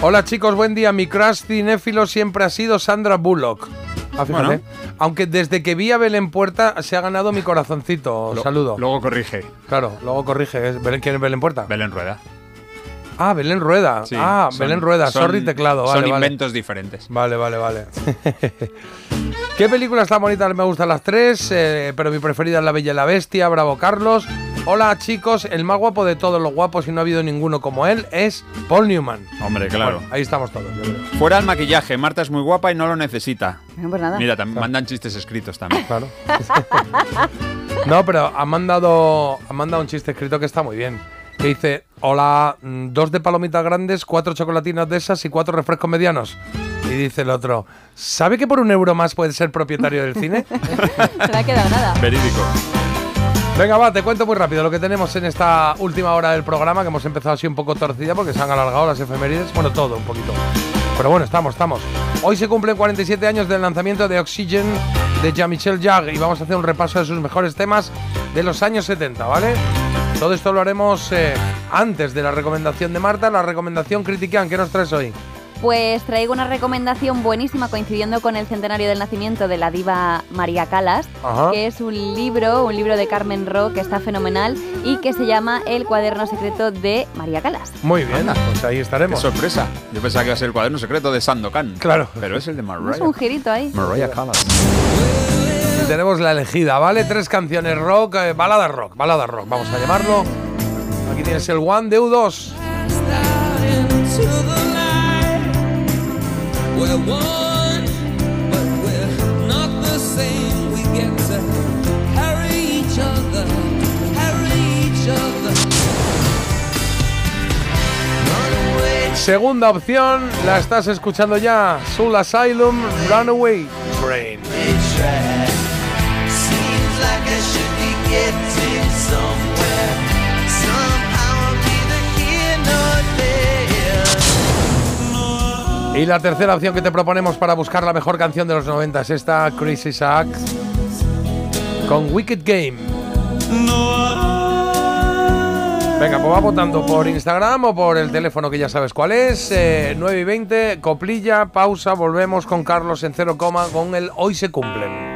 [SPEAKER 4] Hola chicos, buen día. Mi crush cinéfilo siempre ha sido Sandra Bullock. Ah, fíjate.
[SPEAKER 6] Bueno.
[SPEAKER 4] Aunque desde que vi a Belén Puerta se ha ganado mi corazoncito.
[SPEAKER 6] Lo-
[SPEAKER 4] Saludo.
[SPEAKER 6] Luego corrige.
[SPEAKER 4] Claro, luego corrige. ¿Es Belén- ¿Quién es Belén Puerta?
[SPEAKER 6] Belén Rueda.
[SPEAKER 4] Ah, Belén Rueda.
[SPEAKER 6] Sí,
[SPEAKER 4] ah,
[SPEAKER 6] son-
[SPEAKER 4] Belén Rueda.
[SPEAKER 6] son-
[SPEAKER 4] Sorry, teclado.
[SPEAKER 6] son
[SPEAKER 4] Vale, vale.
[SPEAKER 6] inventos diferentes.
[SPEAKER 4] Vale, vale, vale. <laughs> ¿Qué películas tan bonitas me gustan las tres? Eh, pero mi preferida es La Bella y la Bestia, bravo Carlos. Hola chicos, el más guapo de todos los guapos y no ha habido ninguno como él es Paul Newman.
[SPEAKER 6] Hombre, claro.
[SPEAKER 4] Bueno, ahí estamos todos, yo creo.
[SPEAKER 6] Fuera el maquillaje, Marta es muy guapa y no lo necesita.
[SPEAKER 5] No, pues nada.
[SPEAKER 6] Mira, también mandan chistes escritos también.
[SPEAKER 4] Claro. <laughs> No, pero ha mandado, ha mandado un chiste escrito que está muy bien. Que dice, hola, mm, dos de palomitas grandes, cuatro chocolatinas de esas y cuatro refrescos medianos. Y dice el otro, ¿sabe que por un euro más puede ser propietario del cine?
[SPEAKER 5] No le ha quedado nada.
[SPEAKER 6] Verídico.
[SPEAKER 4] Venga, va, te cuento muy rápido lo que tenemos en esta última hora del programa, que hemos empezado así un poco torcida porque se han alargado las efemérides, bueno, todo un poquito. Pero bueno, estamos, estamos. Hoy se cumplen 47 años del lanzamiento de Oxygen de Jean-Michel Jarre y vamos a hacer un repaso de sus mejores temas de los años 70, ¿vale? Todo esto lo haremos eh, antes de la recomendación de Marta, la recomendación Critiquean, ¿qué nos traes hoy?
[SPEAKER 5] Pues traigo una recomendación buenísima coincidiendo con el centenario del nacimiento de la diva María Calas,
[SPEAKER 19] Ajá.
[SPEAKER 5] que es un libro, un libro de Carmen Ro que está fenomenal y que se llama El cuaderno secreto de María Calas.
[SPEAKER 4] Muy bien, pues ahí
[SPEAKER 6] Qué
[SPEAKER 4] estaremos.
[SPEAKER 6] sorpresa. Yo pensaba que iba a ser el cuaderno secreto de Sandokan.
[SPEAKER 4] Claro.
[SPEAKER 6] Pero es el de
[SPEAKER 5] Es
[SPEAKER 6] Mariah.
[SPEAKER 5] un girito ahí.
[SPEAKER 6] Mariah Callas.
[SPEAKER 4] Y tenemos la elegida, ¿vale? Tres canciones rock, eh, balada rock, balada rock, vamos a llamarlo. Aquí tienes el One de U2.
[SPEAKER 14] Into the light. We're one, but we're not the same. We get to carry each other, carry each other.
[SPEAKER 4] Segunda opción, la estás escuchando ya. Soul Asylum, Runaway Train.
[SPEAKER 14] Seems like I should be getting somewhere. Somehow I'm neither here nor there.
[SPEAKER 4] Y la tercera opción que te proponemos para buscar la mejor canción de los 90 es esta, Chris Isaac, con Wicked Game. Venga, pues va votando por Instagram o por el teléfono que ya sabes cuál es. eh, 9 y 20, coplilla, pausa, volvemos con Carlos en cero coma con el Hoy se cumplen.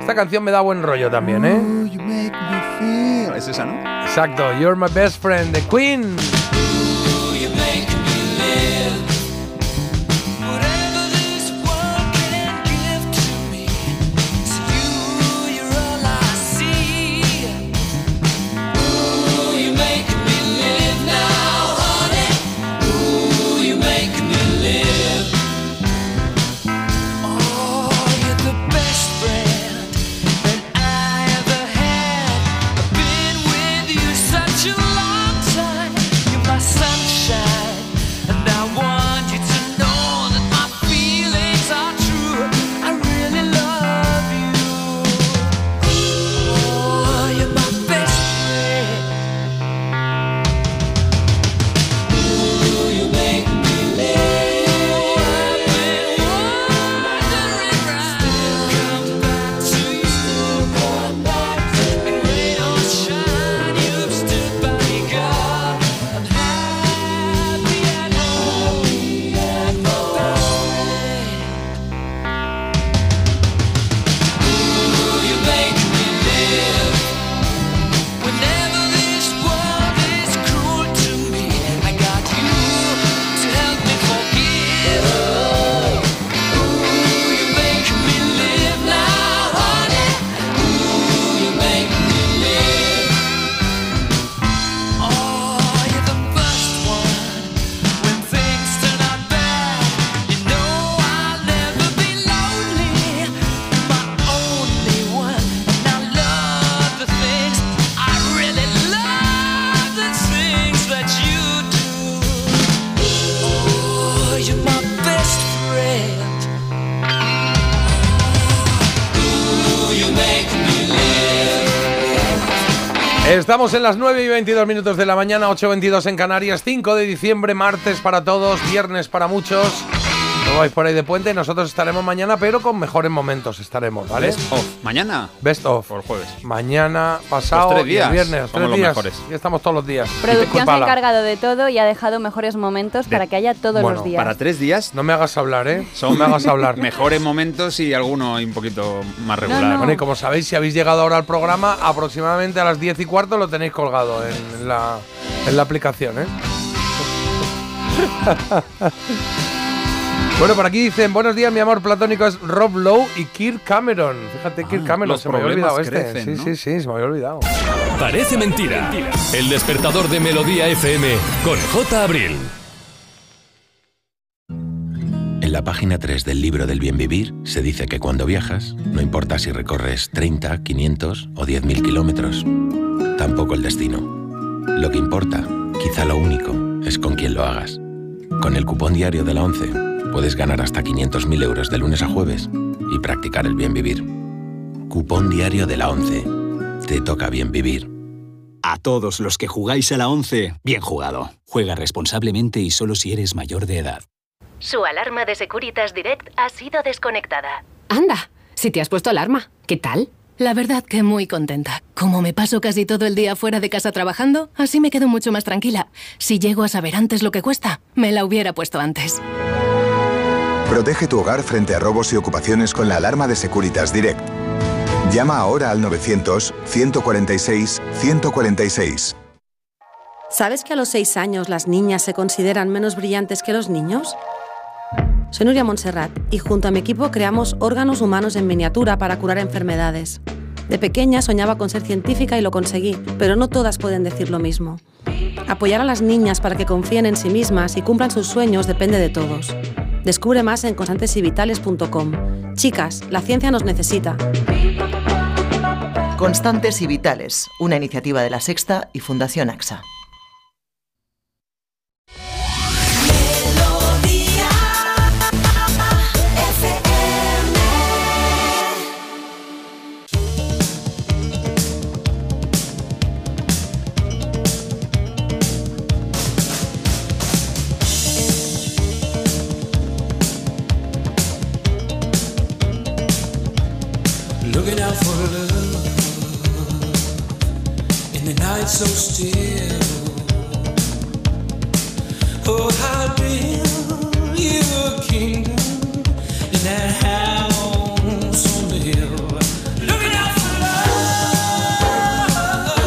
[SPEAKER 4] Esta canción me da buen rollo también, ¿eh?
[SPEAKER 6] Es esa, ¿no?
[SPEAKER 4] Exacto, You're My Best Friend, The Queen.
[SPEAKER 14] You make me live. Whatever this world can give to me, it's you, you're all I see. Ooh, you make me live now, honey. Ooh, you make me live. Oh, you're the best friend that I ever had. I've been with you such a long time. You Oh, Oh, Oh,
[SPEAKER 4] Estamos en las 9 y 22 minutos de la mañana, 8.22 en Canarias, 5 de diciembre, martes para todos, viernes para muchos. No vais por ahí de puente, nosotros estaremos mañana, pero con mejores momentos estaremos, ¿vale?
[SPEAKER 6] Best of. ¿Mañana?
[SPEAKER 4] Best of.
[SPEAKER 6] Por jueves.
[SPEAKER 4] Mañana,
[SPEAKER 6] Los
[SPEAKER 4] pasado,
[SPEAKER 6] tres
[SPEAKER 4] y el
[SPEAKER 6] días
[SPEAKER 4] viernes,
[SPEAKER 6] somos
[SPEAKER 4] tres
[SPEAKER 6] los
[SPEAKER 4] días.
[SPEAKER 6] mejores.
[SPEAKER 4] Y estamos todos los días.
[SPEAKER 5] Producción se ha
[SPEAKER 4] Disculpadla.
[SPEAKER 5] encargado de todo y ha dejado mejores momentos para que haya todos los días.
[SPEAKER 6] para tres días.
[SPEAKER 4] No me hagas hablar, ¿eh?
[SPEAKER 6] Son
[SPEAKER 4] me hagas
[SPEAKER 6] <laughs>
[SPEAKER 4] hablar.
[SPEAKER 6] Mejores momentos y alguno un poquito más regular.
[SPEAKER 4] Bueno, y como sabéis, si habéis llegado ahora al programa, aproximadamente a las 10 y cuarto lo tenéis colgado en la, en la aplicación, ¿eh? <laughs> Bueno, por aquí dicen, buenos días, mi amor platónico es Rob Lowe y Kirk Cameron. Fíjate,
[SPEAKER 6] Ah,
[SPEAKER 4] Kirk Cameron,
[SPEAKER 2] los
[SPEAKER 4] se me había
[SPEAKER 2] problemas
[SPEAKER 4] olvidado este.
[SPEAKER 2] crecen,
[SPEAKER 4] sí,
[SPEAKER 2] ¿no?
[SPEAKER 4] sí, sí, se me había olvidado.
[SPEAKER 2] Parece mentira. El despertador de Melodía FM con J. Abril.
[SPEAKER 24] En la página 3 del libro del bien vivir se dice que cuando viajas, no importa si recorres 30, 500 o 10.000 kilómetros, tampoco el destino. Lo que importa, quizá lo único, es con quién lo hagas. Con el cupón diario de la 11 puedes ganar hasta 500.000 euros de lunes a jueves y practicar el bien vivir. Cupón diario de la 11. Te toca bien vivir.
[SPEAKER 23] A todos los que jugáis a la 11, bien jugado. Juega responsablemente y solo si eres mayor de edad.
[SPEAKER 9] Su alarma de Securitas Direct ha sido desconectada.
[SPEAKER 12] Anda, si te has puesto alarma, ¿qué tal? La verdad que muy contenta. Como me paso casi todo el día fuera de casa trabajando, así me quedo mucho más tranquila. Si llego a saber antes lo que cuesta, me la hubiera puesto antes.
[SPEAKER 29] Protege tu hogar frente a robos y ocupaciones con la alarma de Securitas Direct. Llama ahora al 900-146-146.
[SPEAKER 34] ¿Sabes que a los 6 años las niñas se consideran menos brillantes que los niños? Soy Nuria Montserrat y junto a mi equipo creamos órganos humanos en miniatura para curar enfermedades. De pequeña soñaba con ser científica y lo conseguí, pero no todas pueden decir lo mismo. Apoyar a las niñas para que confíen en sí mismas y cumplan sus sueños depende de todos. Descubre más en constantesivitales.com. Chicas, la ciencia nos necesita.
[SPEAKER 26] Constantes y Vitales, una iniciativa de La Sexta y Fundación AXA.
[SPEAKER 14] Looking out for love in the night so still. Oh, how real your kingdom in that house on the hill. Looking out for love.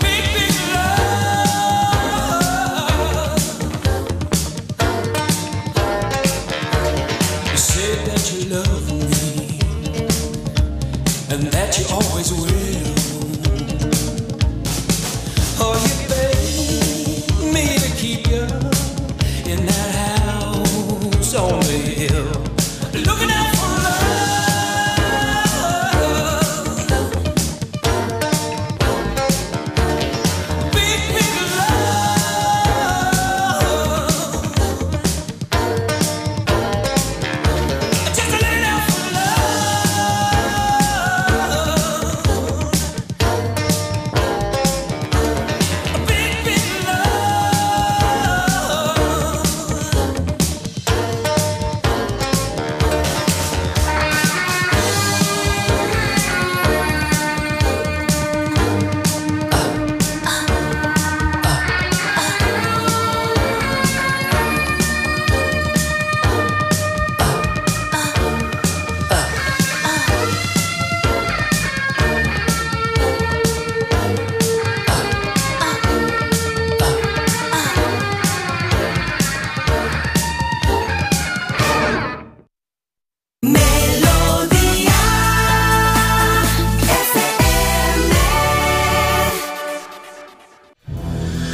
[SPEAKER 14] Big, big love. You said that you love me and that you always will. Oh, you begged me to keep you in that house on the hill. Looking out for love. Big, big love. Just a little out for love. A big, big love.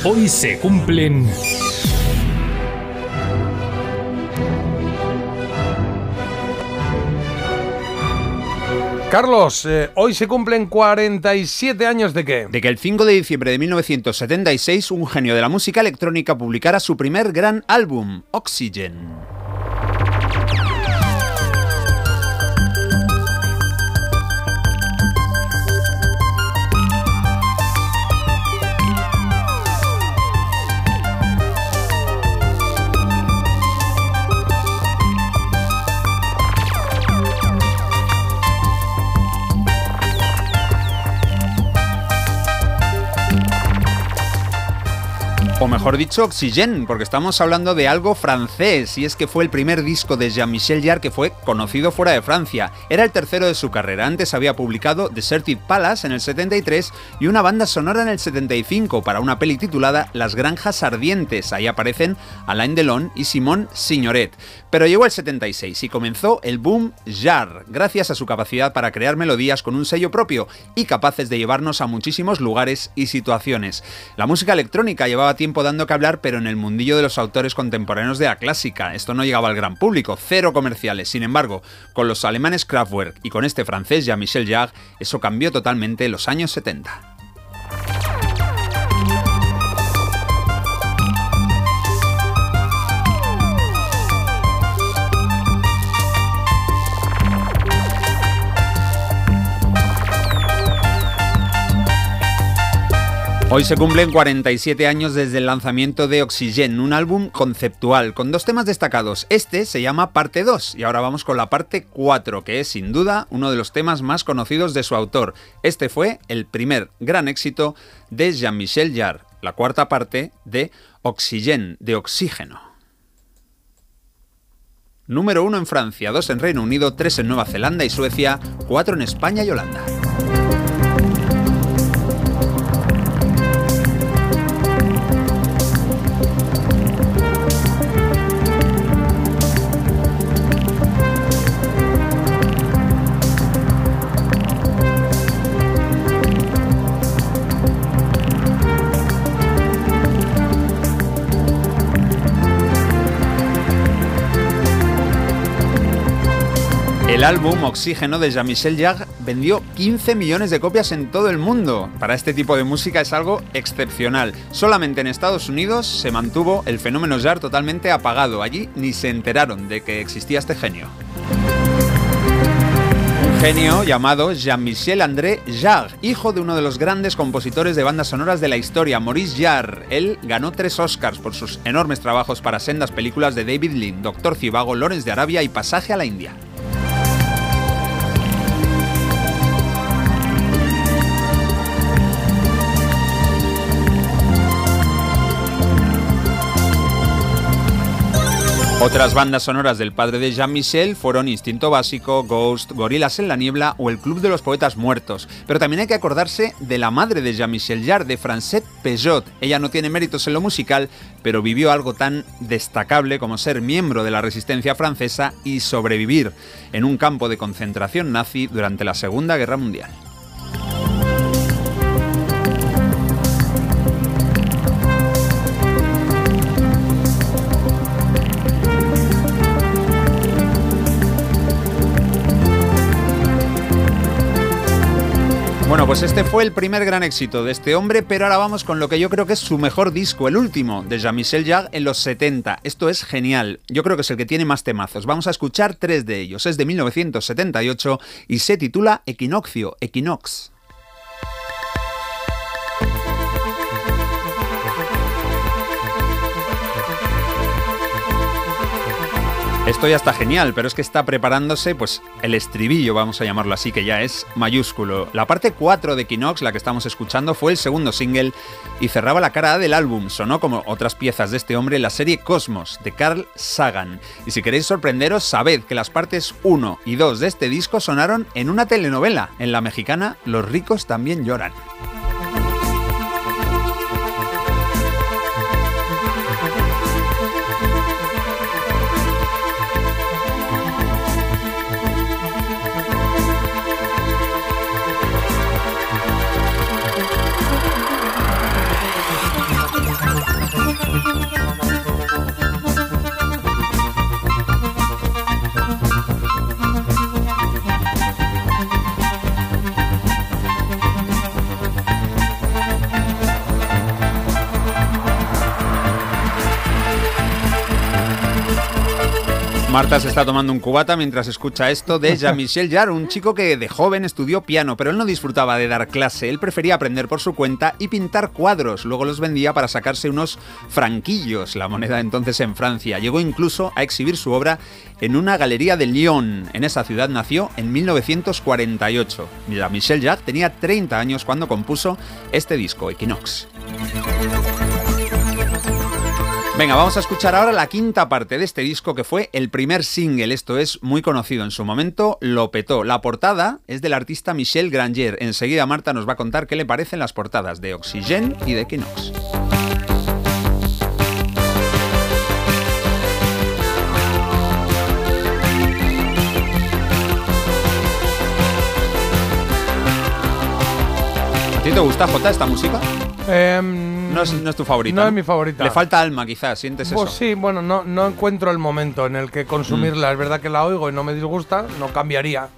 [SPEAKER 2] Hoy se cumplen.
[SPEAKER 4] Carlos, eh, hoy se cumplen 47 años de qué?
[SPEAKER 6] De que el 5 de diciembre de 1976 un genio de la música electrónica publicara su primer gran álbum, Oxygen. O mejor dicho, Oxygen, porque estamos hablando de algo francés, y es que fue el primer disco de Jean-Michel Jarre que fue conocido fuera de Francia. Era el tercero de su carrera, antes había publicado Deserted Palace en el 73 y una banda sonora en el 75 para una peli titulada Las Granjas Ardientes. Ahí aparecen Alain Delon y Simón Signoret. Pero llegó el 76 y comenzó el boom Jarre, gracias a su capacidad para crear melodías con un sello propio y capaces de llevarnos a muchísimos lugares y situaciones. La música electrónica llevaba tiempo dando que hablar, pero en el mundillo de los autores contemporáneos de la clásica. Esto no llegaba al gran público, cero comerciales. Sin embargo, con los alemanes Kraftwerk y con este francés Jean-Michel Jarre, eso cambió totalmente en los años 70. Hoy se cumplen 47 años desde el lanzamiento de Oxygen, un álbum conceptual con dos temas destacados. Este se llama Parte 2 y ahora vamos con la parte 4, que es sin duda uno de los temas más conocidos de su autor. Este fue el primer gran éxito de Jean-Michel Jarre, la cuarta parte de Oxygen, de oxígeno. Número 1 en Francia, 2 en Reino Unido, 3 en Nueva Zelanda y Suecia, 4 en España y Holanda. El álbum Oxígeno de Jean-Michel Jarre vendió 15 millones de copias en todo el mundo. Para este tipo de música es algo excepcional. Solamente en Estados Unidos se mantuvo el fenómeno Jarre totalmente apagado. Allí ni se enteraron de que existía este genio. Un genio llamado Jean-Michel André Jarre, hijo de uno de los grandes compositores de bandas sonoras de la historia, Maurice Jarre. Él ganó tres Oscars por sus enormes trabajos para sendas películas de David Lynn, Doctor Cibago, Lawrence de Arabia y Pasaje a la India. Otras bandas sonoras del padre de Jean-Michel fueron Instinto Básico, Ghost, Gorilas en la Niebla o El Club de los Poetas Muertos. Pero también hay que acordarse de la madre de Jean-Michel Jarre, de Francette Peugeot. Ella no tiene méritos en lo musical, pero vivió algo tan destacable como ser miembro de la resistencia francesa y sobrevivir en un campo de concentración nazi durante la Segunda Guerra Mundial. Bueno, pues este fue el primer gran éxito de este hombre, pero ahora vamos con lo que yo creo que es su mejor disco, el último, de Jean-Michel Jarre en los 70. Esto es genial. Yo creo que es el que tiene más temazos. Vamos a escuchar tres de ellos. Es de 1978 y se titula Equinoccio, Equinox. Esto ya está genial, pero es que está preparándose pues el estribillo, vamos a llamarlo así, que ya es mayúsculo. La parte 4 de Equinox, la que estamos escuchando, fue el segundo single y cerraba la cara A del álbum. Sonó como otras piezas de este hombre en la serie Cosmos, de Carl Sagan. Y si queréis sorprenderos, sabed que las partes 1 y 2 de este disco sonaron en una telenovela, en la mexicana Los ricos también lloran. Marta se está tomando un cubata mientras escucha esto de Jean-Michel Jarre, un chico que de joven estudió piano, pero él no disfrutaba de dar clase, él prefería aprender por su cuenta y pintar cuadros, luego los vendía para sacarse unos franquillos, la moneda entonces en Francia. Llegó incluso a exhibir su obra en una galería de Lyon, en esa ciudad nació en 1948. Jean-Michel Jarre tenía 30 años cuando compuso este disco, Equinox. Venga, vamos a escuchar ahora la quinta parte de este disco que fue el primer single. Esto es muy conocido en su momento, lo petó. La portada es del artista Michel Granger. Enseguida Marta nos va a contar qué le parecen las portadas de Oxygen y de Kenox. ¿A ti te gusta, Jota, esta música? No es, no es tu favorita.
[SPEAKER 4] Em, no es mi favorita.
[SPEAKER 6] Le falta alma, quizás, sientes eso. Mm.
[SPEAKER 4] Pues sí, bueno, no, no encuentro el momento en el que consumirla. Es verdad que la oigo y no me disgusta, no cambiaría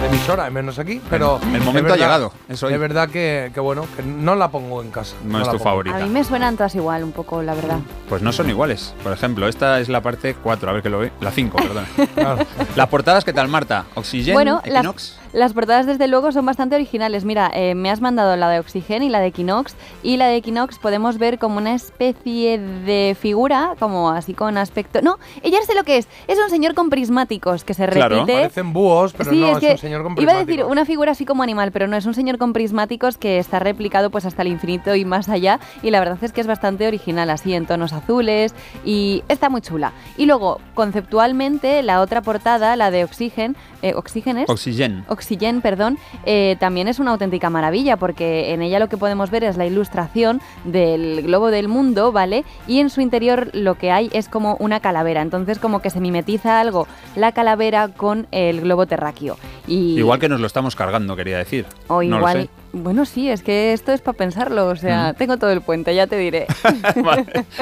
[SPEAKER 4] de emisora, al menos aquí, pero...
[SPEAKER 6] el momento
[SPEAKER 4] es verdad-
[SPEAKER 6] ha llegado, es hoy.
[SPEAKER 4] verdad que, que bueno, que no la pongo en casa.
[SPEAKER 6] No es
[SPEAKER 4] la
[SPEAKER 6] tu
[SPEAKER 4] pongo.
[SPEAKER 6] favorita.
[SPEAKER 5] A mí me suenan todas igual un poco, la verdad.
[SPEAKER 6] Pues no son iguales. Por ejemplo, esta es la parte 4, a ver que lo ve. La
[SPEAKER 4] <laughs>
[SPEAKER 6] 5, perdón. Las portadas, ¿qué tal, Marta? Oxygen,
[SPEAKER 5] bueno, las,
[SPEAKER 6] Equinox.
[SPEAKER 5] las portadas desde luego son bastante originales. Mira, eh, me has mandado la de Oxygen y la de Equinox. Y la de Equinox podemos ver como una especie de figura, como así con aspecto... No, ella sé lo que es. Es un señor con prismáticos que se
[SPEAKER 4] Claro,
[SPEAKER 5] repite.
[SPEAKER 4] parecen búhos, pero
[SPEAKER 5] sí,
[SPEAKER 4] no,
[SPEAKER 5] es,
[SPEAKER 4] es,
[SPEAKER 5] que
[SPEAKER 4] un señor con
[SPEAKER 5] iba a
[SPEAKER 4] prismáticos.
[SPEAKER 5] decir una figura así como animal, pero no, es un señor con prismáticos que está replicado pues hasta el infinito y más allá y la verdad es que es bastante original así en tonos azules y está muy chula. Y luego, conceptualmente, la otra portada, la de Oxygen, eh, ¿Oxígenes?
[SPEAKER 6] Oxygen.
[SPEAKER 5] Oxygen, perdón, eh, también es una auténtica maravilla porque en ella lo que podemos ver es la ilustración del globo del mundo, ¿vale? Y en su interior lo que hay es como una calavera, entonces como que se mimetiza algo la calavera con el globo terráqueo. Y,
[SPEAKER 6] Igual que nos lo estamos cargando, quería decir.
[SPEAKER 5] o
[SPEAKER 6] No lo
[SPEAKER 5] igual...
[SPEAKER 6] sé.
[SPEAKER 5] Bueno, sí, es que esto es para pensarlo, o sea, tengo todo el puente, ya
[SPEAKER 6] <laughs>
[SPEAKER 5] te diré.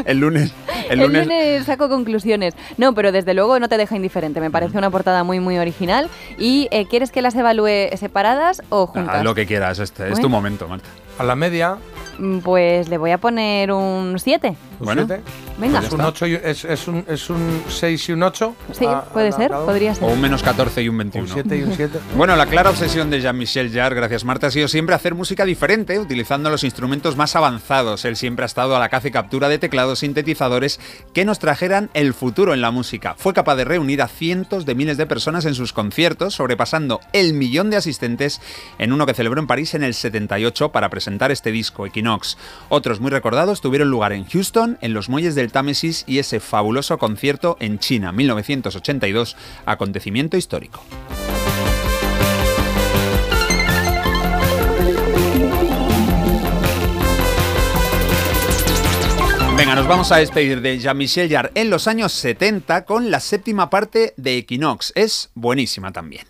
[SPEAKER 6] El
[SPEAKER 5] <laughs>
[SPEAKER 6] lunes. El
[SPEAKER 5] El
[SPEAKER 6] lunes.
[SPEAKER 5] lunes... saco conclusiones. No, pero desde luego no te deja indiferente. Me parece una portada muy, muy original. ¿Y eh, quieres que las evalúe separadas o
[SPEAKER 6] Ah,
[SPEAKER 5] juntas?
[SPEAKER 6] lo que quieras, este es tu
[SPEAKER 5] Bueno.
[SPEAKER 6] momento, Marta.
[SPEAKER 4] A la media.
[SPEAKER 5] Mm, Pues le voy a poner un 7.
[SPEAKER 6] Bueno, pues
[SPEAKER 5] Venga.
[SPEAKER 4] Pues Es un 8 y- es, es un, es un 6 y un 8.
[SPEAKER 5] Sí, puede ser, podría ser.
[SPEAKER 6] O un menos 14 y un 21.
[SPEAKER 4] Un 7 y un 7.
[SPEAKER 6] Bueno, la clara obsesión de Jean-Michel Jarre, gracias Marta, ha sido siempre hacer música diferente, utilizando los instrumentos más avanzados. Él siempre ha estado a la caza y captura de teclados sintetizadores que nos trajeran el futuro en la música. Fue capaz de reunir a cientos de miles de personas en sus conciertos, sobrepasando el millón de asistentes en uno que celebró en París en el 78 para presentar este disco, Equinox. Otros muy recordados tuvieron lugar en Houston, en los muelles del Támesis y ese fabuloso concierto en China, 1982, acontecimiento histórico. Venga, nos vamos a despedir de Jean-Michel Jarre en los años 70 con la séptima parte de Equinox. Es buenísima también.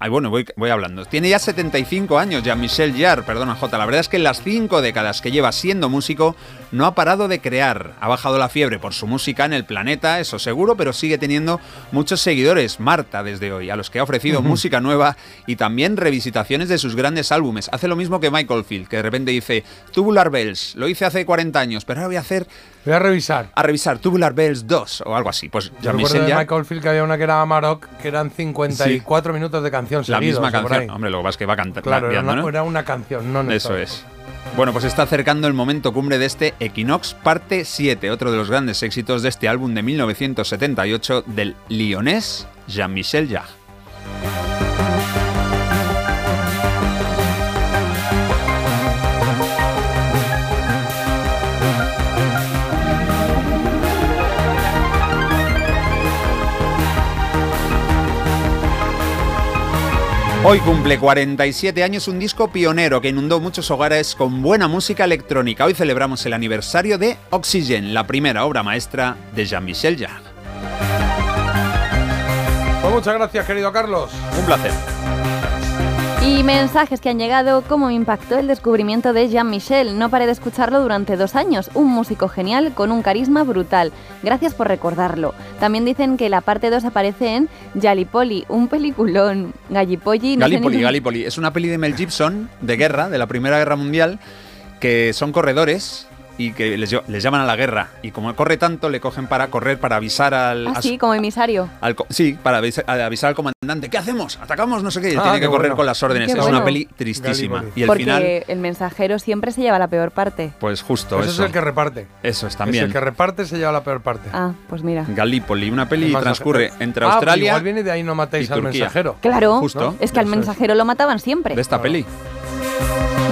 [SPEAKER 6] Ay, bueno, voy, voy hablando. Tiene ya 75 años Jean-Michel Jarre, perdona Jota. La verdad es que en las cinco décadas que lleva siendo músico no ha parado de crear. Ha bajado la fiebre por su música en el planeta, eso seguro, pero sigue teniendo muchos seguidores, Marta, desde hoy, a los que ha ofrecido
[SPEAKER 7] Ujú.
[SPEAKER 6] música nueva y también revisitaciones de sus grandes álbumes. Hace lo mismo que Michael Field, que de repente dice Tubular Bells, lo hice hace 40 años, pero ahora voy a hacer...
[SPEAKER 4] Voy a revisar.
[SPEAKER 6] A revisar Tubular Bells 2 o algo así. Pues
[SPEAKER 4] Yo recuerdo
[SPEAKER 6] Jean-Michel
[SPEAKER 4] de
[SPEAKER 6] Jarre...
[SPEAKER 4] Michael Field que había una que era Amarok, que eran 54 minutos de canción
[SPEAKER 6] La
[SPEAKER 4] seguidos,
[SPEAKER 6] misma
[SPEAKER 4] o por
[SPEAKER 6] canción.
[SPEAKER 4] ahí.
[SPEAKER 6] Hombre, lo que pasa es que va cantando.
[SPEAKER 4] Claro, era una, era una canción, no
[SPEAKER 6] Eso
[SPEAKER 4] necesitaba.
[SPEAKER 6] es. Bueno, pues está acercando el momento cumbre de este Equinox parte 7, otro de los grandes éxitos de este álbum de 1978 del lionés Jean-Michel Jarre. Hoy cumple 47 años un disco pionero que inundó muchos hogares con buena música electrónica. Hoy celebramos el aniversario de Oxygen, la primera obra maestra de Jean-Michel Jarre.
[SPEAKER 4] Pues muchas gracias, querido Carlos.
[SPEAKER 6] Un placer.
[SPEAKER 5] <laughs> Y mensajes que han llegado, cómo me impactó el descubrimiento de Jean-Michel. No paré de escucharlo durante dos años, un músico genial con un carisma brutal. Gracias por recordarlo. También dicen que la parte 2 aparece en Gallipoli, un peliculón. Gallipoli, no sé
[SPEAKER 6] Gallipoli,
[SPEAKER 5] ni-
[SPEAKER 6] Gallipoli. Es una peli de Mel Gibson, de guerra, de la Primera Guerra Mundial, que son corredores y que les, lle- les llaman a la guerra. Y como corre tanto, le cogen para correr, para avisar al...
[SPEAKER 5] Ah,
[SPEAKER 6] a
[SPEAKER 5] sí,
[SPEAKER 6] su-
[SPEAKER 5] como emisario.
[SPEAKER 6] al co- sí, para avisa- a- avisar, al comandante. ¿Qué hacemos? ¿Atacamos? No sé qué. Y
[SPEAKER 4] Ah,
[SPEAKER 6] tiene que
[SPEAKER 4] qué
[SPEAKER 6] correr
[SPEAKER 4] bueno.
[SPEAKER 6] con las órdenes.
[SPEAKER 5] Qué
[SPEAKER 6] es una
[SPEAKER 5] bueno.
[SPEAKER 6] peli tristísima.
[SPEAKER 4] Gallipoli.
[SPEAKER 6] Ah, Y el
[SPEAKER 5] Porque
[SPEAKER 6] final,
[SPEAKER 5] el mensajero siempre se lleva la peor parte.
[SPEAKER 6] pues justo
[SPEAKER 4] Ese
[SPEAKER 6] eso.
[SPEAKER 4] es el que reparte.
[SPEAKER 6] Eso es
[SPEAKER 4] Es el
[SPEAKER 6] también.
[SPEAKER 4] que reparte se lleva la peor parte.
[SPEAKER 5] Ah, pues mira.
[SPEAKER 6] Gallipoli, una peli
[SPEAKER 4] El
[SPEAKER 6] que
[SPEAKER 4] mensaje-
[SPEAKER 6] transcurre entre
[SPEAKER 4] Ah, pero
[SPEAKER 6] Australia
[SPEAKER 4] igual viene de ahí no
[SPEAKER 6] y
[SPEAKER 4] matéis al
[SPEAKER 6] Turquía.
[SPEAKER 4] mensajero.
[SPEAKER 5] Claro,
[SPEAKER 6] Justo.
[SPEAKER 5] es que al mensajero lo mataban siempre.
[SPEAKER 6] de esta peli.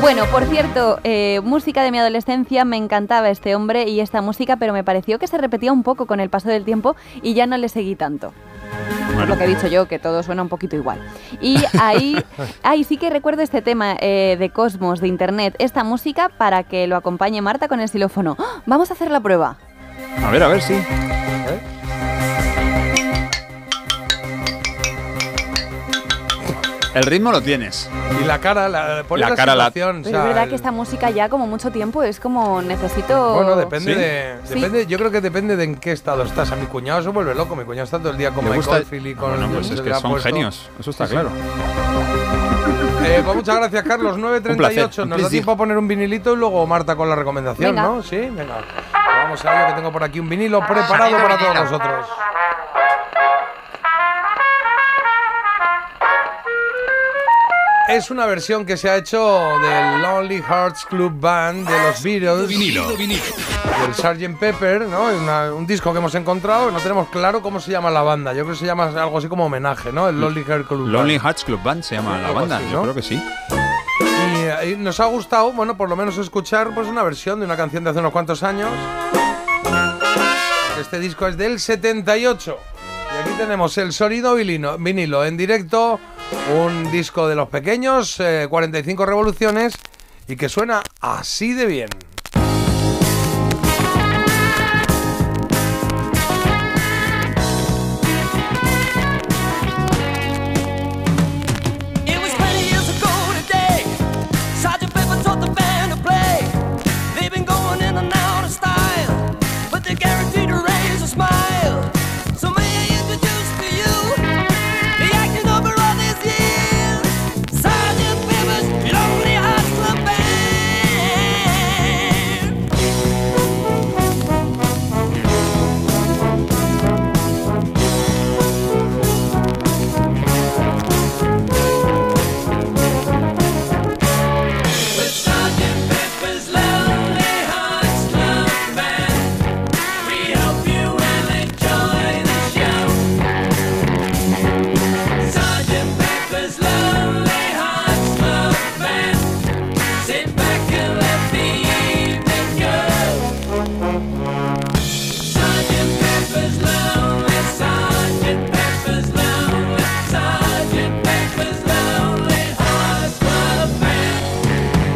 [SPEAKER 5] Bueno, por cierto, eh, música de mi adolescencia, me encantaba este hombre y esta música, pero me pareció que se repetía un poco con el paso del tiempo y ya no le seguí tanto. Por lo que he dicho yo, que todo suena un poquito igual. Y ahí,
[SPEAKER 4] <laughs>
[SPEAKER 5] ahí sí que recuerdo este tema eh, de Cosmos, de Internet, esta música para que lo acompañe Marta con el xilófono. ¡Ah! Vamos a hacer la prueba.
[SPEAKER 6] A ver, a ver, sí.
[SPEAKER 4] ¿Eh?
[SPEAKER 6] El ritmo lo tienes.
[SPEAKER 4] Y la cara, la,
[SPEAKER 5] pone
[SPEAKER 6] la
[SPEAKER 5] la
[SPEAKER 6] cara la.
[SPEAKER 4] sensación,
[SPEAKER 5] Pero es verdad que esta música ya como mucho tiempo es como necesito...
[SPEAKER 4] Bueno, depende de.
[SPEAKER 5] Sí.
[SPEAKER 4] Depende, yo creo que depende de en qué estado estás. A mi cuñado se vuelve loco. Mi cuñado está todo el día con
[SPEAKER 6] Le
[SPEAKER 4] Michael
[SPEAKER 6] gusta-
[SPEAKER 4] Philly, con.
[SPEAKER 6] Bueno, pues es
[SPEAKER 4] le
[SPEAKER 6] que
[SPEAKER 4] ha
[SPEAKER 6] son
[SPEAKER 4] puesto-
[SPEAKER 6] genios. Eso está
[SPEAKER 4] Sí, sí.
[SPEAKER 6] claro.
[SPEAKER 4] Eh, pues muchas gracias, Carlos. 9.38.
[SPEAKER 6] Un
[SPEAKER 4] Nos da
[SPEAKER 6] placer.
[SPEAKER 4] tiempo a poner un vinilito y luego Marta con la recomendación,
[SPEAKER 6] Venga.
[SPEAKER 4] ¿no? Sí, venga. Vamos a ver que tengo por aquí un vinilo
[SPEAKER 14] Ah,
[SPEAKER 4] preparado para todos nosotros. Es una versión que se ha hecho del Lonely Hearts Club Band de los Beatles.
[SPEAKER 30] Vinilo.
[SPEAKER 4] Del Sgt. Pepper, ¿no? Una- un disco que hemos encontrado. No tenemos claro cómo se llama la banda. Yo creo que se llama algo así como homenaje, ¿no? El Lonely Hearts Club Band.
[SPEAKER 6] Lonely Hearts Club Band se llama la
[SPEAKER 4] Algo
[SPEAKER 6] banda.
[SPEAKER 4] así,
[SPEAKER 6] Yo
[SPEAKER 4] ¿no?
[SPEAKER 6] creo que sí.
[SPEAKER 4] Y, eh, nos ha gustado, bueno, por lo menos escuchar pues una versión de una canción de hace unos cuantos años. Este disco es del 78. Y aquí tenemos el sonido vinilo, vinilo en directo, un disco de los pequeños, eh, 45 revoluciones y que suena así de bien.
[SPEAKER 14] It was 20 years ago today. Sergeant Pepper taught the band to play. They've been going in and out of style, but they're guaranteed to raise a smile. So may I introduce to you the acting over all these years, Sergeant Pepper's Lonely Hearts Club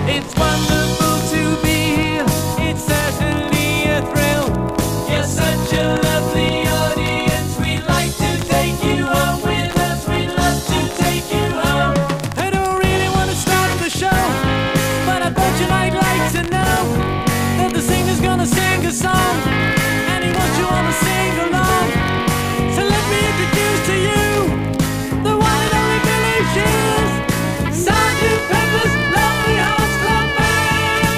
[SPEAKER 14] It's wonderful to be here. It's certainly a thrill. You're such a lovely audience. We'd like to take you home with us. We'd love to take you home. I don't really want to start the show, but I bet you might like to know that the singer's gonna sing a song, and he wants you all to sing along. So let me introduce to you the one and only Billy Shields. Sergeant Pepper's Lonely Hearts Club Band.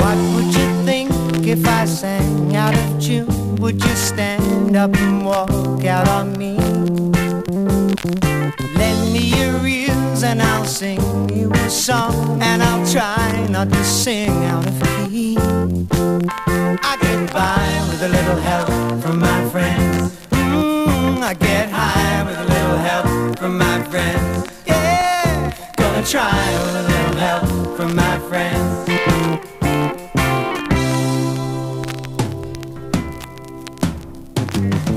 [SPEAKER 7] What would you think if I sang out of tune? Would you stand up and walk out on me? Lend me your ears and I'll sing you a song and I'll try not to sing out of key. I get by with a little help from my friends. Mm, I get high with a little help from my friends. Yeah, gonna try with a little help from my friends.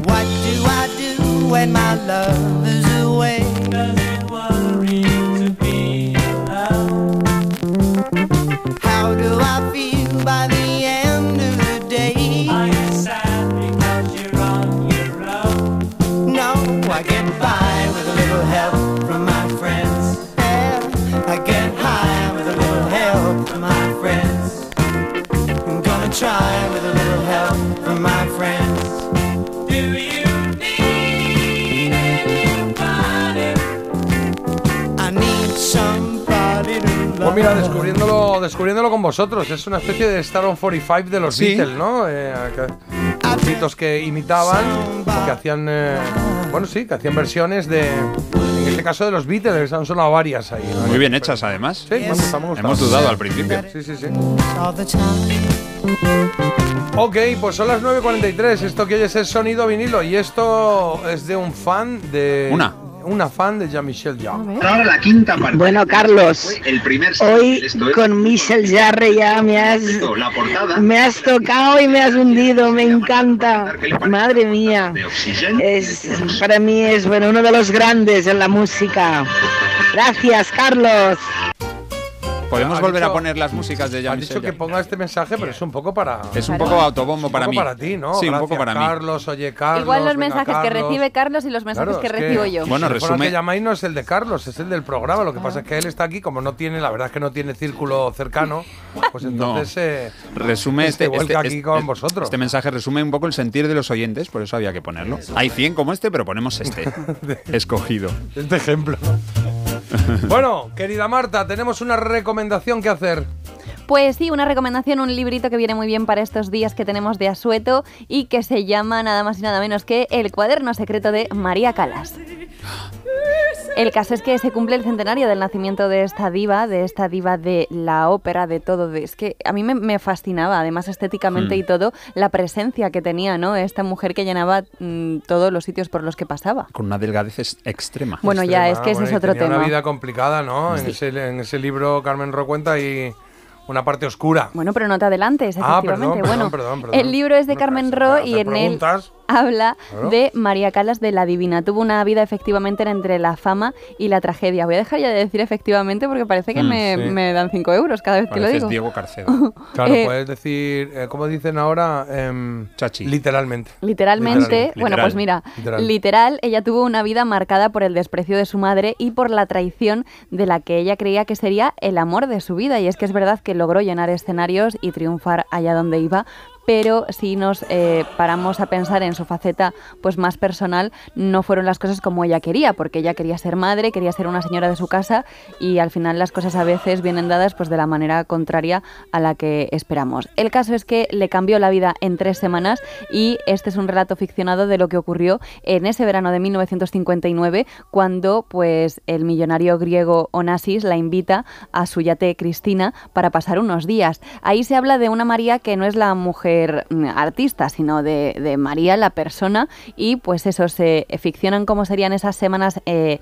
[SPEAKER 7] What do I do when my love is away? Does it worry to be alone? How do I feel by the end of the day? Are you sad because you're on your own? No, I get by with a little help from my friends. Yeah, I get high with a little help from my friends. I'm gonna try with a little help from my friends. Do you need anybody? I need somebody to
[SPEAKER 4] Pues mira, descubriéndolo, descubriéndolo con vosotros. Es una especie de Star on 45 de los
[SPEAKER 6] Sí.
[SPEAKER 4] Beatles, ¿no? Eh, que- grupitos que imitaban, o que hacían, eh, bueno, sí, que hacían versiones de en este caso de los Beatles, han sonado varias ahí.
[SPEAKER 6] Muy bien hechas, además.
[SPEAKER 4] Sí, me gusta, me gusta.
[SPEAKER 6] Hemos dudado al principio.
[SPEAKER 4] Sí, sí, sí. Ok, pues son las 9.43. Esto que oyes es sonido vinilo. Y esto es de un fan de.
[SPEAKER 6] Una.
[SPEAKER 4] Una fan de Jean-Michel Jarre.
[SPEAKER 7] la quinta parte. Bueno, Carlos,
[SPEAKER 4] El primer
[SPEAKER 7] hoy con Michel Jarre ya me has,
[SPEAKER 4] La portada.
[SPEAKER 7] me has tocado y me has hundido, me encanta. Madre mía, es,
[SPEAKER 4] este
[SPEAKER 7] para mí es bueno, uno de los grandes en la música. Gracias, Carlos.
[SPEAKER 6] Podemos
[SPEAKER 4] Ha
[SPEAKER 6] volver
[SPEAKER 4] dicho-
[SPEAKER 6] a poner las músicas de
[SPEAKER 4] Has dicho
[SPEAKER 6] Jean-Michel
[SPEAKER 4] que
[SPEAKER 6] Jarre.
[SPEAKER 4] ponga este mensaje, pero es un poco para.
[SPEAKER 6] Es un poco autobombo
[SPEAKER 4] Es un
[SPEAKER 6] para
[SPEAKER 4] poco
[SPEAKER 6] mí.
[SPEAKER 4] Para ti, ¿no?
[SPEAKER 6] Sí, un poco
[SPEAKER 4] Gracias,
[SPEAKER 6] para mí.
[SPEAKER 4] Carlos, oye, Carlos.
[SPEAKER 5] Igual los
[SPEAKER 4] venga,
[SPEAKER 5] mensajes que
[SPEAKER 4] Carlos.
[SPEAKER 5] recibe Carlos y los mensajes
[SPEAKER 4] Claro,
[SPEAKER 5] que
[SPEAKER 4] es que-
[SPEAKER 5] recibo yo.
[SPEAKER 6] Bueno,
[SPEAKER 4] Si fuera
[SPEAKER 6] resume-
[SPEAKER 4] que llamáis no es el de Carlos, es el del programa. Lo que pasa es que él está aquí, como no tiene, la verdad es que no tiene círculo cercano, pues entonces. eh,
[SPEAKER 6] Resume
[SPEAKER 4] este
[SPEAKER 6] este,
[SPEAKER 4] vuelca
[SPEAKER 6] este-
[SPEAKER 4] aquí
[SPEAKER 6] este-
[SPEAKER 4] con vosotros.
[SPEAKER 6] este mensaje resume un poco el sentir de los oyentes, por eso había que ponerlo. Hay 100 como este, pero ponemos
[SPEAKER 4] <laughs>
[SPEAKER 6] este. Escogido. <laughs>
[SPEAKER 4] Este ejemplo. bueno, querida Marta, tenemos una recomendación que hacer.
[SPEAKER 5] Pues sí, una recomendación, un librito que viene muy bien para estos días que tenemos de asueto y que se llama nada más y nada menos que El cuaderno secreto de María Calas. El caso es que se cumple el centenario del nacimiento de esta diva, de esta diva de la ópera, de todo. de- Es que a mí me, me fascinaba, además estéticamente
[SPEAKER 8] Mm.
[SPEAKER 5] y todo, la presencia que tenía, ¿no? Esta mujer que llenaba mm, todos los sitios por los que pasaba.
[SPEAKER 6] Con una delgadez es- extrema.
[SPEAKER 5] Bueno, ya, es que ese
[SPEAKER 4] bueno,
[SPEAKER 5] es
[SPEAKER 4] y
[SPEAKER 5] otro
[SPEAKER 4] tenía
[SPEAKER 5] tema.
[SPEAKER 4] Una vida complicada, ¿no? En, ese, en ese libro, Carmen Rocuenta, hay una parte oscura.
[SPEAKER 5] Bueno, pero no te adelantes,
[SPEAKER 4] Ah,
[SPEAKER 5] efectivamente.
[SPEAKER 4] perdón, perdón,
[SPEAKER 5] bueno,
[SPEAKER 4] perdón, perdón.
[SPEAKER 5] el libro es de Carmen Ro y
[SPEAKER 4] hacer
[SPEAKER 5] en él
[SPEAKER 4] preguntas.
[SPEAKER 5] habla
[SPEAKER 4] Claro.
[SPEAKER 5] de María Calas de la Divina. Tuvo una vida efectivamente entre la fama y la tragedia. Voy a dejar ya de decir efectivamente porque parece que
[SPEAKER 4] Mm,
[SPEAKER 5] me,
[SPEAKER 4] sí.
[SPEAKER 5] me dan 5 euros cada vez que lo digo.
[SPEAKER 6] Carcedo.
[SPEAKER 4] <laughs> Claro,
[SPEAKER 5] Eh,
[SPEAKER 4] puedes decir, eh, como dicen ahora, Em, literalmente.
[SPEAKER 5] Literalmente, bueno, pues mira, literal.
[SPEAKER 4] Literal.
[SPEAKER 5] ella tuvo una vida marcada por el desprecio de su madre y por la traición de la que ella creía que sería el amor de su vida. Y es que es verdad que logró llenar escenarios y triunfar allá donde iba. Pero si nos eh, paramos a pensar en su faceta pues más personal, no fueron las cosas como ella quería, porque ella quería ser madre, quería ser una señora de su casa y al final las cosas a veces vienen dadas pues de la manera contraria a la que esperamos. El caso es que le cambió la vida en tres semanas y este es un relato ficcionado de lo que ocurrió en ese verano de 1959 cuando pues el millonario griego Onassis la invita a su yate Cristina para pasar unos días. Ahí se habla de una María que no es la mujer mm, artista, sino de, de María la persona y pues eso se ficcionan cómo serían esas semanas eh,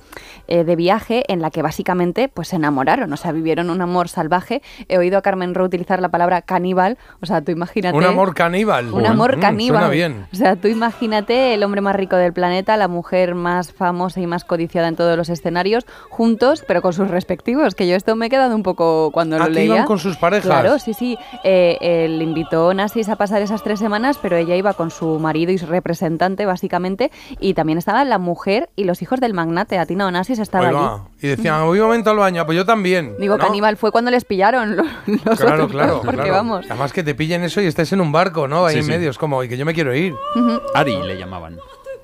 [SPEAKER 5] eh, de viaje en la que básicamente pues se enamoraron, o sea, vivieron un amor salvaje. He oído a Carmen Rowe utilizar la palabra caníbal, o sea, tú imagínate.
[SPEAKER 4] Un amor caníbal.
[SPEAKER 5] Un amor
[SPEAKER 4] Mm,
[SPEAKER 5] caníbal.
[SPEAKER 4] Suena bien.
[SPEAKER 5] O sea, tú imagínate el hombre más rico del planeta, la mujer más famosa y más codiciada en todos los escenarios, juntos, pero con sus respectivos, que yo esto me he quedado un poco cuando lo
[SPEAKER 4] Ah, que
[SPEAKER 5] leía.
[SPEAKER 4] iban con sus parejas.
[SPEAKER 5] Claro, sí, sí. Eh, eh, le invitó Onassis a pasar esas tres semanas, pero ella iba con su marido y su representante, básicamente, y también estaba la mujer y los hijos del magnate. Atina Onassis estaba
[SPEAKER 4] Ahí
[SPEAKER 5] allí.
[SPEAKER 4] va. Y decían, voy un momento al baño, pues yo también.
[SPEAKER 5] Digo,
[SPEAKER 4] ¿no?
[SPEAKER 5] caníbal fue cuando les pillaron los, <laughs> los
[SPEAKER 4] Claro,
[SPEAKER 5] otros,
[SPEAKER 4] claro,
[SPEAKER 5] porque
[SPEAKER 4] claro.
[SPEAKER 5] vamos.
[SPEAKER 4] Además que te pillen eso y estés en un barco, ¿no? Ahí
[SPEAKER 6] Sí,
[SPEAKER 4] en
[SPEAKER 6] sí.
[SPEAKER 4] medio, es como, y que yo me quiero ir.
[SPEAKER 5] Ujú.
[SPEAKER 6] Ari le llamaban.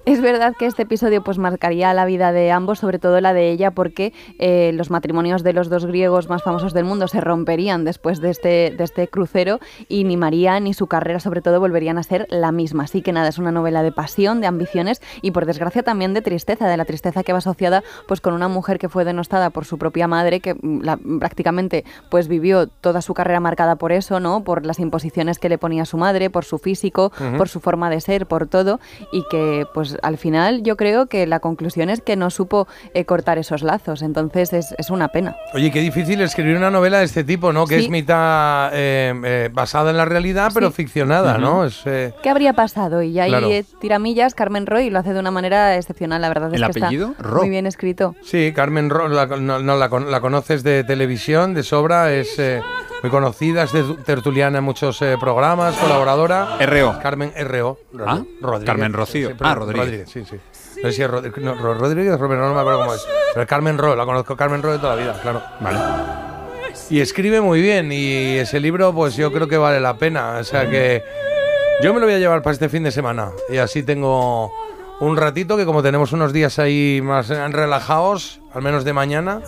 [SPEAKER 5] Es verdad que este episodio pues marcaría la vida de ambos, sobre todo la de ella, porque eh, los matrimonios de los dos griegos más famosos del mundo se romperían después de este, de este crucero y ni María ni su carrera, sobre todo, volverían a ser la misma. Así que nada, es una novela de pasión, de ambiciones y por desgracia también de tristeza, de la tristeza que va asociada pues con una mujer que fue denostada por su propia madre, que mm, la- prácticamente pues vivió toda su carrera marcada por eso, ¿no? Por las imposiciones que le ponía su madre, por su físico,
[SPEAKER 12] Ujú.
[SPEAKER 5] por su forma de ser, por todo, y que pues al final yo creo que la conclusión es que no supo eh, cortar esos lazos, entonces es, es una pena.
[SPEAKER 4] Oye, qué difícil escribir una novela de este tipo, ¿no? Que
[SPEAKER 5] Sí.
[SPEAKER 4] es mitad eh, eh, basada en la realidad, pero ficcionada, ¿no? Es, eh,
[SPEAKER 5] ¿Qué habría pasado? Y ahí
[SPEAKER 4] Claro.
[SPEAKER 5] eh, tiramillas, Carmen Roy lo hace de una manera excepcional, la verdad es
[SPEAKER 4] ¿El
[SPEAKER 5] que
[SPEAKER 4] apellido?
[SPEAKER 5] está
[SPEAKER 4] Ro.
[SPEAKER 5] muy bien escrito.
[SPEAKER 4] sí, Carmen Ro, la, no, no, la, con- la conoces de televisión, de sobra, es eh, muy conocida, es de- tertuliana en muchos eh, programas, colaboradora.
[SPEAKER 6] R.O..
[SPEAKER 4] Carmen R.O. Ro-
[SPEAKER 6] Ah,
[SPEAKER 4] Rodríguez.
[SPEAKER 6] Carmen Rocío.
[SPEAKER 4] Sí, pero-
[SPEAKER 6] Ah, Rodríguez.
[SPEAKER 4] sí, sí. No sé si es Rodríguez, no, Ro- Rodríguez, Romero, no me acuerdo cómo es. Pero es Carmen Ro, la conozco Carmen Ro de toda la vida, claro.
[SPEAKER 6] Vale.
[SPEAKER 4] Y escribe muy bien y ese libro pues yo creo que vale la pena. O sea que yo me lo voy a llevar para este fin de semana y así tengo un ratito que como tenemos unos días ahí más eh, relajados, al menos de mañana,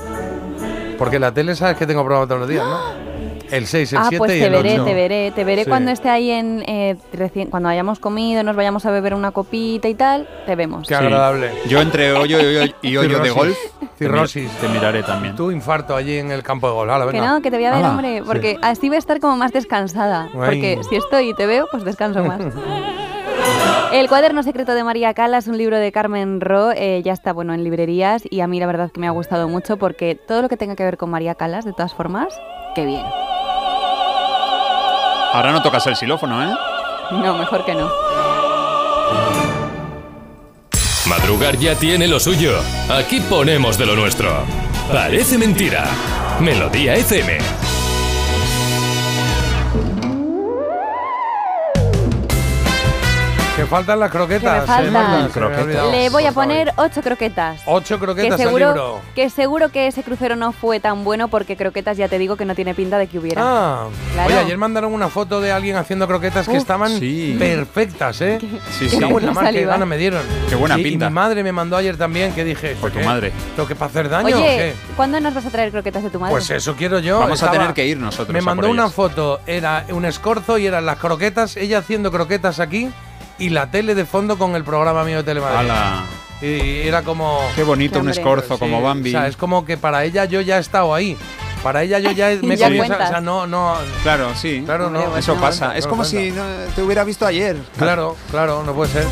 [SPEAKER 4] porque la tele sabes que tengo programa todos los días, ¿no? El 6, el
[SPEAKER 5] Ah,
[SPEAKER 4] 7
[SPEAKER 5] pues
[SPEAKER 4] y
[SPEAKER 5] te
[SPEAKER 4] el 8.
[SPEAKER 5] veré, te veré, te veré
[SPEAKER 4] Sí.
[SPEAKER 5] cuando esté ahí en eh, recién, cuando hayamos comido, nos vayamos a beber una copita y tal, te vemos.
[SPEAKER 4] Qué agradable.
[SPEAKER 6] Yo entre hoyo y hoyo, y hoyo de
[SPEAKER 4] Cirrosis.
[SPEAKER 6] golf.
[SPEAKER 4] Cirrosis.
[SPEAKER 6] Te miraré también.
[SPEAKER 4] Tu infarto allí en el campo de gol. Hala,
[SPEAKER 5] Que
[SPEAKER 4] venga.
[SPEAKER 5] no, que te voy a ver,
[SPEAKER 4] Hala.
[SPEAKER 5] hombre, porque así voy a estar como más descansada. Porque
[SPEAKER 4] Ay.
[SPEAKER 5] si estoy y te veo, pues descanso más.
[SPEAKER 4] <laughs>
[SPEAKER 5] El cuaderno secreto de María Calas, un libro de Carmen Ro, eh, ya está bueno en librerías y a mí la verdad que me ha gustado mucho porque todo lo que tenga que ver con María Calas, de todas formas, qué bien.
[SPEAKER 6] Ahora no tocas el xilófono, ¿eh?
[SPEAKER 5] No, mejor que no.
[SPEAKER 2] Madrugar ya tiene lo suyo. Aquí ponemos de lo nuestro. Parece mentira. Melodía FM.
[SPEAKER 4] Que faltan las
[SPEAKER 5] Que me
[SPEAKER 4] croquetas. ¿eh?
[SPEAKER 5] faltan. Le voy a poner ocho croquetas.
[SPEAKER 4] Ocho croquetas
[SPEAKER 5] que
[SPEAKER 4] al
[SPEAKER 5] seguro,
[SPEAKER 4] libro.
[SPEAKER 5] Que seguro que ese crucero no fue tan bueno porque croquetas ya te digo que no tiene pinta de que hubiera.
[SPEAKER 4] Ah,
[SPEAKER 5] Claro.
[SPEAKER 4] oye, ayer mandaron una foto de alguien haciendo croquetas que
[SPEAKER 5] Uf.
[SPEAKER 4] estaban
[SPEAKER 6] Sí.
[SPEAKER 4] perfectas, ¿eh?
[SPEAKER 6] Sí,
[SPEAKER 4] Me
[SPEAKER 6] sí.
[SPEAKER 4] cago en la mar, qué
[SPEAKER 5] Saliva.
[SPEAKER 4] gana me dieron.
[SPEAKER 6] Qué buena
[SPEAKER 4] Y- y
[SPEAKER 6] pinta.
[SPEAKER 4] mi madre me mandó ayer también que dije, ¿esto
[SPEAKER 6] tu
[SPEAKER 4] qué?
[SPEAKER 6] madre.
[SPEAKER 4] ¿Lo que para hacer daño o
[SPEAKER 5] Oye,
[SPEAKER 4] qué?
[SPEAKER 5] ¿cuándo nos vas a traer croquetas de tu madre?
[SPEAKER 4] Pues eso quiero yo.
[SPEAKER 6] Vamos a
[SPEAKER 4] Estaba-
[SPEAKER 6] tener que ir nosotros.
[SPEAKER 4] Me
[SPEAKER 6] a
[SPEAKER 4] mandó
[SPEAKER 6] por
[SPEAKER 4] una
[SPEAKER 6] ellas.
[SPEAKER 4] foto, era un escorzo y eran las croquetas, ella haciendo croquetas aquí y la tele de fondo con el programa mío de Telemadrid.
[SPEAKER 6] ¡Hala!
[SPEAKER 4] Y era como...
[SPEAKER 6] Qué bonito, un Hombre. escorzo como Bambi.
[SPEAKER 4] O sea, es como que para ella yo ya he estado ahí. Para ella
[SPEAKER 6] <laughs>
[SPEAKER 4] yo ya he- me he
[SPEAKER 6] Ya
[SPEAKER 4] comido esa-
[SPEAKER 6] cuentas.
[SPEAKER 4] O sea, no, no...
[SPEAKER 6] Claro, sí.
[SPEAKER 4] Claro, no.
[SPEAKER 6] Eso
[SPEAKER 4] no
[SPEAKER 6] pasa.
[SPEAKER 4] cuenta,
[SPEAKER 6] Es
[SPEAKER 4] no
[SPEAKER 6] como
[SPEAKER 4] cuenta.
[SPEAKER 6] si no te hubiera visto ayer.
[SPEAKER 4] Claro, claro, no puede ser.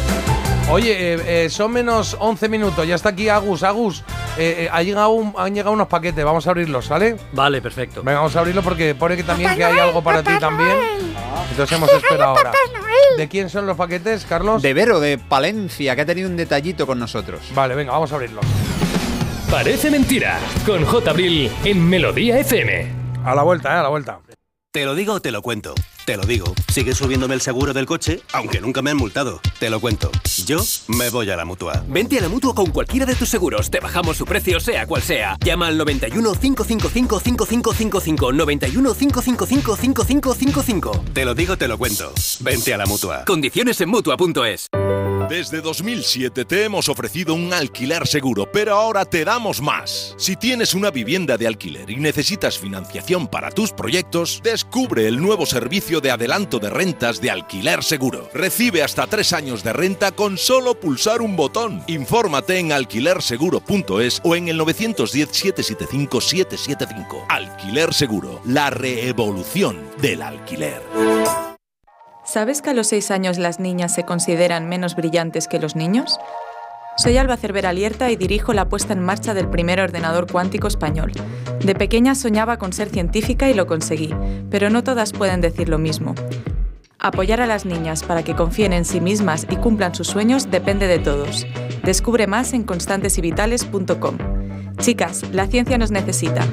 [SPEAKER 4] Oye, eh, eh, son menos 11 minutos, ya está aquí Agus. Agus, eh, eh, ha llegado un- han llegado unos paquetes, vamos a abrirlos, ¿sale?
[SPEAKER 23] Vale, perfecto.
[SPEAKER 4] Venga, vamos a abrirlo porque pone que también que hay algo para ti también. Entonces hemos esperado ahora. ¿De quién son los paquetes, Carlos?
[SPEAKER 6] De Vero, de Palencia, que ha tenido un detallito con nosotros.
[SPEAKER 4] Vale, venga, vamos a abrirlo.
[SPEAKER 2] Parece mentira. Con J. Abril en Melodía FM.
[SPEAKER 4] A la vuelta, eh, a la vuelta.
[SPEAKER 35] Te lo digo, te lo cuento. Te lo digo. Sigue subiéndome el seguro del coche, aunque nunca me han multado. Te lo cuento. Yo me voy a la mutua.
[SPEAKER 23] Vente a la mutua con cualquiera de tus seguros. Te bajamos su precio, sea cual sea. Llama al 91 555 5555. 91 555 5555.
[SPEAKER 35] Te lo digo, te lo cuento. Vente a la mutua.
[SPEAKER 23] Condiciones en mutua.es.
[SPEAKER 11] Desde 2007 te hemos ofrecido un alquiler seguro, pero ahora te damos más. Si tienes una vivienda de alquiler y necesitas financiación para tus proyectos, descubre el nuevo servicio de adelanto de rentas de alquiler seguro. Recibe hasta tres años de renta con solo pulsar un botón. Infórmate en alquilerseguro.es o en el 910-775-775. Alquiler seguro, la reevolución del alquiler.
[SPEAKER 14] ¿Sabes que a los 6 años las niñas se consideran menos brillantes que los niños? Soy Alba Cervera Lierta y dirijo la puesta en marcha del primer ordenador cuántico español. De pequeña soñaba con ser científica y lo conseguí, pero no todas pueden decir lo mismo. Apoyar a las niñas para que confíen en sí mismas y cumplan sus sueños depende de todos. Descubre más en constantesyvitales.com. Chicas, la ciencia nos necesita.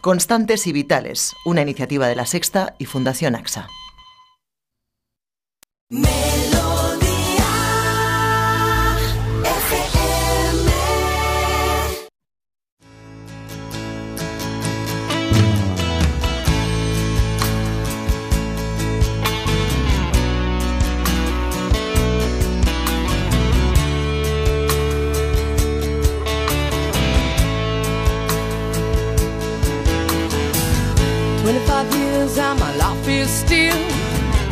[SPEAKER 26] Constantes y Vitales, una iniciativa de La Sexta y Fundación AXA.
[SPEAKER 14] 25 years and my life is still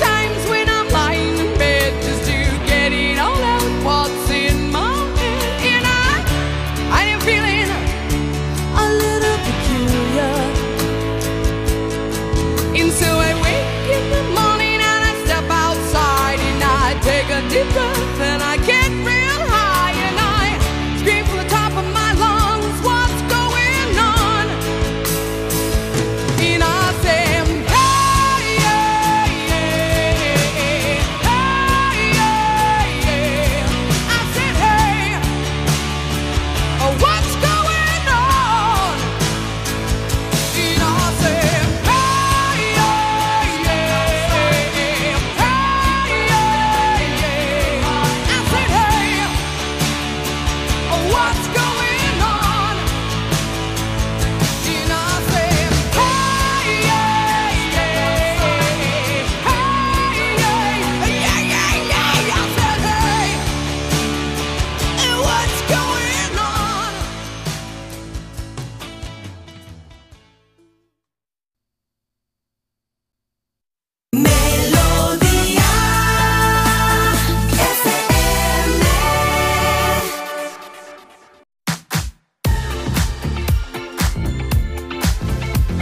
[SPEAKER 14] times when I'm lying in bed just to get it all out what's in my head. And I, I am feeling a little peculiar. And so I wake in the morning and I step outside and I take a deep breath and I get real high and I scream from the top of my lungs, what's going on?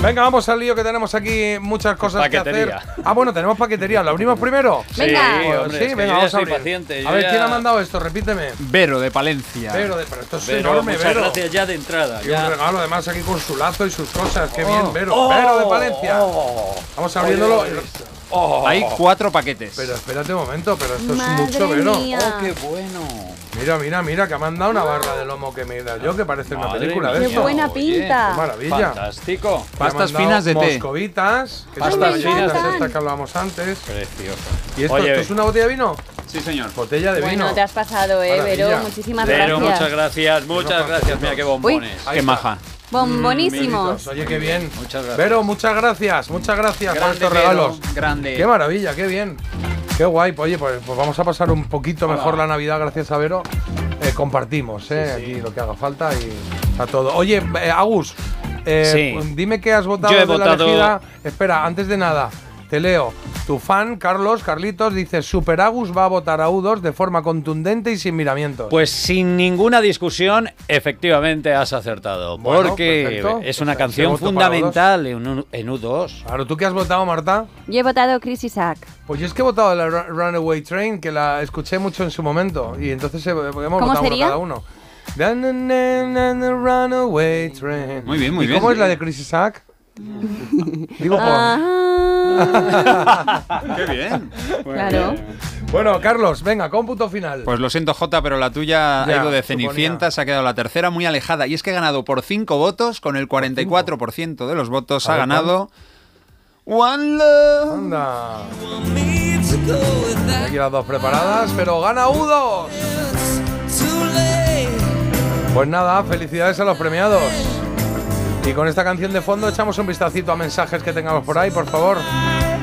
[SPEAKER 4] Venga, vamos al lío que tenemos aquí muchas cosas que
[SPEAKER 3] Paquetería.
[SPEAKER 4] hacer. Ah, bueno, tenemos paquetería. ¿La abrimos primero?
[SPEAKER 3] Sí, Venga. hombre,
[SPEAKER 4] sí,
[SPEAKER 3] es que yo ya
[SPEAKER 4] venga, vamos a
[SPEAKER 3] soy
[SPEAKER 4] abrir.
[SPEAKER 3] paciente, yo
[SPEAKER 4] a ver,
[SPEAKER 3] ya-
[SPEAKER 4] ¿quién ha mandado esto? Repíteme.
[SPEAKER 6] Vero de Palencia.
[SPEAKER 4] Vero de- pero esto es
[SPEAKER 3] Vero,
[SPEAKER 4] enorme,
[SPEAKER 3] muchas
[SPEAKER 4] Vero.
[SPEAKER 3] gracias ya de entrada.
[SPEAKER 4] Y un
[SPEAKER 3] ya.
[SPEAKER 4] regalo además aquí con su lazo y sus cosas. Qué
[SPEAKER 3] Oh.
[SPEAKER 4] bien, Vero.
[SPEAKER 3] Oh.
[SPEAKER 4] Vero de Palencia. Vamos abriéndolo.
[SPEAKER 3] Oye,
[SPEAKER 4] Oh.
[SPEAKER 6] Hay cuatro paquetes.
[SPEAKER 4] Pero espérate un ¿eh? momento, pero esto
[SPEAKER 3] Madre
[SPEAKER 4] es mucho Vero.
[SPEAKER 3] mía. Oh, qué
[SPEAKER 6] bueno.
[SPEAKER 4] Mira, mira, mira, que me han dado una barra de lomo que me he dado yo, que parece una
[SPEAKER 3] Madre
[SPEAKER 4] película de
[SPEAKER 3] mía,
[SPEAKER 4] esto.
[SPEAKER 3] Qué buena pinta.
[SPEAKER 4] Qué maravilla.
[SPEAKER 3] Fantástico.
[SPEAKER 4] Me han
[SPEAKER 3] Pastas
[SPEAKER 4] mandado
[SPEAKER 3] finas de té.
[SPEAKER 4] Moscovitas. Que
[SPEAKER 3] Pastas
[SPEAKER 4] son las
[SPEAKER 3] finas de
[SPEAKER 4] galletas
[SPEAKER 3] té.
[SPEAKER 4] estas que hablábamos antes.
[SPEAKER 3] Precioso.
[SPEAKER 4] ¿Y esto,
[SPEAKER 3] Oye,
[SPEAKER 4] esto es una botella de vino?
[SPEAKER 6] Sí, señor.
[SPEAKER 4] Botella de
[SPEAKER 5] Bueno,
[SPEAKER 4] vino.
[SPEAKER 5] te has pasado, eh,
[SPEAKER 4] Maravilla.
[SPEAKER 5] Vero. Muchísimas
[SPEAKER 3] Vero,
[SPEAKER 5] gracias.
[SPEAKER 3] muchas gracias, muchas gracias. Mira qué bombones.
[SPEAKER 6] Qué maja.
[SPEAKER 5] Bombonísimos.
[SPEAKER 4] Mm, Oye, qué bien.
[SPEAKER 3] Muchas gracias.
[SPEAKER 4] Vero, muchas gracias. Muchas gracias por
[SPEAKER 6] Grande
[SPEAKER 4] estos
[SPEAKER 6] Vero,
[SPEAKER 4] regalos.
[SPEAKER 6] grande.
[SPEAKER 4] Qué maravilla, qué bien. Qué guay. Pues, oye, pues, pues vamos a pasar un poquito mejor la Navidad gracias a Vero. Eh, compartimos, ¿eh? Aquí lo que haga falta y a todo. Oye, eh, Agus, eh,
[SPEAKER 3] Sí.
[SPEAKER 4] dime qué has votado
[SPEAKER 3] Yo he
[SPEAKER 4] de
[SPEAKER 3] votado-
[SPEAKER 4] la elegida. Espera, antes de nada, te leo. Tu fan, Carlos, Carlitos, dice Super Agus va a votar a U2 de forma contundente y sin miramientos.
[SPEAKER 3] Pues sin ninguna discusión, efectivamente has acertado.
[SPEAKER 4] Bueno,
[SPEAKER 3] porque es
[SPEAKER 4] perfecto.
[SPEAKER 3] una
[SPEAKER 4] Pues, ese
[SPEAKER 3] canción
[SPEAKER 4] voto para
[SPEAKER 3] fundamental en U- en U2.
[SPEAKER 4] Claro, ¿tú qué has votado, Marta?
[SPEAKER 5] Yo he votado Chris Isaac.
[SPEAKER 4] Pues yo es que he votado la Ru- Runaway Train, que la escuché mucho en su momento. Y entonces he- hemos votado uno
[SPEAKER 5] sería?
[SPEAKER 4] cada uno. Da, na, na, na, na, Runaway Train.
[SPEAKER 6] Muy bien, muy
[SPEAKER 4] ¿Y
[SPEAKER 6] bien.
[SPEAKER 4] ¿Cómo es la de Chris
[SPEAKER 5] <laughs>
[SPEAKER 4] Isaac? Digo, por.
[SPEAKER 6] <laughs> Qué bien.
[SPEAKER 5] Ah. Claro.
[SPEAKER 4] Bueno, Carlos, venga, cómputo final.
[SPEAKER 6] Pues lo siento, Jota, pero la tuya
[SPEAKER 4] Ya,
[SPEAKER 6] ha ido de
[SPEAKER 4] suponía.
[SPEAKER 6] cenicienta, se ha quedado la tercera muy alejada. Y es que ha ganado por cinco votos, con el 44% de los votos
[SPEAKER 4] A
[SPEAKER 6] ha
[SPEAKER 4] ver,
[SPEAKER 6] ganado. One Love.
[SPEAKER 4] Anda. Aquí las dos preparadas, pero gana Udo. Pues nada, felicidades a los premiados. Y con esta canción de fondo echamos un vistacito a mensajes que tengamos por ahí, por favor.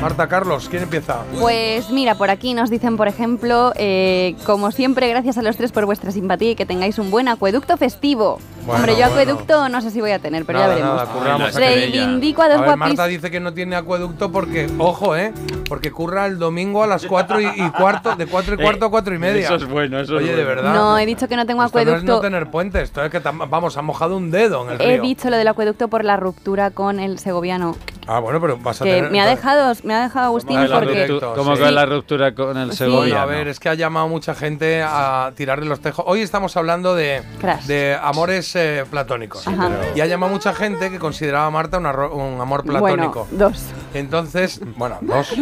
[SPEAKER 4] Marta Carlos, ¿quién empieza?
[SPEAKER 5] Pues mira, por aquí nos dicen, por ejemplo, eh, como siempre, gracias a los tres por vuestra simpatía y que tengáis un buen acueducto festivo.
[SPEAKER 4] Bueno,
[SPEAKER 5] Hombre, yo
[SPEAKER 4] bueno.
[SPEAKER 5] acueducto no sé si voy a tener, pero
[SPEAKER 4] Nada,
[SPEAKER 5] ya veremos.
[SPEAKER 4] nada, curramos aquí.
[SPEAKER 5] Reivindico a dos
[SPEAKER 4] ver, Marta
[SPEAKER 5] guapis.
[SPEAKER 4] dice que no tiene acueducto porque, ojo, ¿eh? Porque curra el domingo a las 4 y, y cuarto, de 4 y
[SPEAKER 3] <laughs> Eh,
[SPEAKER 4] cuarto a 4 y media.
[SPEAKER 3] eso es bueno, eso es
[SPEAKER 4] Oye, de
[SPEAKER 3] bueno.
[SPEAKER 4] verdad.
[SPEAKER 5] No, he dicho que no tengo
[SPEAKER 4] Esto no es no
[SPEAKER 5] acueducto.
[SPEAKER 4] tener puentes, esto es que tam- vamos, ha mojado un dedo en el
[SPEAKER 5] He
[SPEAKER 4] río.
[SPEAKER 5] dicho lo del acueducto por la ruptura con el segoviano.
[SPEAKER 4] Ah, bueno, pero vas a
[SPEAKER 5] Que
[SPEAKER 4] tener.
[SPEAKER 5] me ha dejado, me ha dejado Agustín
[SPEAKER 4] Vamos a hablar
[SPEAKER 5] porque.
[SPEAKER 4] directo,
[SPEAKER 3] ¿Cómo
[SPEAKER 4] sí.
[SPEAKER 3] que la ruptura con el
[SPEAKER 4] Bueno,
[SPEAKER 3] Segovia?
[SPEAKER 4] a ver, es que ha llamado mucha gente a tirarle los tejos. Hoy estamos hablando de,
[SPEAKER 5] Crash.
[SPEAKER 4] de amores eh, platónicos.
[SPEAKER 5] Ajá.
[SPEAKER 4] Y ha llamado mucha gente que consideraba a Marta una ro- un amor platónico.
[SPEAKER 5] Bueno, dos.
[SPEAKER 4] Entonces, bueno,
[SPEAKER 5] <laughs>
[SPEAKER 4] dos,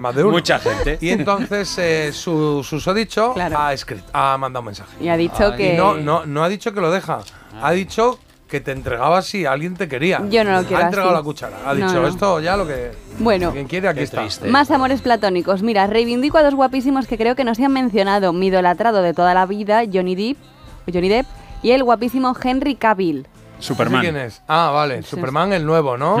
[SPEAKER 4] más de uno.
[SPEAKER 3] Mucha gente.
[SPEAKER 4] Y entonces eh, su susodicho ha, escrito, ha mandado un mensaje.
[SPEAKER 5] Y ha dicho
[SPEAKER 4] Y
[SPEAKER 5] que.
[SPEAKER 4] no, no, no ha dicho que lo deja. Ha dicho que te entregaba si alguien te quería.
[SPEAKER 5] Yo no lo quiero
[SPEAKER 4] Ha entregado
[SPEAKER 5] así.
[SPEAKER 4] la cuchara. Ha
[SPEAKER 5] No,
[SPEAKER 4] dicho
[SPEAKER 5] no.
[SPEAKER 4] esto ya lo que.
[SPEAKER 5] Bueno.
[SPEAKER 4] Quien quiere, aquí está.
[SPEAKER 5] Más amores platónicos. Mira, reivindico a dos guapísimos que creo que no se han mencionado. Mi idolatrado de toda la vida, Johnny Depp, Johnny Depp y el guapísimo Henry Cavill.
[SPEAKER 6] Superman. Hmm.
[SPEAKER 4] ¿Ese ¿Quién es? Ah, vale. Superman, el nuevo, ¿no?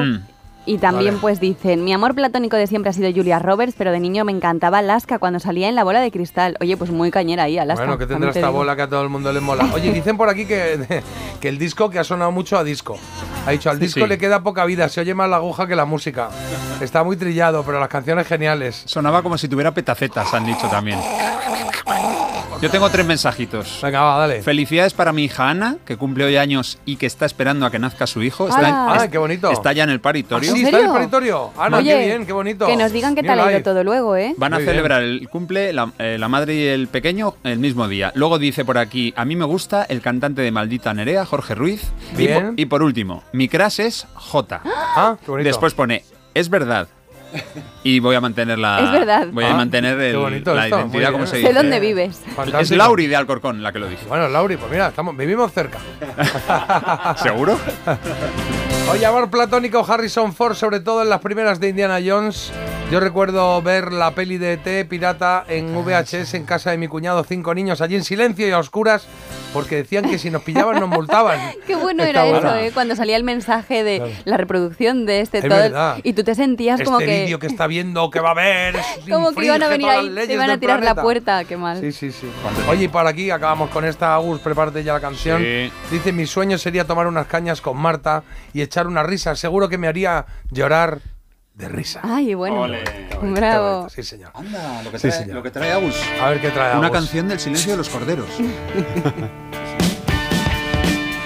[SPEAKER 5] Y también
[SPEAKER 4] Vale.
[SPEAKER 5] pues dicen, mi amor platónico de siempre ha sido Julia Roberts, pero de niño me encantaba Alaska cuando salía en la bola de cristal. Oye, pues muy cañera ahí, Alaska.
[SPEAKER 4] Bueno, que
[SPEAKER 5] también
[SPEAKER 4] tendrá
[SPEAKER 5] te
[SPEAKER 4] esta
[SPEAKER 5] digo.
[SPEAKER 4] bola que a todo el mundo le mola. Oye, dicen por aquí que, <laughs> que el disco que ha sonado mucho a disco. Ha dicho, al disco
[SPEAKER 6] sí.
[SPEAKER 4] le queda poca vida, se oye más la aguja que la música. Está muy trillado, pero las canciones geniales.
[SPEAKER 6] Sonaba como si tuviera petacetas, han dicho también. Yo tengo tres mensajitos.
[SPEAKER 4] Venga, va, dale.
[SPEAKER 6] Felicidades para mi hija Ana, que cumple hoy años y que está esperando a que nazca su hijo. Está, en-
[SPEAKER 5] Ah.
[SPEAKER 6] es-
[SPEAKER 4] Ay, qué bonito.
[SPEAKER 6] está ya en el paritorio.
[SPEAKER 4] ¿Ah, sí?
[SPEAKER 5] ¿En
[SPEAKER 4] ¿Está en el
[SPEAKER 5] serio?
[SPEAKER 4] paritorio? Ana,
[SPEAKER 5] Oye,
[SPEAKER 4] qué bien, qué bonito.
[SPEAKER 5] Que nos digan qué
[SPEAKER 4] New
[SPEAKER 5] tal ha ido
[SPEAKER 4] life.
[SPEAKER 5] todo luego, ¿eh?
[SPEAKER 6] Van a
[SPEAKER 4] Muy bien.
[SPEAKER 6] celebrar el cumple la, eh, la madre y el pequeño el mismo día. Luego dice por aquí, a mí me gusta el cantante de Maldita Nerea, Jorge Ruiz. Y po-
[SPEAKER 4] Bien.
[SPEAKER 6] Y, por último, mi crash es J.
[SPEAKER 4] <gasps> Ah, qué bonito.
[SPEAKER 6] Después pone, es verdad. Y voy a mantener la...
[SPEAKER 5] Es verdad.
[SPEAKER 6] Voy a
[SPEAKER 4] Ah,
[SPEAKER 6] mantener
[SPEAKER 4] qué
[SPEAKER 6] el-
[SPEAKER 4] bonito
[SPEAKER 6] la
[SPEAKER 4] esto, muy
[SPEAKER 6] identidad, como
[SPEAKER 4] bien.
[SPEAKER 6] se
[SPEAKER 4] Sé
[SPEAKER 6] dice.
[SPEAKER 5] ¿De dónde vives?
[SPEAKER 4] Fantástico.
[SPEAKER 6] Es Lauri de Alcorcón la que lo dice.
[SPEAKER 4] <laughs> Bueno, Lauri, pues mira, estamos, vivimos cerca.
[SPEAKER 6] ¿Seguro?
[SPEAKER 4] Oye, amor platónico Harrison Ford, sobre todo en las primeras de Indiana Jones. Yo recuerdo ver la peli de E T Pirata en VHS en casa de mi cuñado, cinco niños allí en silencio y a oscuras, porque decían que si nos pillaban nos <laughs> multaban.
[SPEAKER 5] <laughs> Qué bueno
[SPEAKER 4] Está
[SPEAKER 5] era eso,
[SPEAKER 4] bueno.
[SPEAKER 5] ¿eh? Cuando salía el mensaje de
[SPEAKER 4] Claro.
[SPEAKER 5] la reproducción de este
[SPEAKER 4] Es
[SPEAKER 5] todo. el-
[SPEAKER 4] verdad.
[SPEAKER 5] Y tú te sentías
[SPEAKER 4] Este
[SPEAKER 5] como
[SPEAKER 4] vídeo que está viendo, que va a ver,
[SPEAKER 5] que. Como que iban a venir ahí, te iban
[SPEAKER 4] van
[SPEAKER 5] a tirar la puerta, qué mal.
[SPEAKER 4] <laughs> Sí, sí, sí. Oye, y para aquí acabamos con esta, Agus, prepárate ya la canción.
[SPEAKER 6] Sí.
[SPEAKER 4] Dice, mi sueño sería tomar unas cañas con Marta y echar una risa. Seguro que me haría llorar de risa.
[SPEAKER 5] Ay, bueno. <laughs> Bravo.
[SPEAKER 4] Sí, señor.
[SPEAKER 6] Anda, Ah, lo que
[SPEAKER 4] Sí,
[SPEAKER 6] trae,
[SPEAKER 4] señor.
[SPEAKER 6] lo que trae Agus.
[SPEAKER 4] A ver qué trae
[SPEAKER 6] Una
[SPEAKER 4] Agus. <laughs>
[SPEAKER 6] canción del silencio de los corderos.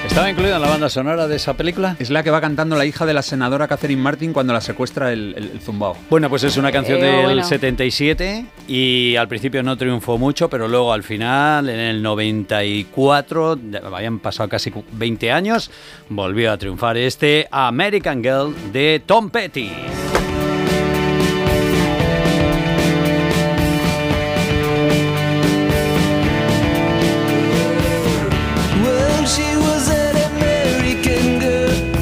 [SPEAKER 17] ¿Estaba incluida en la banda sonora de esa película?
[SPEAKER 6] Es la que va cantando la hija de la senadora Catherine Martin cuando la secuestra el, el- el zumbao.
[SPEAKER 17] Bueno, pues es una canción
[SPEAKER 6] Eh,
[SPEAKER 17] del
[SPEAKER 6] bueno.
[SPEAKER 17] 77 y al principio no triunfó mucho, pero luego al final, en el 94, de- habían pasado casi cu- 20 años, volvió a triunfar este American Girl de Tom Petty.
[SPEAKER 14] Well, she was an American girl,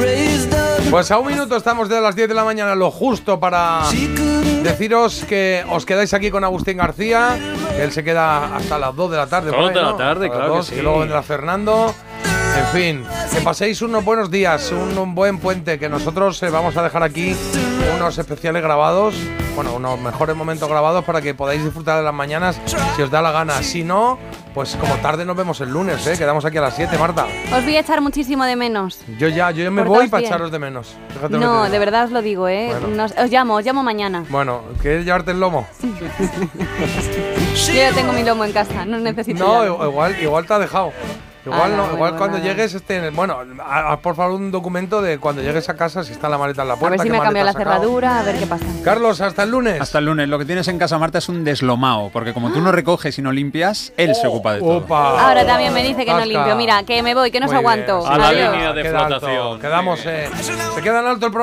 [SPEAKER 14] raised on
[SPEAKER 4] Pues a un minuto estamos de las 10 de la mañana, lo justo para deciros que os quedáis aquí con Agustín García, que él se queda hasta las 2 de la tarde.
[SPEAKER 17] Dos
[SPEAKER 4] por ahí,
[SPEAKER 17] de la
[SPEAKER 4] ¿no? Hasta
[SPEAKER 17] tarde,
[SPEAKER 4] las
[SPEAKER 17] claro que
[SPEAKER 4] dos,
[SPEAKER 17] sí.
[SPEAKER 4] Y luego vendrá Fernando. En fin, que paséis unos buenos días, un, un buen puente, que nosotros eh, vamos a dejar aquí unos especiales grabados, bueno, unos mejores momentos grabados para que podáis disfrutar de las mañanas si os da la gana. Si no, pues como tarde nos vemos el lunes, ¿eh? quedamos aquí a las 7, Marta.
[SPEAKER 5] Os voy a echar muchísimo de menos.
[SPEAKER 4] Yo ya, yo ya me
[SPEAKER 5] Portaos
[SPEAKER 4] voy para
[SPEAKER 5] bien.
[SPEAKER 4] echaros de menos. Fíjate lo que te
[SPEAKER 5] No,
[SPEAKER 4] digo.
[SPEAKER 5] de verdad os lo digo, ¿eh?
[SPEAKER 4] Bueno.
[SPEAKER 5] Nos- os llamo, os llamo mañana.
[SPEAKER 4] Bueno, ¿quieres llevarte el lomo?
[SPEAKER 5] Yo ya tengo mi lomo en casa, no necesito.
[SPEAKER 4] No,
[SPEAKER 5] llave.
[SPEAKER 4] i- igual, igual te ha dejado. Igual,
[SPEAKER 5] Ah,
[SPEAKER 4] no,
[SPEAKER 5] bueno,
[SPEAKER 4] igual cuando
[SPEAKER 5] nada.
[SPEAKER 4] llegues, este, en el- bueno, a- a- por favor un documento de cuando llegues a casa si está la maleta en la
[SPEAKER 5] a
[SPEAKER 4] puerta.
[SPEAKER 5] ver si
[SPEAKER 4] qué
[SPEAKER 5] me ha
[SPEAKER 4] maleta
[SPEAKER 5] cambiado la
[SPEAKER 4] has sacado.
[SPEAKER 5] cerradura, a ver qué pasa.
[SPEAKER 4] Carlos, hasta el lunes.
[SPEAKER 6] Hasta el lunes. Lo que tienes en casa, Marta, es un deslomao, porque como tú no recoges y no limpias, él
[SPEAKER 4] Oh,
[SPEAKER 6] se ocupa de todo.
[SPEAKER 5] Ahora también me dice que no
[SPEAKER 6] Tasca.
[SPEAKER 5] limpio. Mira, que me voy, que no os aguanto. Adiós.
[SPEAKER 4] Queda alto. Quedamos, eh, se queda en alto el programa.